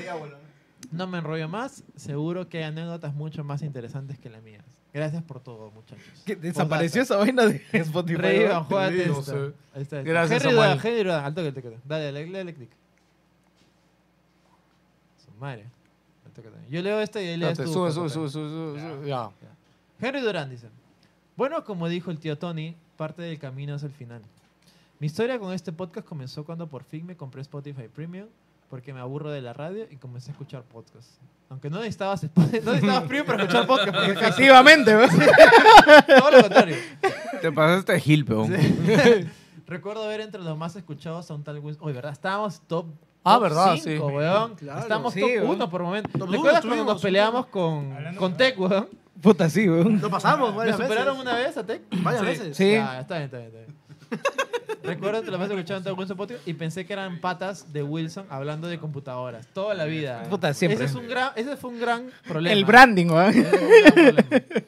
[SPEAKER 2] no me enrollo más. Seguro que hay anécdotas mucho más interesantes que las mías. Gracias por todo, muchachos.
[SPEAKER 8] Que desapareció esa vaina de Spotify.
[SPEAKER 2] Rey Iván,
[SPEAKER 8] ¿verdad?
[SPEAKER 2] juégate
[SPEAKER 8] No
[SPEAKER 2] esta.
[SPEAKER 8] sé.
[SPEAKER 2] Ahí está, ahí está.
[SPEAKER 8] Gracias,
[SPEAKER 2] Henry Durán,
[SPEAKER 8] Samuel.
[SPEAKER 2] Henry Durán, al toque, al toque. Dale, dale, dale clic. Su madre. Al toque también. Yo leo esta y ahí lees
[SPEAKER 1] Espérate,
[SPEAKER 2] tú,
[SPEAKER 1] sube,
[SPEAKER 2] Jota.
[SPEAKER 1] sube, sube, sube, sube, ya.
[SPEAKER 2] Henry Durán dice, bueno, como dijo el tío Tony, parte del camino es el final. Mi historia con este podcast comenzó cuando por fin me compré Spotify Premium porque me aburro de la radio y comencé a escuchar podcasts. Aunque no necesitabas, Spotify- no necesitabas Premium para escuchar podcasts. porque-
[SPEAKER 8] Efectivamente, ¿no?
[SPEAKER 2] Todo lo contrario.
[SPEAKER 5] Te pasaste de Gil, peón.
[SPEAKER 2] Recuerdo ver entre los más escuchados a un tal Wilson. Oye, ¿verdad? Estábamos top.
[SPEAKER 1] Ah,
[SPEAKER 2] top
[SPEAKER 1] ¿verdad?
[SPEAKER 2] cinco,
[SPEAKER 1] Sí.
[SPEAKER 2] Weón.
[SPEAKER 1] Claro,
[SPEAKER 2] Estábamos
[SPEAKER 1] sí,
[SPEAKER 2] top
[SPEAKER 1] weón.
[SPEAKER 2] 1 por momento.
[SPEAKER 1] Top uno
[SPEAKER 2] ¿Recuerdas cuando
[SPEAKER 1] estuvimos,
[SPEAKER 2] nos peleamos con, con Tech, weón?
[SPEAKER 1] Puta, sí, weón.
[SPEAKER 2] Lo
[SPEAKER 18] pasamos varias
[SPEAKER 2] ¿Me superaron
[SPEAKER 18] veces.
[SPEAKER 2] una vez a Tech?
[SPEAKER 18] Varias Sí. veces.
[SPEAKER 1] Sí.
[SPEAKER 2] Ah, está bien, está bien, está bien. Recuerdo que la vez que escucharon todo Wilson Podcast y pensé que eran patas de Wilson hablando de computadoras. Toda la vida.
[SPEAKER 8] Puta,
[SPEAKER 2] Ese,
[SPEAKER 8] siempre.
[SPEAKER 2] es un gran, ese fue un gran problema.
[SPEAKER 8] El branding, weón.
[SPEAKER 2] Ese
[SPEAKER 1] Eh,
[SPEAKER 2] fue un gran problema.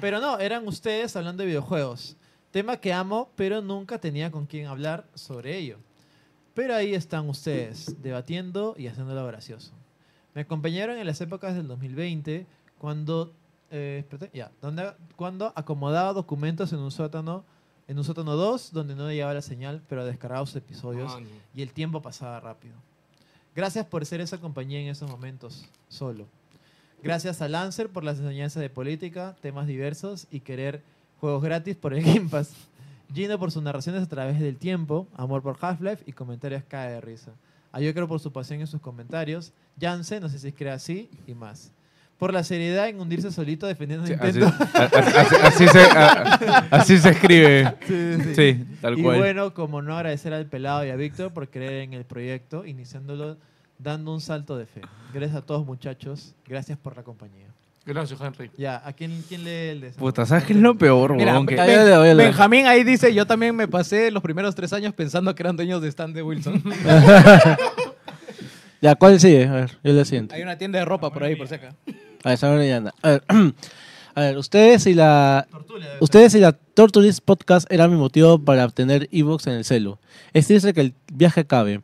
[SPEAKER 2] Pero no, eran ustedes hablando de videojuegos. Tema que amo, pero nunca tenía con quién hablar sobre ello. Pero ahí están ustedes, debatiendo y haciéndolo gracioso. Me acompañaron en las épocas del 2020, cuando, eh, espérate, ya, donde, cuando acomodaba documentos en un sótano, en un sótano 2, donde no llegaba la señal, pero descargaba sus episodios
[SPEAKER 1] Ah, no.
[SPEAKER 2] y el tiempo pasaba rápido. Gracias por ser esa compañía en esos momentos, solo. Gracias a Lancer por las enseñanzas de política, temas diversos y querer juegos gratis por el Game Pass. Gino por sus narraciones a través del tiempo, amor por Half-Life y comentarios cae de risa. A Joker por su pasión en sus comentarios, Jansen, no sé si escribe así, y más. Por la seriedad en hundirse solito defendiendo a
[SPEAKER 5] Sí,
[SPEAKER 2] Nintendo.
[SPEAKER 5] así- a- a- así- así se- a- así se escribe. Sí, tal
[SPEAKER 2] y
[SPEAKER 5] cual.
[SPEAKER 2] bueno, como no agradecer al pelado y a Víctor por creer en el proyecto, iniciándolo dando un salto de fe. Gracias a todos muchachos, gracias por la compañía.
[SPEAKER 7] Gracias, Henry.
[SPEAKER 2] Ya, ¿a quién, quién lee el de-
[SPEAKER 5] Puta, ¿sabes qué es lo peor,
[SPEAKER 8] Mira,
[SPEAKER 5] huevón? Que-
[SPEAKER 8] Ben- Benjamín ahí dice, yo también me pasé los primeros tres años pensando que eran dueños de stand de Wilson.
[SPEAKER 4] ya, ¿cuál sigue? A ver, yo le siento.
[SPEAKER 8] Hay una tienda de ropa por ahí, por si acaso.
[SPEAKER 4] A ver, Samuel Orellana. A ver, a ver, ustedes y la. Ustedes y la Torturis Podcast eran mi motivo para obtener Evox en el celu. Es triste que el viaje acabe.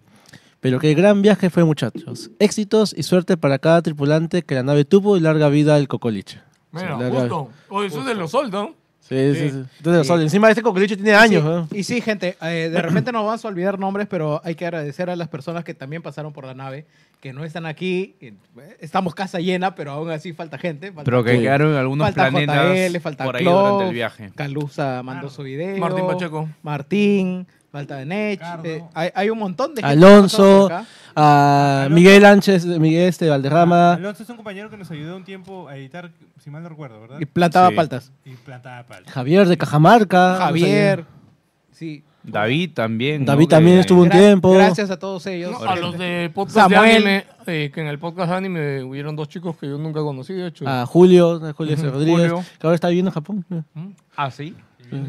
[SPEAKER 4] Pero que el gran viaje fue, muchachos. Éxitos y suerte para cada tripulante que la nave tuvo y larga vida al cocoliche. O sea,
[SPEAKER 7] Mira,
[SPEAKER 4] larga-
[SPEAKER 7] justo. Oye, eso es de los sol, ¿no?
[SPEAKER 4] Sí, sí, sí. Entonces, o sea, encima este cocoliche tiene
[SPEAKER 8] Y sí,
[SPEAKER 4] años, ¿no?
[SPEAKER 8] Y sí, gente, eh, de repente nos vas a olvidar nombres, pero hay que agradecer a las personas que también pasaron por la nave, que no están aquí. eh, Estamos casa llena, pero aún así falta gente. falta-
[SPEAKER 5] Pero que quedaron en algunos
[SPEAKER 8] falta
[SPEAKER 5] planetas
[SPEAKER 8] JL, falta
[SPEAKER 5] por ahí durante el
[SPEAKER 8] Clove,
[SPEAKER 5] viaje.
[SPEAKER 8] Calusa mandó su video.
[SPEAKER 7] Martín Pacheco.
[SPEAKER 8] Martín, falta de Nech. eh, hay, hay un montón de gente que pasó
[SPEAKER 4] Alonso,
[SPEAKER 8] por acá.
[SPEAKER 4] a Miguel Ánchez, Miguel este, Valderrama.
[SPEAKER 10] Alonso Ah, es un compañero que nos ayudó un tiempo a editar, si mal no recuerdo, ¿verdad?
[SPEAKER 4] Y plantaba Sí. paltas.
[SPEAKER 10] Y plantaba paltas.
[SPEAKER 4] Javier de Cajamarca.
[SPEAKER 8] Javier. Sí.
[SPEAKER 5] David también.
[SPEAKER 4] David también estuvo un
[SPEAKER 5] Gra-
[SPEAKER 4] tiempo.
[SPEAKER 8] Gracias a todos ellos.
[SPEAKER 7] No, a los de podcast de
[SPEAKER 8] Samuel.
[SPEAKER 7] anime, eh, que en el podcast de anime hubieron dos chicos que yo nunca conocí, de hecho.
[SPEAKER 4] A Julio, a Julio
[SPEAKER 7] Ujú,
[SPEAKER 4] Rodríguez,
[SPEAKER 7] Julio.
[SPEAKER 4] que ahora está viviendo en Japón.
[SPEAKER 5] Ah, sí.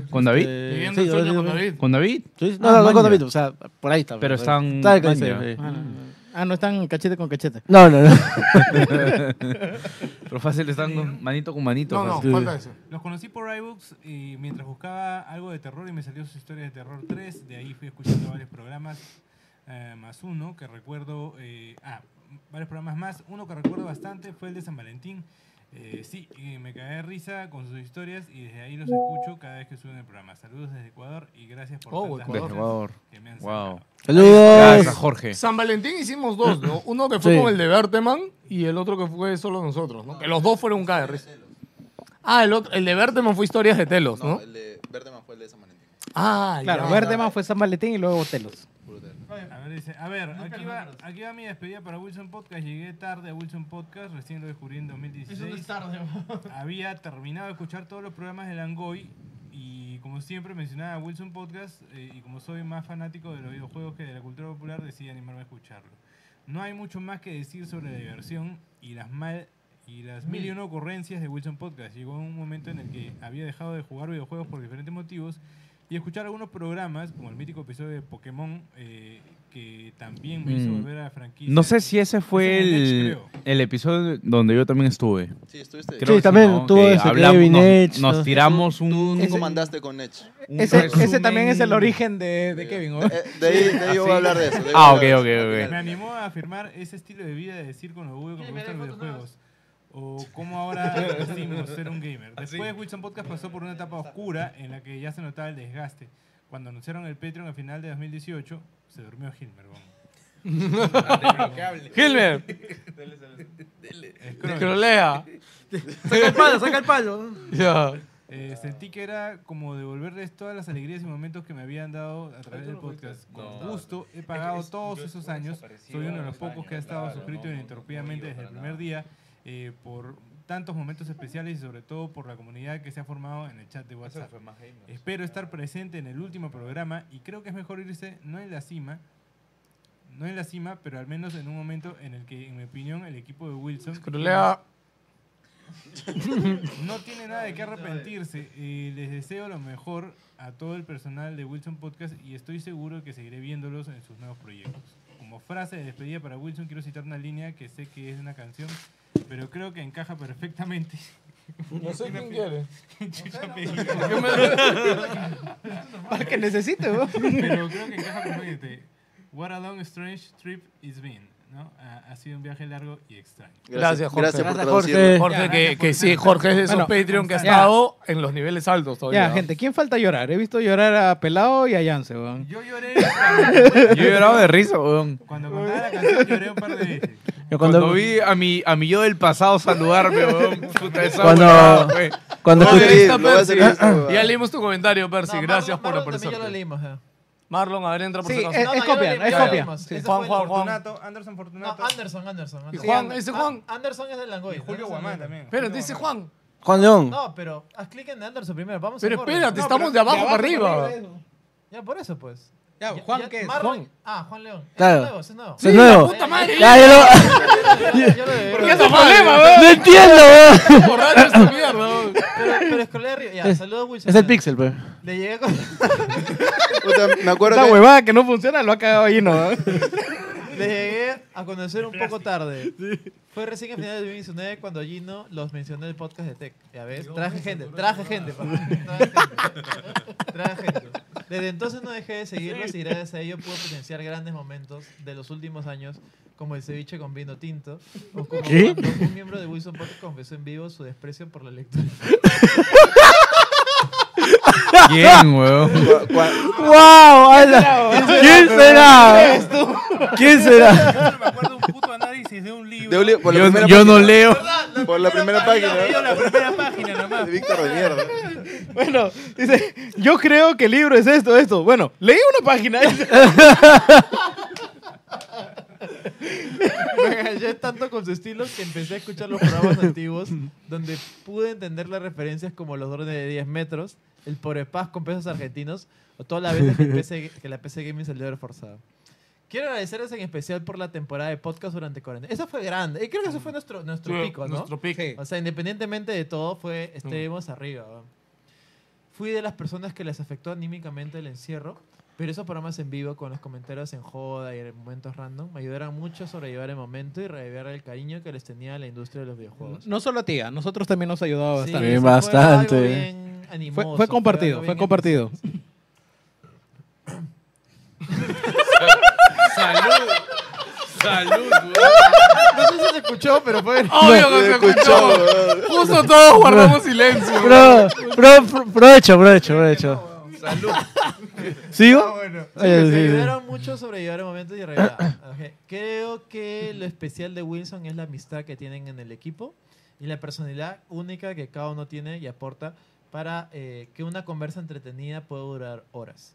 [SPEAKER 5] ¿Con David?
[SPEAKER 4] Viviendo el sueño con David.
[SPEAKER 5] ¿Con David? Ah,
[SPEAKER 4] Sí, no, no, no con David, o sea, por ahí está.
[SPEAKER 5] Pero están-
[SPEAKER 4] Está el que
[SPEAKER 5] maña.
[SPEAKER 4] dice, sí.
[SPEAKER 8] Ah, no, no. Ah, no están cachete con cachete.
[SPEAKER 4] No, no, no.
[SPEAKER 5] Pero fácil, están con- manito con manito. fácil.
[SPEAKER 10] Los conocí por iBooks y mientras buscaba algo de terror y me salió sus historias de terror 3. De ahí fui escuchando varios programas eh, más uno que recuerdo. eh, ah, varios programas más. Uno que recuerdo bastante fue el de San Valentín. Eh, sí, eh, me cagué de risa con sus historias y desde ahí los escucho cada vez que suben el programa. Saludos desde Ecuador y gracias por
[SPEAKER 7] Oh,
[SPEAKER 10] tantas
[SPEAKER 5] Desde
[SPEAKER 10] cosas
[SPEAKER 5] Ecuador.
[SPEAKER 10] que me han
[SPEAKER 5] Wow.
[SPEAKER 4] Saludos.
[SPEAKER 5] Gracias, Jorge.
[SPEAKER 7] San Valentín hicimos dos, ¿no? Uno que fue
[SPEAKER 5] Pues, Sí.
[SPEAKER 7] con el de Berteman y el otro que fue solo nosotros, ¿no? Que los dos fueron un cague de risa. Ah, el, otro, el de Berteman fue historias de telos, ¿no? el de Berteman fue el de San Valentín. Ah,
[SPEAKER 8] Claro,
[SPEAKER 7] ya.
[SPEAKER 8] Verde más fue San Valentín y luego Telos.
[SPEAKER 10] A ver, dice, a ver, aquí va, aquí va mi despedida para Wilson Podcast. Llegué tarde a Wilson Podcast, recién lo descubrí en 2016.
[SPEAKER 22] Eso no es tarde,
[SPEAKER 10] Había terminado de escuchar todos los programas de Langoy y como siempre mencionaba Wilson Podcast eh, y como soy más fanático de los videojuegos que de la cultura popular, decidí animarme a escucharlo. No hay mucho más que decir sobre la diversión y las mal y las mil y una ocurrencias de Wilson Podcast. Llegó un momento en el que había dejado de jugar videojuegos por diferentes motivos y escuchar algunos programas, como el mítico episodio de Pokémon, eh, que también me hizo
[SPEAKER 5] Mm.
[SPEAKER 10] volver a la franquicia.
[SPEAKER 5] No sé si ese fue
[SPEAKER 10] Ese es
[SPEAKER 5] el, el episodio donde yo también estuve.
[SPEAKER 6] Sí, estuviste.
[SPEAKER 5] Creo
[SPEAKER 6] Sí,
[SPEAKER 5] que
[SPEAKER 6] también
[SPEAKER 5] ¿no?
[SPEAKER 6] estuvo
[SPEAKER 5] Que
[SPEAKER 6] ese
[SPEAKER 5] hablamos,
[SPEAKER 6] Kevin
[SPEAKER 5] nos,
[SPEAKER 6] Edge,
[SPEAKER 5] nos
[SPEAKER 6] ¿no?
[SPEAKER 5] tiramos un...
[SPEAKER 6] Tú comandaste con Edge.
[SPEAKER 8] Ese, ese también es el origen de, de Kevin, ¿o?
[SPEAKER 6] Eh, de ahí- de ahí yo voy a hablar de eso, de ahí
[SPEAKER 5] Ah,
[SPEAKER 6] voy a
[SPEAKER 5] ok,
[SPEAKER 6] hablar de
[SPEAKER 5] ok,
[SPEAKER 6] eso.
[SPEAKER 5] ok.
[SPEAKER 10] Me animó a afirmar ese estilo de vida de decir con orgullo que me gustan los videojuegos. O cómo ahora decimos ser un gamer. Después Wilson Podcast pasó por una etapa oscura en la que ya se notaba el desgaste. Cuando anunciaron el Patreon a final de 2018, se durmió Hilmer. Hilmer.
[SPEAKER 7] Hilmer. Escrolea.
[SPEAKER 4] Saca el palo, saca el palo.
[SPEAKER 7] Ya.
[SPEAKER 10] Eh, sentí que era como devolverles todas las alegrías y momentos que me habían dado a través del podcast. Con gusto he pagado todos esos años. Soy uno de los pocos que ha estado suscrito ininterrumpidamente desde el primer día eh, por tantos momentos especiales y sobre todo por la comunidad que se ha formado en el chat de WhatsApp. Espero estar presente en el último programa y creo que es mejor irse no en la cima, no en la cima, pero al menos en un momento en el que, en mi opinión, el equipo de Wilson
[SPEAKER 7] Escrolea.
[SPEAKER 10] no tiene nada de qué arrepentirse. Eh, les deseo lo mejor a todo el personal de Wilson Podcast y estoy seguro que seguiré viéndolos en sus nuevos proyectos. Como frase de despedida para Wilson, quiero citar una línea que sé que es una canción, pero creo que encaja perfectamente.
[SPEAKER 7] No sé quién quiere.
[SPEAKER 10] Chucha,
[SPEAKER 7] No sé,
[SPEAKER 10] pedí.
[SPEAKER 7] no sé. Yo me-
[SPEAKER 10] Para
[SPEAKER 8] que necesite, ¿no?
[SPEAKER 10] Pero creo que encaja perfectamente. What a long strange trip it's been. ¿no? Ha, ha sido un viaje largo y extraño.
[SPEAKER 7] Gracias, Jorge.
[SPEAKER 10] traducirlo.
[SPEAKER 7] Jorge, que, que sí, Jorge es de esos Patreon que ha
[SPEAKER 8] ya.
[SPEAKER 7] estado en los niveles altos todavía.
[SPEAKER 8] Ya, gente, ¿quién falta llorar? He visto llorar a Pelado y a Yance, weón.
[SPEAKER 10] Yo lloré.
[SPEAKER 5] Yo he llorado de risa, weón.
[SPEAKER 10] Cuando contaba la canción lloré un par de veces.
[SPEAKER 5] Cuando vi a mi, a mi yo del pasado saludarme, weón. Puta, esa
[SPEAKER 4] Cuando-
[SPEAKER 5] huevada fue-
[SPEAKER 4] Cuando
[SPEAKER 7] Oye, ahí
[SPEAKER 4] escuché- ah,
[SPEAKER 7] está Percy.
[SPEAKER 6] este
[SPEAKER 7] Ya leímos tu comentario, Percy. Gracias por
[SPEAKER 2] Ya lo
[SPEAKER 7] aparecer.
[SPEAKER 2] leímos. ajá.
[SPEAKER 7] Marlon, a ver, entra por
[SPEAKER 2] Sí,
[SPEAKER 7] si
[SPEAKER 1] eh,
[SPEAKER 7] acaso.
[SPEAKER 2] es- No, es no, ya lo copia, leímos, es ya lo copia. leímos.
[SPEAKER 7] Sí.
[SPEAKER 2] Ese
[SPEAKER 7] Juan,
[SPEAKER 2] fue
[SPEAKER 7] Juan, Juan.
[SPEAKER 22] Fortunato, Anderson Fortunato.
[SPEAKER 2] No, Anderson, Anderson.
[SPEAKER 7] Y
[SPEAKER 2] Anderson.
[SPEAKER 7] Juan, ese Juan.
[SPEAKER 2] Ah, Anderson es de Langoy.
[SPEAKER 22] Julio Guamán también.
[SPEAKER 7] Pero dice Juan.
[SPEAKER 4] Juan León.
[SPEAKER 2] No, pero haz clic en Anderson primero. Vamos
[SPEAKER 7] Pero
[SPEAKER 2] en orden.
[SPEAKER 7] espérate,
[SPEAKER 2] No,
[SPEAKER 7] estamos
[SPEAKER 2] pero
[SPEAKER 7] de abajo para arriba.
[SPEAKER 2] eso. Ya, por eso, pues.
[SPEAKER 8] Ya, Juan, ¿qué es?
[SPEAKER 2] Marlon-
[SPEAKER 8] Juan.
[SPEAKER 2] Ah, Juan León.
[SPEAKER 4] Claro.
[SPEAKER 2] Es nuevo, es nuevo.
[SPEAKER 4] Sí, es nuevo.
[SPEAKER 2] puta madre.
[SPEAKER 4] Ya, yo
[SPEAKER 2] Yo- yo- yo lo
[SPEAKER 4] lo-
[SPEAKER 2] debo.
[SPEAKER 4] ¿Por qué ese problema, weón? No entiendo, weón.
[SPEAKER 2] Borracho esta mierda, weón. Pero, pero escolé arriba. Ya,
[SPEAKER 4] Es-
[SPEAKER 2] saludos, Wilson.
[SPEAKER 4] es el pixel, pues.
[SPEAKER 2] Le llegué con...
[SPEAKER 6] me acuerdo
[SPEAKER 8] Esta
[SPEAKER 6] que-
[SPEAKER 8] huevada que no funciona lo ha cagado ahí, ¿no?
[SPEAKER 2] Le llegué a conocer un poco tarde. Fue recién a finales de 2019 cuando Gino los mencionó en el podcast de Tech. Ya ves, traje gente, traje gente, pa. traje gente. Traje gente. Desde entonces no dejé de seguirlos y gracias a ello pude potenciar grandes momentos de los últimos años, como el ceviche con vino tinto, o como
[SPEAKER 4] ¿Qué?
[SPEAKER 2] cuando un miembro de Wilson Podcast confesó en vivo su desprecio por la lectura.
[SPEAKER 5] ¿Quién, weón?
[SPEAKER 4] ¡Wow! ala. ¿Quién será? ¿Quién será?
[SPEAKER 6] De Oli- por la
[SPEAKER 5] Yo-
[SPEAKER 6] primera
[SPEAKER 5] yo no
[SPEAKER 6] página.
[SPEAKER 5] leo.
[SPEAKER 6] Por la primera página.
[SPEAKER 22] Yo la primera página nomás.
[SPEAKER 6] De Víctor de mierda.
[SPEAKER 8] Bueno, dice, yo creo que el libro es esto, esto. Bueno, leí una página.
[SPEAKER 2] Me enganché tanto con su estilo que empecé a escuchar los programas antiguos donde pude entender las referencias como los drones de 10 metros, el pobre paz con pesos argentinos o toda la vez que, el PC que la PC Gaming salió reforzada. Quiero agradecerles en especial por la temporada de podcast durante cuarentena. Eso fue grande. Eh, creo que eso fue nuestro, nuestro
[SPEAKER 7] Sí,
[SPEAKER 2] pico, ¿no?
[SPEAKER 7] nuestro pico. Sí.
[SPEAKER 2] O sea, independientemente de todo, fue estuvimos arriba. weón. Fui de las personas que les afectó anímicamente el encierro, pero esos programas en vivo con los comentarios en joda y en momentos random me ayudaron mucho a sobrellevar el momento y revivir el cariño que les tenía a la industria de los videojuegos.
[SPEAKER 8] No solo a ti, a nosotros también nos ha ayudado
[SPEAKER 2] Sí,
[SPEAKER 8] bastante.
[SPEAKER 2] eso fue
[SPEAKER 4] bastante.
[SPEAKER 2] algo bien animoso,
[SPEAKER 8] Fue,
[SPEAKER 2] fue
[SPEAKER 8] fue compartido,
[SPEAKER 2] algo
[SPEAKER 8] fue,
[SPEAKER 2] bien
[SPEAKER 8] compartido.
[SPEAKER 7] Salud. Salud,
[SPEAKER 2] No sé si se escuchó, pero fue.
[SPEAKER 7] Obvio que se escuchó. Justo todos guardamos silencio.
[SPEAKER 4] Bro, bro, pro- provecho, provecho, provecho.
[SPEAKER 7] Salud.
[SPEAKER 4] ¿Sigo?
[SPEAKER 2] Ah, Sí,
[SPEAKER 4] Oye,
[SPEAKER 2] que se
[SPEAKER 4] sí, sí.
[SPEAKER 2] ayudaron mucho sobrellevar el momento y arreglar. Ok. Creo que lo especial de Wilson es la amistad que tienen en el equipo y la personalidad única que cada uno tiene y aporta para eh, que una conversa entretenida pueda durar horas.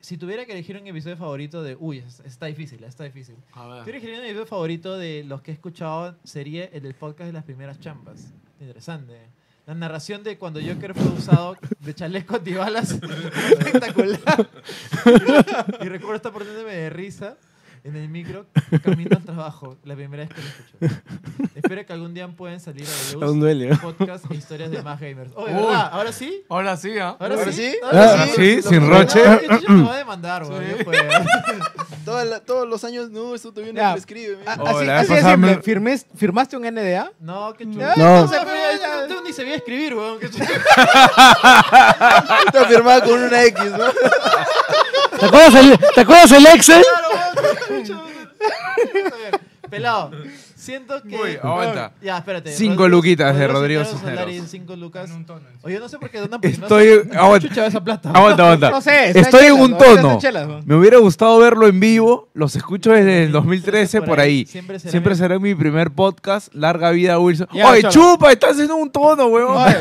[SPEAKER 2] Si tuviera que elegir un episodio favorito de... Uy, es- está difícil, está difícil.
[SPEAKER 7] A ver.
[SPEAKER 2] Si tuviera que elegir un episodio favorito de los que he escuchado sería el del podcast de las primeras chambas. Interesante. La narración de cuando Joker fue usado de chaleco antibalas fue espectacular. y recuerdo estar poniéndome de risa en el micro camino al trabajo, la primera vez que lo escucho. Espero que algún día puedan salir a la luz
[SPEAKER 4] Aún duele.
[SPEAKER 2] podcast e historias de más gamers. Oye,
[SPEAKER 7] Uy.
[SPEAKER 2] ¿verdad? ¿Ahora sí?
[SPEAKER 7] Ahora sí, ¿ah?
[SPEAKER 2] ¿Ahora,
[SPEAKER 7] Ahora
[SPEAKER 2] sí?
[SPEAKER 7] sí.
[SPEAKER 6] Ahora sí, sin
[SPEAKER 2] No,
[SPEAKER 6] roche. Ah, mm.
[SPEAKER 2] es que Chucho me va a demandar, güey.
[SPEAKER 6] Toda la- todos los años, no, esto todavía no
[SPEAKER 8] Ya.
[SPEAKER 6] me escribe. mira.
[SPEAKER 8] Así,
[SPEAKER 5] la vez
[SPEAKER 8] Ah, así de
[SPEAKER 5] pasada
[SPEAKER 8] simple.
[SPEAKER 5] me-
[SPEAKER 8] ¿Firmes- ¿Firmaste un NDA?
[SPEAKER 2] No, qué chulo.
[SPEAKER 8] No.
[SPEAKER 2] No, sé, pero ya- yo ni sabía escribir, weón. qué chulo.
[SPEAKER 6] Está firmada con una X, ¿no?
[SPEAKER 4] ¿Te acuerdas el, ¿te acuerdas el Excel?
[SPEAKER 2] Pelado, siento que.
[SPEAKER 5] Uy, aguanta.
[SPEAKER 2] Ya, espérate.
[SPEAKER 5] Cinco
[SPEAKER 2] Rodrigo-
[SPEAKER 5] luquitas de Rodrigo
[SPEAKER 2] Solari
[SPEAKER 5] Cisneros.
[SPEAKER 2] en cinco lucas. Oye, no sé por qué donan porque no
[SPEAKER 5] Estoy.
[SPEAKER 2] sé-
[SPEAKER 5] Aguanta.
[SPEAKER 2] Chucha, esa plata.
[SPEAKER 5] Aguanta, aguanta.
[SPEAKER 2] No sé, está
[SPEAKER 5] Estoy en
[SPEAKER 2] chelas,
[SPEAKER 5] un
[SPEAKER 2] ahorita está
[SPEAKER 5] tono.
[SPEAKER 2] chelas, weón.
[SPEAKER 5] Me hubiera gustado verlo en vivo. Los escucho desde el 2013 por ahí. Siempre será, mi... primer podcast. Larga vida, Wilson.
[SPEAKER 7] Ya,
[SPEAKER 5] ¡Oye,
[SPEAKER 7] cholo.
[SPEAKER 5] chupa! Estás en un tono, weón.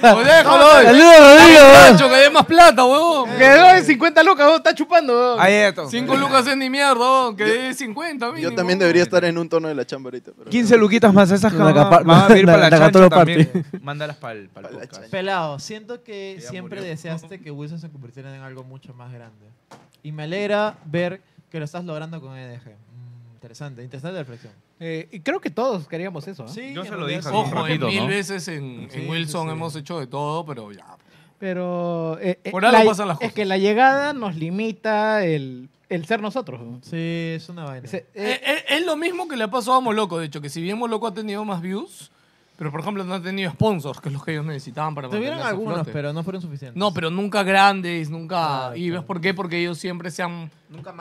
[SPEAKER 7] Pues déjalo.
[SPEAKER 5] Saludos, Rodrigo,
[SPEAKER 7] Ay,
[SPEAKER 5] weón.
[SPEAKER 7] macho, que dé más plata, huevón. eh.
[SPEAKER 8] Quedó en 50 lucas, vos, está chupando. vos.
[SPEAKER 5] Ahí está.
[SPEAKER 7] Cinco lucas es ni mierda, huevón, que dé 50 mínimo.
[SPEAKER 6] Yo también debería estar en un tono de la chamba ahorita. Pero
[SPEAKER 5] 15 luquitas más esas que
[SPEAKER 4] La
[SPEAKER 5] van a-
[SPEAKER 4] capa-
[SPEAKER 5] van a ir
[SPEAKER 4] la-
[SPEAKER 5] para la
[SPEAKER 4] la
[SPEAKER 5] chancha
[SPEAKER 4] Gatolo
[SPEAKER 5] también.
[SPEAKER 4] Party.
[SPEAKER 5] Mándalas para el podcast.
[SPEAKER 2] Pelado, siento que siempre deseaste que Wilson se convirtiera en algo mucho más grande. Y me alegra ver que lo estás logrando con EDG. Mm, interesante, interesante reflexión.
[SPEAKER 8] Eh, y creo que todos queríamos eso. ¿ah?
[SPEAKER 2] Sí,
[SPEAKER 5] Yo
[SPEAKER 2] en
[SPEAKER 5] se lo
[SPEAKER 2] realidad
[SPEAKER 5] dije
[SPEAKER 2] sí.
[SPEAKER 5] a mi
[SPEAKER 7] Ojo, eh,
[SPEAKER 5] Ratito,
[SPEAKER 7] mil
[SPEAKER 5] ¿no?
[SPEAKER 7] veces en, en
[SPEAKER 2] Sí,
[SPEAKER 7] Wilson
[SPEAKER 2] sí, sí.
[SPEAKER 7] hemos hecho de todo, pero ya.
[SPEAKER 8] Pero eh, eh,
[SPEAKER 7] Por algo pasan las
[SPEAKER 8] es que la llegada nos limita el, el ser nosotros. ¿no?
[SPEAKER 2] Sí, es una vaina.
[SPEAKER 8] Ese-
[SPEAKER 7] Eh, eh, es lo mismo que le pasó a Moloco, de hecho, que si bien Moloco ha tenido más views, pero por ejemplo no ha tenido sponsors, que es lo que ellos necesitaban para
[SPEAKER 2] Tuvieron
[SPEAKER 7] mantenerse a
[SPEAKER 2] algunos,
[SPEAKER 7] flote.
[SPEAKER 2] pero no fueron suficientes. Ah,
[SPEAKER 7] No, pero nunca grandes, nunca. ¿Y ves por qué? Porque ellos siempre se han,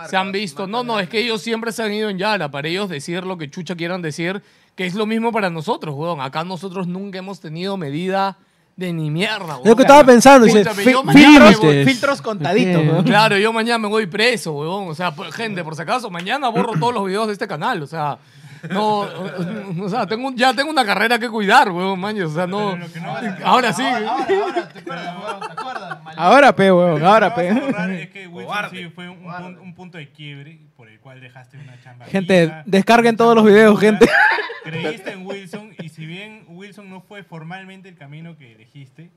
[SPEAKER 7] se han visto. No, no, es que ellos siempre se han ido en Yara. Para ellos decir lo que chucha quieran decir, que es lo mismo para nosotros, weón. Acá nosotros nunca hemos tenido medida de ni mierda, weón.
[SPEAKER 4] lo que estaba pensando, dice,
[SPEAKER 7] Escúchame,
[SPEAKER 4] fi-
[SPEAKER 7] yo mañana me voy-
[SPEAKER 4] filtros.
[SPEAKER 7] filtros
[SPEAKER 8] contaditos,
[SPEAKER 4] Sí.
[SPEAKER 8] ¿no?
[SPEAKER 7] Claro, pues, yo mañana me voy preso, weón. O sea, por- gente, por si acaso, mañana borro todos los videos de este canal. O sea, No, o, o sea, tengo, un- ya tengo una carrera que cuidar, weón, maño. O sea, no. ahora sí.
[SPEAKER 8] Ahora, pe, huevón, ahora, pe.
[SPEAKER 10] Es que Wilson sí fue un, pun- un punto de quiebre por el cual dejaste una chamba.
[SPEAKER 8] Gente,
[SPEAKER 10] fija.
[SPEAKER 8] descarguen todos los videos, gente.
[SPEAKER 10] Creíste en Wilson y si bien Wilson no fue formalmente el camino que elegiste,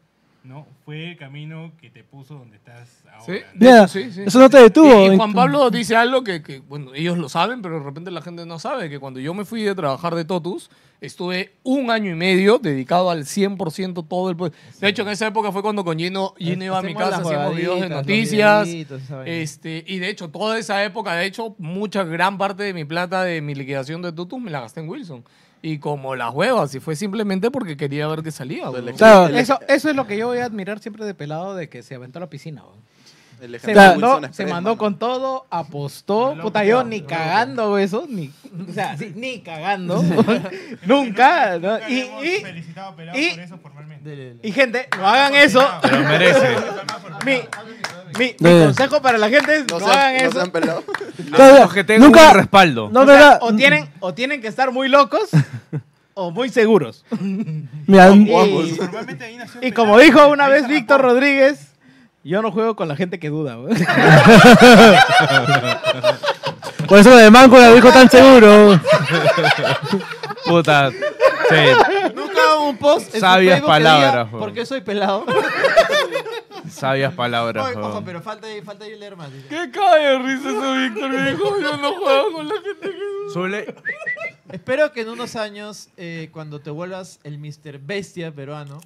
[SPEAKER 10] no fue el camino que te puso donde estás ahora.
[SPEAKER 7] Sí,
[SPEAKER 10] ¿no?
[SPEAKER 7] de hecho,
[SPEAKER 4] Mira, eso no te detuvo.
[SPEAKER 7] Y, y Juan Pablo dice algo que, que, bueno, ellos lo saben, pero de repente la gente no sabe, que cuando yo me fui de trabajar de Totus, estuve un año y medio dedicado al 100% todo el... pro- De hecho, en esa época fue cuando con Gino, Gino
[SPEAKER 2] Ha-
[SPEAKER 7] iba a mi
[SPEAKER 2] hacemos
[SPEAKER 7] casa,
[SPEAKER 2] las
[SPEAKER 7] hacíamos videos de
[SPEAKER 2] huevaditas, los
[SPEAKER 7] noticias.
[SPEAKER 2] videitos, esa vaina.
[SPEAKER 7] Este, y de hecho, toda esa época, de hecho, mucha gran parte de mi plata de mi liquidación de Totus me la gasté en Wilson. Y como las huevas, y fue simplemente porque quería ver qué salía. weón.
[SPEAKER 8] Eso, eso es lo que yo voy a admirar siempre de pelado de que se aventó a la piscina. weón.
[SPEAKER 6] El
[SPEAKER 8] Se
[SPEAKER 6] ejemplo de
[SPEAKER 8] mandó,
[SPEAKER 6] Wilson
[SPEAKER 8] se
[SPEAKER 6] Express,
[SPEAKER 8] mandó con todo, apostó. Puta, yo ni cagando güey, eso, ni, o sea, sí, ni cagando. nunca. ¿no? Y, y, y- y, gente, no hagan eso.
[SPEAKER 6] Pero merece.
[SPEAKER 8] mi mi- mi
[SPEAKER 4] Eh.
[SPEAKER 8] consejo para la gente es no,
[SPEAKER 6] No sean-
[SPEAKER 8] hagan
[SPEAKER 6] no
[SPEAKER 8] eso.
[SPEAKER 6] sean pelados.
[SPEAKER 4] Claro,
[SPEAKER 6] que
[SPEAKER 4] tengan nunca- un respaldo. no,
[SPEAKER 8] o, sea,
[SPEAKER 4] verdad.
[SPEAKER 8] o tienen, o tienen que estar muy locos o muy seguros.
[SPEAKER 4] Mira,
[SPEAKER 8] y,
[SPEAKER 4] un-
[SPEAKER 8] y como dijo una vez Víctor Rodríguez, yo no juego con la gente que duda. güey.
[SPEAKER 4] Por eso lo de Manco lo dijo tan seguro.
[SPEAKER 5] Puta. Sí,
[SPEAKER 8] Nunca hago un post. en su
[SPEAKER 5] Sabias
[SPEAKER 8] Facebook que
[SPEAKER 5] palabras,
[SPEAKER 8] diga,
[SPEAKER 5] weón.
[SPEAKER 8] ¿Por qué soy pelado?
[SPEAKER 5] sabias palabras,
[SPEAKER 2] Oye,
[SPEAKER 5] weón.
[SPEAKER 2] ojo, pero falta, ahí- falta ahí leer más. dice.
[SPEAKER 7] ¿Qué cae de risa ese Víctor? Me dijo, yo no juego con la gente que...
[SPEAKER 5] Suele-
[SPEAKER 2] Espero que en unos años, eh, cuando te vuelvas el Mr. Bestia peruano,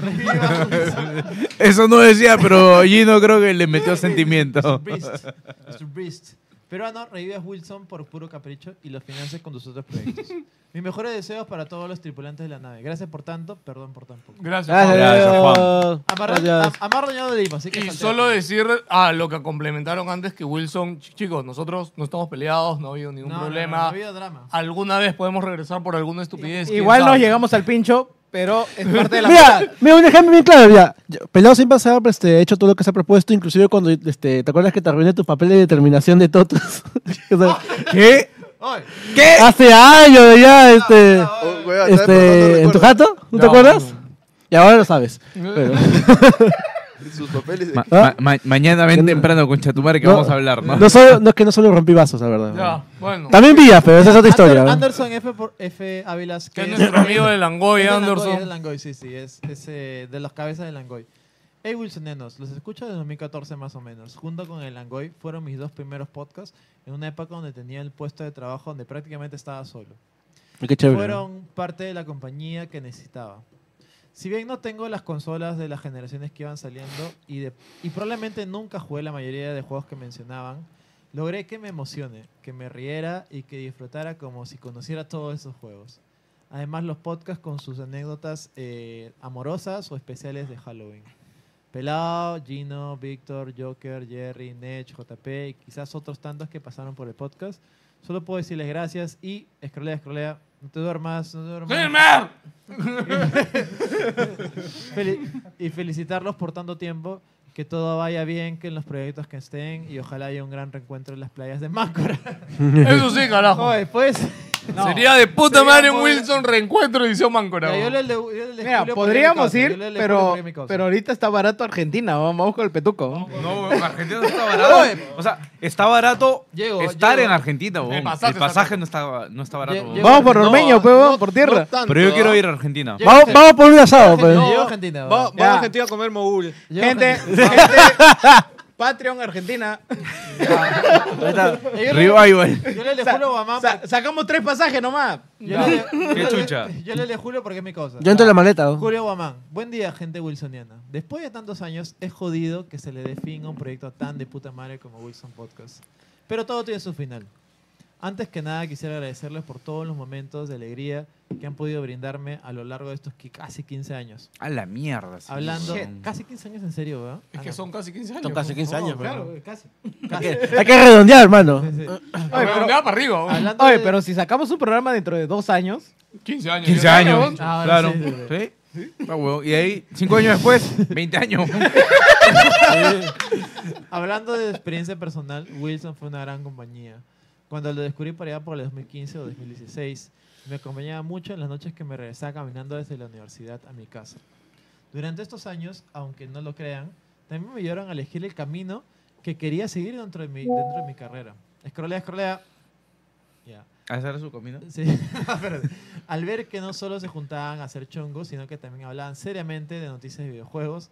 [SPEAKER 2] revivas un-
[SPEAKER 5] Eso no decía, pero Gino creo que le metió sentimiento.
[SPEAKER 2] Mr. Beast. Mr. Beast. Peruano, revivas Wilson por puro capricho y los finances con tus otros proyectos. Mis mejores deseos para todos los tripulantes de la nave. Gracias por tanto, perdón por tan poco.
[SPEAKER 7] Gracias, Juan. Gracias, Juan.
[SPEAKER 2] Amarra-
[SPEAKER 7] Gracias.
[SPEAKER 2] am- amarro ya no le dimos, así que
[SPEAKER 7] Y
[SPEAKER 2] falté.
[SPEAKER 7] solo decir a lo que complementaron antes que Wilson, ch- chicos, nosotros no estamos peleados, no ha habido ningún
[SPEAKER 2] No, no, no,
[SPEAKER 7] problema.
[SPEAKER 2] no ha habido drama.
[SPEAKER 7] Alguna vez podemos regresar por alguna estupidez. quién
[SPEAKER 8] Igual nos
[SPEAKER 7] sabe.
[SPEAKER 8] llegamos al pincho, pero es parte de la
[SPEAKER 4] Mira,
[SPEAKER 8] amistad.
[SPEAKER 4] mira, un ejemplo bien claro, ya. Yo- Pelado siempre se ha este, hecho todo lo que se ha propuesto, inclusive cuando este, te acuerdas que te arruiné tus papeles de determinación de Totos. O sea, ¿Qué?
[SPEAKER 8] ¿Qué?
[SPEAKER 4] Hace años ya, este,
[SPEAKER 6] Oh, weón, ¿sabes por dónde
[SPEAKER 4] este ¿en tu
[SPEAKER 6] recuerdo?
[SPEAKER 4] jato? ¿No te
[SPEAKER 6] No.
[SPEAKER 4] acuerdas? Y ahora lo sabes. Pero-
[SPEAKER 6] Sus papeles de-
[SPEAKER 5] Ma- ma- ma- mañana ven temprano con Chatumare que
[SPEAKER 4] ¿Ah? No,
[SPEAKER 5] vamos a hablar, ¿no?
[SPEAKER 4] No, solo, no es que no solo rompí vasos, la verdad.
[SPEAKER 7] Ya, bueno.
[SPEAKER 4] También vías, pero esa es otra historia.
[SPEAKER 2] Ander-
[SPEAKER 4] ¿no?
[SPEAKER 2] Anderson F. Por, F. Ávilas.
[SPEAKER 7] Que es nuestro amigo de Langoy,
[SPEAKER 2] Es de
[SPEAKER 7] Anderson.
[SPEAKER 2] Es de Langoy, sí, sí. Es, es, eh, de las cabezas de Langoy. Hey Wilsonenos, los escucho desde 2014 más o menos. Junto con el Langoy fueron mis dos primeros podcasts en una época donde tenía el puesto de trabajo donde prácticamente estaba solo.
[SPEAKER 4] Qué chévere.
[SPEAKER 2] Fueron parte de la compañía que necesitaba. Si bien no tengo las consolas de las generaciones que iban saliendo y, de- y probablemente nunca jugué la mayoría de juegos que mencionaban, logré que me emocione, que me riera y que disfrutara como si conociera todos esos juegos. Además, los podcasts con sus anécdotas eh, amorosas o especiales de Halloween. Pelao, Gino, Víctor, Joker, Jerry, Nech, JP y quizás otros tantos que pasaron por el podcast. Solo puedo decirles gracias y escrolea, escrolea. No te duermas, no te duermas. Fel- y felicitarlos por tanto tiempo. Que todo vaya bien, que en los proyectos que estén y ojalá haya un gran reencuentro en las playas de Mácora.
[SPEAKER 7] Eso sí, carajo.
[SPEAKER 2] Joder, pues. No.
[SPEAKER 7] Sería de puta
[SPEAKER 2] Sería
[SPEAKER 7] madre un
[SPEAKER 2] muy-
[SPEAKER 7] Wilson reencuentro edición Máncora.
[SPEAKER 2] Ya, yo
[SPEAKER 7] weón.
[SPEAKER 2] le- le- yo le- le esculeo
[SPEAKER 8] Mira,
[SPEAKER 2] por mi
[SPEAKER 8] podríamos
[SPEAKER 2] causa,
[SPEAKER 8] ir,
[SPEAKER 2] yo le- le esculeo
[SPEAKER 8] pero,
[SPEAKER 2] por mi causa.
[SPEAKER 8] pero ahorita está barato Argentina. Vamos vamos con el petuco.
[SPEAKER 5] No, Argentina no está barato. O sea, está barato estar en Argentina, weón. El pasaje,
[SPEAKER 8] pasaje
[SPEAKER 5] no, está, no está barato, weón.
[SPEAKER 8] Vamos por Ormeño, pues, vamos por tierra.
[SPEAKER 5] Pero yo quiero ir a Argentina.
[SPEAKER 4] Vamos, vamos por un asado, pues.
[SPEAKER 2] Yo Argentina. Ya.
[SPEAKER 4] va- vamos a
[SPEAKER 2] Argentina a comer mogul.
[SPEAKER 8] Gente, gente, Patreon Argentina.
[SPEAKER 2] Yo le-
[SPEAKER 5] Revival.
[SPEAKER 2] Yo le le juro, mamá.
[SPEAKER 8] Sa- sacamos tres pasajes nomás.
[SPEAKER 2] Yo le-
[SPEAKER 5] Qué
[SPEAKER 2] yo le-
[SPEAKER 5] chucha.
[SPEAKER 2] Yo le le juro porque es mi cosa.
[SPEAKER 4] Yo entro en la maleta, ¿no?
[SPEAKER 2] Julio Guamán. Buen día, gente wilsoniana. Después de tantos años, es jodido que se le dé fin a un proyecto tan de puta madre como Wilson Podcast. Pero todo tiene su final. Antes que nada, quisiera agradecerles por todos los momentos de alegría que han podido brindarme a lo largo de estos qui- casi 15 años.
[SPEAKER 5] A la mierda. sí,
[SPEAKER 2] Hablando.
[SPEAKER 5] weón.
[SPEAKER 2] Casi 15 años en serio, ¿verdad? Ah, Oh,
[SPEAKER 7] Es que son casi 15 años.
[SPEAKER 4] Son casi 15 años,
[SPEAKER 2] claro,
[SPEAKER 4] weón.
[SPEAKER 2] casi.
[SPEAKER 4] Hay que- hay que redondear, hermano.
[SPEAKER 7] Oye, pero, para arriba. weón.
[SPEAKER 2] Hablando
[SPEAKER 8] Oye,
[SPEAKER 2] de-
[SPEAKER 8] pero si sacamos un programa dentro de dos años.
[SPEAKER 7] 15 años.
[SPEAKER 5] 15
[SPEAKER 7] ya.
[SPEAKER 5] años.
[SPEAKER 7] Weón.
[SPEAKER 5] claro. Ah, Sí. Ah, weón. Y de ahí, 5 años después, 20 años.
[SPEAKER 2] Hablando de experiencia personal, Wilson fue una gran compañía. Cuando lo descubrí por allá por el 2015 o 2016, me acompañaba mucho en las noches que me regresaba caminando desde la universidad a mi casa. Durante estos años, aunque no lo crean, también me ayudaron a elegir el camino que quería seguir dentro de mi, dentro de mi carrera. Escrolea, escrolea. Ya.
[SPEAKER 5] ¿Hacer su comida?
[SPEAKER 2] Sí. Pero, Al ver que no solo se juntaban a hacer chongos, sino que también hablaban seriamente de noticias de videojuegos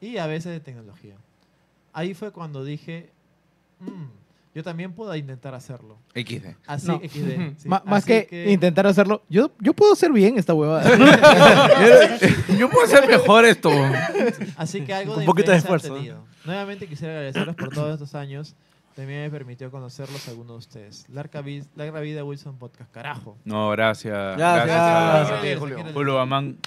[SPEAKER 2] y a veces de tecnología. Ahí fue cuando dije, "Mm, yo también puedo intentar hacerlo.
[SPEAKER 5] XD.
[SPEAKER 2] Así,
[SPEAKER 8] No.
[SPEAKER 2] XD, sí.
[SPEAKER 8] Ma- más
[SPEAKER 2] Así
[SPEAKER 8] que, intentar hacerlo, yo, yo puedo hacer bien esta huevada.
[SPEAKER 5] Yo puedo hacer mejor esto.
[SPEAKER 2] Así que algo
[SPEAKER 4] Un
[SPEAKER 2] de
[SPEAKER 4] poquito
[SPEAKER 2] influencia
[SPEAKER 4] de
[SPEAKER 2] han
[SPEAKER 4] esfuerzo,
[SPEAKER 2] tenido. Nuevamente quisiera agradecerles por todos estos años. También me permitió conocerlos a algunos de ustedes. Larga, vid- larga vida Wilson Podcast, carajo.
[SPEAKER 5] No, gracias.
[SPEAKER 2] Gracias.
[SPEAKER 5] Gracias,
[SPEAKER 2] Gracias,
[SPEAKER 5] Julio.
[SPEAKER 2] Julio.
[SPEAKER 5] Julio Bamán.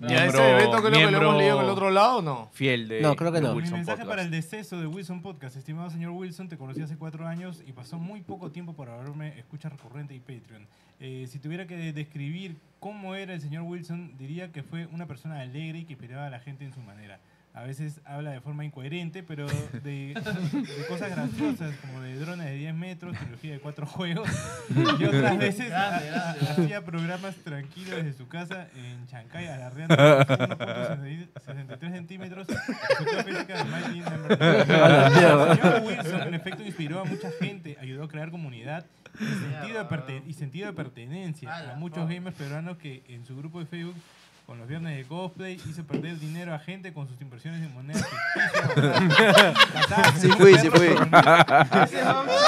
[SPEAKER 7] Ya, ese evento creo que lo hemos leído en el otro lado, ¿o no?
[SPEAKER 5] Fiel de de
[SPEAKER 7] Mi
[SPEAKER 5] Wilson
[SPEAKER 7] mensaje
[SPEAKER 5] Podcast.
[SPEAKER 7] para
[SPEAKER 10] Para el deceso de Wilson Podcast, estimado señor Wilson, te conocí hace cuatro años y pasó muy poco tiempo para verme escucha recurrente y Patreon. Eh, si tuviera que describir cómo era el señor Wilson, diría que fue una persona alegre y que inspiraba a la gente en su manera. A veces habla de forma incoherente, pero de, de cosas graciosas, como de drones de 10 metros, trilogía de cuatro juegos, y otras veces ha- hacía programas tranquilos desde su casa en Chancay, alardeando 1.63 centímetros, su copia física de Mighty Number
[SPEAKER 7] A la mierda.
[SPEAKER 10] El señor Wilson, en efecto, inspiró a mucha gente, ayudó a crear comunidad y sentido
[SPEAKER 8] ah,
[SPEAKER 10] de, perte- y sentido de pertenencia a muchos gamers peruanos que en su grupo de Facebook con los viernes de cosplay hizo perder dinero a gente con sus inversiones en monedas ficticias. Patadas,
[SPEAKER 6] Sí fui, sí fui.
[SPEAKER 10] Ese hombre-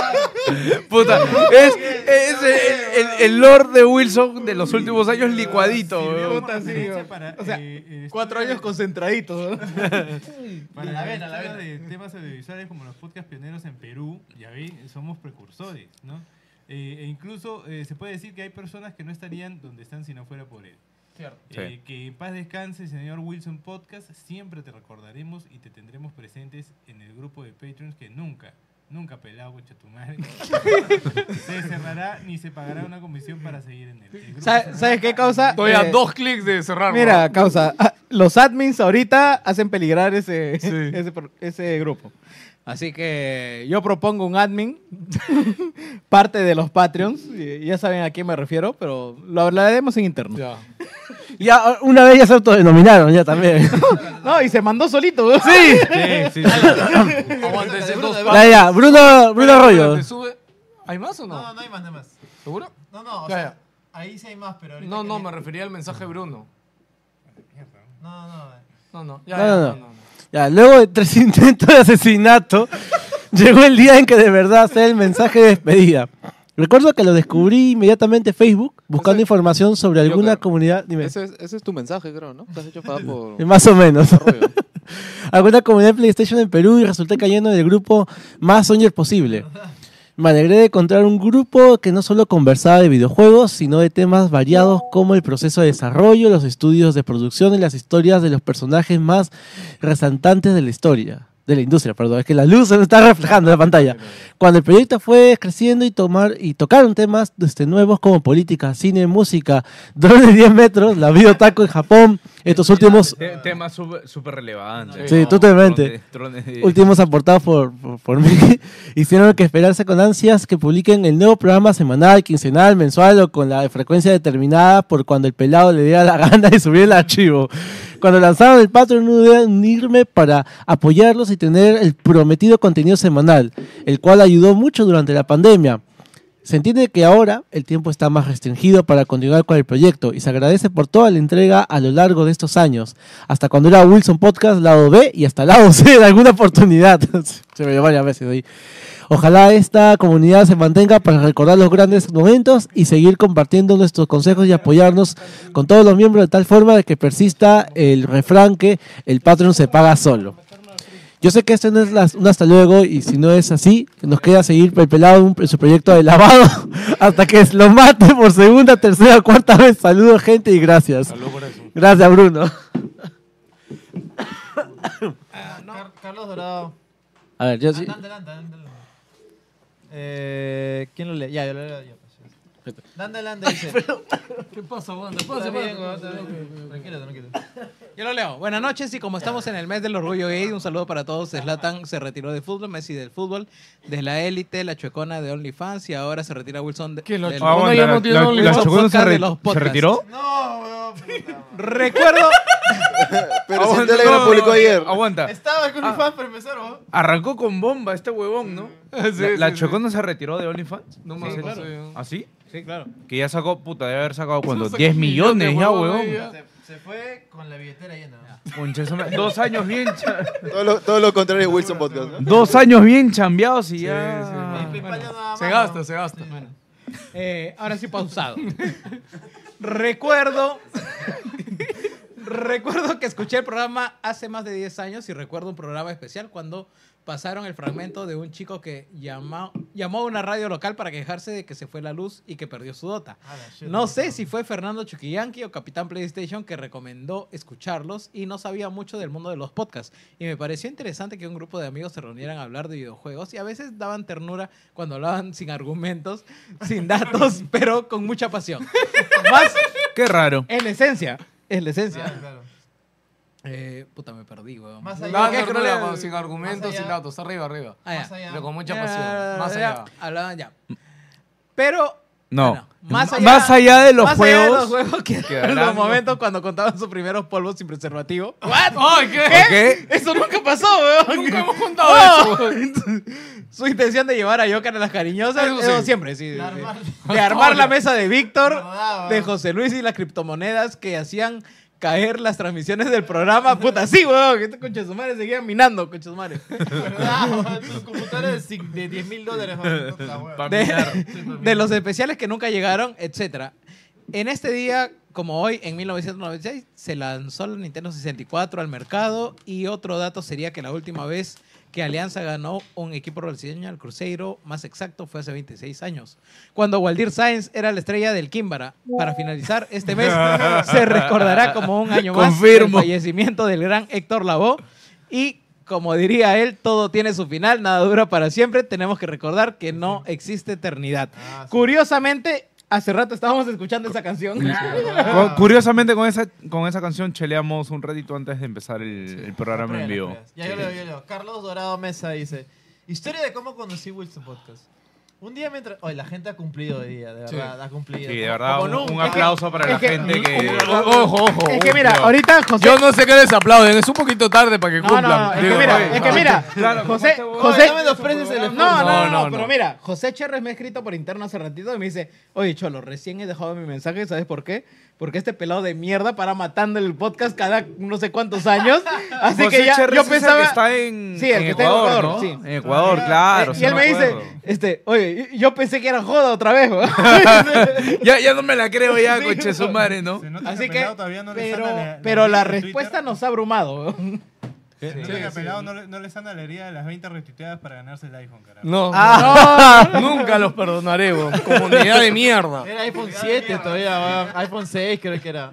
[SPEAKER 7] Puta, es, es el, el, el Lord de Wilson de los últimos años licuadito. weón.
[SPEAKER 8] O sea,
[SPEAKER 10] este,
[SPEAKER 8] cuatro años concentraditos. ¿no?
[SPEAKER 10] Para la de temas audiovisuales como los podcast pioneros en Perú, ya vi, somos precursores, ¿no? Eh, e incluso eh, se puede decir que hay personas que no estarían donde están si no fuera por él.
[SPEAKER 19] Cierto.
[SPEAKER 10] Eh,
[SPEAKER 19] Sí.
[SPEAKER 10] Que en paz descanse, señor Wilson Podcast. Siempre te recordaremos y te tendremos presentes en el grupo de Patreons que nunca, nunca pelado, concha tu madre, se cerrará ni se pagará una comisión para seguir en él. El grupo
[SPEAKER 8] ¿Sabe-
[SPEAKER 10] se-
[SPEAKER 8] ¿Sabes qué causa?
[SPEAKER 10] Estoy
[SPEAKER 8] Eh,
[SPEAKER 10] a dos clics de cerrarlo.
[SPEAKER 8] Mira, causa. ah, Los admins ahorita hacen peligrar ese, ese, pro- ese grupo. Así
[SPEAKER 7] eh,
[SPEAKER 8] que yo propongo un admin, parte de los Patreons. y- Ya saben a quién me refiero, pero lo hablaremos en interno.
[SPEAKER 4] Ya, una vez ya se autodenominaron, ya también.
[SPEAKER 8] no, y se mandó solito. ¿no?
[SPEAKER 4] Sí.
[SPEAKER 7] Sí, sí, sí. Aguante ese dos
[SPEAKER 4] Ya, ya, Bruno, Bruno Arroyo.
[SPEAKER 7] ¿Te sube? ¿Hay más o no?
[SPEAKER 2] No, no hay más, no hay más.
[SPEAKER 7] ¿Seguro?
[SPEAKER 2] No, no, o
[SPEAKER 7] Ya,
[SPEAKER 2] sea, ahí sí hay más, pero ahorita
[SPEAKER 7] No,
[SPEAKER 2] que
[SPEAKER 7] no,
[SPEAKER 2] vi-
[SPEAKER 7] me refería al mensaje de Bruno.
[SPEAKER 2] No, no, no.
[SPEAKER 7] No, no, ya,
[SPEAKER 4] No,
[SPEAKER 7] ya,
[SPEAKER 4] no,
[SPEAKER 7] no,
[SPEAKER 4] no. Ya, luego de tres intentos de asesinato, llegó el día en que de verdad sé el mensaje de despedida. Recuerdo que lo descubrí inmediatamente en Facebook, buscando información sobre alguna comunidad. Dime. eh,
[SPEAKER 14] Ese es, ese es tu mensaje, creo, ¿no? Te has hecho pagar por.
[SPEAKER 4] Más o menos.
[SPEAKER 14] Arroyo.
[SPEAKER 4] Alguna comunidad de PlayStation en Perú y resulté cayendo en el grupo más Soñer posible. Me alegré de encontrar un grupo que no solo conversaba de videojuegos, sino de temas variados como el proceso de desarrollo, los estudios de producción y las historias de los personajes más resaltantes de la historia. De la industria, perdón, es que la luz se me está reflejando en la pantalla. Cuando el proyecto fue creciendo y, tomar, y tocaron temas este, nuevos como política, cine, música, drones de 10 metros, la vida taco en Japón, estos últimos
[SPEAKER 5] Te- Tema sub- súper relevante.
[SPEAKER 4] Sí,
[SPEAKER 5] No,
[SPEAKER 4] totalmente.
[SPEAKER 5] trones- trones de-
[SPEAKER 4] Últimos aportados por, por, por mí. Hicieron que esperarse con ansias que publiquen el nuevo programa semanal, quincenal, mensual o con la frecuencia determinada por cuando el pelado le diera la gana de subir el archivo. Cuando lanzaron el Patreon, no dudé en unirme para apoyarlos y tener el prometido contenido semanal, el cual ayudó mucho durante la pandemia. Se entiende que ahora el tiempo está más restringido para continuar con el proyecto y se agradece por toda la entrega a lo largo de estos años, hasta cuando era Wilson Podcast lado B y hasta lado C en alguna oportunidad. se me dio varias veces ahí. Ojalá esta comunidad se mantenga para recordar los grandes momentos y seguir compartiendo nuestros consejos y apoyarnos con todos los miembros de tal forma de que persista el refrán que el Patreon se paga solo. Yo sé que esto no es las- un hasta luego y si no es así, nos queda seguir el pelado en un- en su proyecto de lavado hasta que lo mate por segunda, tercera, cuarta vez. Saludos gente y gracias. Gracias Bruno.
[SPEAKER 2] Car- Carlos Dorado.
[SPEAKER 4] A ver, yo sí.
[SPEAKER 2] Adelante, adelante, adelante. Eh, ¿Quién lo lee? Ya, yo lo leo yo. pues, ya. Nanda Landa dice.
[SPEAKER 8] ¿Qué pasa, Wanda?
[SPEAKER 2] Está
[SPEAKER 8] Pasa,
[SPEAKER 2] bien,
[SPEAKER 8] pasa.
[SPEAKER 2] está bien. Tranquilo, tranquilo.
[SPEAKER 8] Yo lo leo. Buenas noches y como estamos en el mes del orgullo gay, un saludo para todos. Zlatan se retiró del fútbol, Messi del fútbol, de la élite, la chuecona de OnlyFans y ahora se retira Wilson de,
[SPEAKER 7] la
[SPEAKER 8] del-
[SPEAKER 7] Chuecona ya no tiene OnlyFans?
[SPEAKER 8] podcast
[SPEAKER 7] ¿Se re-
[SPEAKER 8] de los
[SPEAKER 7] se
[SPEAKER 8] podcasts.
[SPEAKER 7] retiró?
[SPEAKER 8] Recuerdo...
[SPEAKER 6] Pero si Telegram publicó ayer.
[SPEAKER 7] Aguanta.
[SPEAKER 2] Estaba con
[SPEAKER 7] Ah.
[SPEAKER 8] Ah,
[SPEAKER 2] OnlyFans para empezar, ¿no?
[SPEAKER 7] Arrancó con bomba este huevón, ¿no? Sí, sí,
[SPEAKER 5] ¿La,
[SPEAKER 7] sí.
[SPEAKER 5] Chocona se retiró de OnlyFans?
[SPEAKER 7] No
[SPEAKER 5] Sí,
[SPEAKER 7] más,
[SPEAKER 5] claro.
[SPEAKER 7] no sé.
[SPEAKER 5] ¿Ah, sí?
[SPEAKER 2] Sí, claro.
[SPEAKER 5] Que ya sacó, puta, debe haber sacado, ¿cuánto?
[SPEAKER 7] sacó
[SPEAKER 5] 10
[SPEAKER 7] un
[SPEAKER 5] millones,
[SPEAKER 7] millón de
[SPEAKER 5] ya,
[SPEAKER 7] huevón,
[SPEAKER 5] huevón.
[SPEAKER 2] Se, se fue con la billetera llena.
[SPEAKER 5] Concha de su madre. Dos años bien cha-
[SPEAKER 6] Todo lo, todo lo contrario de Wilson Podcast. ¿no?
[SPEAKER 5] Dos años bien chambeados y ya.
[SPEAKER 8] se gasta, se gasta. Eh, ahora sí pausado. recuerdo. recuerdo que escuché el programa hace más de 10 años y recuerdo un programa especial cuando pasaron el fragmento de un chico que llamó, llamó a una radio local para quejarse de que se fue la luz y que perdió su dota. No sé si fue Fernando Chuquillanqui o Capitán PlayStation que recomendó escucharlos y no sabía mucho del mundo de los podcasts. Y me pareció interesante que un grupo de amigos se reunieran a hablar de videojuegos y a veces daban ternura cuando hablaban sin argumentos, sin datos, pero con mucha pasión. Más
[SPEAKER 5] Qué raro. Ah.
[SPEAKER 8] en la esencia. En la esencia. Eh, puta, me perdí, weón.
[SPEAKER 7] Más
[SPEAKER 8] No,
[SPEAKER 7] allá-
[SPEAKER 8] ¿qué
[SPEAKER 7] Más
[SPEAKER 8] crolea?
[SPEAKER 7] allá- sin argumentos,
[SPEAKER 8] Más allá-
[SPEAKER 7] sin datos. Arriba, arriba.
[SPEAKER 8] Ah, ya.
[SPEAKER 7] Más allá. Pero con mucha
[SPEAKER 8] Ya,
[SPEAKER 7] pasión.
[SPEAKER 8] ya,
[SPEAKER 7] Más
[SPEAKER 8] ya,
[SPEAKER 7] allá.
[SPEAKER 8] Hablaban ya. Pero
[SPEAKER 5] No.
[SPEAKER 8] más allá,
[SPEAKER 5] Más allá de los
[SPEAKER 8] más allá
[SPEAKER 5] juegos.
[SPEAKER 8] de los juegos que
[SPEAKER 5] que
[SPEAKER 8] eran los
[SPEAKER 5] hablamos.
[SPEAKER 8] momentos cuando contaban sus primeros polvos sin preservativo.
[SPEAKER 5] ¿Qué?
[SPEAKER 8] Eso nunca pasó, weón. Nunca hemos contado
[SPEAKER 7] eso,
[SPEAKER 8] Su intención de llevar a Joker a las cariñosas,
[SPEAKER 7] Eso
[SPEAKER 8] eso,
[SPEAKER 7] sí. Pues
[SPEAKER 8] siempre, sí. sí, sí. De
[SPEAKER 7] armar-
[SPEAKER 8] armar, la mesa de Víctor, de José Luis y las criptomonedas que hacían caer las transmisiones del programa. Puta, sí, weón. Que estos conches su madre seguían minando, conches su madre.
[SPEAKER 2] computadora de, cin- de 10 mil dólares. mano, puta, weón.
[SPEAKER 8] de, de los especiales que nunca llegaron, etc. En este día, como hoy, en 1996, se lanzó la Nintendo 64 al mercado y otro dato sería que la última vez que Alianza ganó un equipo brasileño al Cruzeiro, más exacto, fue hace 26 años, cuando Waldir Sáenz era la estrella del Quimbara. Para finalizar, este mes se recordará como un año más el
[SPEAKER 5] Confirmo.
[SPEAKER 8] fallecimiento del gran Héctor Lavoe y como diría él, todo tiene su final, nada dura para siempre. Tenemos que recordar que no existe eternidad.
[SPEAKER 5] Ah,
[SPEAKER 8] Curiosamente, hace rato estábamos escuchando esa canción.
[SPEAKER 5] Cu- Curiosamente, con esa, con esa canción cheleamos un ratito antes de empezar el, el programa en vivo.
[SPEAKER 2] Ya, yo leo, yo leo. Carlos Dorado Mesa dice: Historia de cómo conocí Wilson Podcast. Un día mientras. Oye, la gente ha cumplido hoy día, de
[SPEAKER 5] Sí.
[SPEAKER 2] verdad, ha cumplido.
[SPEAKER 5] Sí, de verdad,
[SPEAKER 2] Como
[SPEAKER 5] un-
[SPEAKER 2] nunca.
[SPEAKER 5] un aplauso para la gente que-
[SPEAKER 7] Ojo, ojo.
[SPEAKER 8] Es que mira,
[SPEAKER 7] ojo.
[SPEAKER 8] ahorita José-
[SPEAKER 7] Yo no sé qué les aplauden. Es un poquito tarde para que
[SPEAKER 8] No, no,
[SPEAKER 7] cumplan.
[SPEAKER 8] no, es que
[SPEAKER 7] Digo,
[SPEAKER 8] mira,
[SPEAKER 7] oye,
[SPEAKER 8] es que mira,
[SPEAKER 5] este
[SPEAKER 8] José, José,
[SPEAKER 2] Oye, no me desprecies el esfuerzo.
[SPEAKER 8] no, no, no,
[SPEAKER 7] No,
[SPEAKER 8] no,
[SPEAKER 7] no,
[SPEAKER 8] pero
[SPEAKER 7] no.
[SPEAKER 8] mira, José Cherres me ha escrito por interno hace ratito y me dice, oye Cholo, recién he dejado mi mensaje, ¿sabes por qué? Porque este pelado de mierda para matando el podcast cada no sé cuántos años, así
[SPEAKER 5] José
[SPEAKER 8] que ya,
[SPEAKER 5] Cherres
[SPEAKER 8] yo
[SPEAKER 5] es el que
[SPEAKER 8] pensaba,
[SPEAKER 5] está en-
[SPEAKER 8] sí, el
[SPEAKER 5] en
[SPEAKER 8] que está en
[SPEAKER 5] Ecuador,
[SPEAKER 8] Ecuador,
[SPEAKER 5] ¿no?
[SPEAKER 8] sí.
[SPEAKER 5] En Ecuador, claro,
[SPEAKER 8] Eh, Y
[SPEAKER 5] sí
[SPEAKER 8] él
[SPEAKER 5] me
[SPEAKER 8] me dice,
[SPEAKER 5] acuerdo.
[SPEAKER 8] este, oye, y- yo pensé que era joda otra vez, weón.
[SPEAKER 7] Ya, ya no me la creo ya, coche su madre, ¿no?
[SPEAKER 8] así que, pero,
[SPEAKER 10] sana la- la herida de
[SPEAKER 8] pero la
[SPEAKER 10] Twitter.
[SPEAKER 8] respuesta nos ha abrumado, weón.
[SPEAKER 7] Eh,
[SPEAKER 10] No, le pelado, no, le- no les anda la herida de las 20 retuiteadas para ganarse el iPhone, carajo.
[SPEAKER 7] No,
[SPEAKER 8] Ah.
[SPEAKER 7] no, nunca los perdonaré, weón. Comunidad de mierda.
[SPEAKER 2] Era iPhone 7 todavía, weón. iPhone 6 creo que era.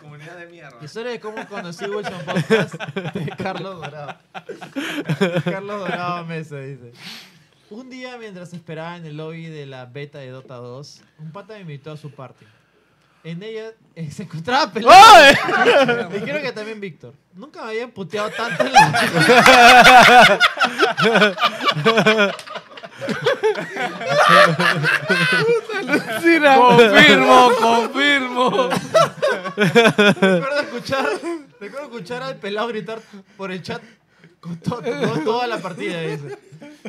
[SPEAKER 2] Comunidad de mierda. Historia de cómo conocí Wilson Podcast de Carlos Dorado. Carlos Dorado Mesa dice. Un día mientras esperaba en el lobby de la beta de Dota 2, un pata me invitó a su party. En ella eh, se encontraba pelado. y creo que también Víctor. Nunca me habían puteado tanto en la
[SPEAKER 7] Alucina. Confirmo, confirmo.
[SPEAKER 2] Recuerdo escuchar, recuerdo escuchar al pelado gritar por el chat con to- con toda la partida. dice.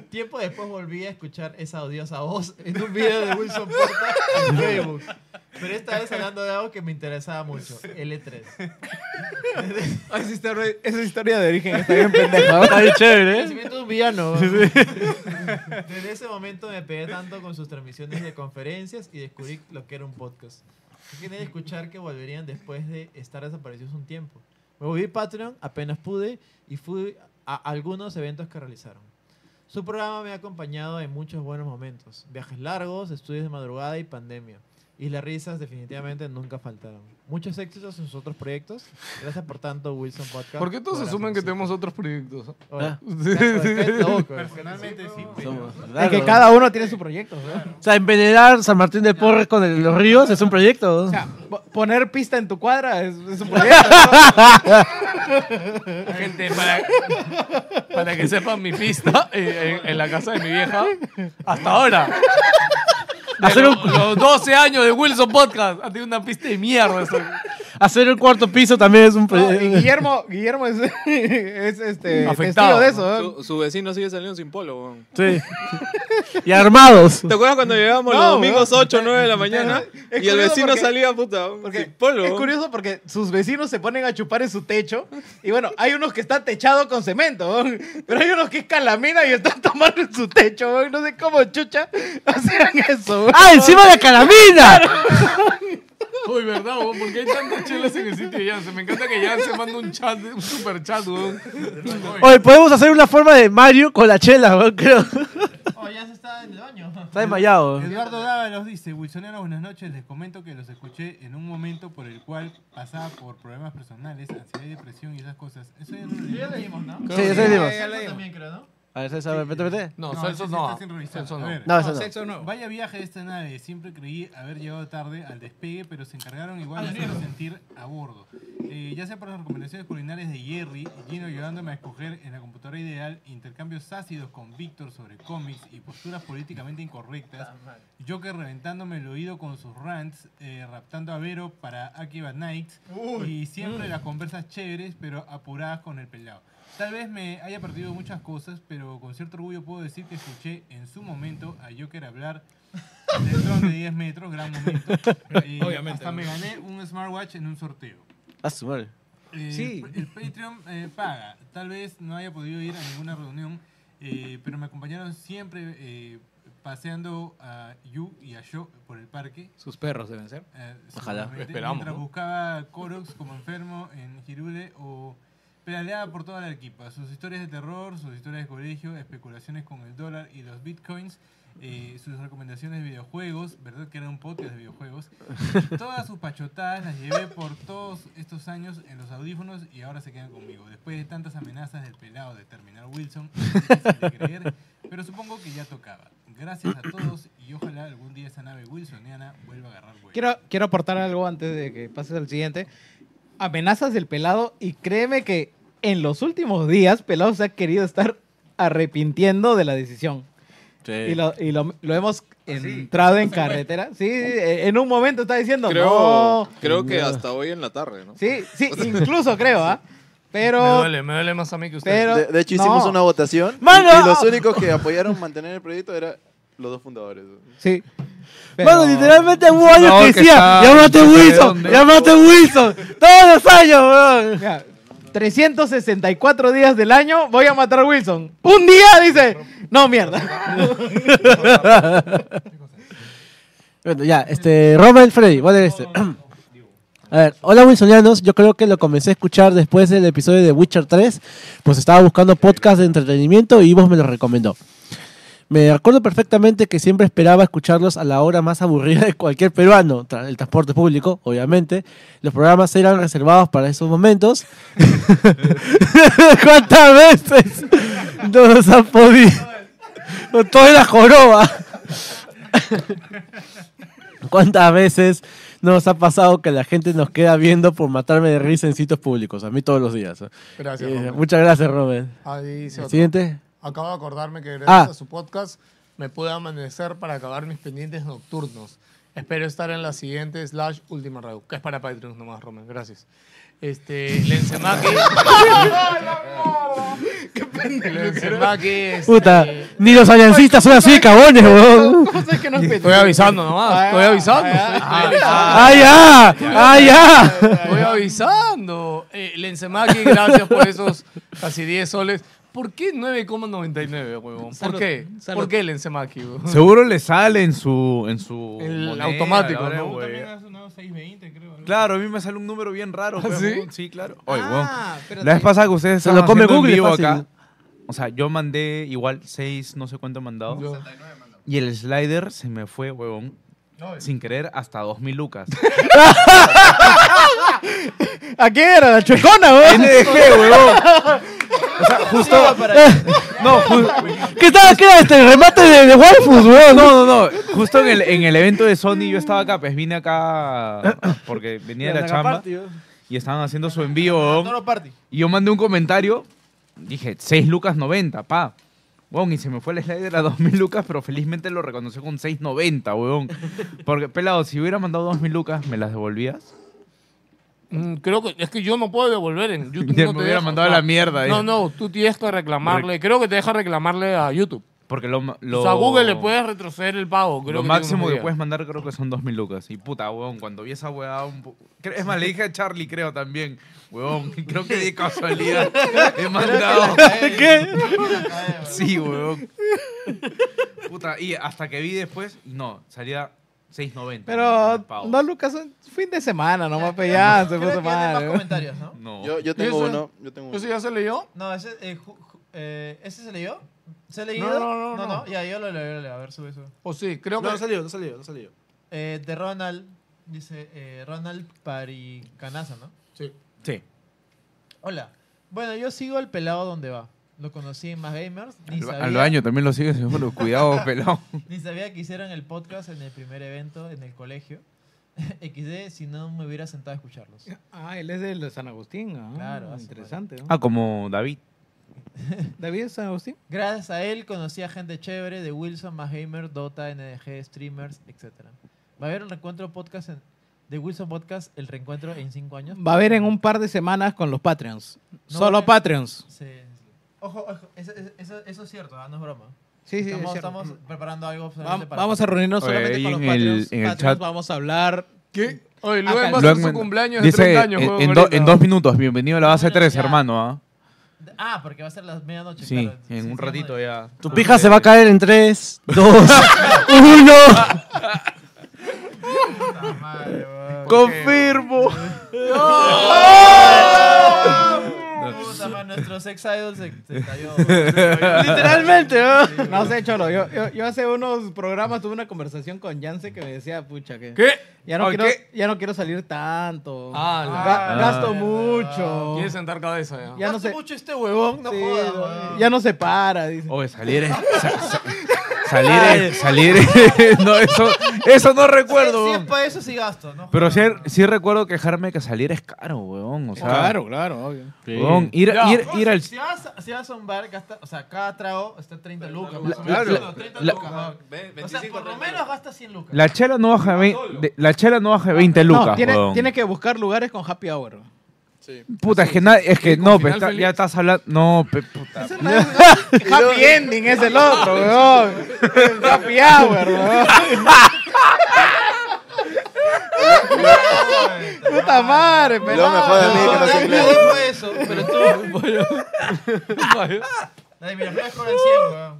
[SPEAKER 2] Tiempo después volví a escuchar esa odiosa voz en un video de Wilson Porta en Facebook. Pero esta vez hablando de algo que me interesaba mucho, E L3.
[SPEAKER 8] Esa historia, esa historia de origen está bien pendeja.
[SPEAKER 2] Está bien ¿eh?
[SPEAKER 8] chévere.
[SPEAKER 2] Nacimiento de un villano.
[SPEAKER 8] Sí,
[SPEAKER 2] Desde ese momento me pegué tanto con sus transmisiones de conferencias y descubrí lo que era un podcast. Yo quería escuchar que volverían después de estar desaparecidos un tiempo. Me volví Patreon apenas pude y fui a algunos eventos que realizaron. Su programa me ha acompañado en muchos buenos momentos. Viajes largos, estudios de madrugada y pandemia. Y las risas definitivamente nunca faltaron. Muchos éxitos en sus otros proyectos. Gracias por tanto, Wilson Podcast.
[SPEAKER 7] ¿Por qué todos
[SPEAKER 2] Ahora
[SPEAKER 7] asumen que
[SPEAKER 2] sí.
[SPEAKER 7] tenemos otros proyectos? ah?
[SPEAKER 2] Ahora,
[SPEAKER 7] Sí,
[SPEAKER 2] claro,
[SPEAKER 7] sí.
[SPEAKER 2] qué loco.
[SPEAKER 10] Personalmente sí,
[SPEAKER 4] Somos-
[SPEAKER 8] Es que
[SPEAKER 4] Claro.
[SPEAKER 8] cada uno tiene su proyecto. ¿no?
[SPEAKER 4] O sea, envenenar San Martín de Porres con el- los ríos es un proyecto.
[SPEAKER 8] O sea, po- poner pista en tu cuadra es, es un proyecto. ¿no?
[SPEAKER 7] Gente, para, para que sepan mi pista, eh, en, en la casa de mi vieja, hasta ahora. De lo- los 12 años de Wilson Podcast, ha tenido una pista de mierda. eso.
[SPEAKER 4] Hacer el cuarto piso también es un
[SPEAKER 8] No, y
[SPEAKER 4] proyecto.
[SPEAKER 8] Guillermo, Guillermo es, es este,
[SPEAKER 4] Afectado.
[SPEAKER 8] testigo de eso.
[SPEAKER 14] Su,
[SPEAKER 8] ¿no?
[SPEAKER 14] su vecino sigue saliendo sin polo, weón.
[SPEAKER 4] Sí. Y armados.
[SPEAKER 14] ¿Te acuerdas cuando llegábamos
[SPEAKER 8] No,
[SPEAKER 14] los domingos
[SPEAKER 8] weón.
[SPEAKER 14] 8 o 9 de la mañana?
[SPEAKER 8] Es
[SPEAKER 14] y el
[SPEAKER 8] curioso
[SPEAKER 14] vecino
[SPEAKER 8] porque-
[SPEAKER 14] salía, puta, weón, sin polo.
[SPEAKER 8] Es
[SPEAKER 14] weón.
[SPEAKER 8] curioso porque sus vecinos se ponen a chupar en su techo. Y bueno, hay unos que están techados con cemento, ¿no? pero hay unos que es calamina y están tomando en su techo. ¿no? No sé cómo chucha hacían eso. ¿no?
[SPEAKER 4] ¡Ah, encima de calamina!
[SPEAKER 7] Uy, verdad, weón, ¿por qué hay tantas chelas en el sitio de Yance? Me encanta que Yance manda un chat, un super chat, weón.
[SPEAKER 4] Oye, podemos hacer una forma de Mario con la chela, weón, creo.
[SPEAKER 2] Oh, ya se está en el baño.
[SPEAKER 4] Está desmayado.
[SPEAKER 10] Eduardo Dávalos dice, Wilsonianos, buenas noches, les comento que los escuché en un momento por el cual pasaba por problemas personales, ansiedad y depresión y esas cosas. Eso ya lo
[SPEAKER 2] Ya leímos, ¿no?
[SPEAKER 4] Sí, ya leímos.
[SPEAKER 10] Ya leímos.
[SPEAKER 2] También creo, ¿no?
[SPEAKER 4] A ver, César, vete, vete.
[SPEAKER 10] ese sí está sin revisar.
[SPEAKER 7] eh, Celso
[SPEAKER 10] A
[SPEAKER 7] no.
[SPEAKER 10] ver.
[SPEAKER 4] No, Celso no.
[SPEAKER 10] Celso Vaya viaje de esta nave. Siempre creí haber llegado tarde al despegue, pero se encargaron igual de hacerme sentir a bordo. Eh, ya sea por las recomendaciones culinarias de Jerry, Gino ayudándome a escoger en la computadora ideal, intercambios ácidos con Víctor sobre cómics y posturas políticamente incorrectas,
[SPEAKER 7] Ah,
[SPEAKER 10] Joker reventándome el oído con sus rants, eh, raptando a Vero para Akiba Nights y siempre
[SPEAKER 22] Mm.
[SPEAKER 10] las conversas chéveres pero apuradas con el pelado. Tal vez me haya perdido muchas cosas, pero con cierto orgullo puedo decir que escuché en su momento a Joker hablar del tron de 10 metros, gran momento. Eh,
[SPEAKER 22] Obviamente,
[SPEAKER 10] Hasta
[SPEAKER 22] ¿no?
[SPEAKER 10] me gané un smartwatch en un sorteo.
[SPEAKER 7] Ah,
[SPEAKER 4] A su madre.
[SPEAKER 10] Eh,
[SPEAKER 4] Sí.
[SPEAKER 10] El Patreon eh, paga. Tal vez no haya podido ir a ninguna reunión, eh, pero me acompañaron siempre eh, paseando a Yu y a Yo por el parque.
[SPEAKER 7] Sus perros deben ser.
[SPEAKER 10] Eh,
[SPEAKER 7] Ojalá.
[SPEAKER 10] seguramente,
[SPEAKER 7] Esperamos,
[SPEAKER 10] Mientras
[SPEAKER 7] ¿no?
[SPEAKER 10] buscaba Koroks como enfermo en Girule o pedaleaba por toda la Arequipa. Sus historias de terror, sus historias de colegio, especulaciones con el dólar y los bitcoins. eh, sus recomendaciones de videojuegos, ¿verdad? Que era un podcast de videojuegos. Y todas sus pachotadas las llevé por todos estos años en los audífonos y ahora se quedan conmigo. Después de tantas amenazas del pelado de terminar Wilson, es difícil de creer, pero supongo que ya tocaba. Gracias a todos y ojalá algún día esa nave wilsoniana vuelva a agarrar vuelo.
[SPEAKER 8] Quiero, quiero aportar algo antes de que pases al siguiente. Amenazas del pelado y créeme que en los últimos días pelado se ha querido estar arrepintiendo de la decisión. Y lo, y lo- lo hemos entrado en carretera. Sí, sí, eh, en un momento está diciendo,
[SPEAKER 14] Creo,
[SPEAKER 8] no.
[SPEAKER 14] creo que hasta hoy en la tarde, ¿no?
[SPEAKER 8] Sí, sí, incluso creo, ¿ah? Pero...
[SPEAKER 7] Me duele, me duele más a mí que a usted.
[SPEAKER 8] Pero-
[SPEAKER 6] De, de hecho, hicimos
[SPEAKER 8] no.
[SPEAKER 6] una votación y-
[SPEAKER 8] ¡Mano!
[SPEAKER 6] y los únicos que apoyaron mantener el proyecto eran los dos fundadores.
[SPEAKER 8] Sí.
[SPEAKER 4] Mano, literalmente hubo años
[SPEAKER 6] No,
[SPEAKER 4] que
[SPEAKER 6] que
[SPEAKER 4] decía,
[SPEAKER 6] está-
[SPEAKER 4] llámate
[SPEAKER 6] no sé
[SPEAKER 4] Wilson,
[SPEAKER 6] dónde".
[SPEAKER 4] llámate Wilson. Todos los años, weón.
[SPEAKER 8] Mira, 364 días del año voy a matar a Wilson. Un día dice, no mierda.
[SPEAKER 4] Bueno, ya, este, Robert Freddy, ¿cuál es este? A ver, hola Wilsonianos, yo creo que lo comencé a escuchar después del episodio de Witcher 3, pues estaba buscando podcast de entretenimiento y vos me lo recomendó. Me recuerdo perfectamente que siempre esperaba escucharlos a la hora más aburrida de cualquier peruano, tra- el transporte público, obviamente. Los programas eran reservados para esos momentos. ¿Cuántas veces nos han podido? Con toda la joroba. ¿Cuántas veces nos ha pasado que la gente nos queda viendo por matarme de risa en sitios públicos? A mí todos los días. ¿eh?
[SPEAKER 13] Gracias,
[SPEAKER 4] Eh,
[SPEAKER 13] Robert.
[SPEAKER 4] muchas gracias, Robert.
[SPEAKER 13] Ahí dice
[SPEAKER 4] ¿El
[SPEAKER 13] otro.
[SPEAKER 4] siguiente?
[SPEAKER 13] Acabo de acordarme que gracias
[SPEAKER 4] Ah.
[SPEAKER 13] a su podcast me pude amanecer para acabar mis pendientes nocturnos. Espero estar en la siguiente slash última radio, que es para Patreon nomás, Roman. Gracias. Este, Lenzemaki. ¡Qué pendejo! Lenzemaki. este,
[SPEAKER 4] Puta, ni los aliancistas son así, cabones, weón.
[SPEAKER 7] Estoy avisando nomás, estoy avisando. Ah,
[SPEAKER 5] Ah,
[SPEAKER 4] ¡Ay, ya! ¡Ay, ya!
[SPEAKER 7] Estoy avisando. Eh, Lenzemaki, gracias por esos casi 10 soles. ¿Por qué 9,99, huevón? ¿Por Salud, qué? salud. ¿Por qué Lenzemaki, huevón?
[SPEAKER 5] Seguro le sale en su. En su
[SPEAKER 7] El
[SPEAKER 5] moneda,
[SPEAKER 7] automático,
[SPEAKER 5] la hora de
[SPEAKER 7] ¿no?
[SPEAKER 5] huevear.
[SPEAKER 10] No, 620 creo.
[SPEAKER 5] Claro, a mí me sale un número bien raro. pues,
[SPEAKER 7] sí?
[SPEAKER 5] huevón. Sí, claro. Oye,
[SPEAKER 7] Ah,
[SPEAKER 5] huevón,
[SPEAKER 7] espérate.
[SPEAKER 5] La vez pasada que ustedes
[SPEAKER 4] Se lo
[SPEAKER 5] estaban
[SPEAKER 4] come
[SPEAKER 5] haciendo en
[SPEAKER 4] Google,
[SPEAKER 5] vivo
[SPEAKER 4] fácil.
[SPEAKER 5] acá. O sea, yo mandé igual 6, no sé cuánto he mandado. Y el slider se me fue, huevón. sin querer hasta 2.000 lucas.
[SPEAKER 8] ¿A qué era? ¿La chuecona, weón?
[SPEAKER 5] NDG, huevón. O sea, justo. No, ju-
[SPEAKER 4] ¿Qué estaba? ¿Qué era este remate de, de waifus, weón?
[SPEAKER 5] No, no, no. Justo en el, en el evento de Sony yo estaba acá, pues vine acá porque venía de la chamba y estaban haciendo su envío. weón. Y yo mandé un comentario, dije 6 lucas 90, pa. Weón, y se me fue el slider a 2000 lucas, pero felizmente lo reconoció con 6.90, weón. Porque, pelado, si hubiera mandado 2000 lucas, ¿me las devolvías?
[SPEAKER 7] Mm, Creo que es que yo no puedo devolver en YouTube.
[SPEAKER 5] Ya
[SPEAKER 7] no
[SPEAKER 5] me
[SPEAKER 7] te
[SPEAKER 5] hubiera
[SPEAKER 7] deja.
[SPEAKER 5] mandado a la mierda,
[SPEAKER 7] No,
[SPEAKER 5] ya.
[SPEAKER 7] no, tú tienes que reclamarle. Creo que te deja reclamarle a YouTube.
[SPEAKER 5] Porque lo. lo
[SPEAKER 7] O sea, a Google le puedes retroceder el pago. Creo
[SPEAKER 5] lo
[SPEAKER 7] que tiene
[SPEAKER 5] máximo
[SPEAKER 7] unos
[SPEAKER 5] que
[SPEAKER 7] días.
[SPEAKER 5] puedes mandar creo que son 2000 lucas. Y puta, weón, cuando vi esa weá un po- Cre- Es más, le dije a Charlie, creo también. Weón, creo que de casualidad he mandado.
[SPEAKER 7] ¿Qué?
[SPEAKER 5] Sí, weón. Puta, y hasta que vi después, no, salía 6.90.
[SPEAKER 8] Pero,
[SPEAKER 5] Pavo.
[SPEAKER 8] no, Lucas, un fin de semana, nomás
[SPEAKER 5] pues
[SPEAKER 8] pe, ya, se
[SPEAKER 2] Creo
[SPEAKER 8] puso
[SPEAKER 2] que hay más
[SPEAKER 8] mal. weón.
[SPEAKER 2] comentarios, ¿no?
[SPEAKER 5] No.
[SPEAKER 6] Yo, yo tengo
[SPEAKER 2] ¿Ese?
[SPEAKER 6] uno. Yo tengo uno.
[SPEAKER 7] ¿Ese ya se leyó?
[SPEAKER 2] No, ese, eh, ju- ju- eh, ¿ese se leyó? ¿Se ha
[SPEAKER 7] No,
[SPEAKER 2] leído?
[SPEAKER 7] no, no,
[SPEAKER 2] no.
[SPEAKER 7] no.
[SPEAKER 2] Ya, yo lo leo, yo lo leo. A ver, sube, sube.
[SPEAKER 7] O sí, creo que.
[SPEAKER 2] salió, no salió, no salió. Eh, de Ronald, dice eh, Ronald Paricanaza, ¿no? Sí.
[SPEAKER 5] Sí.
[SPEAKER 2] Hola. Bueno, yo sigo al pelado donde va. Lo conocí en Más Gamers. Ni
[SPEAKER 5] Al,
[SPEAKER 2] sabía,
[SPEAKER 5] al baño también lo sigue, seguro. Cuidado, pelado.
[SPEAKER 2] ni sabía que hicieran el podcast en el primer evento en el colegio. XD, si no me hubiera sentado a escucharlos.
[SPEAKER 19] Ah, él es de San Agustín. Ah,
[SPEAKER 2] Claro, pues. hace
[SPEAKER 19] interesante. ¿no?
[SPEAKER 5] Ah, como David.
[SPEAKER 19] ¿David es San Agustín?
[SPEAKER 2] Gracias a él conocí a gente chévere de Wilson, más gamer, Dota, NDG, streamers, etc. Va a haber un reencuentro podcast en- de Wilson Podcast, el reencuentro en cinco años.
[SPEAKER 8] Va a haber en un par de semanas con los Patreons.
[SPEAKER 2] No,
[SPEAKER 8] Solo
[SPEAKER 2] eh,
[SPEAKER 8] Patreons.
[SPEAKER 2] Sí. Ojo, ojo, eso, eso- eso es cierto, ¿ah? no es broma.
[SPEAKER 8] Sí, sí, es
[SPEAKER 2] Estamos,
[SPEAKER 8] cierto. Mm.
[SPEAKER 2] estamos preparando algo.
[SPEAKER 8] Vam-
[SPEAKER 2] solamente para-
[SPEAKER 8] Vamos a reunirnos
[SPEAKER 5] Oye,
[SPEAKER 8] solamente
[SPEAKER 5] ahí
[SPEAKER 8] con los
[SPEAKER 5] en el-
[SPEAKER 8] Patreons.
[SPEAKER 5] en el
[SPEAKER 8] Patreons,
[SPEAKER 5] chat.
[SPEAKER 8] Vamos a hablar.
[SPEAKER 7] ¿Qué? Oye,
[SPEAKER 8] Acá
[SPEAKER 7] Luen
[SPEAKER 8] en
[SPEAKER 7] va a
[SPEAKER 5] Luego
[SPEAKER 7] hacer su
[SPEAKER 5] en-
[SPEAKER 7] cumpleaños
[SPEAKER 5] dice,
[SPEAKER 7] de 30 años.
[SPEAKER 5] en,
[SPEAKER 7] juego
[SPEAKER 5] en do-
[SPEAKER 7] ahorita.
[SPEAKER 5] en dos minutos, bienvenido a la base 3,
[SPEAKER 2] Ya.
[SPEAKER 5] hermano. ¿ah?
[SPEAKER 2] Ah, porque va a ser las medianoche.
[SPEAKER 5] Sí,
[SPEAKER 2] claro.
[SPEAKER 5] en un ratito ya.
[SPEAKER 4] Tu pija se va a caer en 3, 2, 1.
[SPEAKER 5] Confirmo.
[SPEAKER 2] Puta, man, nuestro sex idol se, se cayó.
[SPEAKER 8] Literalmente, ¿no? No sé, Cholo. Yo, yo, yo hace unos programas tuve una conversación con Yance que me decía, pucha, que.
[SPEAKER 7] ¿Qué?
[SPEAKER 8] Ya no,
[SPEAKER 7] Ay,
[SPEAKER 8] quiero,
[SPEAKER 7] ¿qué?
[SPEAKER 8] ya no quiero salir tanto.
[SPEAKER 7] Ah, la-
[SPEAKER 8] Ga-
[SPEAKER 7] ah,
[SPEAKER 8] gasto
[SPEAKER 7] la-
[SPEAKER 8] mucho.
[SPEAKER 7] Quieres sentar cabeza ya.
[SPEAKER 8] Ya no sé.
[SPEAKER 2] mucho este huevón, no
[SPEAKER 8] Sí,
[SPEAKER 2] jodas,
[SPEAKER 8] no,
[SPEAKER 2] weón.
[SPEAKER 8] ya no se para, dice.
[SPEAKER 5] Oye, salir es. sa- sa- salir es. Salir es- No, eso, eso no recuerdo,
[SPEAKER 2] Si es
[SPEAKER 5] weón.
[SPEAKER 2] para eso, sí gasto, ¿no?
[SPEAKER 5] Pero sí, sí recuerdo quejarme que salir es caro, weón. O sea,
[SPEAKER 2] Claro,
[SPEAKER 8] claro, obvio.
[SPEAKER 5] Weón, ir,
[SPEAKER 2] Ya,
[SPEAKER 5] ir,
[SPEAKER 2] weón,
[SPEAKER 5] ir al.
[SPEAKER 2] Si vas, a- si vas a un bar, gasta, o sea, cada trago está 30 lucas. más
[SPEAKER 5] La-
[SPEAKER 2] o menos.
[SPEAKER 5] la-
[SPEAKER 2] 30
[SPEAKER 5] la-
[SPEAKER 2] lucas. weón. o sea, por lo menos gasta 100 lucas.
[SPEAKER 5] La chela no baja de, vein- de- la chela no baja de 20 lucas,
[SPEAKER 8] No, tiene-
[SPEAKER 5] weón.
[SPEAKER 8] tienes que buscar lugares con happy hour.
[SPEAKER 5] Puta, es que, na- es que
[SPEAKER 8] Y con
[SPEAKER 5] no,
[SPEAKER 8] final
[SPEAKER 5] pe, está-
[SPEAKER 8] feliz.
[SPEAKER 5] ya estás hablando. No, pe, puta.
[SPEAKER 8] happy ending es el otro, weón. happy hour, weón. Puta madre, pero.
[SPEAKER 6] Luego me jode a mí que no
[SPEAKER 2] Nadie
[SPEAKER 6] soy
[SPEAKER 2] me
[SPEAKER 6] claro.
[SPEAKER 2] dijo eso, pero tú. Nadie me lo con el 100, weón.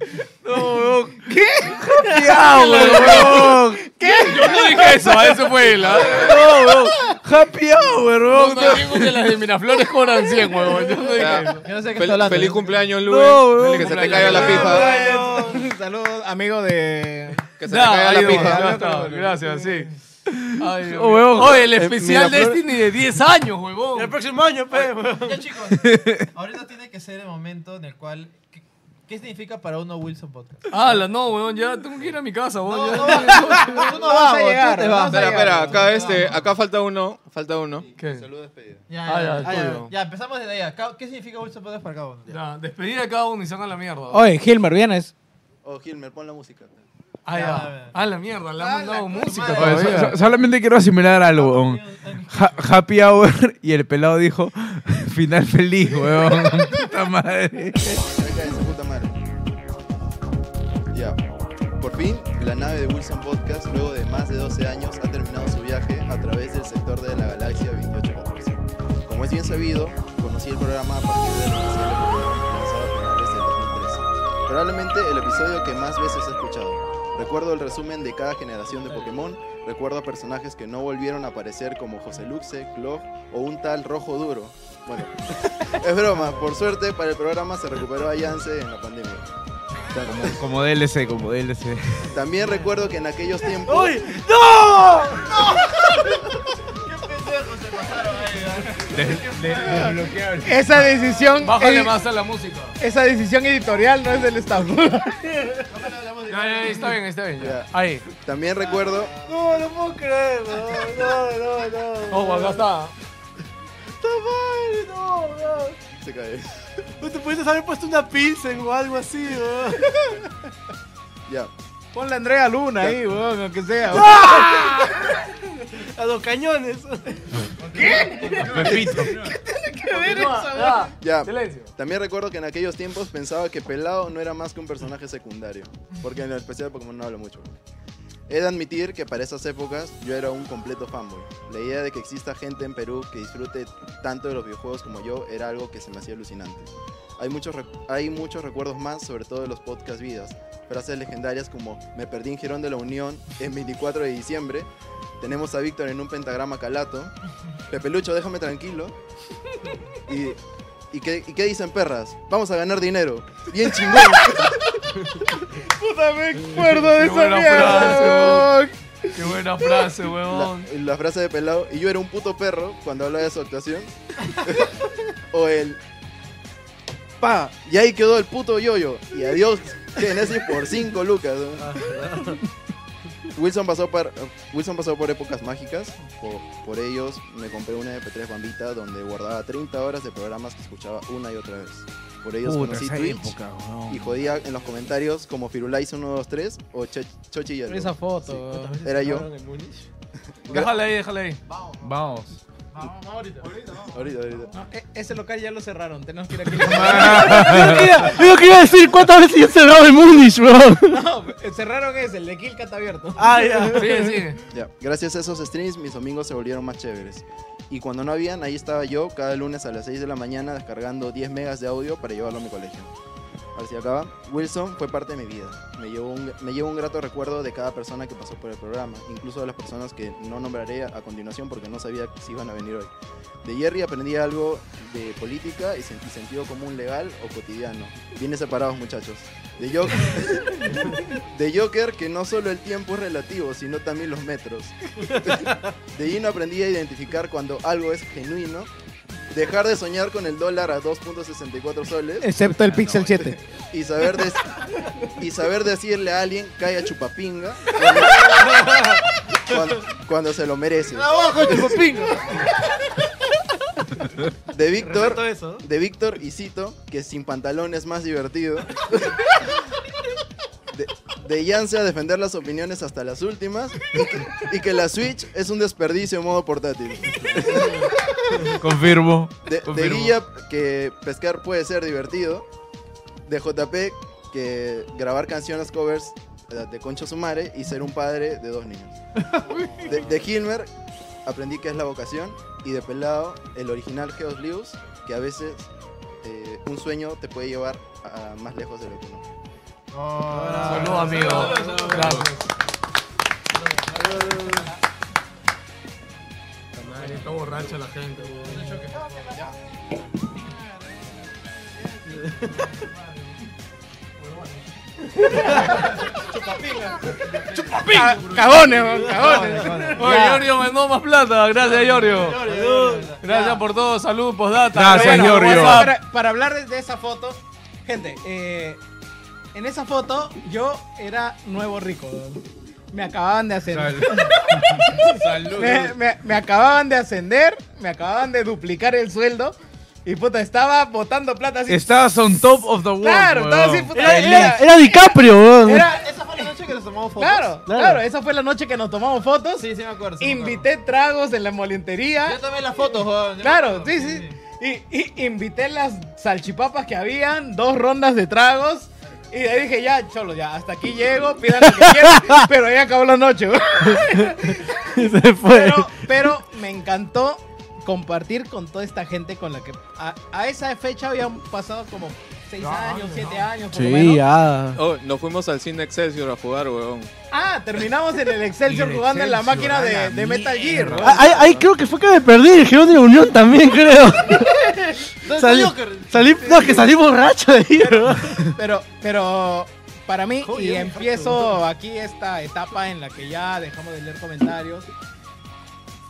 [SPEAKER 7] No, weón.
[SPEAKER 2] ¿Qué?
[SPEAKER 7] weón.
[SPEAKER 2] ¿Qué?
[SPEAKER 7] Yo no dije eso, a eso fue él. ¿ah?
[SPEAKER 5] No, weón. Happy hour,
[SPEAKER 7] No,
[SPEAKER 5] weón.
[SPEAKER 7] no digo que las de Miraflores cobran 100, weón. Yo no dije eso.
[SPEAKER 8] Yo no sé qué
[SPEAKER 7] Fel-
[SPEAKER 8] está hablando.
[SPEAKER 7] feliz cumpleaños,
[SPEAKER 8] Luis.
[SPEAKER 7] Feliz
[SPEAKER 6] que se te
[SPEAKER 7] cumpleaños.
[SPEAKER 6] caiga la pija.
[SPEAKER 8] Saludos, amigo de.
[SPEAKER 6] Que se te caiga la pija.
[SPEAKER 7] Gracias, sí. Ay,
[SPEAKER 6] Oh, weón.
[SPEAKER 7] Oye, el
[SPEAKER 6] Eh,
[SPEAKER 7] especial
[SPEAKER 6] Miraflores-
[SPEAKER 7] Destiny de 10 años, huevón.
[SPEAKER 4] El próximo año, pe.
[SPEAKER 2] Ya, chicos, ahorita tiene que ser el momento en el cual. ¿Qué, qué significa para uno Wilson Podcast?
[SPEAKER 5] Ah,
[SPEAKER 7] Ala, no, weón, ya tengo que ir a mi casa, weón. ya.
[SPEAKER 2] No, no, tú no vas a llegar, tú te vas.
[SPEAKER 7] Espera,
[SPEAKER 6] Espera, espera, acá, este, acá falta uno. Falta uno.
[SPEAKER 7] ¿Qué?
[SPEAKER 2] Ya,
[SPEAKER 7] Ah, ya,
[SPEAKER 2] ya, ya,
[SPEAKER 7] tuyo.
[SPEAKER 2] ya, ya, empezamos desde ahí. Acá, ¿Qué significa Wilson Podcast para cada uno?
[SPEAKER 7] Ya, despedir a cada uno y sacan la mierda.
[SPEAKER 8] Oye, Hilmer, ¿vienes?
[SPEAKER 6] Oh, Gilmer, pon la música.
[SPEAKER 7] Ah, ya. Ah, la mierda, le han mandado música
[SPEAKER 5] Oye, so-
[SPEAKER 7] todavía.
[SPEAKER 5] so- solamente quiero asimilar algo, weón. Ja- happy hour y el pelado dijo final feliz, weón. Puta madre.
[SPEAKER 6] Venga, esa puta madre. Ya. Por fin, la nave de Wilson Podcast, luego de más de 12 años, ha terminado su viaje a través del sector de la galaxia 2814. Como es bien sabido, conocí el programa a partir de la versión del programa lanzado a finales del 2013. Probablemente el episodio que más veces he escuchado. Recuerdo el resumen de cada generación de Pokémon, recuerdo a personajes que no volvieron a aparecer como José Luxe, Clog o un tal Rojo Duro. Bueno, es broma, por suerte para el programa se recuperó a Yance en la pandemia.
[SPEAKER 5] Como, como DLC, como DLC.
[SPEAKER 6] También recuerdo que en aquellos tiempos.
[SPEAKER 24] ¡No!
[SPEAKER 8] Esa decisión.
[SPEAKER 1] Bájale
[SPEAKER 8] edi-
[SPEAKER 1] más a la música.
[SPEAKER 8] Esa decisión editorial no es del staff.
[SPEAKER 7] está bien, está bien.
[SPEAKER 6] Ya. También recuerdo.
[SPEAKER 24] No, no puedo creer, no, no, no, no.
[SPEAKER 7] Oh, bueno, ya está.
[SPEAKER 24] Está mal, no, no.
[SPEAKER 6] Se cae.
[SPEAKER 24] No te pudiste haber puesto una pilsen o algo así, weón.
[SPEAKER 6] Ya.
[SPEAKER 8] Ponle a Andrea Luna ahí, weón, aunque sea.
[SPEAKER 7] ¡Ah!
[SPEAKER 24] A los cañones. ¿Qué?
[SPEAKER 6] Pepito.
[SPEAKER 24] ¿Qué ver esa, weón?
[SPEAKER 6] Ya. También recuerdo que en aquellos tiempos pensaba que Pelado no era más que un personaje secundario. Porque en el especial de Pokémon no hablo mucho. He de admitir que para esas épocas yo era un completo fanboy. La idea de que exista gente en Perú que disfrute tanto de los videojuegos como yo era algo que se me hacía alucinante. Hay muchos, rec- hay muchos recuerdos más, sobre todo de los podcast vidas. Frases legendarias como Me perdí en Girón de la Unión en 24 de diciembre. Tenemos a Víctor en un pentagrama calato. Pepelucho, déjame tranquilo. Y, y, qué, ¿Y qué dicen perras? Vamos a ganar dinero. Bien chingón.
[SPEAKER 24] Puta, me
[SPEAKER 6] acuerdo de esa mierda,
[SPEAKER 7] Qué buena frase, weón.
[SPEAKER 6] La, la frase de pelado, y yo era un puto perro cuando hablaba de su actuación. o el. Pa, y ahí quedó el puto yoyo. Y adiós, Genesis por 5 lucas. ¿no?
[SPEAKER 7] Ah,
[SPEAKER 6] Wilson pasó, por, Wilson pasó por épocas mágicas. Por, por ellos me compré una MP3 bambita donde guardaba 30 horas de programas que escuchaba una y otra vez. Por ellos
[SPEAKER 5] Puta,
[SPEAKER 6] conocí
[SPEAKER 5] esa
[SPEAKER 6] Twitch
[SPEAKER 5] época, weón.
[SPEAKER 6] y jodía en los comentarios como Firulais 123 o Cho- Chochi Yellow.
[SPEAKER 8] Esa foto, weón.
[SPEAKER 6] Sí, Era yo.
[SPEAKER 1] Déjala ahí, déjala ahí.
[SPEAKER 5] Vamos.
[SPEAKER 6] Vamos, ahorita. Ahorita, ahorita.
[SPEAKER 8] E- ese local ya lo cerraron, tenemos que ir aquí.
[SPEAKER 4] Yo quería, yo quería decir cuántas veces yo he cerrado el Mundish, weón.
[SPEAKER 8] No, cerraron ese, el de Kilka está abierto.
[SPEAKER 6] Ya, Gracias a esos streams, mis domingos se volvieron más chéveres. Y cuando no habían, ahí estaba yo cada lunes a las 6 de la mañana descargando 10 megas de audio para llevarlo a mi colegio. A ver si acaba. Wilson fue parte de mi vida. Me llevo, un, me llevo un grato recuerdo de cada persona que pasó por el programa, incluso de las personas que no nombraré a continuación porque no sabía si iban a venir hoy. De Jerry aprendí algo de política y, sen- y sentido común legal o cotidiano. Vienen separados, muchachos. De Joker, de Joker, que no solo el tiempo es relativo, sino también los metros. De Gino aprendí a identificar cuando algo es genuino. Dejar de soñar con el dólar a 2.64 soles.
[SPEAKER 8] Excepto el Pixel 7.
[SPEAKER 6] Y saber, des- y saber decirle a alguien, calla chupapinga. Cuando, cuando- cuando se lo merece.
[SPEAKER 24] ¡Abajo, chupapingo!
[SPEAKER 6] De Víctor,
[SPEAKER 24] Respeto eso.
[SPEAKER 6] de Víctor y Cito, que sin pantalón es más divertido. De, de Yance a defender las opiniones hasta las últimas. Y que, y que la Switch es un desperdicio en modo portátil.
[SPEAKER 5] Confirmo.
[SPEAKER 6] De, de
[SPEAKER 5] confirmo.
[SPEAKER 6] Guilla, que pescar puede ser divertido. De JP, que grabar canciones covers eh, de Concho Sumare y ser un padre de dos niños. De, de Hilmer, aprendí que es la vocación. Y de Pelado, el original Geos Lius, que a veces eh, un sueño te puede llevar a, a más lejos de lo que uno.
[SPEAKER 7] Ah. Saludos, amigo. Bravo. Ay, Está borracha la gente,
[SPEAKER 24] Ah,
[SPEAKER 7] Cagones, weón, cagones.
[SPEAKER 1] Oye, Giorgio mandó más plata. Gracias, Giorgio. Gracias por todo. Salud, postdata. Bueno, WhatsApp.
[SPEAKER 8] Para, para hablar de- de esa foto, gente, eh, en esa foto yo era nuevo rico. weón. Me acababan de ascender. Me, me- me acababan de ascender, me acababan de duplicar el sueldo. Y puta, estaba botando plata así.
[SPEAKER 5] Estabas on top of the world.
[SPEAKER 8] Claro,
[SPEAKER 5] weón.
[SPEAKER 8] estaba así, puta,
[SPEAKER 5] Era-
[SPEAKER 8] feliz.
[SPEAKER 5] era-
[SPEAKER 4] Era DiCaprio, weón.
[SPEAKER 8] Era-
[SPEAKER 2] Esa fue la noche que nos tomamos fotos.
[SPEAKER 8] Claro, claro, esa fue la noche que nos tomamos fotos.
[SPEAKER 2] Sí, sí me acuerdo. sí me acuerdo.
[SPEAKER 8] Invité tragos en la molentería.
[SPEAKER 2] Yo tomé las fotos, weón. yo me
[SPEAKER 8] Claro,
[SPEAKER 2] acuerdo.
[SPEAKER 8] sí, sí. Y, y invité las salchipapas que habían, dos rondas de tragos. Y de ahí dije, ya, cholo, ya, hasta aquí llego, pidan lo que quieran, pero ahí acabó la noche. güey.
[SPEAKER 4] Se fue.
[SPEAKER 8] Pero, pero me encantó compartir con toda esta gente con la que a, a esa fecha habían pasado como seis años, siete años. por lo menos.
[SPEAKER 4] Sí, ya.
[SPEAKER 14] Oh, nos fuimos al cine Excelsior a jugar, weón.
[SPEAKER 8] Ah, terminamos en el Excelsior jugando en la máquina de, de Metal Gear. güey.
[SPEAKER 4] Ah, Ahí, ahí creo que fue que me perdí el Girón de la Unión también, creo. Salí, salí, no, que salí borracho de ahí, weón.
[SPEAKER 8] Pero, pero para mí y
[SPEAKER 22] Joder,
[SPEAKER 8] empiezo aquí esta etapa en la que ya dejamos de leer comentarios.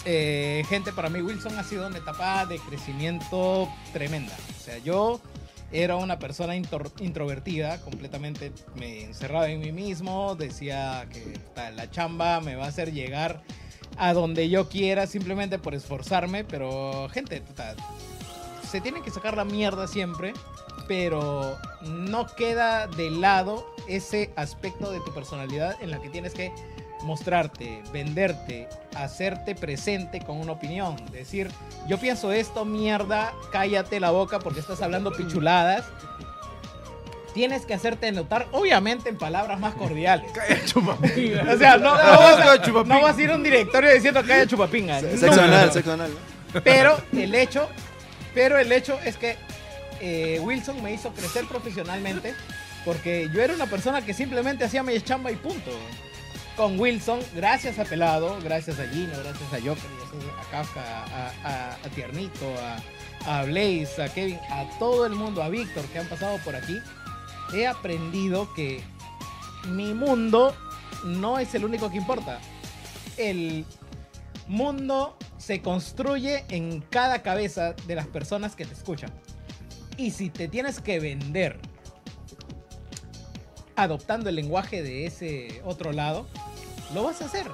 [SPEAKER 8] Eh, gente, para mí Wilson ha sido una etapa de crecimiento tremenda. O sea, yo era una persona intor- introvertida, completamente me encerraba en mí mismo, decía que ta- la chamba me va a hacer llegar a donde yo quiera simplemente por esforzarme, pero gente, ta- se tiene que sacar la mierda siempre, pero no queda de lado ese aspecto de tu personalidad en la que tienes que mostrarte, venderte, hacerte presente con una opinión, decir, yo pienso esto, mierda, cállate la boca porque estás hablando pichuladas. Tienes que hacerte notar, obviamente, en palabras más cordiales. O sea, no, no vas, a, no vas a ir a un directorio diciendo calla chupapinga.
[SPEAKER 6] Se-
[SPEAKER 8] No.
[SPEAKER 6] Sexo anal, sexo anal. ¿no?
[SPEAKER 8] Pero el hecho, pero el hecho es que eh, Wilson me hizo crecer profesionalmente porque yo era una persona que simplemente hacía mi chamba y punto. Con Wilson, gracias a Pelado, gracias a Gino, gracias a Joker, gracias a Kafka, a, a- a Tiernito, a, a Blaze, a Kevin, a todo el mundo, a Víctor que han pasado por aquí, he aprendido que mi mundo no es el único que importa. El mundo se construye en cada cabeza de las personas que te escuchan. Y si te tienes que vender adoptando el lenguaje de ese otro lado, lo vas a hacer.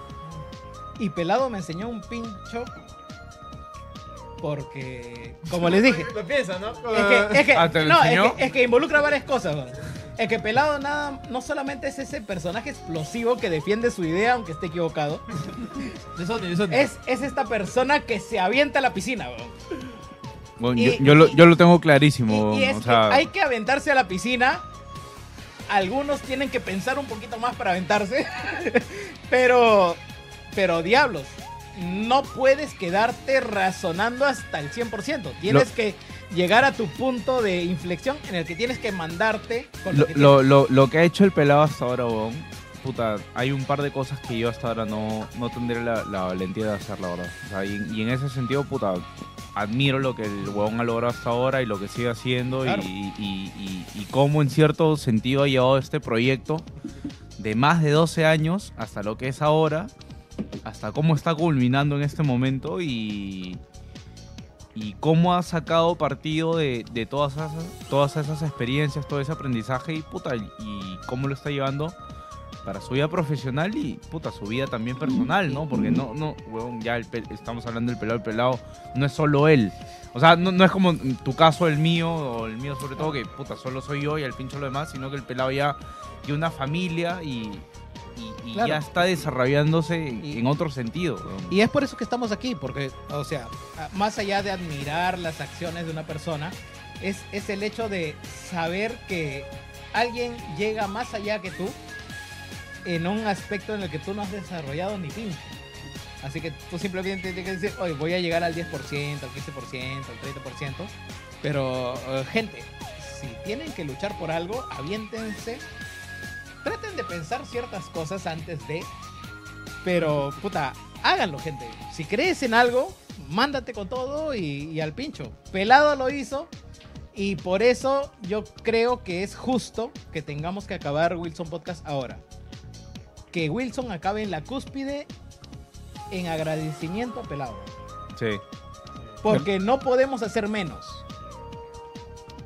[SPEAKER 8] Y Pelado me enseñó un pincho porque, como les dije,
[SPEAKER 24] Lo piensa, ¿no?
[SPEAKER 8] es que, es que-
[SPEAKER 24] Ah, ¿te lo
[SPEAKER 8] no, es
[SPEAKER 24] enseñó?
[SPEAKER 8] que- es que involucra varias cosas. weón. Es que Pelado nada, no solamente es ese personaje explosivo que defiende su idea aunque esté equivocado. Es, es esta persona que se avienta a la piscina. weón.
[SPEAKER 5] Bueno,
[SPEAKER 8] Y-
[SPEAKER 5] yo, yo lo, yo lo tengo clarísimo.
[SPEAKER 8] Y es
[SPEAKER 5] o sea,
[SPEAKER 8] que hay que aventarse a la piscina. Algunos tienen que pensar un poquito más para aventarse. pero, pero diablos, no puedes quedarte razonando hasta el 100%. Tienes
[SPEAKER 5] Lo-
[SPEAKER 8] que llegar a tu punto de inflexión en el que tienes que mandarte con lo,
[SPEAKER 5] lo,
[SPEAKER 8] que
[SPEAKER 5] lo-
[SPEAKER 8] tienes.
[SPEAKER 5] lo- lo que ha hecho el pelado hasta ahora, weón, puta, hay un par de cosas que yo hasta ahora no, no tendré la, la valentía de hacer, la verdad. O sea, y, y en ese sentido, puta, admiro lo que el weón ha logrado hasta ahora y lo que sigue haciendo
[SPEAKER 21] Claro.
[SPEAKER 5] y, y- y- y cómo en cierto sentido ha llevado este proyecto de más de 12 años hasta lo que es ahora, hasta cómo está culminando en este momento y, y cómo ha sacado partido de, de todas, esas, todas esas experiencias, todo ese aprendizaje y puta, y cómo lo está llevando para su vida profesional y puta, su vida también personal, ¿no? Porque no, no, huevón, ya el pe- estamos hablando del pelado, el pelado no es solo él. O sea, no, no es como tu caso, el mío, o el mío sobre todo, que puta, solo soy yo y el pincho lo demás, sino que el pelado ya tiene una familia y, y- y
[SPEAKER 8] Claro.
[SPEAKER 5] ya está desarrollándose en otro sentido. huevón.
[SPEAKER 8] Y es por eso que estamos aquí, porque, o sea, a- más allá de admirar las acciones de una persona, es, es el hecho de saber que alguien llega más allá que tú en un aspecto en el que tú no has desarrollado ni pinche. Así que tú simplemente tienes que decir, hoy voy a llegar al 10%, al 15%, al 30%, pero eh, gente, si tienen que luchar por algo, aviéntense, traten de pensar ciertas cosas antes de pero, puta, háganlo, gente. Si crees en algo, mándate con todo y, y al pincho. Pelado lo hizo. Y por eso yo creo que es justo que tengamos que acabar Wilson Podcast ahora. Que Wilson acabe en la cúspide en agradecimiento a Pelado.
[SPEAKER 5] Sí.
[SPEAKER 8] Porque no podemos hacer menos.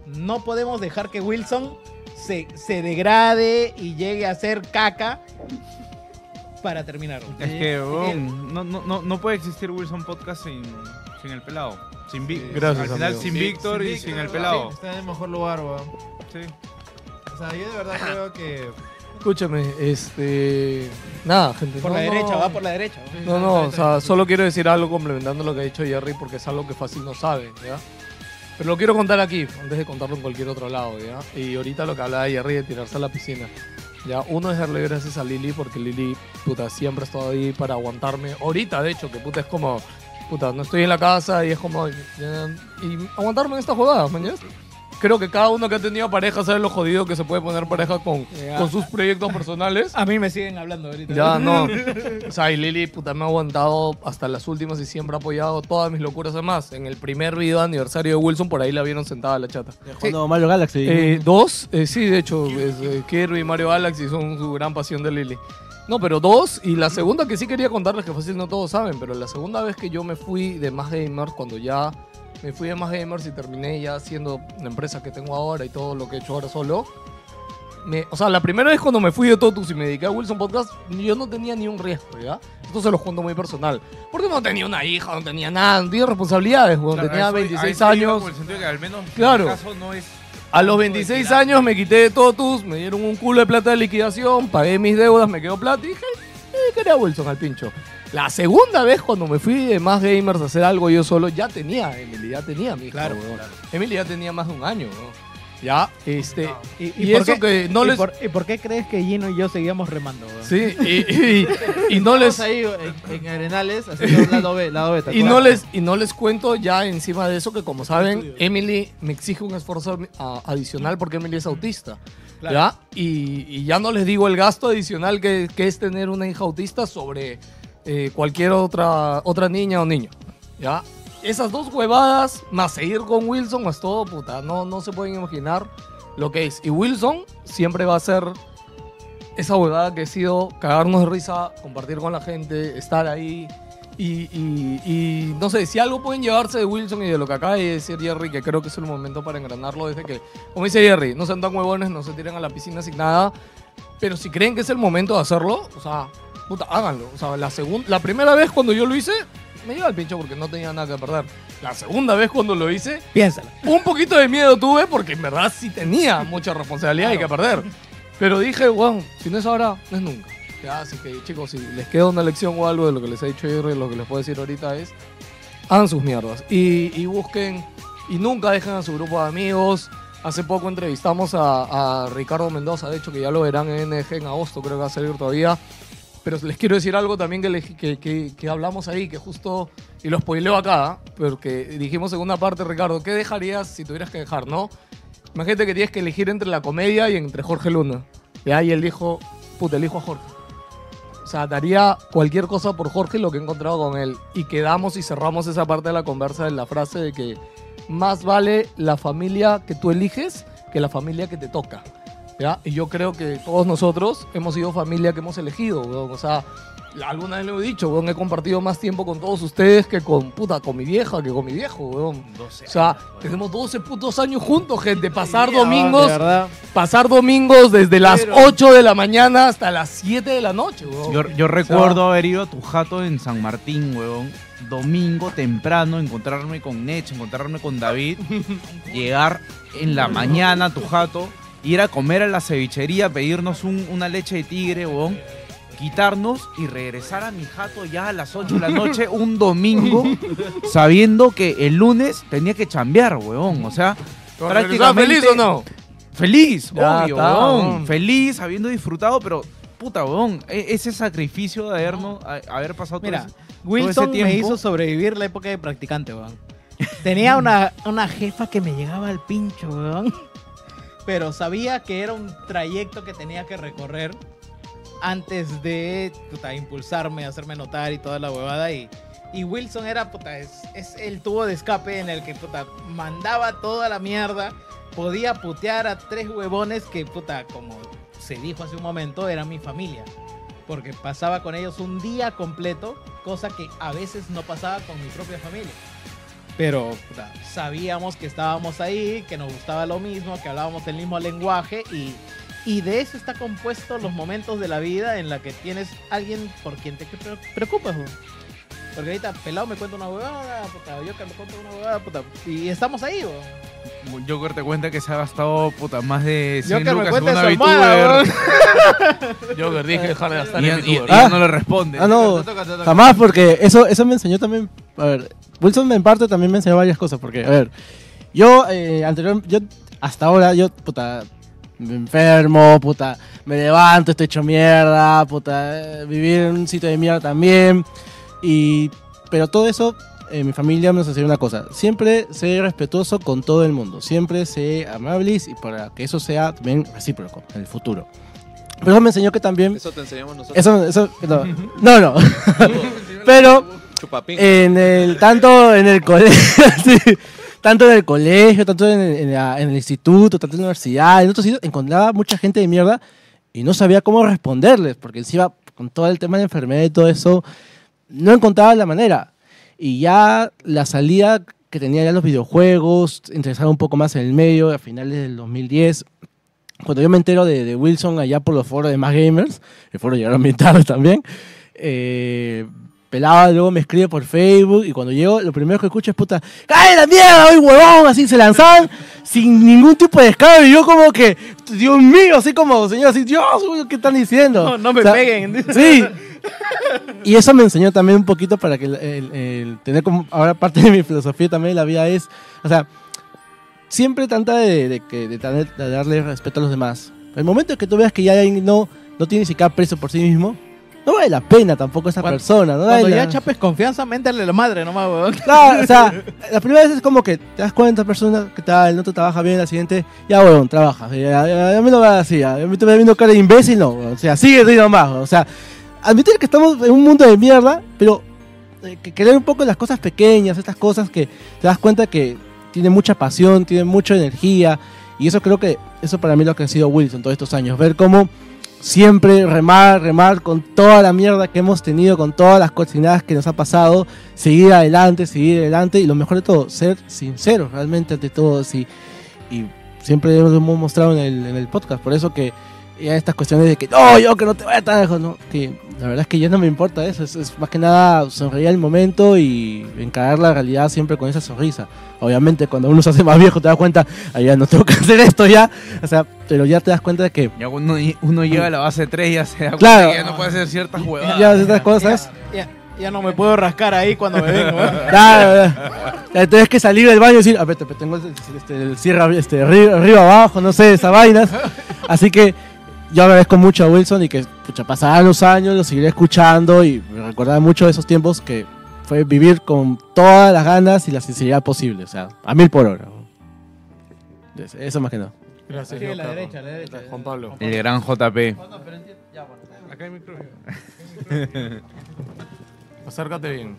[SPEAKER 8] No podemos dejar que Wilson se, se degrade y llegue a ser caca para terminar.
[SPEAKER 5] Es que, huevón, no, no, no, no puede existir Wilson Podcast sin, sin el pelado. Sin Vic.
[SPEAKER 7] Gracias,
[SPEAKER 5] Al final,
[SPEAKER 7] amigo.
[SPEAKER 5] sin
[SPEAKER 7] Sí,
[SPEAKER 5] Víctor
[SPEAKER 7] sin
[SPEAKER 5] y
[SPEAKER 7] Víctor,
[SPEAKER 5] sin el
[SPEAKER 7] sí.
[SPEAKER 5] pelado.
[SPEAKER 2] Está en el mejor lugar, weón.
[SPEAKER 5] Sí.
[SPEAKER 2] O sea, yo de verdad
[SPEAKER 1] Ah.
[SPEAKER 2] creo que.
[SPEAKER 7] Escúchame, este. Nada, gente.
[SPEAKER 8] Por
[SPEAKER 7] no,
[SPEAKER 8] la
[SPEAKER 7] no.
[SPEAKER 8] derecha, va por la derecha.
[SPEAKER 7] No, no, o sea, solo quiero decir algo complementando lo que ha dicho Jerry porque es algo que fácil no sabe, ¿ya? Pero lo quiero contar aquí, antes de contarlo en cualquier otro lado, ¿ya? Y ahorita lo que hablaba Jerry de tirarse a la piscina. Ya, uno es darle gracias a Lili porque Lili, puta, siempre ha estado ahí para aguantarme. Ahorita, de hecho, que puta es como, puta, no estoy en la casa y es como, ya, y aguantarme en estas jodadas, ¿me entiendes?
[SPEAKER 1] creo que cada uno que ha tenido pareja sabe lo jodido que se puede poner pareja con,
[SPEAKER 8] Ya.
[SPEAKER 1] con sus proyectos personales.
[SPEAKER 8] A mí me siguen hablando ahorita.
[SPEAKER 1] Ya, no. O sea, y Lili, puta, me ha aguantado hasta las últimas y siempre ha apoyado todas mis locuras. Además, en el primer video de aniversario de Wilson, por ahí la vieron sentada la chata.
[SPEAKER 4] Cuando Mario Galaxy.
[SPEAKER 1] Eh, dos, eh, sí, de hecho, es, eh, Kirby y Mario Galaxy son su gran pasión de Lily. No, pero dos, y la segunda que sí quería contarles, que fácil no todos saben, pero la segunda vez que yo me fui de Más Gamers, cuando ya me fui de Más Gamers y terminé ya siendo la empresa que tengo ahora y todo lo que he hecho ahora solo. me- o sea, la primera vez cuando me fui de Totus y me dediqué a Wilson Podcast, yo no tenía ni un riesgo, ¿ya? Esto se los cuento muy personal. Porque no tenía una hija, no tenía nada, no tenía responsabilidades, weón.
[SPEAKER 5] Claro,
[SPEAKER 1] tenía
[SPEAKER 5] a eso- a
[SPEAKER 1] 26
[SPEAKER 5] eso iba
[SPEAKER 1] años.
[SPEAKER 5] con el sentido de que al menos en mi
[SPEAKER 1] Claro.
[SPEAKER 5] caso no es-
[SPEAKER 1] A los 26 años me quité de Totus, me dieron un culo de plata de liquidación, pagué mis deudas, me quedó plata y dije, eh, quería Wilson al pincho. La segunda vez cuando me fui de más gamers a hacer algo yo solo, ya tenía, a Emily ya tenía, mi hija, weón. Emily ya tenía más de un año, weón. Ya, este. Y, y
[SPEAKER 8] por
[SPEAKER 1] eso
[SPEAKER 8] qué-
[SPEAKER 1] que no
[SPEAKER 8] y
[SPEAKER 1] les.
[SPEAKER 8] por- ¿Y por qué crees que Gino y yo seguíamos remando? weón?
[SPEAKER 1] Sí, y, y- y no les.
[SPEAKER 2] Estamos ahí en, en Arenales haciendo un lado B, lado B, ¿te
[SPEAKER 1] y no
[SPEAKER 2] acuerdas?
[SPEAKER 1] les y no les cuento ya encima de eso que como saben Emily me exige un esfuerzo a- adicional porque Emily es autista
[SPEAKER 8] Claro.
[SPEAKER 1] ¿ya? Y, y ya no les digo el gasto adicional que, que es tener una hija autista sobre eh, cualquier otra otra niña o niño ya esas dos huevadas más seguir con Wilson más todo puta no no se pueden imaginar lo que es y Wilson siempre va a ser esa huevada que ha sido cagarnos de risa, compartir con la gente, estar ahí. Y, y- y, no sé, si algo pueden llevarse de Wilson y de lo que acaba de decir Jerry, que creo que es el momento para engranarlo desde que, como dice Jerry, no sean tan huevones, no se tiren a la piscina sin nada, pero si creen que es el momento de hacerlo, o sea, puta, háganlo. O sea, la, segun- la primera vez cuando yo lo hice, me iba al pincho porque no tenía nada que perder. La segunda vez cuando lo hice,
[SPEAKER 8] Piénsalo.
[SPEAKER 1] un poquito de miedo tuve porque en verdad sí tenía mucha responsabilidad y que perder. Pero dije, wow, si no es ahora, no es nunca. Ya, así que chicos, si les queda una lección o algo de lo que les he dicho yo, lo que les puedo decir ahorita es, hagan sus mierdas y, y busquen y nunca dejen a su grupo de amigos. Hace poco entrevistamos a, a Ricardo Mendoza, de hecho que ya lo verán en NG en agosto, creo que va a salir todavía. Pero les quiero decir algo también que, le- que, que- que hablamos ahí, que justo, y lo spoileo acá, ¿ah? porque dijimos segunda parte, Ricardo, ¿qué dejarías si tuvieras que dejar, no? Imagínate que tienes que elegir entre la comedia y entre Jorge Luna. Ya, y él dijo, puta, elijo a Jorge. O sea, daría cualquier cosa por Jorge y lo que he encontrado con él. Y quedamos y cerramos esa parte de la conversa de la frase de que más vale la familia que tú eliges que la familia que te toca. ¿ya? Y yo creo que todos nosotros hemos sido familia que hemos elegido. weón. O sea, la- alguna vez lo he dicho, weón, he compartido más tiempo con todos ustedes que con, puta, con mi vieja, que con mi viejo. weón. o sea, tenemos 12 putos años juntos, gente. Pasar
[SPEAKER 2] weón, de
[SPEAKER 1] domingos,
[SPEAKER 2] verdad.
[SPEAKER 1] pasar domingos desde las
[SPEAKER 2] Pero-
[SPEAKER 1] 8 de la mañana hasta las 7 de la noche. weón.
[SPEAKER 5] Yo, yo
[SPEAKER 1] O sea,
[SPEAKER 5] recuerdo haber ido a tu jato en San Martín, huevón. Domingo temprano, encontrarme con Nech, encontrarme con David. llegar en la mañana a tu jato, ir a comer a la cevichería, pedirnos un- una leche de tigre, huevón. Quitarnos y regresar a mi jato ya a las 8 de la noche, un domingo, sabiendo que el lunes tenía que chambear, huevón. O sea,
[SPEAKER 1] ¿Pero regresabas feliz o no?
[SPEAKER 5] Feliz,
[SPEAKER 1] Ya
[SPEAKER 5] obvio,
[SPEAKER 1] está,
[SPEAKER 5] huevón.
[SPEAKER 1] huevón.
[SPEAKER 5] Feliz, habiendo disfrutado, pero puta, huevón, e- ese sacrificio de habernos, a- haber pasado todo
[SPEAKER 8] Mira,
[SPEAKER 5] ese- todo ese
[SPEAKER 8] Wilson me
[SPEAKER 5] tiempo.
[SPEAKER 8] hizo sobrevivir la época de practicante, weón. Tenía una, una jefa que me llegaba al pincho, weón. Pero sabía que era un trayecto que tenía que recorrer antes de puta, impulsarme, hacerme notar y toda la huevada. Y, y Wilson era, puta, es, es el tubo de escape en el que, puta, mandaba toda la mierda. Podía putear a tres huevones que, puta, como se dijo hace un momento, eran mi familia porque pasaba con ellos un día completo, cosa que a veces no pasaba con mi propia familia. Pero puta, sabíamos que estábamos ahí, que nos gustaba lo mismo, que hablábamos el mismo lenguaje y, y de eso está compuesto los momentos de la vida en la que tienes alguien por quien te pre- preocupas. weón. Porque ahorita pelado me cuenta una huevada, puta, yo que me cuento una huevada, puta, y estamos ahí, weón.
[SPEAKER 5] Joker te cuenta que se ha gastado puta más de 100
[SPEAKER 8] Joker me
[SPEAKER 5] lucas en
[SPEAKER 8] cuenta
[SPEAKER 5] una
[SPEAKER 8] su almohada,
[SPEAKER 1] weón. Joker, dije dejar de gastar
[SPEAKER 5] Y
[SPEAKER 1] en
[SPEAKER 5] ya-
[SPEAKER 1] VTuber.
[SPEAKER 5] y- y ya no le responde.
[SPEAKER 4] Ah, no.
[SPEAKER 5] Te toca, te toca.
[SPEAKER 4] Jamás, porque eso, eso me enseñó también. A ver, Wilson me en parte también me enseñó varias cosas. Porque, a ver, yo, eh, anterior, yo hasta ahora, yo, puta, me enfermo, puta, me levanto, estoy hecho mierda, puta, eh, vivir en un sitio de mierda también. Y, pero todo eso eh, mi familia me enseñó una cosa. Siempre sé respetuoso con todo el mundo. Siempre sé amables y para que eso sea también recíproco en el futuro. Pero eso me enseñó que también...
[SPEAKER 14] Eso te enseñamos nosotros.
[SPEAKER 4] Eso, eso- no, no. no. Pero
[SPEAKER 14] Chupapín.
[SPEAKER 4] en el, tanto en el colegio, tanto en el colegio, tanto en, el- en la- en el instituto, tanto en la universidad, en otros sitios, encontraba mucha gente de mierda y no sabía cómo responderles, porque encima con todo el tema de la enfermedad y todo eso, no encontraba la manera. Y ya la salida que tenía ya los videojuegos, interesaba un poco más en el medio, a finales del 2010, cuando yo me entero de, de Wilson allá por los foros de más gamers, el foro llegaron bien tarde también, eh, pelaba, luego me escribe por Facebook y cuando llego, lo primero que escucho es puta, ¡cae la mierda, hoy huevón! Así se lanzaban sin ningún tipo de descaro y yo como que, Dios mío, así como, señor, así, Dios, uy, ¿qué están diciendo?
[SPEAKER 23] No, no me peguen.
[SPEAKER 4] Sí. Y eso me enseñó también un poquito para que el, el- el tener como, ahora parte de mi filosofía también de la vida es, o sea, siempre trata de, de que, de tener- de darle respeto a los demás. El momento en que tú veas que ya alguien no, no tiene ni siquiera preso por sí mismo, no vale la pena tampoco esa persona. No vale
[SPEAKER 8] Cuando ya
[SPEAKER 4] la-
[SPEAKER 8] chapes confianza, méntale la madre nomás, weón.
[SPEAKER 4] Claro, o sea, la primera vez es como que te das cuenta, persona, que tal, no te trabaja bien, la siguiente, ya, weón, trabaja. Ya, ya, ya me lo va así, ya, ya me te vas viendo cara de imbécil, no, weón, o sea, sigue riendo más, weón, o sea, admitir que estamos en un mundo de mierda, pero eh, que querer un poco las cosas pequeñas, estas cosas que te das cuenta que tiene mucha pasión, tiene mucha energía, y eso creo que, eso para mí es lo que ha sido Wilson todos estos años, ver cómo siempre remar, remar con toda la mierda que hemos tenido, con todas las cochinadas que nos ha pasado, seguir adelante, seguir adelante y lo mejor de todo, ser sinceros realmente ante todo. sí. y siempre lo hemos mostrado en el, en el podcast, por eso que ya estas cuestiones de que no, yo que no te voy a tan lejos", no, que la verdad es que ya no me importa eso, es, es más que nada sonreír al momento y encarar la realidad siempre con esa sonrisa. Obviamente cuando uno se hace más viejo te das cuenta, "Ay, ya no tengo que hacer esto ya, o sea, pero ya te das cuenta de que
[SPEAKER 5] Ya uno, uno llega a la base 3 y ya se da cuenta
[SPEAKER 4] Claro.
[SPEAKER 5] que ya no puede hacer ciertas
[SPEAKER 4] ya,
[SPEAKER 8] Ah,
[SPEAKER 5] huevadas.
[SPEAKER 4] estas cosas...
[SPEAKER 8] Ya, ya no me puedo rascar ahí cuando me vengo, weón.
[SPEAKER 4] Claro, ya tienes que salir del baño y decir, a ver, te- tengo el, este, el cierre abri- este, arriba, arriba, abajo, no sé, esas vainas. Así que yo agradezco mucho a Wilson y que pucha, pasarán los años, lo seguiré escuchando y me recordaba mucho de esos tiempos que fue vivir con todas las ganas y la sinceridad posible, o sea, a mil por hora. Entonces, Eso más que nada.
[SPEAKER 7] Gracias,
[SPEAKER 2] Sí,
[SPEAKER 7] Dios,
[SPEAKER 2] la
[SPEAKER 7] Carlos.
[SPEAKER 2] derecha, la derecha.
[SPEAKER 7] Juan Pablo.
[SPEAKER 5] El gran JP.
[SPEAKER 7] Acá hay micrófono. Acércate bien.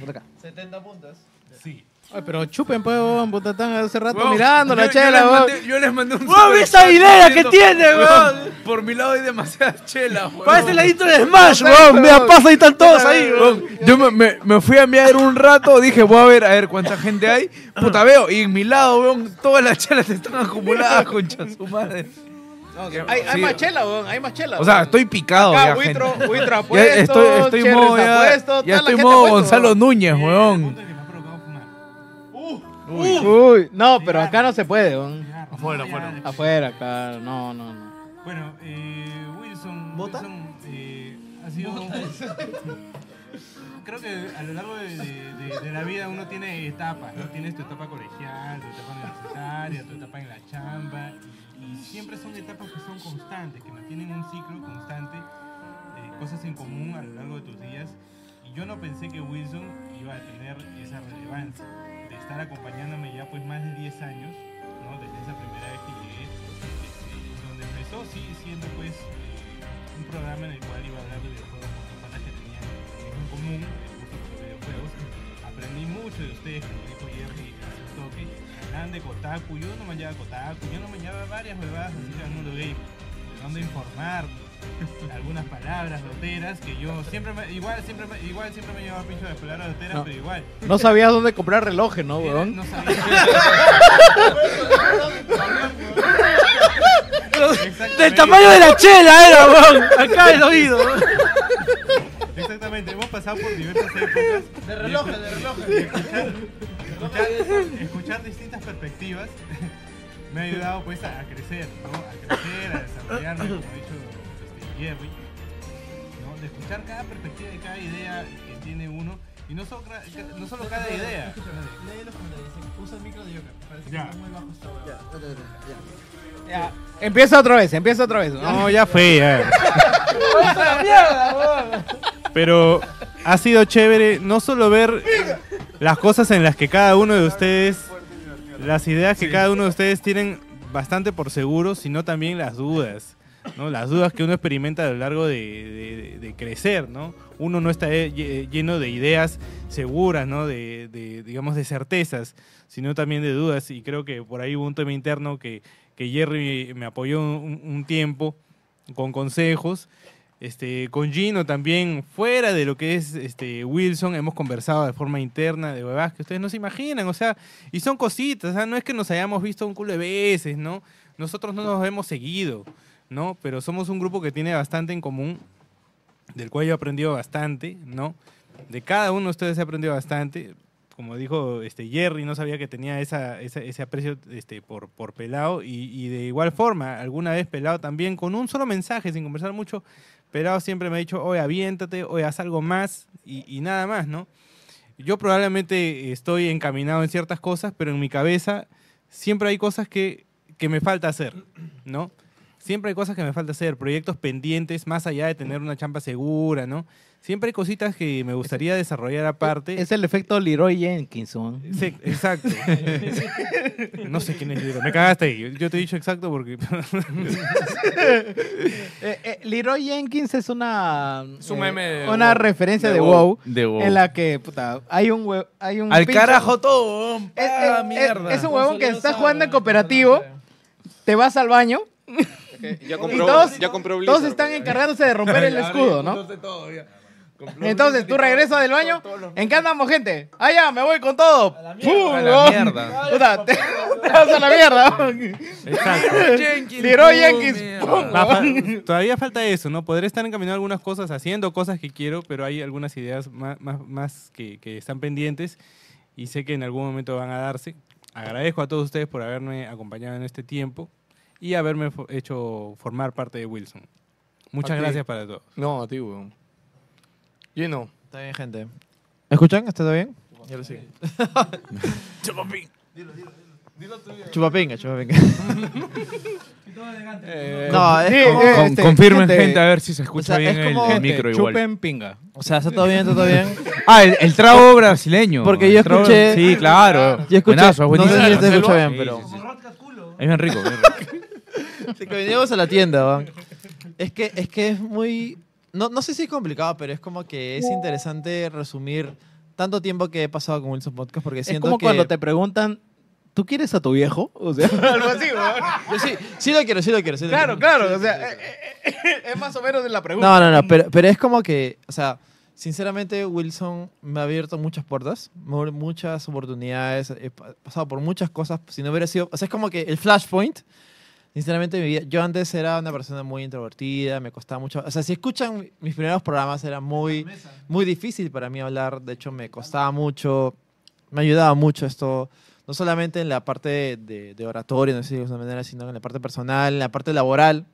[SPEAKER 4] Por acá.
[SPEAKER 2] 70 puntos.
[SPEAKER 7] Sí.
[SPEAKER 8] Ay, pero chupen, pues, weón, puta, están hace rato
[SPEAKER 5] Weón,
[SPEAKER 8] mirando la
[SPEAKER 5] yo- yo
[SPEAKER 8] chela,
[SPEAKER 5] les
[SPEAKER 8] weón.
[SPEAKER 5] mandé- Yo les mandé un.
[SPEAKER 8] Weón,
[SPEAKER 5] saludo.
[SPEAKER 8] ve esa idea que tiene, weón.
[SPEAKER 5] Por mi lado hay demasiadas chelas, weón.
[SPEAKER 21] este
[SPEAKER 4] Parece la intro de Smash, weón. Mira, pasa ahí están todos ahí, weón.
[SPEAKER 21] Yo me, me- me fui a enviar un rato, dije, voy a ver, a ver cuánta gente hay.
[SPEAKER 8] Ah.
[SPEAKER 21] Puta, veo, y en mi lado, weón, todas las chelas están acumuladas, concha su madre.
[SPEAKER 8] Hay, hay
[SPEAKER 21] Sí.
[SPEAKER 8] más chela, weón, hay más chela.
[SPEAKER 21] O sea,
[SPEAKER 8] weón.
[SPEAKER 21] estoy picado.
[SPEAKER 8] Acá,
[SPEAKER 21] ya,
[SPEAKER 8] buitro-
[SPEAKER 21] gente.
[SPEAKER 8] buitro
[SPEAKER 21] Ya
[SPEAKER 8] apuesto,
[SPEAKER 21] estoy, estoy
[SPEAKER 8] Cherries
[SPEAKER 21] modo, ya,
[SPEAKER 8] apuesto,
[SPEAKER 21] ya
[SPEAKER 8] está la
[SPEAKER 21] estoy
[SPEAKER 8] gente
[SPEAKER 21] modo
[SPEAKER 8] apuesto,
[SPEAKER 21] Gonzalo
[SPEAKER 8] weón.
[SPEAKER 21] Núñez, weón.
[SPEAKER 8] Uy. Uy, no, pero acá no se puede, weón.
[SPEAKER 7] Afuera, afuera.
[SPEAKER 8] Afuera, acá, no, no, no.
[SPEAKER 10] Bueno, eh, Wilson, Wilson, eh, ha sido... Creo que a lo largo de, de- de- de la vida uno tiene etapas, ¿no? Tienes tu etapa colegial, tu etapa universitaria, tu etapa en la chamba. Y siempre son etapas que son constantes, que mantienen un ciclo constante, eh, cosas
[SPEAKER 3] Ah,
[SPEAKER 10] en común a lo largo de tus días. Y yo no pensé que Wilson iba a tener esa relevancia de estar acompañándome ya pues más de 10 años, ¿no? Desde esa primera vez que llegué, este, donde empezó sí siendo pues eh, un programa en el cual iba a hablar de videojuegos con los panas que tenían en común, el gusto por los videojuegos. Aprendí mucho de ustedes, como dijo Jerry hace un toque, hablaban de Kotaku, yo no manchaba Kotaku, yo no manchaba varias huevadas acerca del mundo gamer, de dónde informarnos algunas palabras roteras que yo siempre me- igual siempre me, igual siempre me llevaba pincho de palabras roteras
[SPEAKER 8] No.
[SPEAKER 10] pero igual
[SPEAKER 8] No sabías dónde comprar relojes, ¿no, weón?
[SPEAKER 10] no sabía.
[SPEAKER 4] Del tamaño de la chela era, weón. Acá el oído.
[SPEAKER 10] Exactamente, hemos pasado por diversas épocas. De relojes, de relojes. Escuchar, escuchar- escuchar distintas perspectivas me ha ayudado pues a, a crecer, ¿no? A crecer, a desarrollarme, como ha dicho este, Jerry. ¿no? De escuchar cada perspectiva de cada idea que tiene uno. Y no solo, ca- ca- no solo cada idea.
[SPEAKER 2] Lee los comentarios. Usa el micro de Joker. Parece
[SPEAKER 10] Ya.
[SPEAKER 2] está muy bajo esta hora.
[SPEAKER 8] Ya. Empieza otra vez, empieza
[SPEAKER 4] eh.
[SPEAKER 8] otra vez. No,
[SPEAKER 10] ya fue, ya.
[SPEAKER 8] mierda, weón.
[SPEAKER 10] Pero ha sido chévere no solo ver las cosas en las que cada uno de ustedes, las ideas que cada uno de ustedes tienen bastante por seguro, sino también las dudas. ¿no? Las dudas que uno experimenta a lo largo de, de- de- de crecer, ¿no? Uno no está eh, lle- lleno de ideas seguras, ¿no? De, de, digamos, de certezas, sino también de dudas. Y creo que por ahí hubo un tema interno que, que Jerry me apoyó un, un tiempo con consejos. Este, con Gino también, fuera de lo que es este, Wilson, hemos conversado de forma interna de huevadas que ustedes no se imaginan, o sea, y son cositas, o sea, no es que nos hayamos visto un culo de veces, ¿no? Nosotros no nos hemos seguido, ¿no? Pero somos un grupo que tiene bastante en común, del cual yo he aprendido bastante, ¿no? De cada uno de ustedes he aprendido bastante. Como dijo este Jerry, no sabía que tenía esa, esa- ese aprecio este, por, por Pelado. Y, y de igual forma, alguna vez Pelado también, con un solo mensaje, sin conversar mucho, Pelado siempre me ha dicho, oye, aviéntate, oye, haz algo más y, y nada más, ¿no? Yo probablemente estoy encaminado en ciertas cosas, pero en mi cabeza siempre hay cosas que, que me falta hacer, ¿no? Siempre hay cosas que me falta hacer, proyectos pendientes, más allá de tener una champa segura, ¿no? Siempre hay cositas que me gustaría desarrollar aparte.
[SPEAKER 8] Es el efecto Leroy Jenkinson.
[SPEAKER 10] Sí, exacto. no sé quién es Leroy. Me cagaste ahí. Yo- Yo te he dicho exacto porque.
[SPEAKER 8] Eh, eh, Leroy Jenkins es una
[SPEAKER 10] Es un
[SPEAKER 8] eh,
[SPEAKER 10] meme de
[SPEAKER 8] una
[SPEAKER 10] WoW.
[SPEAKER 8] referencia
[SPEAKER 10] De
[SPEAKER 8] de
[SPEAKER 10] WoW.
[SPEAKER 8] WoW,
[SPEAKER 10] De WoW.
[SPEAKER 8] en la que puta, hay un hue- hay un
[SPEAKER 21] Al
[SPEAKER 8] pinche-
[SPEAKER 21] carajo todo, weón.
[SPEAKER 8] Es,
[SPEAKER 21] Ah,
[SPEAKER 8] es-
[SPEAKER 21] mierda.
[SPEAKER 8] es un huevón que está jugando en cooperativo, te vas al baño
[SPEAKER 14] Ya
[SPEAKER 8] y
[SPEAKER 14] compró,
[SPEAKER 8] todos,
[SPEAKER 14] ya compró
[SPEAKER 8] todos
[SPEAKER 14] Blizzard.
[SPEAKER 8] están encargándose de romper el escudo, ¿no?
[SPEAKER 10] este
[SPEAKER 8] Entonces tú regresas del baño, ¿en qué andamos, gente? Ah, ya, me voy con todo. ¡Pum!
[SPEAKER 21] A la
[SPEAKER 8] huevón.
[SPEAKER 21] mierda.
[SPEAKER 8] Puta, te, te vas a la mierda. huevón. Leroy Jenkins. ¡pum!
[SPEAKER 10] Va, fa-
[SPEAKER 8] huevón.
[SPEAKER 10] todavía falta eso, ¿no? Podré estar encaminando algunas cosas, haciendo cosas que quiero, pero hay algunas ideas más, más, más que, que están pendientes y sé que en algún momento van a darse. Agradezco a todos ustedes por haberme acompañado en este tiempo y haberme fo- hecho formar parte de Wilson. Muchas
[SPEAKER 7] A ti.
[SPEAKER 10] gracias para todos.
[SPEAKER 7] No, a ti, weón. Yo no.
[SPEAKER 2] Está bien, gente. ¿Me escuchan? ¿Está todo bien?
[SPEAKER 7] Y ahora sí.
[SPEAKER 2] Chupapín. Chupapinga, chupapinga. no, es
[SPEAKER 1] Sí,
[SPEAKER 2] como...
[SPEAKER 1] eh, Con- este, confirmen, gente, gente, a ver
[SPEAKER 5] si se
[SPEAKER 1] escucha bien el- el
[SPEAKER 8] este,
[SPEAKER 1] micro igual.
[SPEAKER 5] chupen
[SPEAKER 1] pinga.
[SPEAKER 2] O sea, está todo bien, está todo bien.
[SPEAKER 5] Ah, el, el trago brasileño.
[SPEAKER 2] Porque
[SPEAKER 5] El
[SPEAKER 2] yo
[SPEAKER 5] trago-
[SPEAKER 2] escuché-
[SPEAKER 5] Sí, claro.
[SPEAKER 2] Yo escuché-
[SPEAKER 5] Buenazo, es
[SPEAKER 2] no sé
[SPEAKER 5] buenísimo.
[SPEAKER 2] si te escucho bien,
[SPEAKER 5] Sí,
[SPEAKER 2] pero-
[SPEAKER 5] sí, sí. Es bien rico. bien rico.
[SPEAKER 2] Así que veníamos a la tienda, weón. Es que es, que es muy... No, no sé si es complicado, pero es como que es interesante resumir tanto tiempo que he pasado con Wilson Podcast porque
[SPEAKER 8] Es
[SPEAKER 2] siento
[SPEAKER 8] como
[SPEAKER 2] que...
[SPEAKER 8] cuando te preguntan, ¿tú quieres a tu viejo? O sea, algo así,
[SPEAKER 2] Yo sí, sí lo quiero, sí lo quiero. sí lo
[SPEAKER 8] Claro,
[SPEAKER 2] quiero.
[SPEAKER 8] claro. O sea, eh, eh, eh, es más o menos de la pregunta.
[SPEAKER 2] No, no, no, pero, pero es como que, o sea, sinceramente Wilson me ha abierto muchas puertas, mu- muchas oportunidades, he pa- pasado por muchas cosas, si no hubiera sido, o sea, es como que el flashpoint, sinceramente mi vida- yo antes era una persona muy introvertida, me costaba mucho, o sea, si escuchan mis primeros programas era muy, muy difícil para mí hablar, de hecho me costaba mucho, me ayudaba mucho esto, no solamente en la parte de, de- de oratoria, no sé si de alguna manera, sino en la parte personal, en la parte laboral.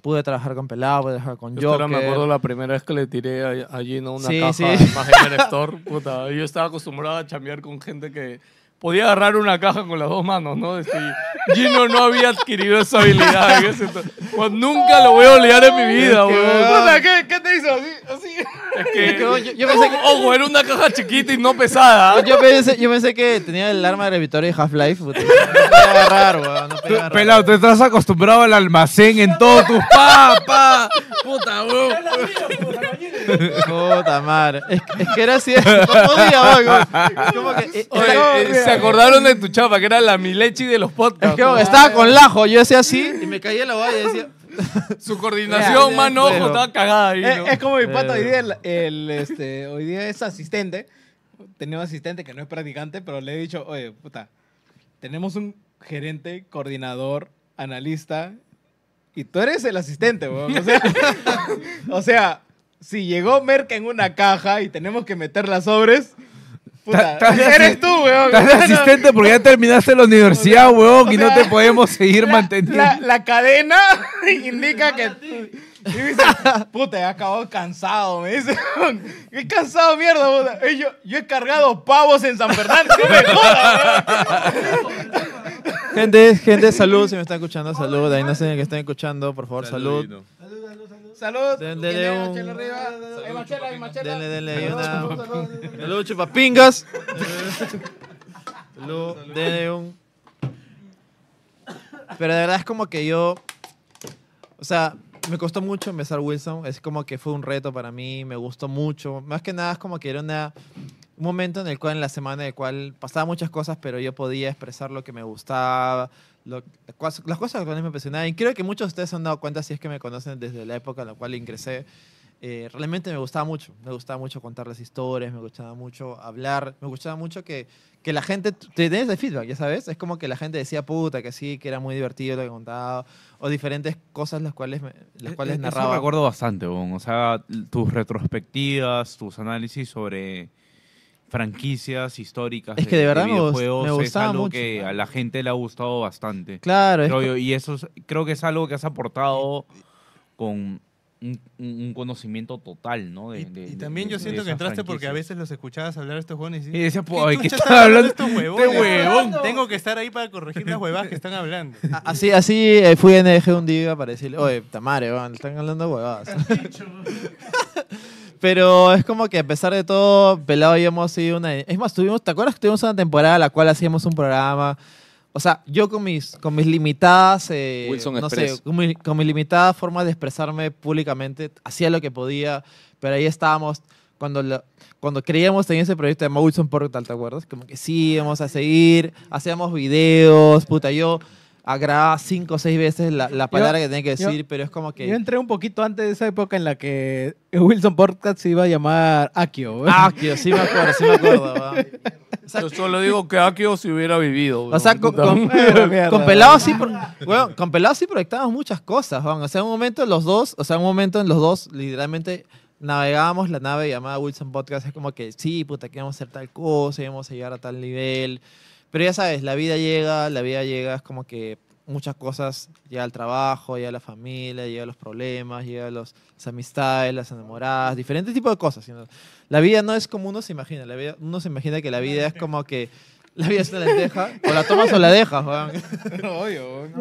[SPEAKER 2] Pude trabajar con Pelado, pude trabajar con
[SPEAKER 7] Yo hasta ahora me
[SPEAKER 2] Joker.
[SPEAKER 7] acuerdo la primera vez que le tiré a, a Gino una
[SPEAKER 2] Sí,
[SPEAKER 7] caja
[SPEAKER 2] sí.
[SPEAKER 7] de Mazinger Store. Puta, yo estaba acostumbrado a chambear con gente que podía agarrar una caja con las dos manos, ¿no? Este, Gino no había adquirido esa habilidad. en ese entonces. Pues nunca lo voy a olvidar en mi vida, weón.
[SPEAKER 8] Puta, ¿qué, qué te hizo? Así, así.
[SPEAKER 7] Que-
[SPEAKER 2] Yo- yo- yo pensé que-
[SPEAKER 1] Oh,
[SPEAKER 7] Ojo, era una caja chiquita y no pesada.
[SPEAKER 2] Yo pensé, yo pensé que tenía el arma gravitoria de Half-Life. puta. No podía agarrar, weón, no podía agarrar.
[SPEAKER 21] Pelado, tú estás acostumbrado al almacén en todos tus papas. Puta, weón.
[SPEAKER 2] Puta madre. Es, es que era así. No podía, weón.
[SPEAKER 7] Ah.
[SPEAKER 2] Como que, eh,
[SPEAKER 7] Oye,
[SPEAKER 2] estaba-
[SPEAKER 7] eh, se acordaron de tu chapa, que era la Milechi de los podcasts.
[SPEAKER 2] es que, weón, estaba con lajo. Yo hacía así y me caía la valla y decía.
[SPEAKER 7] Su coordinación, mano, ojo, estaba cagada ahí.
[SPEAKER 8] Eh, Es,
[SPEAKER 7] ¿no?
[SPEAKER 8] es como
[SPEAKER 2] Eh.
[SPEAKER 8] mi pata hoy
[SPEAKER 7] Pero-
[SPEAKER 8] día, el, el, este, hoy día es asistente. Tenía un asistente que no es practicante, pero le he dicho, oye, puta, tenemos un gerente, coordinador, analista, y tú eres el asistente, weón. O sea, o sea, si llegó Merck en una caja y tenemos que meter las sobres, puta,
[SPEAKER 21] Ta- ta-
[SPEAKER 8] eres tú, weón.
[SPEAKER 21] Estás de asistente porque ya terminaste la universidad, weón, y no te podemos seguir manteniendo.
[SPEAKER 8] La, la cadena indica que. Y me dice, puta, he acabado cansado. Me dice, he cansado, mierda, puta. Y yo, yo he cargado pavos en San Fernando, no me jodas.
[SPEAKER 2] Gente, gente, salud. Si me están escuchando, salud. Ahí no sé que están escuchando, por favor, salud. Salud, salud,
[SPEAKER 8] Salud.
[SPEAKER 9] Denle
[SPEAKER 8] Dinero,
[SPEAKER 9] un-
[SPEAKER 8] chela arriba. Ahí, Machela, ahí, Machela.
[SPEAKER 9] Denle, denle
[SPEAKER 8] Salud,
[SPEAKER 9] una-
[SPEAKER 8] salud, salud.
[SPEAKER 9] Salud, chupapingas. Salud, denle un.
[SPEAKER 2] Pero de verdad es como que yo. O sea, me costó mucho empezar Wilson. Es como que fue un reto para mí. Me gustó mucho. Más que nada es como que era una- un momento en el cual, en la semana, en el cual pasaba muchas cosas, pero yo podía expresar lo que me gustaba. lo- las cosas- las cosas que me impresionaban. Y creo que muchos de ustedes se han dado cuenta, si es que me conocen desde la época en la cual ingresé. eh, realmente me gustaba mucho. Me gustaba mucho contar las historias, me gustaba mucho hablar, me gustaba mucho que, que la gente te des el feedback, ya sabes. Es como que la gente decía puta, que sí, que era muy divertido lo que contaba, o diferentes cosas las cuales, me- las cuales
[SPEAKER 5] e, Eso
[SPEAKER 2] narraba.
[SPEAKER 5] recuerdo bastante, bon. o sea, tus retrospectivas, tus análisis sobre franquicias históricas
[SPEAKER 2] Es que de verdad me gust-
[SPEAKER 5] videojuegos
[SPEAKER 2] me
[SPEAKER 5] es
[SPEAKER 2] gustaba
[SPEAKER 5] algo
[SPEAKER 2] mucho.
[SPEAKER 5] que a la gente le ha gustado bastante.
[SPEAKER 2] Claro, es
[SPEAKER 5] Creo
[SPEAKER 2] que-
[SPEAKER 5] yo, y eso es- creo que es algo que has aportado con un, un- un conocimiento total, ¿no? De- de-
[SPEAKER 13] Y también yo
[SPEAKER 5] de
[SPEAKER 13] siento que
[SPEAKER 5] esas
[SPEAKER 13] entraste porque a veces
[SPEAKER 5] franquicias.
[SPEAKER 13] los escuchabas hablar a estos jóvenes y
[SPEAKER 5] Y decías,
[SPEAKER 13] "¿Qué
[SPEAKER 5] "Pues, ay,
[SPEAKER 13] chucha
[SPEAKER 5] ¿qué
[SPEAKER 13] están
[SPEAKER 5] está
[SPEAKER 13] hablando
[SPEAKER 5] hablando
[SPEAKER 13] estos
[SPEAKER 5] este
[SPEAKER 13] huevones?
[SPEAKER 5] huevón?"
[SPEAKER 13] Tengo que estar ahí para corregir las huevadas que están hablando.
[SPEAKER 2] Así, así eh, fui a NG un día para decirle, oye, Tamare, weón, están hablando huevadas. Pero es como que a pesar de todo, Pelado y yo hemos sido una... Es más, tuvimos, ¿te acuerdas que tuvimos una temporada en la cual hacíamos un programa? O sea, yo con mis, con mis limitadas... eh,
[SPEAKER 14] Wilson
[SPEAKER 2] no sé,
[SPEAKER 14] Express.
[SPEAKER 2] con, mi- con mis limitadas formas de expresarme públicamente, hacía lo que podía, pero ahí estábamos cuando, lo- cuando creíamos en ese proyecto de Wilson Portal, ¿te acuerdas? Como que sí, íbamos a seguir, hacíamos videos, puta, yo ah, grababa cinco o seis veces la, la palabra que tenía que
[SPEAKER 8] yo-
[SPEAKER 2] decir, pero es como que...
[SPEAKER 8] Yo entré un poquito antes de esa época en la que Wilson Podcast se iba a llamar Akio. ¿eh?
[SPEAKER 2] Akio, Ah, sí me acuerdo, sí me acuerdo.
[SPEAKER 13] Yo solo digo que Akio si hubiera vivido.
[SPEAKER 2] O sea, con, con, con Pelado sí, pro- weón, con Pelado sí proyectábamos muchas cosas, weón. O sea, un momento los dos, o sea, un momento en los dos, literalmente navegábamos la nave llamada Wilson Podcast. Es como que, sí, puta, que vamos a hacer tal cosa, íbamos a llegar a tal nivel. Pero ya sabes, la vida llega, la vida llega, es como que muchas cosas, llega el trabajo, llega la familia, llega los problemas, llega los, las amistades, las enamoradas, diferentes tipos de cosas. sino- La vida no es como uno se imagina, la vida- uno se imagina que la vida es como que la vida es una lenteja, o la tomas o la dejas, weón.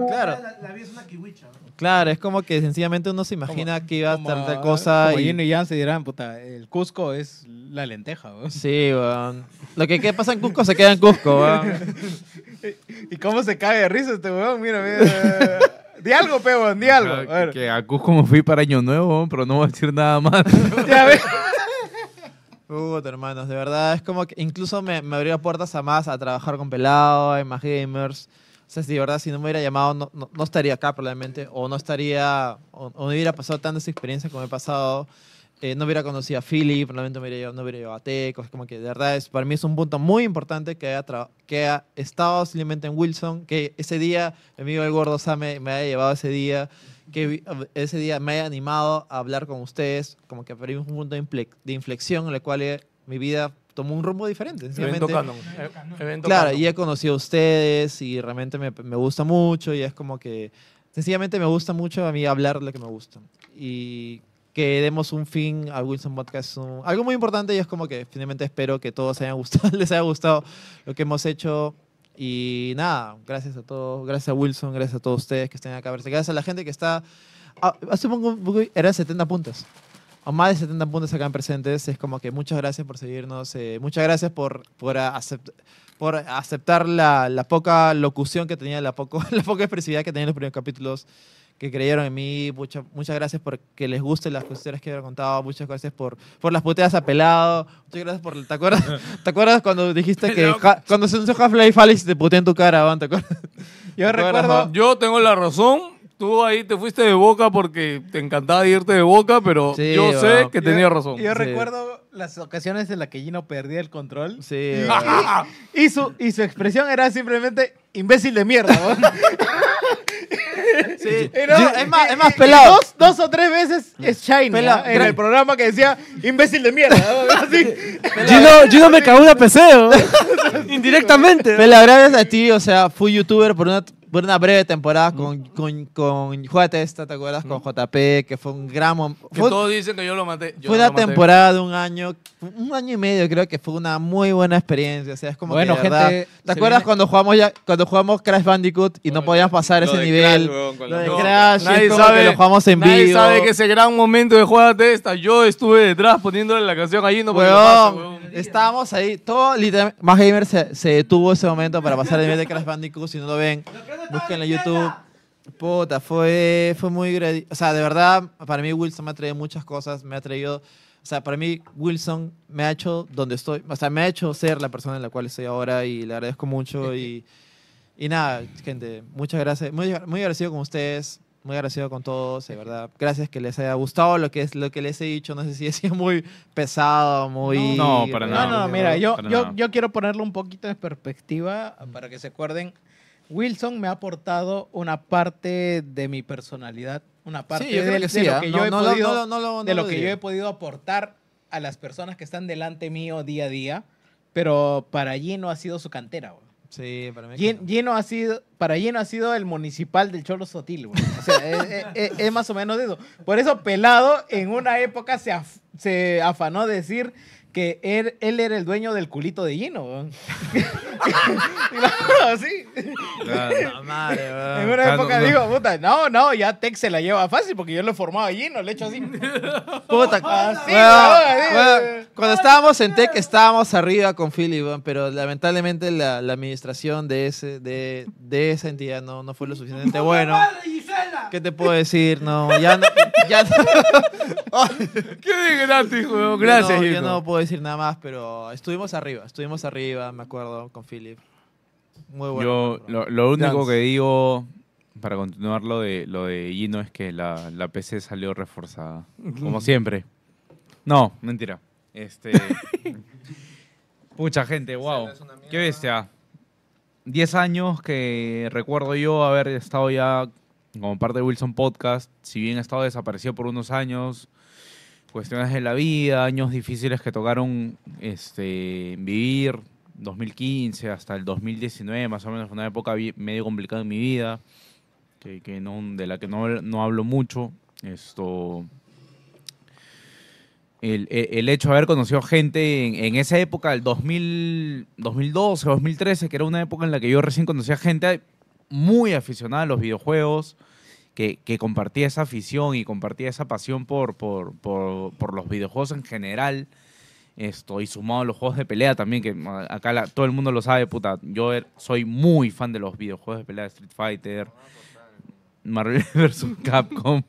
[SPEAKER 2] Claro.
[SPEAKER 23] La, vida es una kiwicha.
[SPEAKER 2] Claro, es como que sencillamente uno se imagina que iba a estar tal
[SPEAKER 8] Ah,
[SPEAKER 2] cosa
[SPEAKER 8] como
[SPEAKER 2] y...
[SPEAKER 8] Gino y Jan se dirán, puta, el Cusco es la lenteja, weón.
[SPEAKER 2] Sí, weón. Lo que quede- pasa en Cusco se queda en Cusco, weón.
[SPEAKER 8] ¿Y cómo se cae de risa este weón? Mira, mira. di algo, pe, weón, di algo. A ver.
[SPEAKER 5] Que a Cusco me fui para Año Nuevo, pero no voy a decir nada más.
[SPEAKER 8] Ya ves.
[SPEAKER 2] Puta, hermanos, de verdad es como que incluso me, me abrió puertas a más a trabajar con Pelado, a más gamers. O sea, si de verdad, si no me hubiera llamado, no, no- no estaría acá probablemente, o no estaría, o, o no hubiera pasado tanta esa experiencia como he pasado. Eh, no hubiera conocido a Philip, probablemente me hubiera llevado- no hubiera llegado a Teco. Es como que de verdad, es, para mí es un punto muy importante que haya, tra- que haya estado simplemente en Wilson, que ese día, mi amigo el gordo Same me haya llevado ese día, que vi- ese día me haya animado a hablar con ustedes, como que abrimos un punto de, infle- de inflexión en el cual eh, mi vida tomó un rumbo diferente. sencillamente.
[SPEAKER 13] canon. E- evento
[SPEAKER 2] Claro,
[SPEAKER 13] canon.
[SPEAKER 2] y he conocido a ustedes y realmente me, me gusta mucho y es como que sencillamente me gusta mucho a mí hablar lo que me gusta. Y que demos un fin a Wilson Podcast. un- algo muy importante y es como que finalmente espero que todos hayan gustado, les haya gustado lo que hemos hecho. Y nada, gracias a todos, gracias a Wilson, gracias a todos ustedes que estén acá, gracias a la gente que está... ah, Hace un poco eran 70 puntos o más de 70 puntos acá en presentes. Es como que muchas gracias por seguirnos, eh, muchas gracias por, por, a- acept- por aceptar la, la poca locución que tenía, la, poco, la poca expresividad que tenía en los primeros capítulos, que creyeron en mí. Mucha- muchas gracias por que les gusten las historias que he contado, muchas gracias por, por las puteadas apelado, muchas gracias por... ¿Te acuerdas, ¿te acuerdas cuando dijiste que ja- cuando se anunció Half-Life Alyx te puteé en tu cara, Van? ¿Te acuerdas?
[SPEAKER 8] Yo
[SPEAKER 13] Bueno, yo tengo la razón. Tú ahí te fuiste de boca porque te encantaba irte de boca, pero
[SPEAKER 2] Sí,
[SPEAKER 13] yo
[SPEAKER 2] weón.
[SPEAKER 13] sé que
[SPEAKER 2] Yo-
[SPEAKER 13] tenía razón.
[SPEAKER 8] Yo
[SPEAKER 13] Sí.
[SPEAKER 8] recuerdo las ocasiones en las que Gino perdía el control.
[SPEAKER 2] Sí.
[SPEAKER 8] Y, y su, y su expresión era simplemente imbécil de mierda, weón.
[SPEAKER 2] Sí.
[SPEAKER 8] es más,
[SPEAKER 2] es más, pelado.
[SPEAKER 8] Dos, dos o tres veces es Shiny
[SPEAKER 2] Pelado,
[SPEAKER 8] ¿ah? en el programa que decía imbécil de mierda. ¿no? Así.
[SPEAKER 4] Gino, Gino me cagó una PC, weón. Indirectamente.
[SPEAKER 2] Pero la verdad es a ti, o sea, fui youtuber por una, por una breve temporada con, con, con Juárez, ¿te acuerdas? Con JP, que fue un gran mom-
[SPEAKER 1] Que
[SPEAKER 2] fue-
[SPEAKER 1] todos dicen que yo lo maté. Yo
[SPEAKER 2] fue
[SPEAKER 1] no
[SPEAKER 2] una
[SPEAKER 1] lo maté.
[SPEAKER 2] temporada de un año, un año y medio creo que fue una muy buena experiencia. O sea, es como
[SPEAKER 1] Bueno,
[SPEAKER 2] que de
[SPEAKER 1] gente,
[SPEAKER 2] verdad-
[SPEAKER 1] se
[SPEAKER 2] ¿Te acuerdas
[SPEAKER 1] viene-
[SPEAKER 2] cuando jugamos ya, cuando jugamos Crash Bandicoot y no podías pasar
[SPEAKER 1] lo
[SPEAKER 2] ese
[SPEAKER 1] de
[SPEAKER 2] nivel?
[SPEAKER 1] Crash, weón, con
[SPEAKER 2] lo
[SPEAKER 1] la-
[SPEAKER 2] de
[SPEAKER 1] No,
[SPEAKER 2] Crash,
[SPEAKER 1] nadie
[SPEAKER 2] es como que
[SPEAKER 1] sabe-
[SPEAKER 2] lo jugamos en
[SPEAKER 1] nadie
[SPEAKER 2] vivo.
[SPEAKER 1] sabe que ese gran momento de jugada de esta, yo estuve detrás poniéndole la canción ahí, no podía
[SPEAKER 2] Weón,
[SPEAKER 1] pasar, weón.
[SPEAKER 2] estábamos ahí, todo literalmente. Más Gamer se, se detuvo ese momento para pasar el nivel de Crash Bandicoot. Si no lo ven, búsquenlo en YouTube. Puta, fue, fue muy. gradi- O sea, de verdad, para mí Wilson me ha traído muchas cosas. Me ha traído. O sea, para mí Wilson me ha hecho donde estoy. O sea, me ha hecho ser la persona en la cual estoy ahora y le agradezco mucho. Y, y nada, gente, muchas gracias. Muy, muy agradecido con ustedes. Muy agradecido con todos, de verdad. Gracias que les haya gustado lo que es lo que les he dicho. No sé si he sido muy pesado, muy.
[SPEAKER 5] No, para
[SPEAKER 8] No,
[SPEAKER 5] nada.
[SPEAKER 8] no, mira, yo,
[SPEAKER 5] Para
[SPEAKER 8] yo,
[SPEAKER 5] nada.
[SPEAKER 8] yo quiero ponerlo un poquito de perspectiva para que se acuerden. Wilson me ha aportado una parte de mi personalidad, una parte
[SPEAKER 2] yo creo
[SPEAKER 8] del-
[SPEAKER 2] que
[SPEAKER 8] de,
[SPEAKER 2] sí, ¿ah?
[SPEAKER 8] lo que yo
[SPEAKER 2] No,
[SPEAKER 8] he
[SPEAKER 2] no lo- no lo-
[SPEAKER 8] podido-
[SPEAKER 2] no lo-
[SPEAKER 8] de
[SPEAKER 2] no
[SPEAKER 8] lo
[SPEAKER 2] lo
[SPEAKER 8] que
[SPEAKER 2] digo.
[SPEAKER 8] yo he podido aportar a las personas que están delante mío día a día, pero para Gino ha sido su cantera. güey.
[SPEAKER 2] Sí, para mí. que
[SPEAKER 8] Gin- Gino ha sido, para Gino ha sido el municipal del Cholo Sotil, güey. O sea, es, es- es- es más o menos eso. Por eso Pelado en una época se, af- se afanó decir que él, él era el dueño del culito de Gino, güey. Claro, sí.
[SPEAKER 2] no, madre, weón.
[SPEAKER 8] En una
[SPEAKER 2] Claro,
[SPEAKER 8] época
[SPEAKER 2] no.
[SPEAKER 8] digo, puta, no, no, ya Tex se la lleva fácil porque yo lo he formado a Gino, le he hecho así.
[SPEAKER 2] Puta,
[SPEAKER 8] así,
[SPEAKER 2] Weón,
[SPEAKER 8] weón, así.
[SPEAKER 2] weón, cuando estábamos en TEC estábamos arriba con Philly, weón, pero lamentablemente la, la administración de, ese, de, de esa entidad no, no fue lo suficientemente bueno. ¿Qué te puedo decir? No, ya no. Ya no.
[SPEAKER 1] Qué desgracia, hijo, weón.
[SPEAKER 2] yo,
[SPEAKER 1] Gracias,
[SPEAKER 2] no, yo
[SPEAKER 1] hijo.
[SPEAKER 2] no puedo decir nada más, pero estuvimos arriba, estuvimos arriba, me acuerdo, con Philip. Muy bueno.
[SPEAKER 5] Yo lo, lo único
[SPEAKER 2] Dance.
[SPEAKER 5] que digo para continuar lo de lo de Gino es que la, la PC salió reforzada. Como siempre. No, mentira. Este. Mucha gente, wow. Qué bestia. 10 años que recuerdo yo haber estado ya como parte de Wilson Podcast, si bien he estado desaparecido por unos años, cuestiones de la vida, años difíciles que tocaron este, vivir, 2015 hasta el 2019, más o menos fue una época bi- medio complicada en mi vida, que, que no, de la que no, no hablo mucho. Esto, el, el- el hecho de haber conocido gente en, en esa época, el 2000, 2012, 2013, que era una época en la que yo recién conocía gente muy aficionada a los videojuegos, que, que compartía esa afición y compartía esa pasión por, por, por- por los videojuegos en general. Esto, y sumado a los juegos de pelea también, que a- acá la- todo el mundo lo sabe, puta. Yo er- soy muy fan de los videojuegos de pelea de Street Fighter, Marvel vs. Capcom.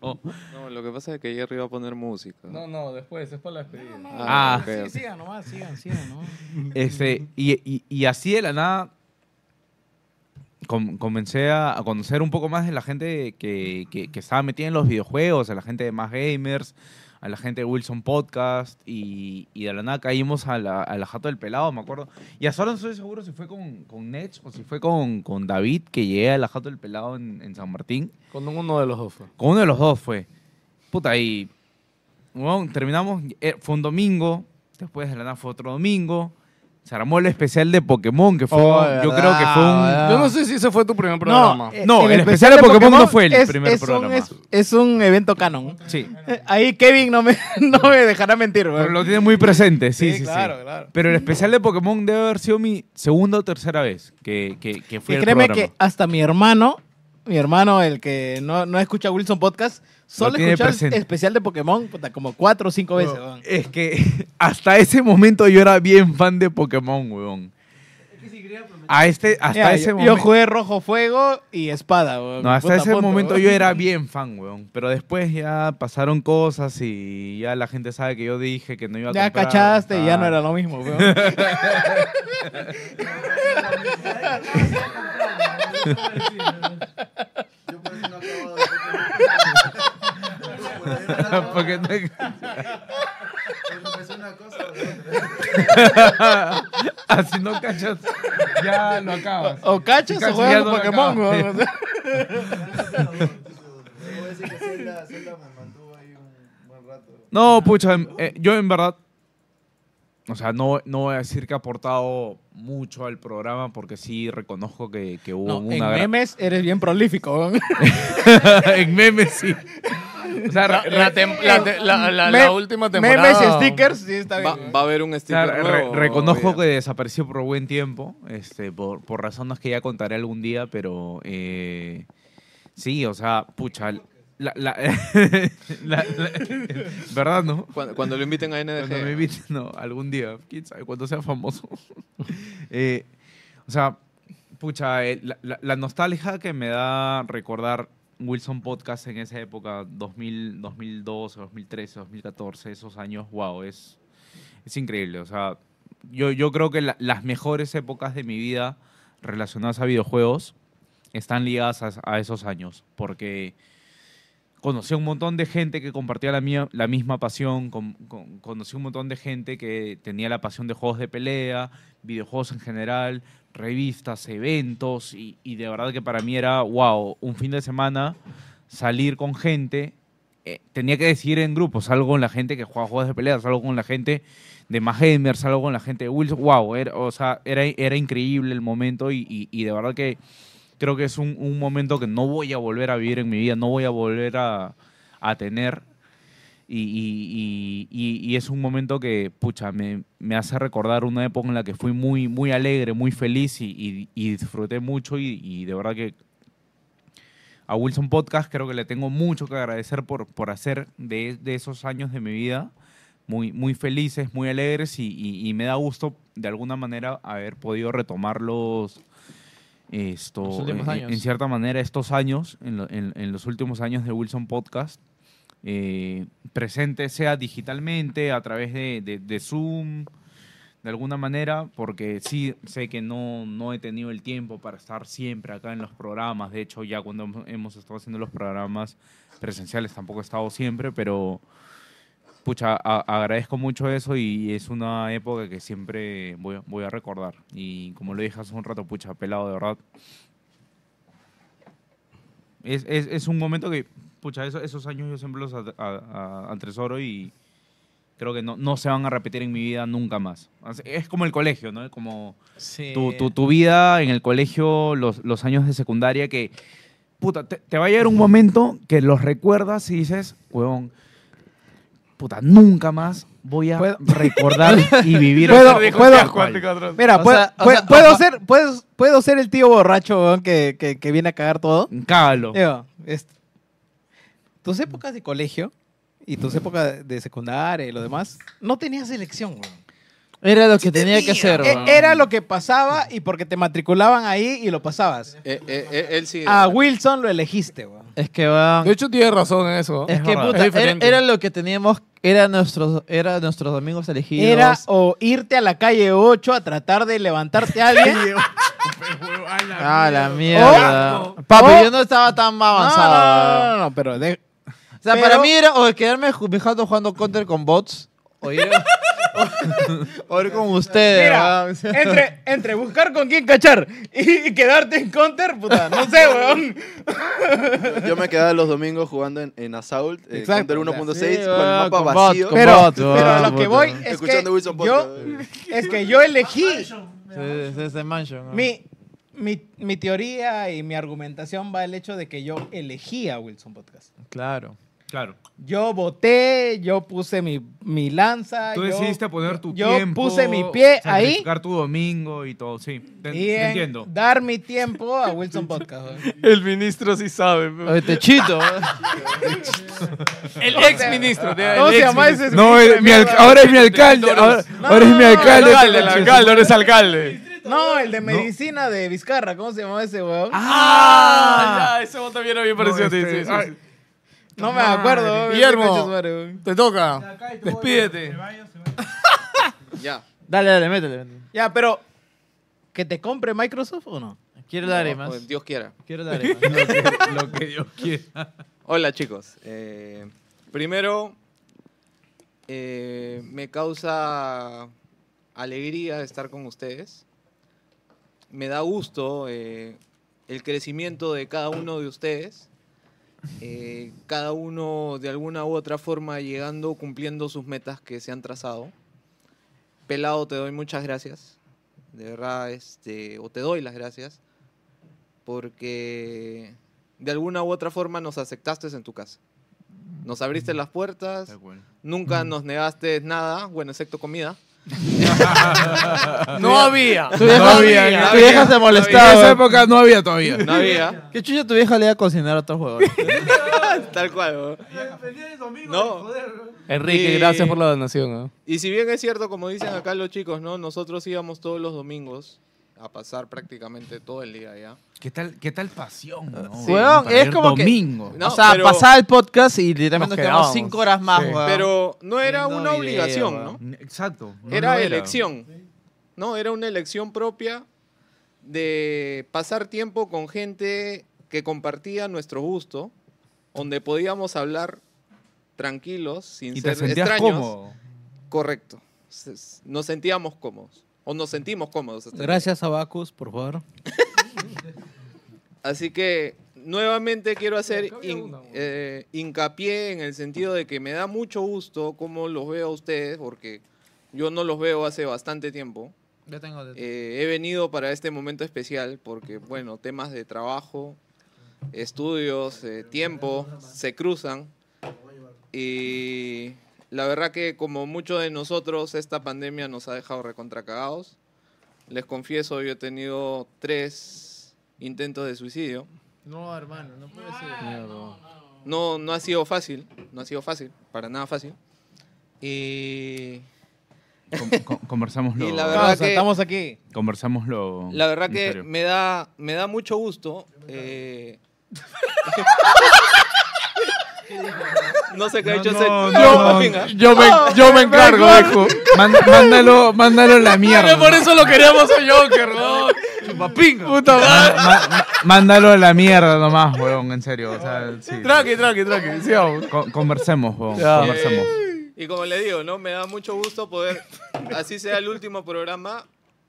[SPEAKER 13] Oh.
[SPEAKER 5] No.
[SPEAKER 14] No, lo que pasa es que Jerry va a poner música.
[SPEAKER 25] No, no, después, es para la despedida.
[SPEAKER 5] Ah,
[SPEAKER 14] ok, ok.
[SPEAKER 8] Sigan nomás, sigan, sigan nomás.
[SPEAKER 5] Este, y, y- y así de la nada com- comencé a, a conocer un poco más de la gente que, que- que estaba metida en los videojuegos, a la gente de Más Gamers, a la gente de Wilson Podcast, y, y de la nada caímos a la, a la Jato del Pelado, me acuerdo. Y hasta ahora no estoy seguro si fue con, con Nech o si fue con, con David, que llegué a la Jato del Pelado en, en San Martín.
[SPEAKER 1] Con uno de los dos fue.
[SPEAKER 5] Con uno de los dos fue. Puta, y. weón, terminamos. eh, fue un domingo. Después de la nada fue otro domingo. Se armó el especial de Pokémon, que fue.
[SPEAKER 1] Oh,
[SPEAKER 5] yo
[SPEAKER 1] verdad,
[SPEAKER 5] creo que fue un.
[SPEAKER 1] verdad. Yo no sé si ese fue tu primer programa.
[SPEAKER 8] eh,
[SPEAKER 5] No, el, especial de Pokémon, no fue el
[SPEAKER 8] es-
[SPEAKER 5] primer
[SPEAKER 8] es un-
[SPEAKER 5] programa.
[SPEAKER 8] es, es un evento canon.
[SPEAKER 5] Sí.
[SPEAKER 8] Eh, Ahí Kevin no me, no me dejará mentir, güey.
[SPEAKER 5] Pero lo tiene muy presente, sí, sí, sí.
[SPEAKER 8] claro, claro.
[SPEAKER 5] Pero el especial de Pokémon debe haber sido mi segunda o tercera vez que, que, que fui
[SPEAKER 8] Y
[SPEAKER 5] al
[SPEAKER 8] créeme
[SPEAKER 5] programa.
[SPEAKER 8] que hasta mi hermano, mi hermano, el que no, no escucha Wilson Podcast, solo
[SPEAKER 5] tiene
[SPEAKER 8] escuchó el
[SPEAKER 5] presente.
[SPEAKER 8] especial de Pokémon puta, como cuatro o cinco veces.
[SPEAKER 5] Bueno,
[SPEAKER 8] weón.
[SPEAKER 5] Es que hasta ese momento yo era bien fan de Pokémon, weón. A este, hasta
[SPEAKER 8] Ya,
[SPEAKER 5] ese
[SPEAKER 8] yo,
[SPEAKER 5] momento.
[SPEAKER 8] Yo jugué Rojo Fuego y Espada, weón.
[SPEAKER 5] No, hasta
[SPEAKER 8] Puta,
[SPEAKER 5] ese
[SPEAKER 8] punto,
[SPEAKER 5] momento
[SPEAKER 8] weón.
[SPEAKER 5] yo era bien fan, weón. Pero después ya pasaron cosas y ya la gente sabe que yo dije que no iba a
[SPEAKER 8] Ya
[SPEAKER 5] comprar.
[SPEAKER 8] cachaste y ya
[SPEAKER 5] Ah.
[SPEAKER 8] no era lo mismo, weón.
[SPEAKER 5] Porque no- Así no cachas, ya lo acabas.
[SPEAKER 8] O cachas o
[SPEAKER 5] ya
[SPEAKER 8] juegas
[SPEAKER 5] no
[SPEAKER 8] con
[SPEAKER 5] lo
[SPEAKER 8] Pokémon,
[SPEAKER 5] acabas.
[SPEAKER 8] weón.
[SPEAKER 5] No, pucha, em- eh, yo en verdad o sea, no, no voy a decir que ha aportado mucho al programa porque sí reconozco que, que hubo
[SPEAKER 8] No,
[SPEAKER 5] una
[SPEAKER 8] en
[SPEAKER 5] gran-
[SPEAKER 8] memes eres bien prolífico. weón.
[SPEAKER 5] en memes, sí. O sea,
[SPEAKER 13] La-
[SPEAKER 5] re-
[SPEAKER 13] la
[SPEAKER 5] re-
[SPEAKER 13] tem- la te- la- la-
[SPEAKER 8] Eh, Me-
[SPEAKER 13] la última temporada.
[SPEAKER 14] Va, va a haber un
[SPEAKER 5] O sea,
[SPEAKER 14] sticker
[SPEAKER 5] re-
[SPEAKER 14] nuevo,
[SPEAKER 5] reconozco
[SPEAKER 14] obvio.
[SPEAKER 5] que desapareció por buen tiempo, este, por, por razones que ya contaré algún día, pero eh, sí, o sea, pucha, la, la- la- la- ¿verdad, no?
[SPEAKER 14] Cuando, lo inviten a NDG.
[SPEAKER 5] Cuando me inviten, no, algún día, quién sabe, cuando sea famoso. Eh, o sea, pucha, eh, la, la- la nostalgia que me da recordar Wilson Podcast en esa época, 2000, 2012, 2013, 2014, esos años, wow, es, es increíble. O sea, yo, yo creo que la- las mejores épocas de mi vida relacionadas a videojuegos están ligadas a, a esos años, porque conocí a un montón de gente que compartía la, mía- la misma pasión, con- con- conocí a un montón de gente que tenía la pasión de juegos de pelea, videojuegos en general, revistas, eventos, y, y de verdad que para mí era, wow, un fin de semana salir con gente. eh, tenía que decidir en grupo, salgo con la gente que juega juegos de pelea, salgo con la gente de Mahemer, salgo con la gente de Wilson. Wow, era, o sea, era, era increíble el momento y, y- y de verdad que creo que es un, un momento que no voy a volver a vivir en mi vida, no voy a volver a, a tener. Y, y- y- y- y es un momento que, pucha, me, me hace recordar una época en la que fui muy, muy alegre, muy feliz y, y- y disfruté mucho y- y de verdad que a Wilson Podcast. Creo que le tengo mucho que agradecer por, por hacer de, de esos años de mi vida muy, muy felices, muy alegres y, y- y me da gusto de alguna manera haber podido retomarlos esto, eh,
[SPEAKER 26] Los últimos
[SPEAKER 5] en-
[SPEAKER 26] años.
[SPEAKER 5] en cierta manera estos años, en, lo- en- en los últimos años de Wilson Podcast. eh, presente sea digitalmente, a través de, de- de Zoom, de alguna manera, porque sí sé que no, no he tenido el tiempo para estar siempre acá en los programas. De hecho, ya cuando hemos- hemos estado haciendo los programas presenciales tampoco he estado siempre, pero pucha, a- agradezco mucho eso y es una época que siempre voy, a- voy a recordar. Y como lo dije hace un rato, pucha, pelado, de verdad. Es, es- es un momento que, pucha, eso- esos años yo siempre los at- a- a- atesoro y creo que no, no se van a repetir en mi vida nunca más. Así- Es como el colegio, ¿no? Como tu, tu- tu vida en el colegio, los, los años de secundaria que, puta, te, te va a llegar un momento que los recuerdas y dices, huevón, puta, nunca más voy a recordar y vivir.
[SPEAKER 8] Puedo,
[SPEAKER 5] tal
[SPEAKER 8] puedo-
[SPEAKER 5] cual".
[SPEAKER 8] mira,
[SPEAKER 5] O
[SPEAKER 8] puedo,
[SPEAKER 5] sea, o
[SPEAKER 8] puedo-
[SPEAKER 5] sea,
[SPEAKER 8] puedo ser, puedo, puedo ser el tío borracho weón, que, que- que viene a cagar todo.
[SPEAKER 5] Cágalo.
[SPEAKER 8] Digo, este, tus épocas de colegio y tus épocas de secundaria y lo demás, no tenías elección, weón.
[SPEAKER 26] Era lo que tenía que hacer,
[SPEAKER 8] E-
[SPEAKER 26] weón.
[SPEAKER 8] Era lo que pasaba y porque te matriculaban ahí y lo pasabas.
[SPEAKER 14] Eh, eh, eh, él sí.
[SPEAKER 8] A Wilson lo elegiste, weón.
[SPEAKER 26] Es que van.
[SPEAKER 13] De hecho, tiene razón en eso.
[SPEAKER 26] Es que
[SPEAKER 13] verdad.
[SPEAKER 26] puta,
[SPEAKER 13] Es
[SPEAKER 26] era,
[SPEAKER 13] diferente.
[SPEAKER 26] era lo que teníamos, era nuestros, era nuestros amigos elegidos.
[SPEAKER 8] Era o irte a la calle 8 a tratar de levantarte a alguien.
[SPEAKER 26] Ah, la mierda. Papi,
[SPEAKER 8] Oh.
[SPEAKER 26] yo no estaba tan avanzado.
[SPEAKER 8] No, no, no,
[SPEAKER 26] weón.
[SPEAKER 8] no, pero de-
[SPEAKER 26] O sea,
[SPEAKER 8] Pero-
[SPEAKER 26] para mí era o quedarme ju- fijando jugando counter con bots o ir, o ir con ustedes.
[SPEAKER 8] Mira,
[SPEAKER 26] weón. O sea,
[SPEAKER 8] entre, entre buscar con quién cachar y, y quedarte en counter, puta, no sé, weón.
[SPEAKER 6] Yo, yo me quedaba los domingos jugando en, en Assault, eh,
[SPEAKER 8] Exacto,
[SPEAKER 6] Counter
[SPEAKER 8] o sea,
[SPEAKER 26] sí,
[SPEAKER 6] 1.6, con el
[SPEAKER 26] ah,
[SPEAKER 6] mapa
[SPEAKER 26] con bot,
[SPEAKER 6] vacío.
[SPEAKER 26] con Pero- bot, pero
[SPEAKER 8] a lo que voy es que,
[SPEAKER 6] Escuchando Wilson Podcast. eh.
[SPEAKER 8] yo, es que yo elegí.
[SPEAKER 26] es- es de Mansion, weón.
[SPEAKER 8] Mi, mi, mi teoría y mi argumentación va al hecho de que yo elegí a Wilson Podcast.
[SPEAKER 26] Claro.
[SPEAKER 5] Claro.
[SPEAKER 8] Yo voté, yo puse mi, mi lanza.
[SPEAKER 5] Tú
[SPEAKER 8] yo-
[SPEAKER 5] decidiste poner tu
[SPEAKER 8] yo
[SPEAKER 5] tiempo.
[SPEAKER 8] puse mi pie ahí.
[SPEAKER 5] sacrificar tu domingo y todo, sí. Te,
[SPEAKER 8] y
[SPEAKER 5] te
[SPEAKER 8] en
[SPEAKER 5] entiendo.
[SPEAKER 8] dar mi tiempo a Wilson Podcast. weón.
[SPEAKER 13] El ministro sí sabe. pe.
[SPEAKER 26] Oye,
[SPEAKER 8] Este
[SPEAKER 26] Techito.
[SPEAKER 1] ¿eh?
[SPEAKER 13] el ex ministro.
[SPEAKER 8] ¿Cómo se llama ese
[SPEAKER 1] eh,
[SPEAKER 21] No, es mi alca- ahora es mi alcalde. Ahora, ahora es mi alcalde.
[SPEAKER 13] alcalde, el alcalde, ahora es alcalde.
[SPEAKER 8] No, el de medicina de Vizcarra, ¿cómo se llamaba ese weón? este,
[SPEAKER 13] Ah, ya, ese voto viene bien parecido a ti. sí, sí, sí.
[SPEAKER 8] No me acuerdo. weón, coño su
[SPEAKER 13] Guillermo,
[SPEAKER 8] madre, weón.
[SPEAKER 13] te toca. Despídete.
[SPEAKER 6] Ya.
[SPEAKER 26] Dale, dale, métele. métele.
[SPEAKER 8] Ya, pero ¿que te compre Microsoft o no?
[SPEAKER 26] Quiero
[SPEAKER 14] No,
[SPEAKER 26] lágrimas.
[SPEAKER 14] pues, Dios quiera.
[SPEAKER 26] Quiero lágrimas.
[SPEAKER 5] Lo que Dios quiera.
[SPEAKER 14] Hola chicos. Eh, primero, eh, me causa alegría estar con ustedes. Me da gusto eh, el crecimiento de cada uno de ustedes. Eh, cada uno de alguna u otra forma llegando, cumpliendo sus metas que se han trazado. Pelado, te doy muchas gracias. De verdad, este, o te doy las gracias. Porque de alguna u otra forma nos aceptaste en tu casa. Nos abriste las puertas, nunca nos negaste nada, bueno, excepto comida.
[SPEAKER 1] No había.
[SPEAKER 2] Tu vieja, tu
[SPEAKER 1] No había, no
[SPEAKER 2] vieja
[SPEAKER 1] había,
[SPEAKER 2] se
[SPEAKER 1] no
[SPEAKER 2] molestaba.
[SPEAKER 1] había. En esa
[SPEAKER 7] época no había todavía.
[SPEAKER 14] No había.
[SPEAKER 2] ¿Qué chucha tu vieja le iba a cocinar a otros huevos?
[SPEAKER 14] Tal cual. weón. No.
[SPEAKER 1] Enrique,
[SPEAKER 14] Y-
[SPEAKER 1] gracias por la donación. ¿no?
[SPEAKER 14] Y si bien es cierto, como dicen acá los chicos, ¿no? Nosotros íbamos todos los domingos a pasar prácticamente todo el día allá.
[SPEAKER 5] ¿Qué tal, qué tal pasión?
[SPEAKER 8] Ah,
[SPEAKER 5] no?
[SPEAKER 14] Sí,
[SPEAKER 2] Huevón,
[SPEAKER 5] Para
[SPEAKER 2] es
[SPEAKER 5] ver
[SPEAKER 2] como
[SPEAKER 5] domingo.
[SPEAKER 2] que.
[SPEAKER 14] No,
[SPEAKER 2] o sea,
[SPEAKER 14] pero-
[SPEAKER 2] pasaba el podcast y literalmente nos quedamos
[SPEAKER 14] quedábamos.
[SPEAKER 2] 5 horas más,
[SPEAKER 14] Sí.
[SPEAKER 2] huevón.
[SPEAKER 14] Pero no era
[SPEAKER 2] Viendo
[SPEAKER 14] una
[SPEAKER 2] video,
[SPEAKER 14] obligación,
[SPEAKER 2] huevón.
[SPEAKER 14] ¿no?
[SPEAKER 5] Exacto. no,
[SPEAKER 14] era
[SPEAKER 5] no
[SPEAKER 14] elección. No, era una elección propia de pasar tiempo con gente que compartía nuestro gusto, donde podíamos hablar tranquilos, sin
[SPEAKER 5] Y te
[SPEAKER 14] ser
[SPEAKER 5] sentías
[SPEAKER 14] extraños.
[SPEAKER 5] cómodo.
[SPEAKER 14] Correcto. Se- Nos sentíamos cómodos. O nos sentimos cómodos. hasta el
[SPEAKER 8] Gracias a Bacus, por favor.
[SPEAKER 14] Así que nuevamente quiero hacer hin- eh, hincapié en el sentido de que me da mucho gusto cómo los veo a ustedes, porque yo no los veo hace bastante tiempo.
[SPEAKER 2] Yo tengo
[SPEAKER 14] Eh, he venido para este momento especial porque, bueno, temas de trabajo, estudios, eh, tiempo, se cruzan. Y la verdad que como muchos de nosotros, esta pandemia nos ha dejado recontracagados. Les confieso, yo he tenido tres intentos de suicidio.
[SPEAKER 27] No, hermano, no puede ser.
[SPEAKER 14] No, no ha sido fácil, no ha sido fácil, para nada fácil. Y
[SPEAKER 5] era. Co- conversámoslo.
[SPEAKER 14] Y la verdad Causa, que- estamos
[SPEAKER 27] aquí.
[SPEAKER 5] Conversámoslo.
[SPEAKER 14] la verdad
[SPEAKER 5] en
[SPEAKER 14] que
[SPEAKER 5] serio.
[SPEAKER 14] me da, me da mucho gusto. eh, no sé qué ha hecho ese... Pinga.
[SPEAKER 7] yo me, yo me encargo, viejo. Man- mándalo,
[SPEAKER 5] Oh,
[SPEAKER 7] mándalo a la mierda.
[SPEAKER 1] Por eso lo queríamos a Joker, ¿no? Chupapinga. Puta madre.
[SPEAKER 7] Ma- ma- mándalo a la mierda nomás, weón, en serio. O sea, sí.
[SPEAKER 1] Tranqui, tranqui, tranqui. sigamos.
[SPEAKER 7] Con- conversemos, weón.
[SPEAKER 1] Ya.
[SPEAKER 7] Conversemos.
[SPEAKER 14] Y como le digo, ¿no? Me da mucho gusto poder, así sea el último programa,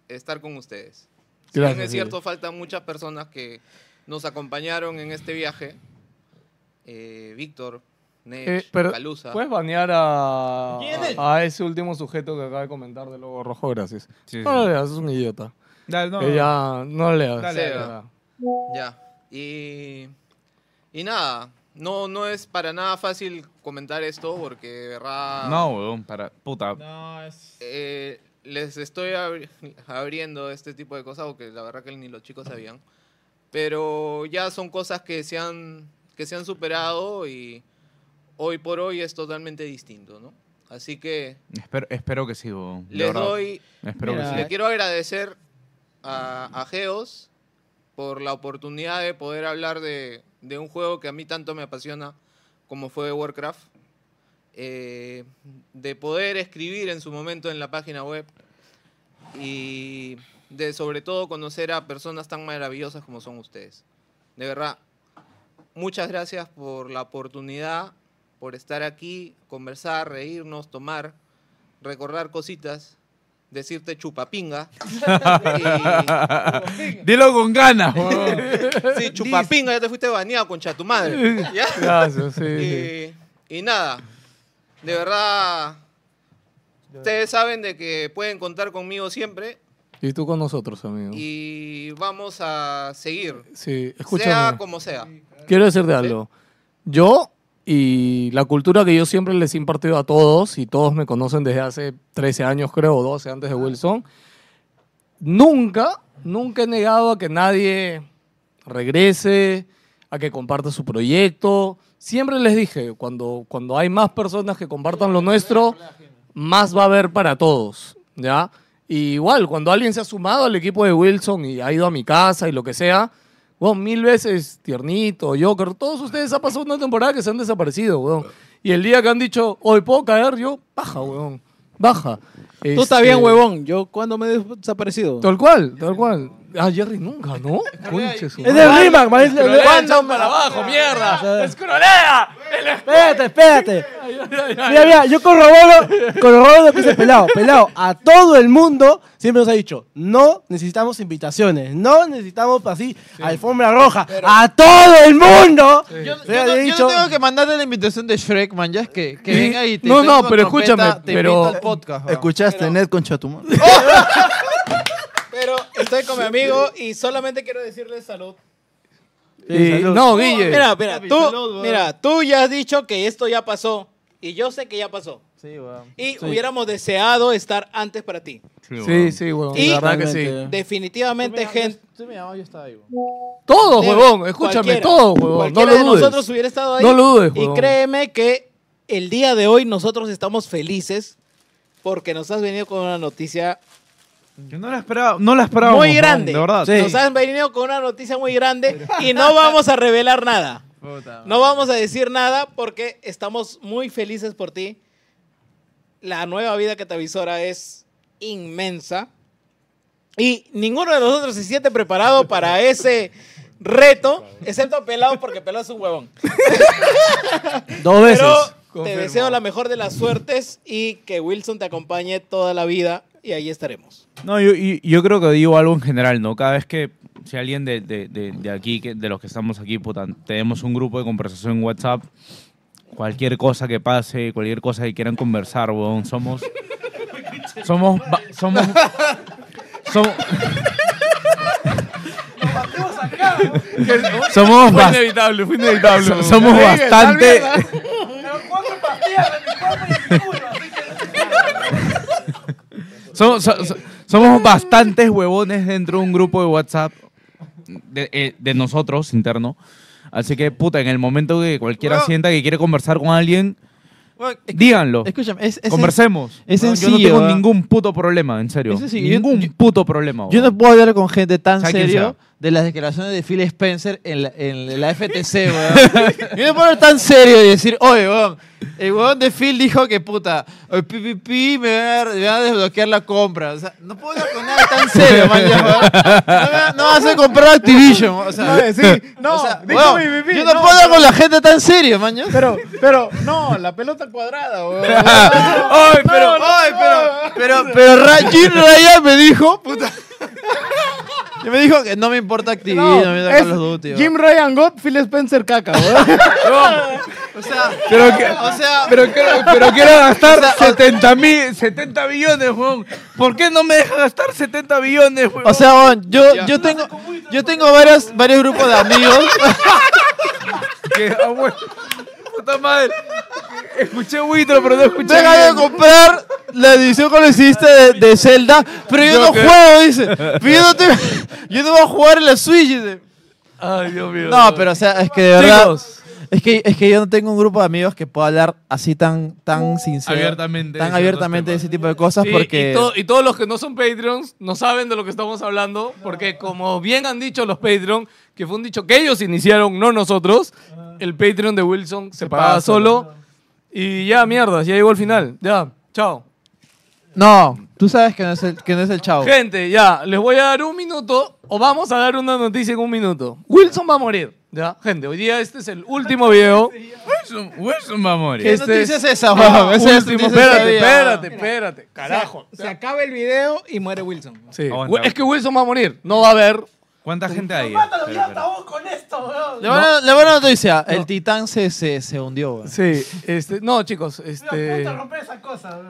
[SPEAKER 14] estar con ustedes. Si bien
[SPEAKER 1] Gracias,
[SPEAKER 14] es cierto, faltan muchas personas que nos acompañaron en este viaje. Eh, Víctor, Nech,
[SPEAKER 1] Eh, pero,
[SPEAKER 14] Calusa.
[SPEAKER 1] ¿Puedes banear a,
[SPEAKER 14] ¿Quién es?
[SPEAKER 1] a ese último sujeto que acaba de comentar de Lobo Rojo? Gracias.
[SPEAKER 14] Sí,
[SPEAKER 1] no
[SPEAKER 14] sí.
[SPEAKER 1] lo leas, es un idiota.
[SPEAKER 14] Dale, no,
[SPEAKER 1] Que
[SPEAKER 14] no.
[SPEAKER 1] ya, no lo leas.
[SPEAKER 14] Dale,
[SPEAKER 1] Sí,
[SPEAKER 14] dale.
[SPEAKER 1] ya.
[SPEAKER 14] Ya. Y, y nada, no, no es para nada fácil comentar esto porque de verdad...
[SPEAKER 5] No, weón, para. Puta.
[SPEAKER 14] Eh, les estoy abri- abriendo este tipo de cosas porque la verdad que ni los chicos sabían. Pero ya son cosas que se han, que se han superado y hoy por hoy es totalmente distinto, ¿no? Así que
[SPEAKER 5] Espero, espero que sí, weón. de
[SPEAKER 14] les
[SPEAKER 5] verdad.
[SPEAKER 14] doy.
[SPEAKER 5] Espero que sí.
[SPEAKER 14] Le quiero agradecer a, a Geos por la oportunidad de poder hablar de, de un juego que a mí tanto me apasiona como fue Warcraft. Eh, de poder escribir en su momento en la página web y de sobre todo conocer a personas tan maravillosas como son ustedes. De verdad, muchas gracias por la oportunidad, por estar aquí, conversar, reírnos, tomar, recordar cositas, decirte chupapinga. Y-
[SPEAKER 7] Dilo con ganas, weón.
[SPEAKER 14] sí, chupapinga, ya te fuiste baneado, concha tu madre. ¿Ya?
[SPEAKER 1] Gracias, sí,
[SPEAKER 14] Y, y nada, de verdad, ustedes saben de que pueden contar conmigo siempre
[SPEAKER 1] Y tú con nosotros, amigo.
[SPEAKER 14] y vamos a seguir.
[SPEAKER 1] Sí, escúchame.
[SPEAKER 14] Sea como sea.
[SPEAKER 1] Quiero decirte algo. Yo y la cultura que yo siempre les he impartido a todos, y todos me conocen desde hace 13 años, creo, o 12 antes de Wilson, nunca, nunca he negado a que nadie regrese, a que comparta su proyecto. Siempre les dije, cuando, cuando hay más personas que compartan lo nuestro, más va a haber para todos, ¿ya? Y igual, cuando alguien se ha sumado al equipo de Wilson y ha ido a mi casa y lo que sea, weón, mil veces Tiernito, Joker, todos ustedes ha pasado una temporada que se han desaparecido, weón. Y el día que han dicho, hoy puedo caer, yo, baja, weón, baja. Este,
[SPEAKER 8] Tú
[SPEAKER 13] Este,
[SPEAKER 8] estás bien, huevón. Yo cuando me he desaparecido.
[SPEAKER 1] Tal cual, tal cual. Ah, Jerry nunca, ¿no? Conche su
[SPEAKER 8] Es
[SPEAKER 1] madre.
[SPEAKER 8] de Rimac, man. Es de-
[SPEAKER 1] Escrolea,
[SPEAKER 8] ¿Cuándo-
[SPEAKER 1] chao, para abajo, mierda! ¡Escrolea!
[SPEAKER 4] Espérate, espérate. Mira, mira, yo corroboro, corroboro lo que dice Pelado. Pelado, a todo el mundo siempre nos ha dicho, no necesitamos invitaciones, no necesitamos así alfombra roja. A todo el mundo.
[SPEAKER 2] Yo,
[SPEAKER 4] Se
[SPEAKER 2] yo
[SPEAKER 4] ha
[SPEAKER 2] no, yo no
[SPEAKER 4] dicho-
[SPEAKER 2] tengo que mandarte la invitación de Shrek, man. Ya es que, que
[SPEAKER 4] Sí.
[SPEAKER 2] venga y te
[SPEAKER 4] No, no,
[SPEAKER 2] toco
[SPEAKER 4] pero
[SPEAKER 2] trompeta,
[SPEAKER 4] escúchame,
[SPEAKER 2] te
[SPEAKER 4] pero-
[SPEAKER 2] invito al podcast. va.
[SPEAKER 6] Escuchaste, Ned con Chatumán.
[SPEAKER 8] Pero estoy con mi amigo y solamente quiero decirle salud.
[SPEAKER 6] Y- salud. no, Guille.
[SPEAKER 8] Mira, mira,
[SPEAKER 6] Papi,
[SPEAKER 8] tú,
[SPEAKER 6] salud, weón.
[SPEAKER 8] mira, tú ya has dicho que esto ya pasó. Y yo sé que ya pasó.
[SPEAKER 1] Sí.
[SPEAKER 8] Y hubiéramos deseado estar antes para ti.
[SPEAKER 1] Sí, sí, huevón.
[SPEAKER 8] Y
[SPEAKER 1] la verdad que sí.
[SPEAKER 8] definitivamente, gente.
[SPEAKER 28] Tú me llamabas, yo estaba ahí.
[SPEAKER 1] Todo,
[SPEAKER 8] Debe-
[SPEAKER 1] huevón. Escúchame,
[SPEAKER 8] cualquiera,
[SPEAKER 1] todo, huevón. No
[SPEAKER 8] cualquiera
[SPEAKER 1] lo
[SPEAKER 8] de
[SPEAKER 1] dudes.
[SPEAKER 8] nosotros hubiera estado ahí.
[SPEAKER 1] No lo dudes,
[SPEAKER 8] Y
[SPEAKER 1] huevón.
[SPEAKER 8] créeme que el día de hoy nosotros estamos felices porque nos has venido con una noticia
[SPEAKER 7] Yo no la esperaba, no la esperábamos,
[SPEAKER 8] muy
[SPEAKER 7] man,
[SPEAKER 8] grande.
[SPEAKER 7] de verdad.
[SPEAKER 8] Nos han venido con una noticia muy grande y no vamos a revelar nada. No vamos a decir nada porque estamos muy felices por ti. La nueva vida que te avisora es inmensa. Y ninguno de nosotros se siente preparado para ese reto, excepto Pelado, porque Pelado es un huevón.
[SPEAKER 4] Dos veces.
[SPEAKER 8] Pero te deseo la mejor de las suertes y que Wilson te acompañe toda la vida y ahí estaremos.
[SPEAKER 5] No, yo, y- yo creo que digo algo en general, ¿no? Cada vez que si alguien de, de- de- de aquí, que- de los que estamos aquí, puta, tenemos un grupo de conversación en WhatsApp, cualquier cosa que pase, cualquier cosa que quieran conversar, weón, somos... Somos... ba- somos... Somos... Somos
[SPEAKER 1] Fue
[SPEAKER 5] bas-
[SPEAKER 1] inevitable, fue inevitable.
[SPEAKER 5] So-
[SPEAKER 1] huevón.
[SPEAKER 5] somos
[SPEAKER 1] Sigue, tal
[SPEAKER 5] bastante-
[SPEAKER 1] mierda.
[SPEAKER 5] Somos, so- so- somos bastantes huevones dentro de un grupo de WhatsApp de, eh, de nosotros, interno. Así que, puta, en el momento que cualquiera
[SPEAKER 2] Huevón.
[SPEAKER 5] sienta que quiere conversar con alguien,
[SPEAKER 2] Bueno, es-
[SPEAKER 5] díganlo.
[SPEAKER 2] Escúchame, es, es-
[SPEAKER 5] Conversemos.
[SPEAKER 2] Es
[SPEAKER 5] No,
[SPEAKER 2] sencillo.
[SPEAKER 5] Yo no tengo
[SPEAKER 2] ¿ah?
[SPEAKER 5] ningún puto problema, en serio.
[SPEAKER 2] Es sencillo. Yo-
[SPEAKER 5] ningún puto problema.
[SPEAKER 2] Yo
[SPEAKER 5] huevón.
[SPEAKER 2] no puedo hablar con gente tan
[SPEAKER 5] Sea quien
[SPEAKER 2] serio de las declaraciones de Phil Spencer en la, en la FTC, weón. Yo no puedo hablar tan serio y decir, oye, weón, el weón de Phil dijo que puta, el PPP me va a, me va a desbloquear la compra. O sea, no puedo hablar con nada tan serio, man. ya, weón. No, me va- no vas a comprar Activision, o sea.
[SPEAKER 8] No, sí,
[SPEAKER 2] no,
[SPEAKER 8] dijo PPP,
[SPEAKER 2] Yo no,
[SPEAKER 8] no,
[SPEAKER 2] puedo hablar con
[SPEAKER 8] no.
[SPEAKER 2] la gente tan serio, man. ya.
[SPEAKER 8] Pero, pero, no, la pelota cuadrada, weón.
[SPEAKER 2] Ay, pero, ay, pero, pero, pero Ra- Jim Ryan me dijo, puta. Y me dijo que no me importa Activision,
[SPEAKER 8] No,
[SPEAKER 2] me da
[SPEAKER 8] es
[SPEAKER 2] Call of Duty, weón.
[SPEAKER 8] Jim Ryan God, Phil Spencer caca, weón.
[SPEAKER 2] O sea,
[SPEAKER 7] Pero, que-
[SPEAKER 2] o sea,
[SPEAKER 7] pero, quiero- pero quiero gastar 70, mil- 70 billones, weón. ¿Por qué no me deja gastar 70 billones, weón?
[SPEAKER 2] O sea, weón, yo, yo tengo, yo tengo varios, varios grupos de amigos.
[SPEAKER 7] Que, ah, weón, Puta madre. Escuché Witro, pero no escuché.
[SPEAKER 2] Me acabo de
[SPEAKER 7] bien.
[SPEAKER 2] comprar la edición coleccionista de, de Zelda, pero yo no
[SPEAKER 7] Joker.
[SPEAKER 2] juego, dice. Pero yo no, te- yo no voy a jugar en la Switch, dice.
[SPEAKER 7] Ay, Dios mío.
[SPEAKER 2] No, pero o sea, es que de verdad. Es que, es que yo no tengo un grupo de amigos que pueda hablar así tan, tan sincero.
[SPEAKER 1] Uh, Abiertamente de
[SPEAKER 2] Tan
[SPEAKER 1] ciertos
[SPEAKER 2] abiertamente de ese tipo de cosas
[SPEAKER 1] Y-
[SPEAKER 2] porque.
[SPEAKER 1] y, to- y todos los que no son Patreons no saben de lo que estamos hablando, porque como bien han dicho los Patreon, que fue un dicho que ellos iniciaron, no nosotros, el Patreon de Wilson se, pagaba paga solo. Y ya, mierda, ya llegó el final. Ya, chao.
[SPEAKER 2] No, tú sabes que no es el, que no es el chavo.
[SPEAKER 1] Gente, ya, les voy a dar un minuto o vamos a dar una noticia en un minuto. Wilson va a morir. Ya, gente, hoy día este es el último video.
[SPEAKER 5] Wilson, Wilson va a morir.
[SPEAKER 1] ¿Qué
[SPEAKER 8] Este
[SPEAKER 1] noticia es esa,
[SPEAKER 5] weón?
[SPEAKER 1] huevón?
[SPEAKER 5] Esa es
[SPEAKER 1] Esa es
[SPEAKER 5] la
[SPEAKER 1] la
[SPEAKER 5] último.
[SPEAKER 1] noticia
[SPEAKER 5] Espérate,
[SPEAKER 1] ese día,
[SPEAKER 5] espérate,
[SPEAKER 1] huevón.
[SPEAKER 5] espérate. Carajo.
[SPEAKER 8] Se, acaba el video y muere Wilson.
[SPEAKER 1] Sí.
[SPEAKER 5] Aguanta.
[SPEAKER 1] Es que Wilson va a morir. No va a haber.
[SPEAKER 5] ¿Cuánta gente hay?
[SPEAKER 8] con esto, weón.
[SPEAKER 2] La buena, la buena noticia, el titán se, se, se hundió. weón.
[SPEAKER 1] Sí, este, no, chicos, este.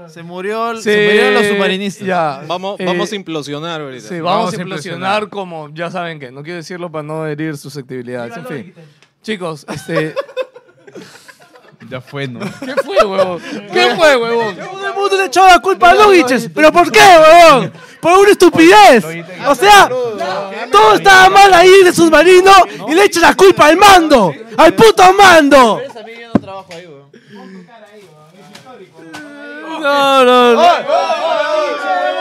[SPEAKER 2] Se murió, el-
[SPEAKER 1] Sí,
[SPEAKER 2] se murieron los submarinistas.
[SPEAKER 1] ya.
[SPEAKER 14] Vamos,
[SPEAKER 1] Eh,
[SPEAKER 14] vamos a implosionar ahorita.
[SPEAKER 1] Sí, vamos, a implosionar como ya saben que. No quiero decirlo para no herir susceptibilidades. En fin. Chicos, este.
[SPEAKER 5] Ya fue, ¿no?
[SPEAKER 1] ¿Qué fue, huevón? ¿Qué fue, huevón?
[SPEAKER 4] Todo el mundo le echaba la culpa a Lugiches. ¿Pero por qué, huevón? Por una estupidez. O sea, todo estaba mal ahí de submarino y le echan la culpa al mando. ¡Al puto mando!
[SPEAKER 1] No, no, no.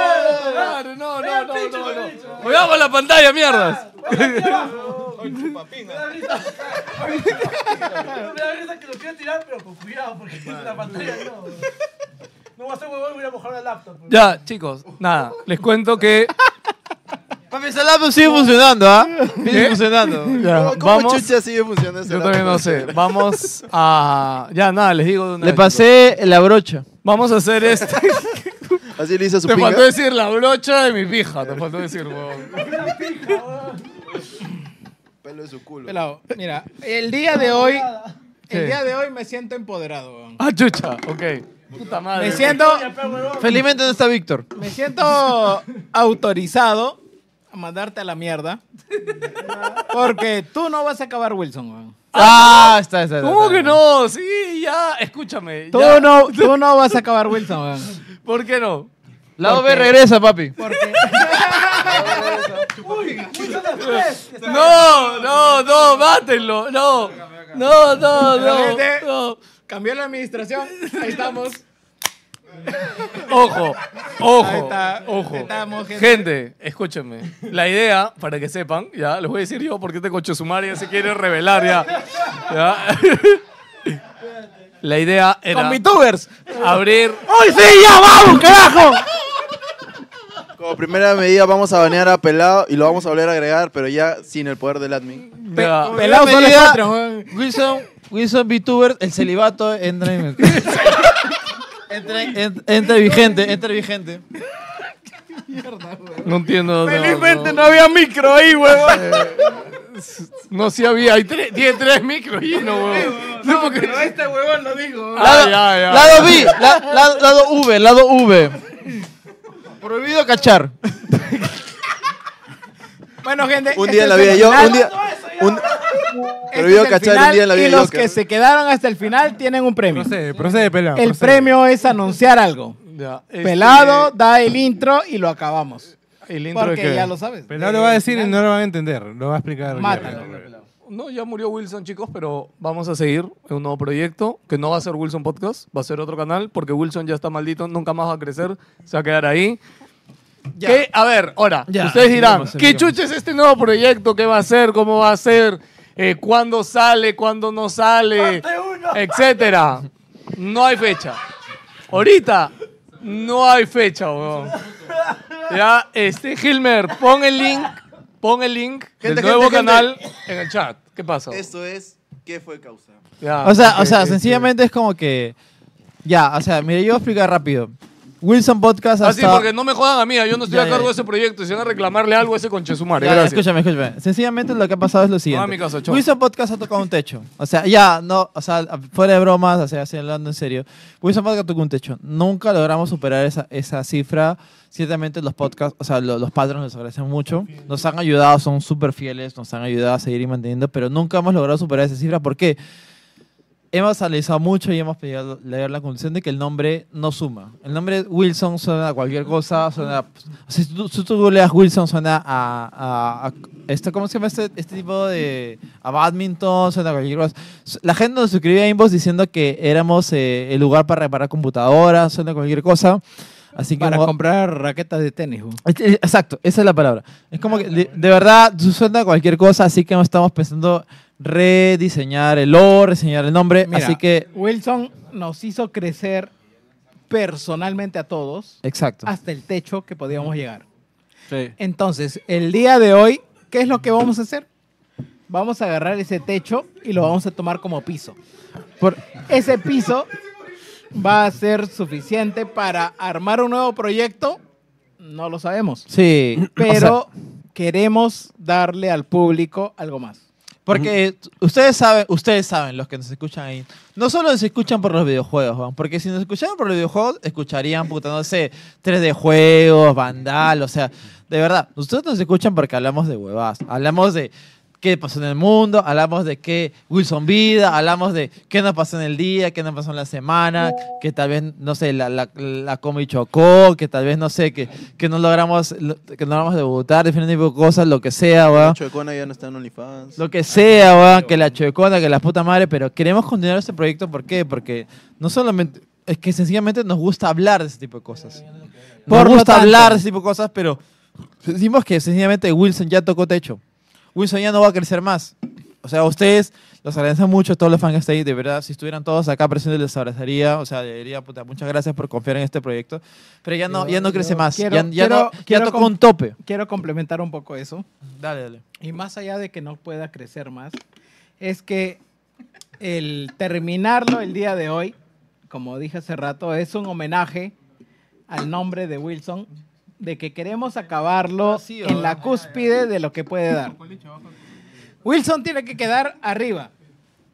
[SPEAKER 1] Claro, no, no, no, no, no. Cuidado la pantalla, mierdas.
[SPEAKER 29] Me da risa que lo quiero tirar, pero con cuidado, porque es la pantalla no. weón. No va a ser huevón, voy a mojar la laptop.
[SPEAKER 1] Ya, chicos, nada. Les cuento que
[SPEAKER 2] Papi, esa laptop sigue funcionando, ¿ah? Sigue funcionando.
[SPEAKER 1] ¿Eh? Ya,
[SPEAKER 6] ¿Cómo, cómo chucha sigue funcionando ese
[SPEAKER 1] Yo también
[SPEAKER 6] laptop?
[SPEAKER 1] no sé. Vamos a. Ya, nada, les digo. de una
[SPEAKER 2] Le
[SPEAKER 1] vez.
[SPEAKER 2] pasé la brocha.
[SPEAKER 1] Vamos a hacer este.
[SPEAKER 6] Así le hizo su
[SPEAKER 1] Te
[SPEAKER 6] pinga.
[SPEAKER 1] faltó decir la brocha de mi pija. Te faltó decir, huevón.
[SPEAKER 6] Pelo de su culo.
[SPEAKER 8] Pelado, mira, el día de hoy, el día de hoy me siento empoderado. weón.
[SPEAKER 1] Ah, chucha. Ok. Puta madre.
[SPEAKER 8] Me siento,
[SPEAKER 2] Felizmente no está Víctor.
[SPEAKER 8] me siento autorizado a mandarte a la mierda. Porque tú no vas a acabar Wilson. weón.
[SPEAKER 2] Ah, está, está, está.
[SPEAKER 1] ¿Cómo que no? Sí, ya. Escúchame.
[SPEAKER 8] Tú
[SPEAKER 1] ya.
[SPEAKER 8] no, tú no vas a acabar Wilson. weón.
[SPEAKER 1] ¿Por qué no?
[SPEAKER 2] La OB regresa, papi.
[SPEAKER 1] No, no, no, mátenlo. No. No, no, no.
[SPEAKER 8] Realmente,
[SPEAKER 1] no.
[SPEAKER 8] Cambió la administración. Ahí estamos.
[SPEAKER 1] Ojo,
[SPEAKER 8] Ahí
[SPEAKER 1] ojo,
[SPEAKER 8] está,
[SPEAKER 1] ojo.
[SPEAKER 8] ahí estamos, gente.
[SPEAKER 1] gente, escúchenme. La idea, para que sepan, ya, les voy a decir yo porque este coche sumaria se quiere revelar ya. Ya. La idea era.
[SPEAKER 7] Con
[SPEAKER 1] VTubers! Abrir.
[SPEAKER 7] ¡Ay, sí, ya vamos, carajo!
[SPEAKER 6] Como primera medida vamos a banear a Pelado y lo vamos a volver a agregar, pero ya sin el poder del admin.
[SPEAKER 1] ya.
[SPEAKER 2] Pelado solo Wilson, Wilson VTuber, el celibato entra en entra, en- entra vigente, entra vigente.
[SPEAKER 1] No entiendo. no,
[SPEAKER 7] Felizmente
[SPEAKER 1] no.
[SPEAKER 7] no había micro ahí, huevón.
[SPEAKER 1] Eh, No, sí había. Hay tres, tiene tres micros llenos, huevón. No, porque-
[SPEAKER 7] este huevón lo dijo.
[SPEAKER 1] Ah, ya, ya.
[SPEAKER 2] Lado B, la- la- lado V, lado V. Prohibido cachar.
[SPEAKER 8] Bueno, gente.
[SPEAKER 6] Un
[SPEAKER 8] este
[SPEAKER 6] día en la
[SPEAKER 8] es el
[SPEAKER 6] vida yo,
[SPEAKER 8] final.
[SPEAKER 6] un día. un-
[SPEAKER 8] Este
[SPEAKER 6] Pero
[SPEAKER 8] es
[SPEAKER 6] yo
[SPEAKER 8] el
[SPEAKER 6] cachar un
[SPEAKER 8] final
[SPEAKER 6] día en la vida
[SPEAKER 8] Y
[SPEAKER 6] yo,
[SPEAKER 8] los
[SPEAKER 6] creo.
[SPEAKER 8] que se quedaron hasta el final tienen un premio.
[SPEAKER 10] Procede, pelado.
[SPEAKER 8] El premio es anunciar algo.
[SPEAKER 1] Ya, este-
[SPEAKER 8] Pelado da el intro y lo acabamos.
[SPEAKER 1] El intro de
[SPEAKER 8] Porque
[SPEAKER 1] qué?
[SPEAKER 8] ya lo sabes. Eh,
[SPEAKER 10] Pelado lo va a decir y no lo van a entender. Lo va a explicar.
[SPEAKER 8] Mátalo.
[SPEAKER 1] No, ya murió Wilson, chicos, pero vamos a seguir en un nuevo proyecto que no va a ser Wilson Podcast, va a ser otro canal porque Wilson ya está maldito, nunca más va a crecer, se va a quedar ahí. ¿Qué? A ver, ahora, Ya, ustedes dirán, digamos, ¿qué digamos. chuche es este nuevo proyecto? ¿Qué va a ser? ¿Cómo va a ser? Eh, ¿Cuándo sale? ¿Cuándo no sale? Etcétera. No hay fecha. Ahorita no hay fecha, weón. Ya, este, Hilmer, pon el link, pon el link
[SPEAKER 6] Gente,
[SPEAKER 1] del nuevo
[SPEAKER 6] gente, gente.
[SPEAKER 1] canal en el chat. ¿Qué pasa?
[SPEAKER 6] Esto es. ¿Qué fue causa?
[SPEAKER 1] Ya,
[SPEAKER 2] O sea,
[SPEAKER 1] Ah, ok,
[SPEAKER 2] o sea,
[SPEAKER 1] ok.
[SPEAKER 2] sencillamente es como que. Ya, o sea, mire, yo voy a explicar rápido. Wilson Podcast
[SPEAKER 1] Así,
[SPEAKER 2] hasta.
[SPEAKER 1] Ah, porque no me jodan a mí, yo no estoy
[SPEAKER 2] Ya,
[SPEAKER 1] a
[SPEAKER 2] ya,
[SPEAKER 1] cargo
[SPEAKER 2] ya.
[SPEAKER 1] de ese proyecto. Si van a reclamarle algo a ese conchesumare,
[SPEAKER 2] Ya,
[SPEAKER 1] gracias.
[SPEAKER 2] Escúchame, escúchame. Sencillamente lo que ha pasado es lo siguiente.
[SPEAKER 1] mi casa, chao.
[SPEAKER 2] Wilson Podcast ha tocado un techo. O sea, ya, no, o sea, fuera de bromas, o sea, así hablando en serio. Wilson Podcast tocó un techo. Nunca logramos superar esa, esa cifra. Ciertamente los podcasts, o sea, lo- los patrons nos agradecen mucho. Nos han ayudado, son súper fieles, nos han ayudado a seguir y manteniendo, pero nunca hemos logrado superar esa cifra. ¿Por qué? Hemos analizado mucho y hemos pedido leer la conclusión de que el nombre no suma. El nombre Wilson suena a cualquier cosa, suena a- si tú, si tú googleas Wilson suena a, a- a- este, ¿cómo se llama este, este tipo de a badminton? Suena a cualquier cosa. S- La gente nos escribía a inbox diciendo que éramos eh, el lugar para reparar computadoras, suena a cualquier cosa. Así que
[SPEAKER 8] Para
[SPEAKER 2] mo-
[SPEAKER 8] comprar raquetas de tenis. weón.
[SPEAKER 2] este- Exacto, esa es la palabra. Es como que de, de verdad su- suena a cualquier cosa, así que estamos pensando rediseñar el logo, rediseñar el nombre,
[SPEAKER 8] Mira,
[SPEAKER 2] así que
[SPEAKER 8] Wilson nos hizo crecer personalmente a todos
[SPEAKER 2] exacto.
[SPEAKER 8] hasta el techo que podíamos llegar.
[SPEAKER 1] Sí.
[SPEAKER 8] Entonces, el día de hoy, ¿qué es lo que vamos a hacer? Vamos a agarrar ese techo y lo vamos a tomar como piso.
[SPEAKER 2] Por-
[SPEAKER 8] Ese piso va a ser suficiente para armar un nuevo proyecto. No lo sabemos.
[SPEAKER 2] Sí, o sea-
[SPEAKER 8] Pero queremos darle al público algo más.
[SPEAKER 2] Porque ustedes saben, ustedes saben, los que nos escuchan ahí, no solo nos escuchan por los videojuegos, weón, porque si nos escucharan por los videojuegos, escucharían, puta, no sé, 3D juegos, Vandal, o sea, de verdad, ustedes nos escuchan porque hablamos de huevas, hablamos de qué pasó en el mundo, hablamos de qué Wilson vida, hablamos de qué nos pasó en el día, qué nos pasó en la semana, que tal vez, no sé, la, la, la comi chocó, que tal vez, no sé, que, que no logramos, lo- que no logramos debutar, diferente tipo de cosas, lo que sea, weón.
[SPEAKER 6] Chuecona ya no está en OnlyFans.
[SPEAKER 2] Lo que sea, weón, que la chuecona, que la puta madre, pero queremos continuar este proyecto, ¿por qué? Porque no solamente, es que sencillamente nos gusta hablar de ese tipo de cosas. Nos
[SPEAKER 8] Por lo
[SPEAKER 2] gusta
[SPEAKER 8] tanto-
[SPEAKER 2] hablar de ese tipo de cosas, pero decimos que sencillamente Wilson ya tocó techo. Wilson ya no va a crecer más. O sea, ustedes los agradecen mucho, todos los fans que están ahí. De verdad, si estuvieran todos acá presentes, les abrazaría. O sea, le diría, puta, muchas gracias por confiar en este proyecto. Pero ya no,
[SPEAKER 8] Yo-
[SPEAKER 2] ya no crece
[SPEAKER 8] yo
[SPEAKER 2] más.
[SPEAKER 8] quiero-
[SPEAKER 2] ya ya
[SPEAKER 8] quiero-
[SPEAKER 2] no- ya
[SPEAKER 8] quiero
[SPEAKER 2] tocó
[SPEAKER 8] com-
[SPEAKER 2] un tope.
[SPEAKER 8] Quiero complementar un poco eso.
[SPEAKER 2] Dale, dale.
[SPEAKER 8] Y más allá de que no pueda crecer más, es que el terminarlo el día de hoy, como dije hace rato, es un homenaje al nombre de Wilson, de que queremos acabarlo en la cúspide de lo que puede dar. Wilson tiene que quedar arriba.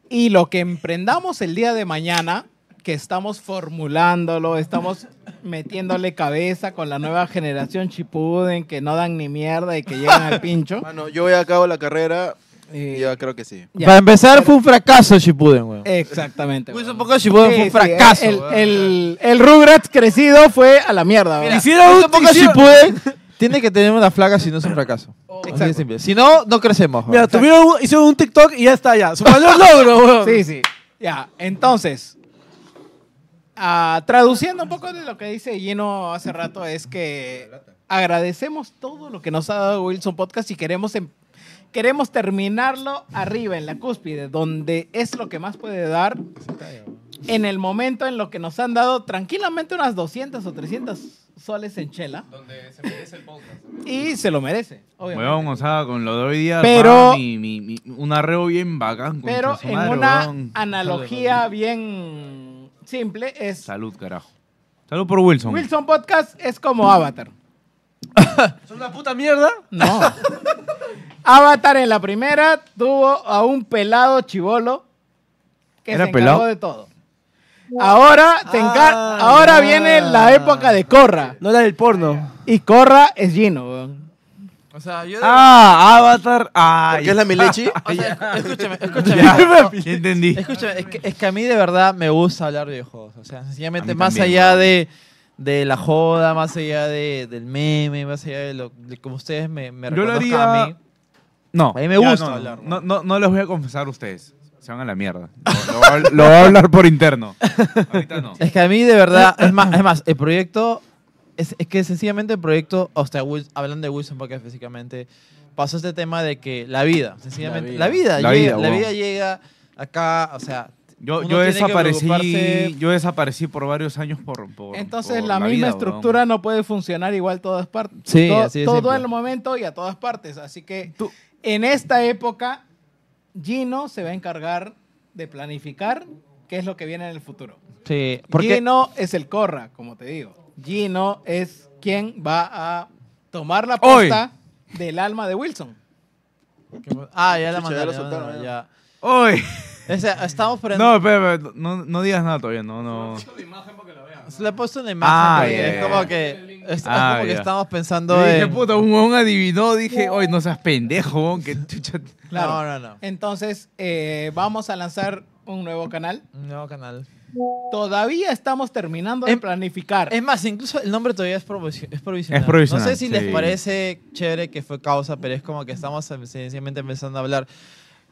[SPEAKER 8] Y lo que emprendamos el día de mañana, que estamos formulándolo, estamos metiéndole cabeza con la nueva generación chipuden, que no dan ni mierda y que llegan al pincho.
[SPEAKER 6] Mano, yo voy a cabo la carrera y ya creo que sí.
[SPEAKER 8] Ya.
[SPEAKER 2] Para empezar, fue un fracaso Shippuden, weón.
[SPEAKER 8] Eh, Exactamente.
[SPEAKER 2] Wilson Poco Shippuden fue un
[SPEAKER 8] Sí, sí,
[SPEAKER 2] fracaso.
[SPEAKER 8] el,
[SPEAKER 2] weón.
[SPEAKER 8] el, el Rugrats crecido fue a la mierda. weón.
[SPEAKER 2] Wilson Poco Shippuden tiene que tener una flaca si no es un fracaso. Así de simple. Si no, no crecemos. weón.
[SPEAKER 7] Mira, tuvieron, un- hicieron un TikTok y ya está, ya. Su mayor logro, weón.
[SPEAKER 8] Sí, sí. Ya, entonces, ah, traduciendo un poco de lo que dice Gino hace rato, es que agradecemos todo lo que nos ha dado Wilson Podcast y queremos, em- queremos terminarlo arriba, en la cúspide, donde es lo que más puede dar. En el momento en lo que nos han dado tranquilamente unas 200 o 300 soles en chela. Donde se merece el podcast. Y se lo merece, obviamente.
[SPEAKER 5] Weón, o sea, con lo de hoy día.
[SPEAKER 8] Pero-
[SPEAKER 5] pa, mi- mi- mi- un arreo bien bacán. concha
[SPEAKER 8] Pero
[SPEAKER 5] su
[SPEAKER 8] en
[SPEAKER 5] madre,
[SPEAKER 8] una
[SPEAKER 5] weón.
[SPEAKER 8] analogía bien simple es
[SPEAKER 5] Salud, carajo. Salud por Wilson.
[SPEAKER 8] Wilson Podcast es como Avatar.
[SPEAKER 7] ¿Son una puta mierda?
[SPEAKER 8] No. Avatar en la primera tuvo a un pelado chivolo que
[SPEAKER 5] ¿Era
[SPEAKER 8] se encargó
[SPEAKER 5] pelado?
[SPEAKER 8] de todo. Ahora, se encar- ahora viene la época de Corra.
[SPEAKER 7] Ah, No la del porno.
[SPEAKER 8] Y Corra es Gino. weón.
[SPEAKER 30] O sea, yo.
[SPEAKER 7] Ah, Avatar. Ah,
[SPEAKER 6] ¿Por qué es la Milechi?
[SPEAKER 2] O sea, escúchame, escúchame.
[SPEAKER 5] Ya,
[SPEAKER 2] No,
[SPEAKER 5] ya entendí.
[SPEAKER 2] Escúchame, es que, es que a mí de verdad me gusta hablar de videojuegos. O sea, sencillamente,
[SPEAKER 5] A mí
[SPEAKER 2] más
[SPEAKER 5] también,
[SPEAKER 2] allá
[SPEAKER 5] weón.
[SPEAKER 2] de, de la joda, más allá de, del meme, más allá de, lo, de como ustedes me, me
[SPEAKER 5] Yo lo
[SPEAKER 2] reconozcan
[SPEAKER 5] haría-
[SPEAKER 2] a mí.
[SPEAKER 5] No.
[SPEAKER 2] A mí me
[SPEAKER 5] ya,
[SPEAKER 2] gusta
[SPEAKER 5] no, no,
[SPEAKER 2] hablar,
[SPEAKER 5] No, no, no les voy a confesar a ustedes. Se van a la mierda. Lo, lo voy a- lo voy a hablar por interno. Ahorita no.
[SPEAKER 2] Es que a mí de verdad, es más, es más el proyecto, es, es que sencillamente el proyecto, o sea, Wil- hablando de Wilson Podcast físicamente, pasó este tema de que la vida, sencillamente, la
[SPEAKER 5] La
[SPEAKER 2] vida,
[SPEAKER 5] vida.
[SPEAKER 2] llega- la
[SPEAKER 5] La
[SPEAKER 2] vida,
[SPEAKER 5] vida, weón.
[SPEAKER 2] llega acá, o sea,
[SPEAKER 5] Yo,
[SPEAKER 2] uno
[SPEAKER 5] yo
[SPEAKER 2] tiene que preocuparse-
[SPEAKER 5] desaparecí, yo desaparecí por varios años por. por-
[SPEAKER 8] Entonces
[SPEAKER 5] por
[SPEAKER 8] la, misma
[SPEAKER 5] vida, weón.
[SPEAKER 8] estructura no puede funcionar igual todas partes.
[SPEAKER 5] Sí,
[SPEAKER 8] todo,
[SPEAKER 5] así de
[SPEAKER 8] todo
[SPEAKER 5] simple.
[SPEAKER 8] el momento y a todas partes. Así que en esta época, Gino se va a encargar de planificar qué es lo que viene en el futuro.
[SPEAKER 2] Sí, porque
[SPEAKER 8] Gino es el corra, como te digo. Gino es quien va a tomar la
[SPEAKER 2] Hoy.
[SPEAKER 8] posta del alma de Wilson.
[SPEAKER 2] Ah, ya la mandaron.
[SPEAKER 8] Chucha, ya lo
[SPEAKER 2] Ya
[SPEAKER 8] soltaron,
[SPEAKER 2] mandaron,
[SPEAKER 8] ya.
[SPEAKER 2] ya.
[SPEAKER 5] Uy.
[SPEAKER 2] O sea, estamos esperando.
[SPEAKER 5] No, espera, espera, no, no digas nada todavía, no, no.
[SPEAKER 2] Se le he puesto una imagen.
[SPEAKER 5] Ah,
[SPEAKER 2] porque
[SPEAKER 5] ya,
[SPEAKER 2] es
[SPEAKER 5] ya,
[SPEAKER 2] como
[SPEAKER 5] ya.
[SPEAKER 2] que, es- es
[SPEAKER 5] Ah,
[SPEAKER 2] como que
[SPEAKER 5] ya.
[SPEAKER 2] estamos pensando
[SPEAKER 5] Yo
[SPEAKER 2] en.
[SPEAKER 5] Dije, puta, un huevón adivinó. Dije, oye, no seas pendejo, huevón, que chucha.
[SPEAKER 8] Claro.
[SPEAKER 2] No, no, no.
[SPEAKER 8] Entonces, eh, vamos a lanzar un nuevo canal.
[SPEAKER 2] Un nuevo canal.
[SPEAKER 8] Todavía estamos terminando de
[SPEAKER 2] Em-
[SPEAKER 8] planificar.
[SPEAKER 2] Es más, incluso el nombre todavía es, provisio- es provisional.
[SPEAKER 5] Es provisional,
[SPEAKER 2] No sé si les
[SPEAKER 5] sí.
[SPEAKER 2] parece chévere que fue causa, pero es como que estamos sencillamente empezando a hablar.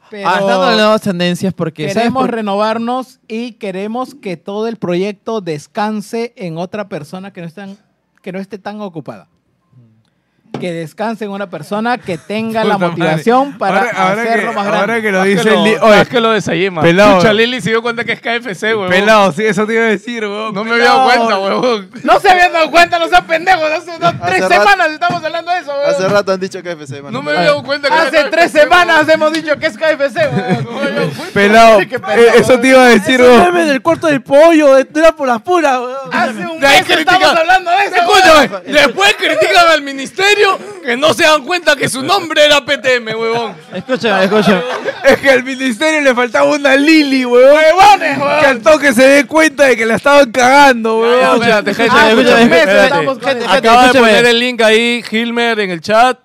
[SPEAKER 8] Pero-
[SPEAKER 2] Ah, estamos hablando de nuevas tendencias porque. ¿sabes
[SPEAKER 8] queremos
[SPEAKER 2] por-
[SPEAKER 8] renovarnos y queremos que todo el proyecto descanse en otra persona que no, están, que no esté tan ocupada. Que descanse en una persona que tenga la
[SPEAKER 1] Puta madre.
[SPEAKER 8] motivación para
[SPEAKER 1] Ahora- ahora
[SPEAKER 8] hacerlo
[SPEAKER 1] que-
[SPEAKER 8] más grande.
[SPEAKER 1] ahora que
[SPEAKER 5] lo
[SPEAKER 1] dice Li- oye, Oye, que lo desayema.
[SPEAKER 5] pelado.
[SPEAKER 1] Chucha, Lili se dio cuenta que es KFC, weón.
[SPEAKER 5] Pelado, sí, eso te iba a decir, huevón.
[SPEAKER 1] No me había dado cuenta, huevón.
[SPEAKER 8] No se habían dado cuenta, no sean pendejos. Hace dos- tres
[SPEAKER 6] rato-
[SPEAKER 8] semanas estamos hablando de eso. weón.
[SPEAKER 6] Hace rato han dicho que FC, mano.
[SPEAKER 1] No me había
[SPEAKER 8] Ah.
[SPEAKER 1] dado cuenta que
[SPEAKER 8] Hace
[SPEAKER 1] era
[SPEAKER 8] tres
[SPEAKER 1] KFC,
[SPEAKER 8] semanas hemos dicho que es KFC. weón.
[SPEAKER 5] Pelado,
[SPEAKER 8] Sí, qué
[SPEAKER 5] eh, eso te iba a decir,
[SPEAKER 7] Ese
[SPEAKER 5] huevón.
[SPEAKER 7] meme del cuarto del pollo, de- era por las puras, weón.
[SPEAKER 8] Hace un
[SPEAKER 1] De ahí
[SPEAKER 8] mes estamos
[SPEAKER 1] critica-
[SPEAKER 8] hablando de eso. weón.
[SPEAKER 1] Escúchame, después critican al ministerio que no se dan cuenta que su nombre era PTM, huevón.
[SPEAKER 2] Escúchame, escúchame.
[SPEAKER 5] Es que al ministerio le faltaba una Lili, huevón.
[SPEAKER 8] huevón!
[SPEAKER 5] Que al toque se dé cuenta de que la estaban cagando,
[SPEAKER 1] Ya,
[SPEAKER 5] huevón.
[SPEAKER 1] espérate, gente,
[SPEAKER 2] Ah,
[SPEAKER 1] gente,
[SPEAKER 2] escúchame,
[SPEAKER 1] espérate.
[SPEAKER 2] escúchame, estamos con
[SPEAKER 1] Gente,
[SPEAKER 2] eso.
[SPEAKER 1] Acaba de
[SPEAKER 2] Escúchame.
[SPEAKER 1] poner el link ahí, Hilmer, en el chat.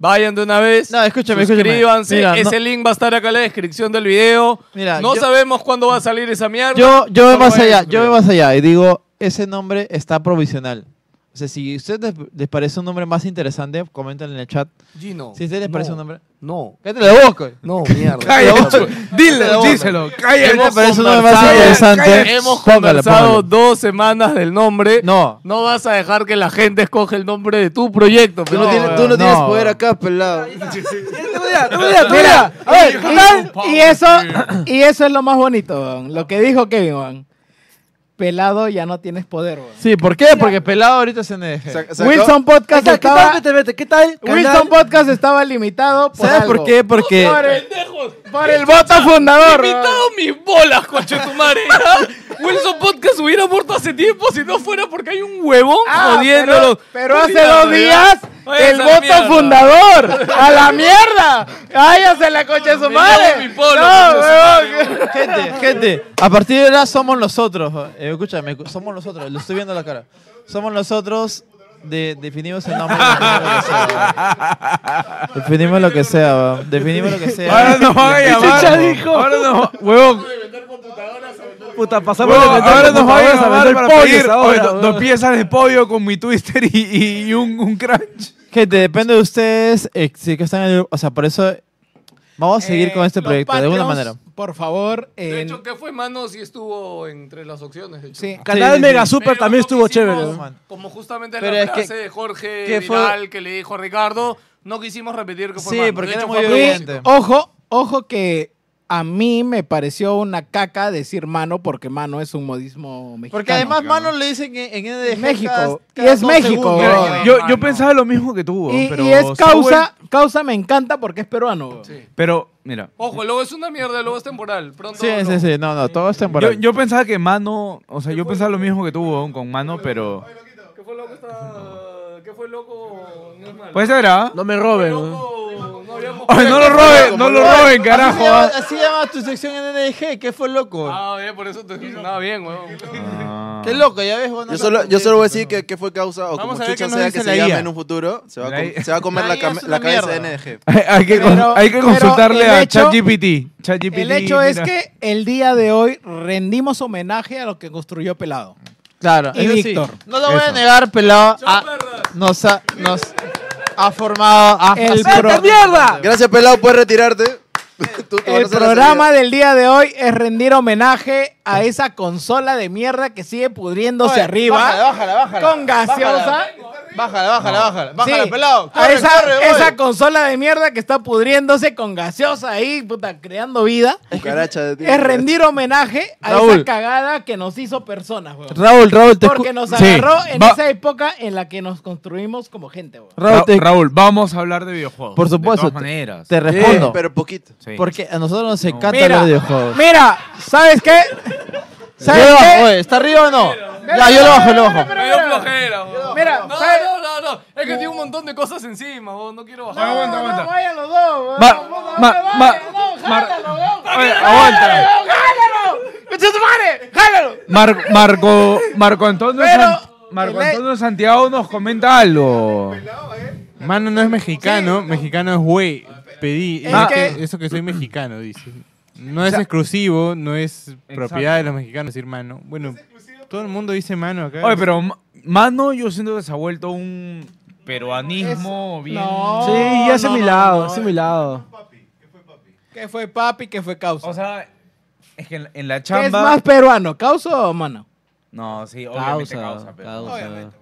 [SPEAKER 1] Vayan de una vez.
[SPEAKER 2] No, escúchame, escúchame.
[SPEAKER 1] Suscríbanse.
[SPEAKER 2] Mira, no-
[SPEAKER 1] Ese link va a estar acá en la descripción del video.
[SPEAKER 2] Mira,
[SPEAKER 1] no
[SPEAKER 2] yo-
[SPEAKER 1] sabemos cuándo va a salir esa mierda.
[SPEAKER 2] Yo, yo voy
[SPEAKER 1] Solo
[SPEAKER 2] más
[SPEAKER 1] vayan a
[SPEAKER 2] allá, yo
[SPEAKER 1] suscribirse.
[SPEAKER 2] voy más allá y digo, ese nombre está provisional. O O sea, si a ustedes les, les parece un nombre más interesante, comenten en el chat.
[SPEAKER 31] Gino.
[SPEAKER 2] Si a ustedes les
[SPEAKER 31] no,
[SPEAKER 2] parece un nombre.
[SPEAKER 31] No.
[SPEAKER 2] Cállate la boca. güey.
[SPEAKER 31] No, mierda.
[SPEAKER 2] Cállate la boca.
[SPEAKER 31] Dile,
[SPEAKER 2] Cállate la boca.
[SPEAKER 31] díselo,
[SPEAKER 2] ¿Qué
[SPEAKER 31] cállate.
[SPEAKER 2] te parece un nombre más
[SPEAKER 31] Conversado-
[SPEAKER 2] interesante?
[SPEAKER 31] Hemos
[SPEAKER 2] Póngala,
[SPEAKER 31] conversado
[SPEAKER 2] póngala.
[SPEAKER 31] dos semanas del nombre.
[SPEAKER 2] No.
[SPEAKER 31] No vas a dejar que la gente escoge el nombre de tu proyecto.
[SPEAKER 4] Tú no, tienes, tú no tienes poder acá, pelado.
[SPEAKER 8] Mira, a ver, y, y eso, y eso es lo más bonito, weón, lo que dijo Kevin, weón. Pelado ya no tienes poder, weón.
[SPEAKER 2] Sí, ¿por qué? Porque pelado ahorita es NDG.
[SPEAKER 8] Wilson Podcast
[SPEAKER 2] ¿Qué tal- qué tal,
[SPEAKER 8] estaba...
[SPEAKER 2] vete, vete, ¿Qué tal?
[SPEAKER 8] Wilson Podcast estaba limitado por
[SPEAKER 2] ¿Sabes por
[SPEAKER 8] algo.
[SPEAKER 2] qué? Porque-
[SPEAKER 8] Por el, por el bota fundador. weón.
[SPEAKER 7] Limitado mis bolas, coche tu madre. ¿ah? Wilson Podcast hubiera muerto hace tiempo si no fuera porque hay un huevón
[SPEAKER 8] Ah,
[SPEAKER 7] jodiéndolo.
[SPEAKER 8] Pero hace dos días,
[SPEAKER 7] Oye,
[SPEAKER 8] el
[SPEAKER 7] esa
[SPEAKER 8] voto
[SPEAKER 7] mierda.
[SPEAKER 8] fundador. ¡A la mierda! ¡Cállase la coche de su madre!
[SPEAKER 7] mi polo,
[SPEAKER 8] ¡No,
[SPEAKER 7] coche
[SPEAKER 8] huevón!
[SPEAKER 2] Gente, gente, a partir de ahora somos nosotros. Eh, escúchame, escu- somos nosotros, lo estoy viendo a la cara. Somos nosotros, de, definimos el nombre. definimos lo que sea, weón. definimos lo que sea.
[SPEAKER 5] Ahora nos van a llamar.
[SPEAKER 2] ya dijo.
[SPEAKER 5] Ahora nos huevón.
[SPEAKER 4] Puta, pasamos
[SPEAKER 5] Huevón,
[SPEAKER 4] de meter
[SPEAKER 5] ahora nos van a
[SPEAKER 4] computadoras
[SPEAKER 5] llamar
[SPEAKER 4] meter
[SPEAKER 5] para
[SPEAKER 4] pollos
[SPEAKER 5] pedir
[SPEAKER 4] ahora,
[SPEAKER 5] oye, do-
[SPEAKER 4] weón.
[SPEAKER 5] dos piezas de pollo con mi twister y, y- y un, un crunch.
[SPEAKER 2] Gente, depende de ustedes, eh, si que están en el grupo. O sea, por eso vamos a seguir con este
[SPEAKER 8] Eh, Los
[SPEAKER 2] proyecto, de alguna
[SPEAKER 8] Patreons,
[SPEAKER 2] manera.
[SPEAKER 8] Por favor,
[SPEAKER 1] De
[SPEAKER 8] eh,
[SPEAKER 1] hecho, que fue mano si estuvo entre las opciones. De hecho.
[SPEAKER 8] Sí.
[SPEAKER 4] Canal
[SPEAKER 2] Sí, sí,
[SPEAKER 4] Mega
[SPEAKER 2] sí.
[SPEAKER 4] Super
[SPEAKER 1] Pero
[SPEAKER 4] también estuvo
[SPEAKER 1] como
[SPEAKER 4] chévere.
[SPEAKER 1] hicimos,
[SPEAKER 4] ¿no?
[SPEAKER 1] Como justamente
[SPEAKER 2] Pero
[SPEAKER 1] la
[SPEAKER 2] es que-
[SPEAKER 1] frase de Jorge
[SPEAKER 2] ¿qué fue?
[SPEAKER 1] Vidal que le dijo a Ricardo, no quisimos repetir que fue
[SPEAKER 2] Sí,
[SPEAKER 1] mano. De
[SPEAKER 2] porque
[SPEAKER 1] hecho,
[SPEAKER 2] era
[SPEAKER 1] fue
[SPEAKER 2] muy
[SPEAKER 1] a propósito.
[SPEAKER 2] evidente.
[SPEAKER 8] ojo, ojo que a mí me pareció una caca decir mano porque mano es un modismo mexicano.
[SPEAKER 2] Porque además Mano le dicen que en NDG
[SPEAKER 8] México,
[SPEAKER 2] cada-
[SPEAKER 8] y
[SPEAKER 2] cada
[SPEAKER 8] es
[SPEAKER 2] dos
[SPEAKER 8] México,
[SPEAKER 2] segundos.
[SPEAKER 8] weón.
[SPEAKER 5] Yo- Yo, yo pensaba lo mismo que tú,
[SPEAKER 8] y,
[SPEAKER 5] huevón, pero
[SPEAKER 8] y es
[SPEAKER 5] Saúl-
[SPEAKER 8] causa, causa me encanta porque es peruano.
[SPEAKER 5] Pero, mira,
[SPEAKER 1] Ojo, el logo es una mierda, el logo es temporal. Pronto.
[SPEAKER 2] Sí, sí, sí, no, no, todo es
[SPEAKER 5] yo,
[SPEAKER 2] temporal.
[SPEAKER 5] yo pensaba que Mano, o sea, yo pensaba lo mismo que tú, huevón, con Mano, pero...
[SPEAKER 1] ¿Qué fue loco esta.? ¿Qué fue loco? No es malo.
[SPEAKER 5] Pues era.
[SPEAKER 4] No me roben. ¿no?
[SPEAKER 1] Loco, no habíamos-
[SPEAKER 5] Ay, no lo roben, no lo roben,
[SPEAKER 2] Así
[SPEAKER 5] carajo. ah.
[SPEAKER 2] llama, así llama tu sección en NDG, ¿qué fue loco?
[SPEAKER 1] Ah, bien, por eso te funcionaba bien, weón.
[SPEAKER 2] Qué loco, ya ves, bueno,
[SPEAKER 6] Ah. Yo solo, yo solo voy a decir que, que fue causa, o
[SPEAKER 2] Vamos a
[SPEAKER 6] como
[SPEAKER 2] ver
[SPEAKER 6] chucha
[SPEAKER 2] qué nos
[SPEAKER 6] sea
[SPEAKER 2] dice
[SPEAKER 6] que
[SPEAKER 2] la
[SPEAKER 6] se llame
[SPEAKER 2] IA.
[SPEAKER 6] en un futuro, se va a,
[SPEAKER 5] La
[SPEAKER 6] com-
[SPEAKER 5] IA
[SPEAKER 6] se va a comer la,
[SPEAKER 2] es
[SPEAKER 6] cam-
[SPEAKER 2] una
[SPEAKER 6] la cabeza
[SPEAKER 2] mierda.
[SPEAKER 6] de NDG.
[SPEAKER 5] Hay, hay que, con-
[SPEAKER 8] Pero-
[SPEAKER 5] hay que
[SPEAKER 8] pero
[SPEAKER 5] consultarle
[SPEAKER 8] el
[SPEAKER 5] a
[SPEAKER 8] hecho-
[SPEAKER 5] ChatGPT. ChatGPT,
[SPEAKER 8] El hecho es
[SPEAKER 5] mira.
[SPEAKER 8] que el día de hoy rendimos homenaje a lo que construyó Pelado.
[SPEAKER 2] Claro,
[SPEAKER 8] Y
[SPEAKER 2] eso sí.
[SPEAKER 8] Víctor.
[SPEAKER 2] No lo voy a
[SPEAKER 5] Eso.
[SPEAKER 2] negar, pelado. Ah, ha- nos, ha, nos ha formado.
[SPEAKER 5] Ah,
[SPEAKER 2] Ha,
[SPEAKER 8] El
[SPEAKER 2] ha-
[SPEAKER 8] pro-
[SPEAKER 4] mierda!
[SPEAKER 6] Gracias, pelado, puedes retirarte. Tú- tú vas
[SPEAKER 8] El
[SPEAKER 6] a hacer la
[SPEAKER 8] programa del día de hoy es rendir homenaje a esa consola de mierda que sigue pudriéndose
[SPEAKER 2] Oye,
[SPEAKER 8] arriba.
[SPEAKER 2] bájala, bájala, bájala.
[SPEAKER 8] Con gaseosa.
[SPEAKER 2] Bájala. Bájala, bájala, bájala. Bájala,
[SPEAKER 8] Sí,
[SPEAKER 2] pelado.
[SPEAKER 8] a
[SPEAKER 2] Corre,
[SPEAKER 8] esa,
[SPEAKER 2] corre,
[SPEAKER 8] esa
[SPEAKER 2] oye.
[SPEAKER 8] consola de mierda que está pudriéndose con gaseosa ahí, puta, creando vida.
[SPEAKER 6] salida. Cucaracha de ti.
[SPEAKER 8] Es rendir homenaje a
[SPEAKER 2] Raúl.
[SPEAKER 8] esa cagada que nos hizo personas, weón.
[SPEAKER 2] Raúl, Raúl, te escu-
[SPEAKER 8] Porque nos
[SPEAKER 2] Sí.
[SPEAKER 8] agarró en
[SPEAKER 2] Va-
[SPEAKER 8] esa época en la que nos construimos como gente, weón.
[SPEAKER 2] Raúl,
[SPEAKER 5] Ra-
[SPEAKER 2] te-
[SPEAKER 5] Raúl, vamos a hablar de videojuegos.
[SPEAKER 2] Por supuesto,
[SPEAKER 5] De todas
[SPEAKER 2] te-
[SPEAKER 5] maneras.
[SPEAKER 2] te
[SPEAKER 6] Sí,
[SPEAKER 2] respondo.
[SPEAKER 6] pero poquito.
[SPEAKER 5] Sí.
[SPEAKER 2] Porque a nosotros nos encantan
[SPEAKER 8] Mira.
[SPEAKER 2] los videojuegos.
[SPEAKER 8] Mira, ¿sabes qué? ¿Sabes
[SPEAKER 2] Yo
[SPEAKER 8] qué?
[SPEAKER 2] bajo, oye, ¿Está arriba o no? Ya, yo lo bajo, lo bajo.
[SPEAKER 1] Me dio flojera, weón.
[SPEAKER 8] Mira,
[SPEAKER 1] no,
[SPEAKER 8] ¿sabes?
[SPEAKER 1] no, no, no. Es que tiene un montón de cosas encima, weón. No quiero bajar.
[SPEAKER 5] aguanta,
[SPEAKER 8] No,
[SPEAKER 5] aguanta.
[SPEAKER 8] No, vayan los dos, weón.
[SPEAKER 5] Ma-
[SPEAKER 8] No, no,
[SPEAKER 5] ma-
[SPEAKER 8] vayan,
[SPEAKER 5] ma-
[SPEAKER 8] no,
[SPEAKER 5] ma-
[SPEAKER 8] jálalo, weón.
[SPEAKER 5] Oye, aguanta.
[SPEAKER 8] ¡Jálalo! ¡Jálalo! ¡Concha tu madre! ¡Jálalo!
[SPEAKER 5] Mar- Marco, Marco Antonio,
[SPEAKER 8] Pero-
[SPEAKER 5] San- Marco Antonio Santiago nos comenta algo.
[SPEAKER 10] Mano no es mexicano, mexicano es güey. Pedí
[SPEAKER 8] Es
[SPEAKER 10] eh,
[SPEAKER 8] que-
[SPEAKER 10] que- eso que soy mexicano, dice. No es exclusivo, no es propiedad de los mexicanos decir mano. Bueno, todo el mundo dice mano acá.
[SPEAKER 5] Oye, pero Ma- Mano, yo siento que se ha vuelto un peruanismo bien.
[SPEAKER 8] No.
[SPEAKER 4] Sí, ya es
[SPEAKER 8] no, no,
[SPEAKER 4] asimilado,
[SPEAKER 8] no. eh.
[SPEAKER 4] es asimilado.
[SPEAKER 8] ¿Qué fue papi? ¿Qué fue causa?
[SPEAKER 5] O sea, es que en, en la
[SPEAKER 8] ¿Qué
[SPEAKER 5] chamba.
[SPEAKER 8] es más peruano, causa o mano?
[SPEAKER 5] No, sí, obviamente
[SPEAKER 4] Causa,
[SPEAKER 5] causa.
[SPEAKER 4] causa.
[SPEAKER 5] pero...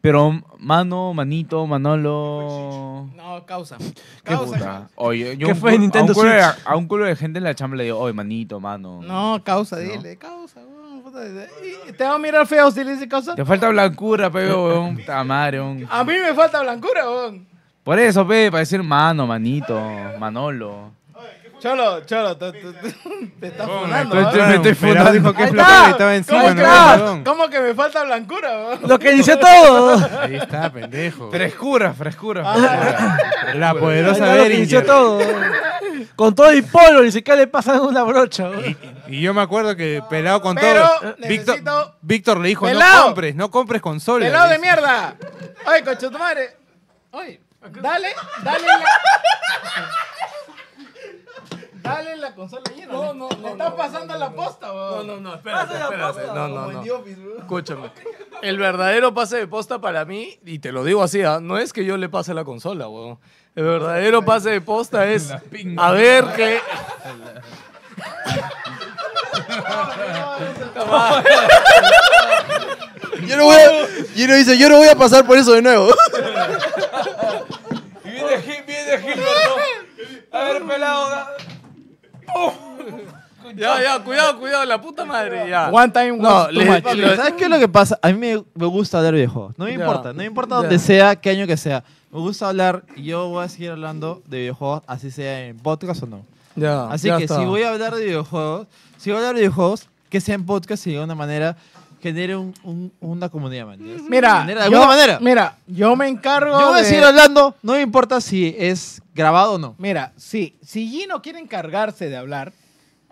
[SPEAKER 5] pero Mano, Manito, Manolo.
[SPEAKER 8] No, causa.
[SPEAKER 5] ¿Qué
[SPEAKER 8] Causa.
[SPEAKER 5] puta? Oye, yo
[SPEAKER 4] ¿Qué
[SPEAKER 5] un
[SPEAKER 4] fue,
[SPEAKER 5] culo-
[SPEAKER 4] Nintendo
[SPEAKER 5] a un, culo de,
[SPEAKER 4] Switch?
[SPEAKER 5] a un culo de gente en la chamba le digo, oye, manito, mano.
[SPEAKER 8] No, causa, dile, causa, weón. puta. Y- y Te va a mirar feo si le dices causa.
[SPEAKER 5] Te falta blancura, pe, weón. Puta madre, weón.
[SPEAKER 8] A mí me falta blancura, weón.
[SPEAKER 5] Por eso, pe, para decir mano, manito, Manolo.
[SPEAKER 8] Cholo, cholo, te, te- te- te estás funando,
[SPEAKER 5] estoy-
[SPEAKER 8] ¿ah?
[SPEAKER 5] me estoy fundando.
[SPEAKER 10] Pelado dijo que
[SPEAKER 8] Ahí
[SPEAKER 10] flojera
[SPEAKER 8] está.
[SPEAKER 10] y estaba encima,
[SPEAKER 8] ¿Cómo,
[SPEAKER 10] no
[SPEAKER 8] que-
[SPEAKER 10] era perdón.
[SPEAKER 8] ¿Cómo que me falta blancura, weón?
[SPEAKER 4] Lo que dice todo.
[SPEAKER 10] Ahí está, pendejo.
[SPEAKER 5] Frescura, frescura.
[SPEAKER 10] La poderosa
[SPEAKER 4] Lo que dice
[SPEAKER 10] Beringer.
[SPEAKER 4] todo. Con todo y polo, ni siquiera le pasan una brocha.
[SPEAKER 10] Y, y yo me acuerdo que Pelado con
[SPEAKER 8] Pero
[SPEAKER 10] todo.
[SPEAKER 8] necesito-
[SPEAKER 10] Víctor, Víctor le dijo,
[SPEAKER 8] Pelado.
[SPEAKER 10] no compres, no compres consolas.
[SPEAKER 8] ¡Pelado de
[SPEAKER 10] dice.
[SPEAKER 8] mierda! ¡Oye, coche tu madre! ¡Oye! Dale, dale en la. Dale en la consola llena. No, no, Le está pasando la posta, weón.
[SPEAKER 1] No, no, no, espérate, espérate. No, no, no.
[SPEAKER 6] Escúchame.
[SPEAKER 1] El verdadero pase de posta para mí, y te lo digo así, ¿ah? no es que yo le pase la consola, huevón. El verdadero pase de posta es
[SPEAKER 10] pinga.
[SPEAKER 1] a ver que...
[SPEAKER 6] Yo no voy a, yo no dice, yo no voy a pasar por eso de nuevo.
[SPEAKER 5] Y viene Gil, viene Gil, perdón. A ver, pelado. da-
[SPEAKER 1] Ya, ya, cuidado, cuidado, la puta madre, ya.
[SPEAKER 2] One time,
[SPEAKER 1] No, le- lo-
[SPEAKER 2] ¿Sabes qué es lo que pasa? A mí me, me gusta hablar de videojuegos. No me
[SPEAKER 1] Ya.
[SPEAKER 2] importa, no me importa
[SPEAKER 1] Ya.
[SPEAKER 2] dónde sea, qué año que sea. Me gusta hablar y yo voy a seguir hablando de videojuegos, así sea en podcast o no.
[SPEAKER 1] Ya,
[SPEAKER 2] así
[SPEAKER 1] ya
[SPEAKER 2] que
[SPEAKER 1] está.
[SPEAKER 2] si voy a hablar de videojuegos, si voy a hablar de videojuegos, que sea en podcast y de alguna manera genere un- un- una comunidad, man. ¿ya?
[SPEAKER 8] Mira,
[SPEAKER 2] Genere de alguna
[SPEAKER 8] yo-
[SPEAKER 2] manera.
[SPEAKER 8] Mira, yo me encargo.
[SPEAKER 2] Yo voy a
[SPEAKER 8] de-
[SPEAKER 2] seguir hablando, no me importa si es grabado o no.
[SPEAKER 8] Mira, sí, si Gino quiere encargarse de hablar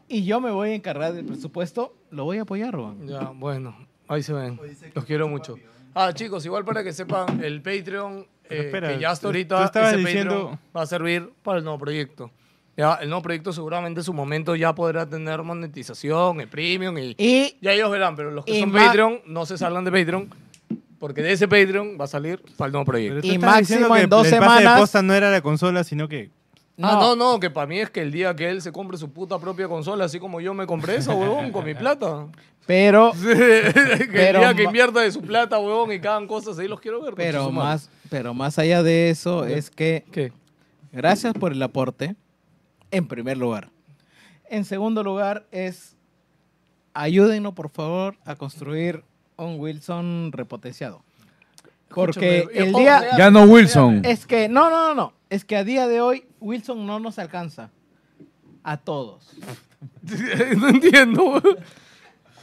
[SPEAKER 8] y yo me voy a encargar del presupuesto, lo voy a apoyar, Juan.
[SPEAKER 1] Ya, bueno, ahí se ven. Los quiero mucho. Ah, chicos, igual para que sepan, el Patreon, eh,
[SPEAKER 10] espera,
[SPEAKER 1] que ya hasta
[SPEAKER 10] tú-
[SPEAKER 1] ahorita
[SPEAKER 10] tú estabas
[SPEAKER 1] ese
[SPEAKER 10] diciendo-
[SPEAKER 1] Patreon va a servir para el nuevo proyecto. Ya, el nuevo proyecto seguramente en su momento ya podrá tener monetización, el premium y,
[SPEAKER 8] Y-
[SPEAKER 1] ya ellos verán, pero los que
[SPEAKER 8] y
[SPEAKER 1] son
[SPEAKER 8] ma-
[SPEAKER 1] Patreon no se salgan de Patreon porque de ese Patreon va a salir para el nuevo proyecto.
[SPEAKER 8] Y
[SPEAKER 1] más
[SPEAKER 8] máximo en dos
[SPEAKER 1] doce
[SPEAKER 10] El pase de
[SPEAKER 8] semanas.
[SPEAKER 10] posta no era la consola, sino que.
[SPEAKER 1] Ah, no, no, que para mí es que el día que él se compre su puta propia consola, así como yo me compré esa, huevón, con mi plata.
[SPEAKER 8] Pero.
[SPEAKER 1] que el día que
[SPEAKER 8] ma-
[SPEAKER 1] invierta de su plata, huevón, y cagan cosas, ahí los quiero ver. coche
[SPEAKER 8] Pero
[SPEAKER 1] su madre.
[SPEAKER 8] más, pero más allá de eso es que gracias por el aporte, en primer lugar. En segundo lugar es ayúdenos por favor a construir un Wilson repotenciado. Porque
[SPEAKER 1] Escúchame,
[SPEAKER 8] el
[SPEAKER 2] eh,
[SPEAKER 1] oh,
[SPEAKER 8] día
[SPEAKER 1] espérame, Ya no Wilson. espérame.
[SPEAKER 8] Es que no, no, no, no, es que a día de hoy Wilson no nos alcanza a todos.
[SPEAKER 1] no entiendo. huevón.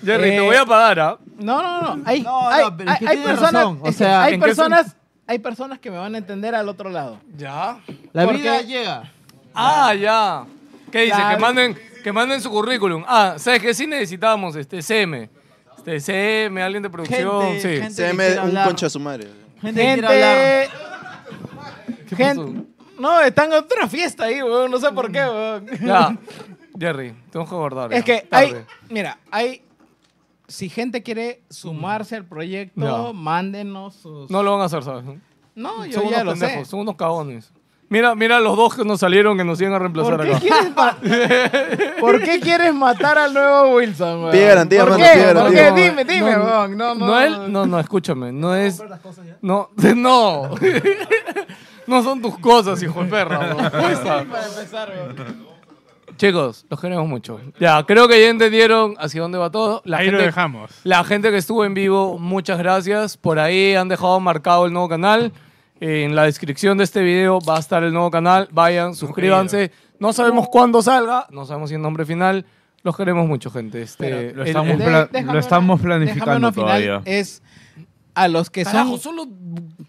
[SPEAKER 1] Jerry, te
[SPEAKER 8] Eh,
[SPEAKER 1] voy a pagar, ¿ah?
[SPEAKER 8] No, no, no. Hay,
[SPEAKER 2] No, no,
[SPEAKER 8] hay,
[SPEAKER 2] pero es que
[SPEAKER 8] hay- hay
[SPEAKER 2] tiene
[SPEAKER 8] personas,
[SPEAKER 2] razón, o
[SPEAKER 8] es que
[SPEAKER 2] sea,
[SPEAKER 8] hay
[SPEAKER 2] ¿en qué sen-
[SPEAKER 8] personas, hay personas que me van a entender al otro lado.
[SPEAKER 1] Ya.
[SPEAKER 2] La
[SPEAKER 8] Porque-
[SPEAKER 2] vida llega.
[SPEAKER 1] Ah, ya. ¿Qué dice?
[SPEAKER 8] Claro.
[SPEAKER 1] Que manden, que manden su currículum. Ah, ¿sabes qué sí necesitamos? Este, CM. Este, CM, alguien de producción.
[SPEAKER 6] Gente-
[SPEAKER 1] sí.
[SPEAKER 6] gente CM, que quiera un hablar. concha de su madre.
[SPEAKER 2] Gente,
[SPEAKER 8] gente,
[SPEAKER 1] quiere
[SPEAKER 8] gente- no, están en otra fiesta ahí, weón. No sé por qué, weón.
[SPEAKER 1] Mm. Ya. Jerry, tengo que abordar.
[SPEAKER 8] es
[SPEAKER 1] ya.
[SPEAKER 8] que hay,
[SPEAKER 1] Tarde.
[SPEAKER 8] mira, hay, si gente quiere sumarse al proyecto,
[SPEAKER 1] Ya.
[SPEAKER 8] mándenos sus...
[SPEAKER 1] No lo van a hacer, ¿sabes?
[SPEAKER 8] No, yo
[SPEAKER 1] son
[SPEAKER 8] ya
[SPEAKER 1] unos
[SPEAKER 8] lo sé.
[SPEAKER 1] pendejos, son unos cagones. Mira, mira los dos que nos salieron que nos iban a reemplazar
[SPEAKER 8] ¿Por qué,
[SPEAKER 1] acá.
[SPEAKER 8] quieres ma- ¿Por qué quieres matar al nuevo Wilson, weón?
[SPEAKER 1] Pide garantía,
[SPEAKER 8] ¿Por
[SPEAKER 1] mano,
[SPEAKER 8] qué?
[SPEAKER 1] pide garantía.
[SPEAKER 8] ¿Por qué? Dime, dime,
[SPEAKER 1] No, no,
[SPEAKER 8] weón. No, no,
[SPEAKER 1] No, él, no, no, escúchame, no es. No, no. no son tus cosas, hijo de perra. weón. Cuesta. Chicos, los queremos mucho. Ya, creo que ya entendieron hacia dónde va todo. La
[SPEAKER 10] Ahí lo
[SPEAKER 1] gente,
[SPEAKER 10] dejamos.
[SPEAKER 1] La gente que estuvo en vivo, muchas gracias. Por ahí han dejado marcado el nuevo canal. Eh, En la descripción de este video va a estar el nuevo canal. Vayan, suscríbanse. No sabemos cuándo salga, no sabemos si el nombre final. Los queremos mucho, gente. Este,
[SPEAKER 5] Lo
[SPEAKER 1] el-
[SPEAKER 5] estamos,
[SPEAKER 1] el-
[SPEAKER 5] pla-
[SPEAKER 8] déjame
[SPEAKER 5] lo
[SPEAKER 8] una-
[SPEAKER 5] estamos
[SPEAKER 8] Déjame
[SPEAKER 5] planificando
[SPEAKER 8] una final, Eh,
[SPEAKER 5] todavía.
[SPEAKER 8] es a los que
[SPEAKER 1] Carajo,
[SPEAKER 8] son...
[SPEAKER 1] solo-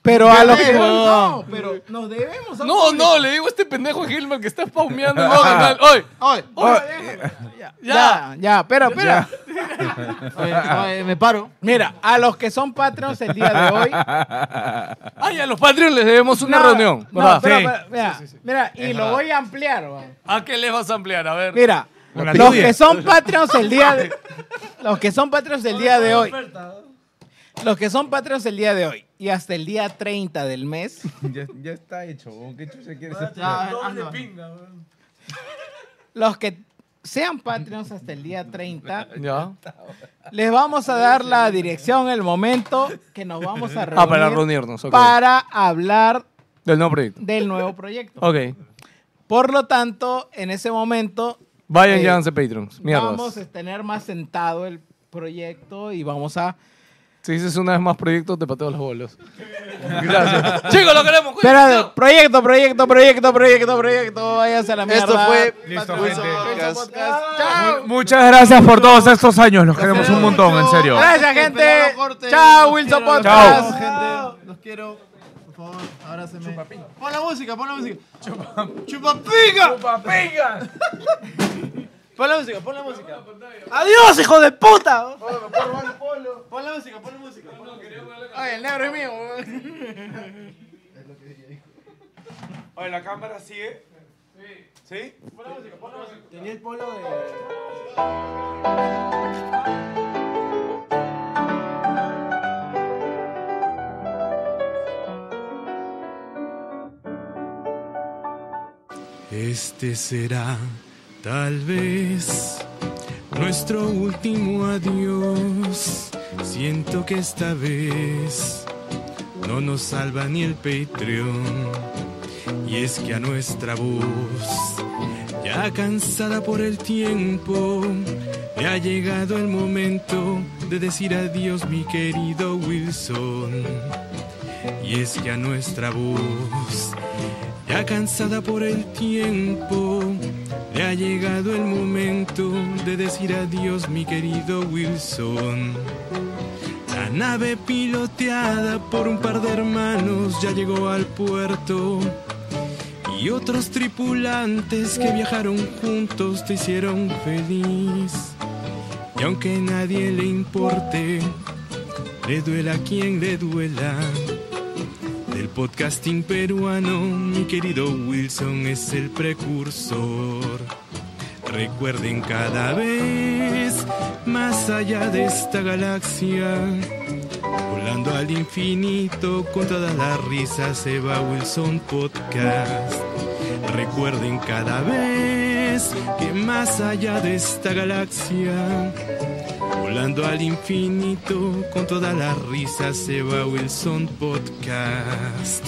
[SPEAKER 8] Pero a los que...
[SPEAKER 1] No,
[SPEAKER 8] pero nos debemos
[SPEAKER 1] No, no, le digo a este pendejo Gilmer que está spaumeando el nuevo canal. ¡Oy!
[SPEAKER 8] ¡Oy! eh,
[SPEAKER 1] Ya,
[SPEAKER 8] Ya, ya, espera, espera.
[SPEAKER 1] Ya.
[SPEAKER 8] Oye, oye, me paro. Mira, a los que son Patreons el día de hoy.
[SPEAKER 1] Ay, a los Patreons les debemos una
[SPEAKER 8] No,
[SPEAKER 1] reunión.
[SPEAKER 8] no,
[SPEAKER 1] ¿verdad?
[SPEAKER 8] pero, pero, mira, mira, y
[SPEAKER 1] Es
[SPEAKER 8] lo
[SPEAKER 1] verdad.
[SPEAKER 8] voy a ampliar. weón.
[SPEAKER 1] ¿A qué les vas a ampliar? A ver.
[SPEAKER 8] Mira,
[SPEAKER 1] Una
[SPEAKER 8] los
[SPEAKER 1] tuya.
[SPEAKER 8] que son Patreons el día de los que son Patreons el día de hoy. Los que son Patreons el día de hoy y hasta el día 30 del mes.
[SPEAKER 5] Ya, ya está hecho, weón. ¿Qué chucha quieres hacer? Ah,
[SPEAKER 8] Los que sean Patreons hasta el día 30.
[SPEAKER 1] Ya.
[SPEAKER 8] Les vamos a dar la dirección, el momento que nos vamos a reunir.
[SPEAKER 1] Ah, para reunirnos, ok.
[SPEAKER 8] Para hablar
[SPEAKER 1] Del nuevo proyecto.
[SPEAKER 8] del nuevo proyecto.
[SPEAKER 1] Ok.
[SPEAKER 8] Por lo tanto, en ese momento
[SPEAKER 1] Vayan
[SPEAKER 8] Eh,
[SPEAKER 1] ya a Patreons. Mierdas.
[SPEAKER 8] vamos a tener más sentado el proyecto y vamos a...
[SPEAKER 1] Si dices una vez más proyecto, te pateo los bolos. Gracias. Chicos, lo queremos.
[SPEAKER 8] Espera, proyecto, proyecto, proyecto, proyecto, proyecto. Váyanse a la mierda.
[SPEAKER 6] Esto fue
[SPEAKER 8] Listo,
[SPEAKER 6] Wilson
[SPEAKER 8] Podcast.
[SPEAKER 6] Podcast.
[SPEAKER 5] Muchas gracias por todos estos años. Los queremos un montón, en serio.
[SPEAKER 8] Gracias, gente.
[SPEAKER 2] pelado corte,
[SPEAKER 8] Chao,
[SPEAKER 2] los
[SPEAKER 8] Wilson
[SPEAKER 2] quiero, los
[SPEAKER 8] Podcast.
[SPEAKER 2] quiero, gente. Los quiero. Por favor, abrácenme. Pon la música, pon la música. Chupapinga. Chupapinga. pon la música, pon la música.
[SPEAKER 4] ¡Adiós, hijo de puta!
[SPEAKER 2] Pon la música, pon la música.
[SPEAKER 8] Oye, el negro es mío. weón.
[SPEAKER 5] Oye, ¿la cámara sigue? Sí. ¿Sí? Pon la música, pon la música. Tenía el polo de...
[SPEAKER 3] Este será tal vez nuestro último adiós. Siento que esta vez no nos salva ni el Patreon. Y es que a nuestra voz, ya cansada por el tiempo, ya ha llegado el momento de decir adiós, mi querido Wilson. Y es que a nuestra voz, ya cansada por el tiempo, le ha llegado el momento de decir adiós, mi querido Wilson. La nave piloteada por un par de hermanos ya llegó al puerto. Y otros tripulantes que viajaron juntos te hicieron feliz. Y aunque a nadie le importe, le duela a quien le duela. Del podcasting peruano, mi querido Wilson es el precursor. Recuerden cada vez más allá de esta galaxia, volando al infinito con toda la risa se va Wilson Podcast. Recuerden cada vez que más allá de esta galaxia, volando al infinito con toda la risa se va Wilson Podcast.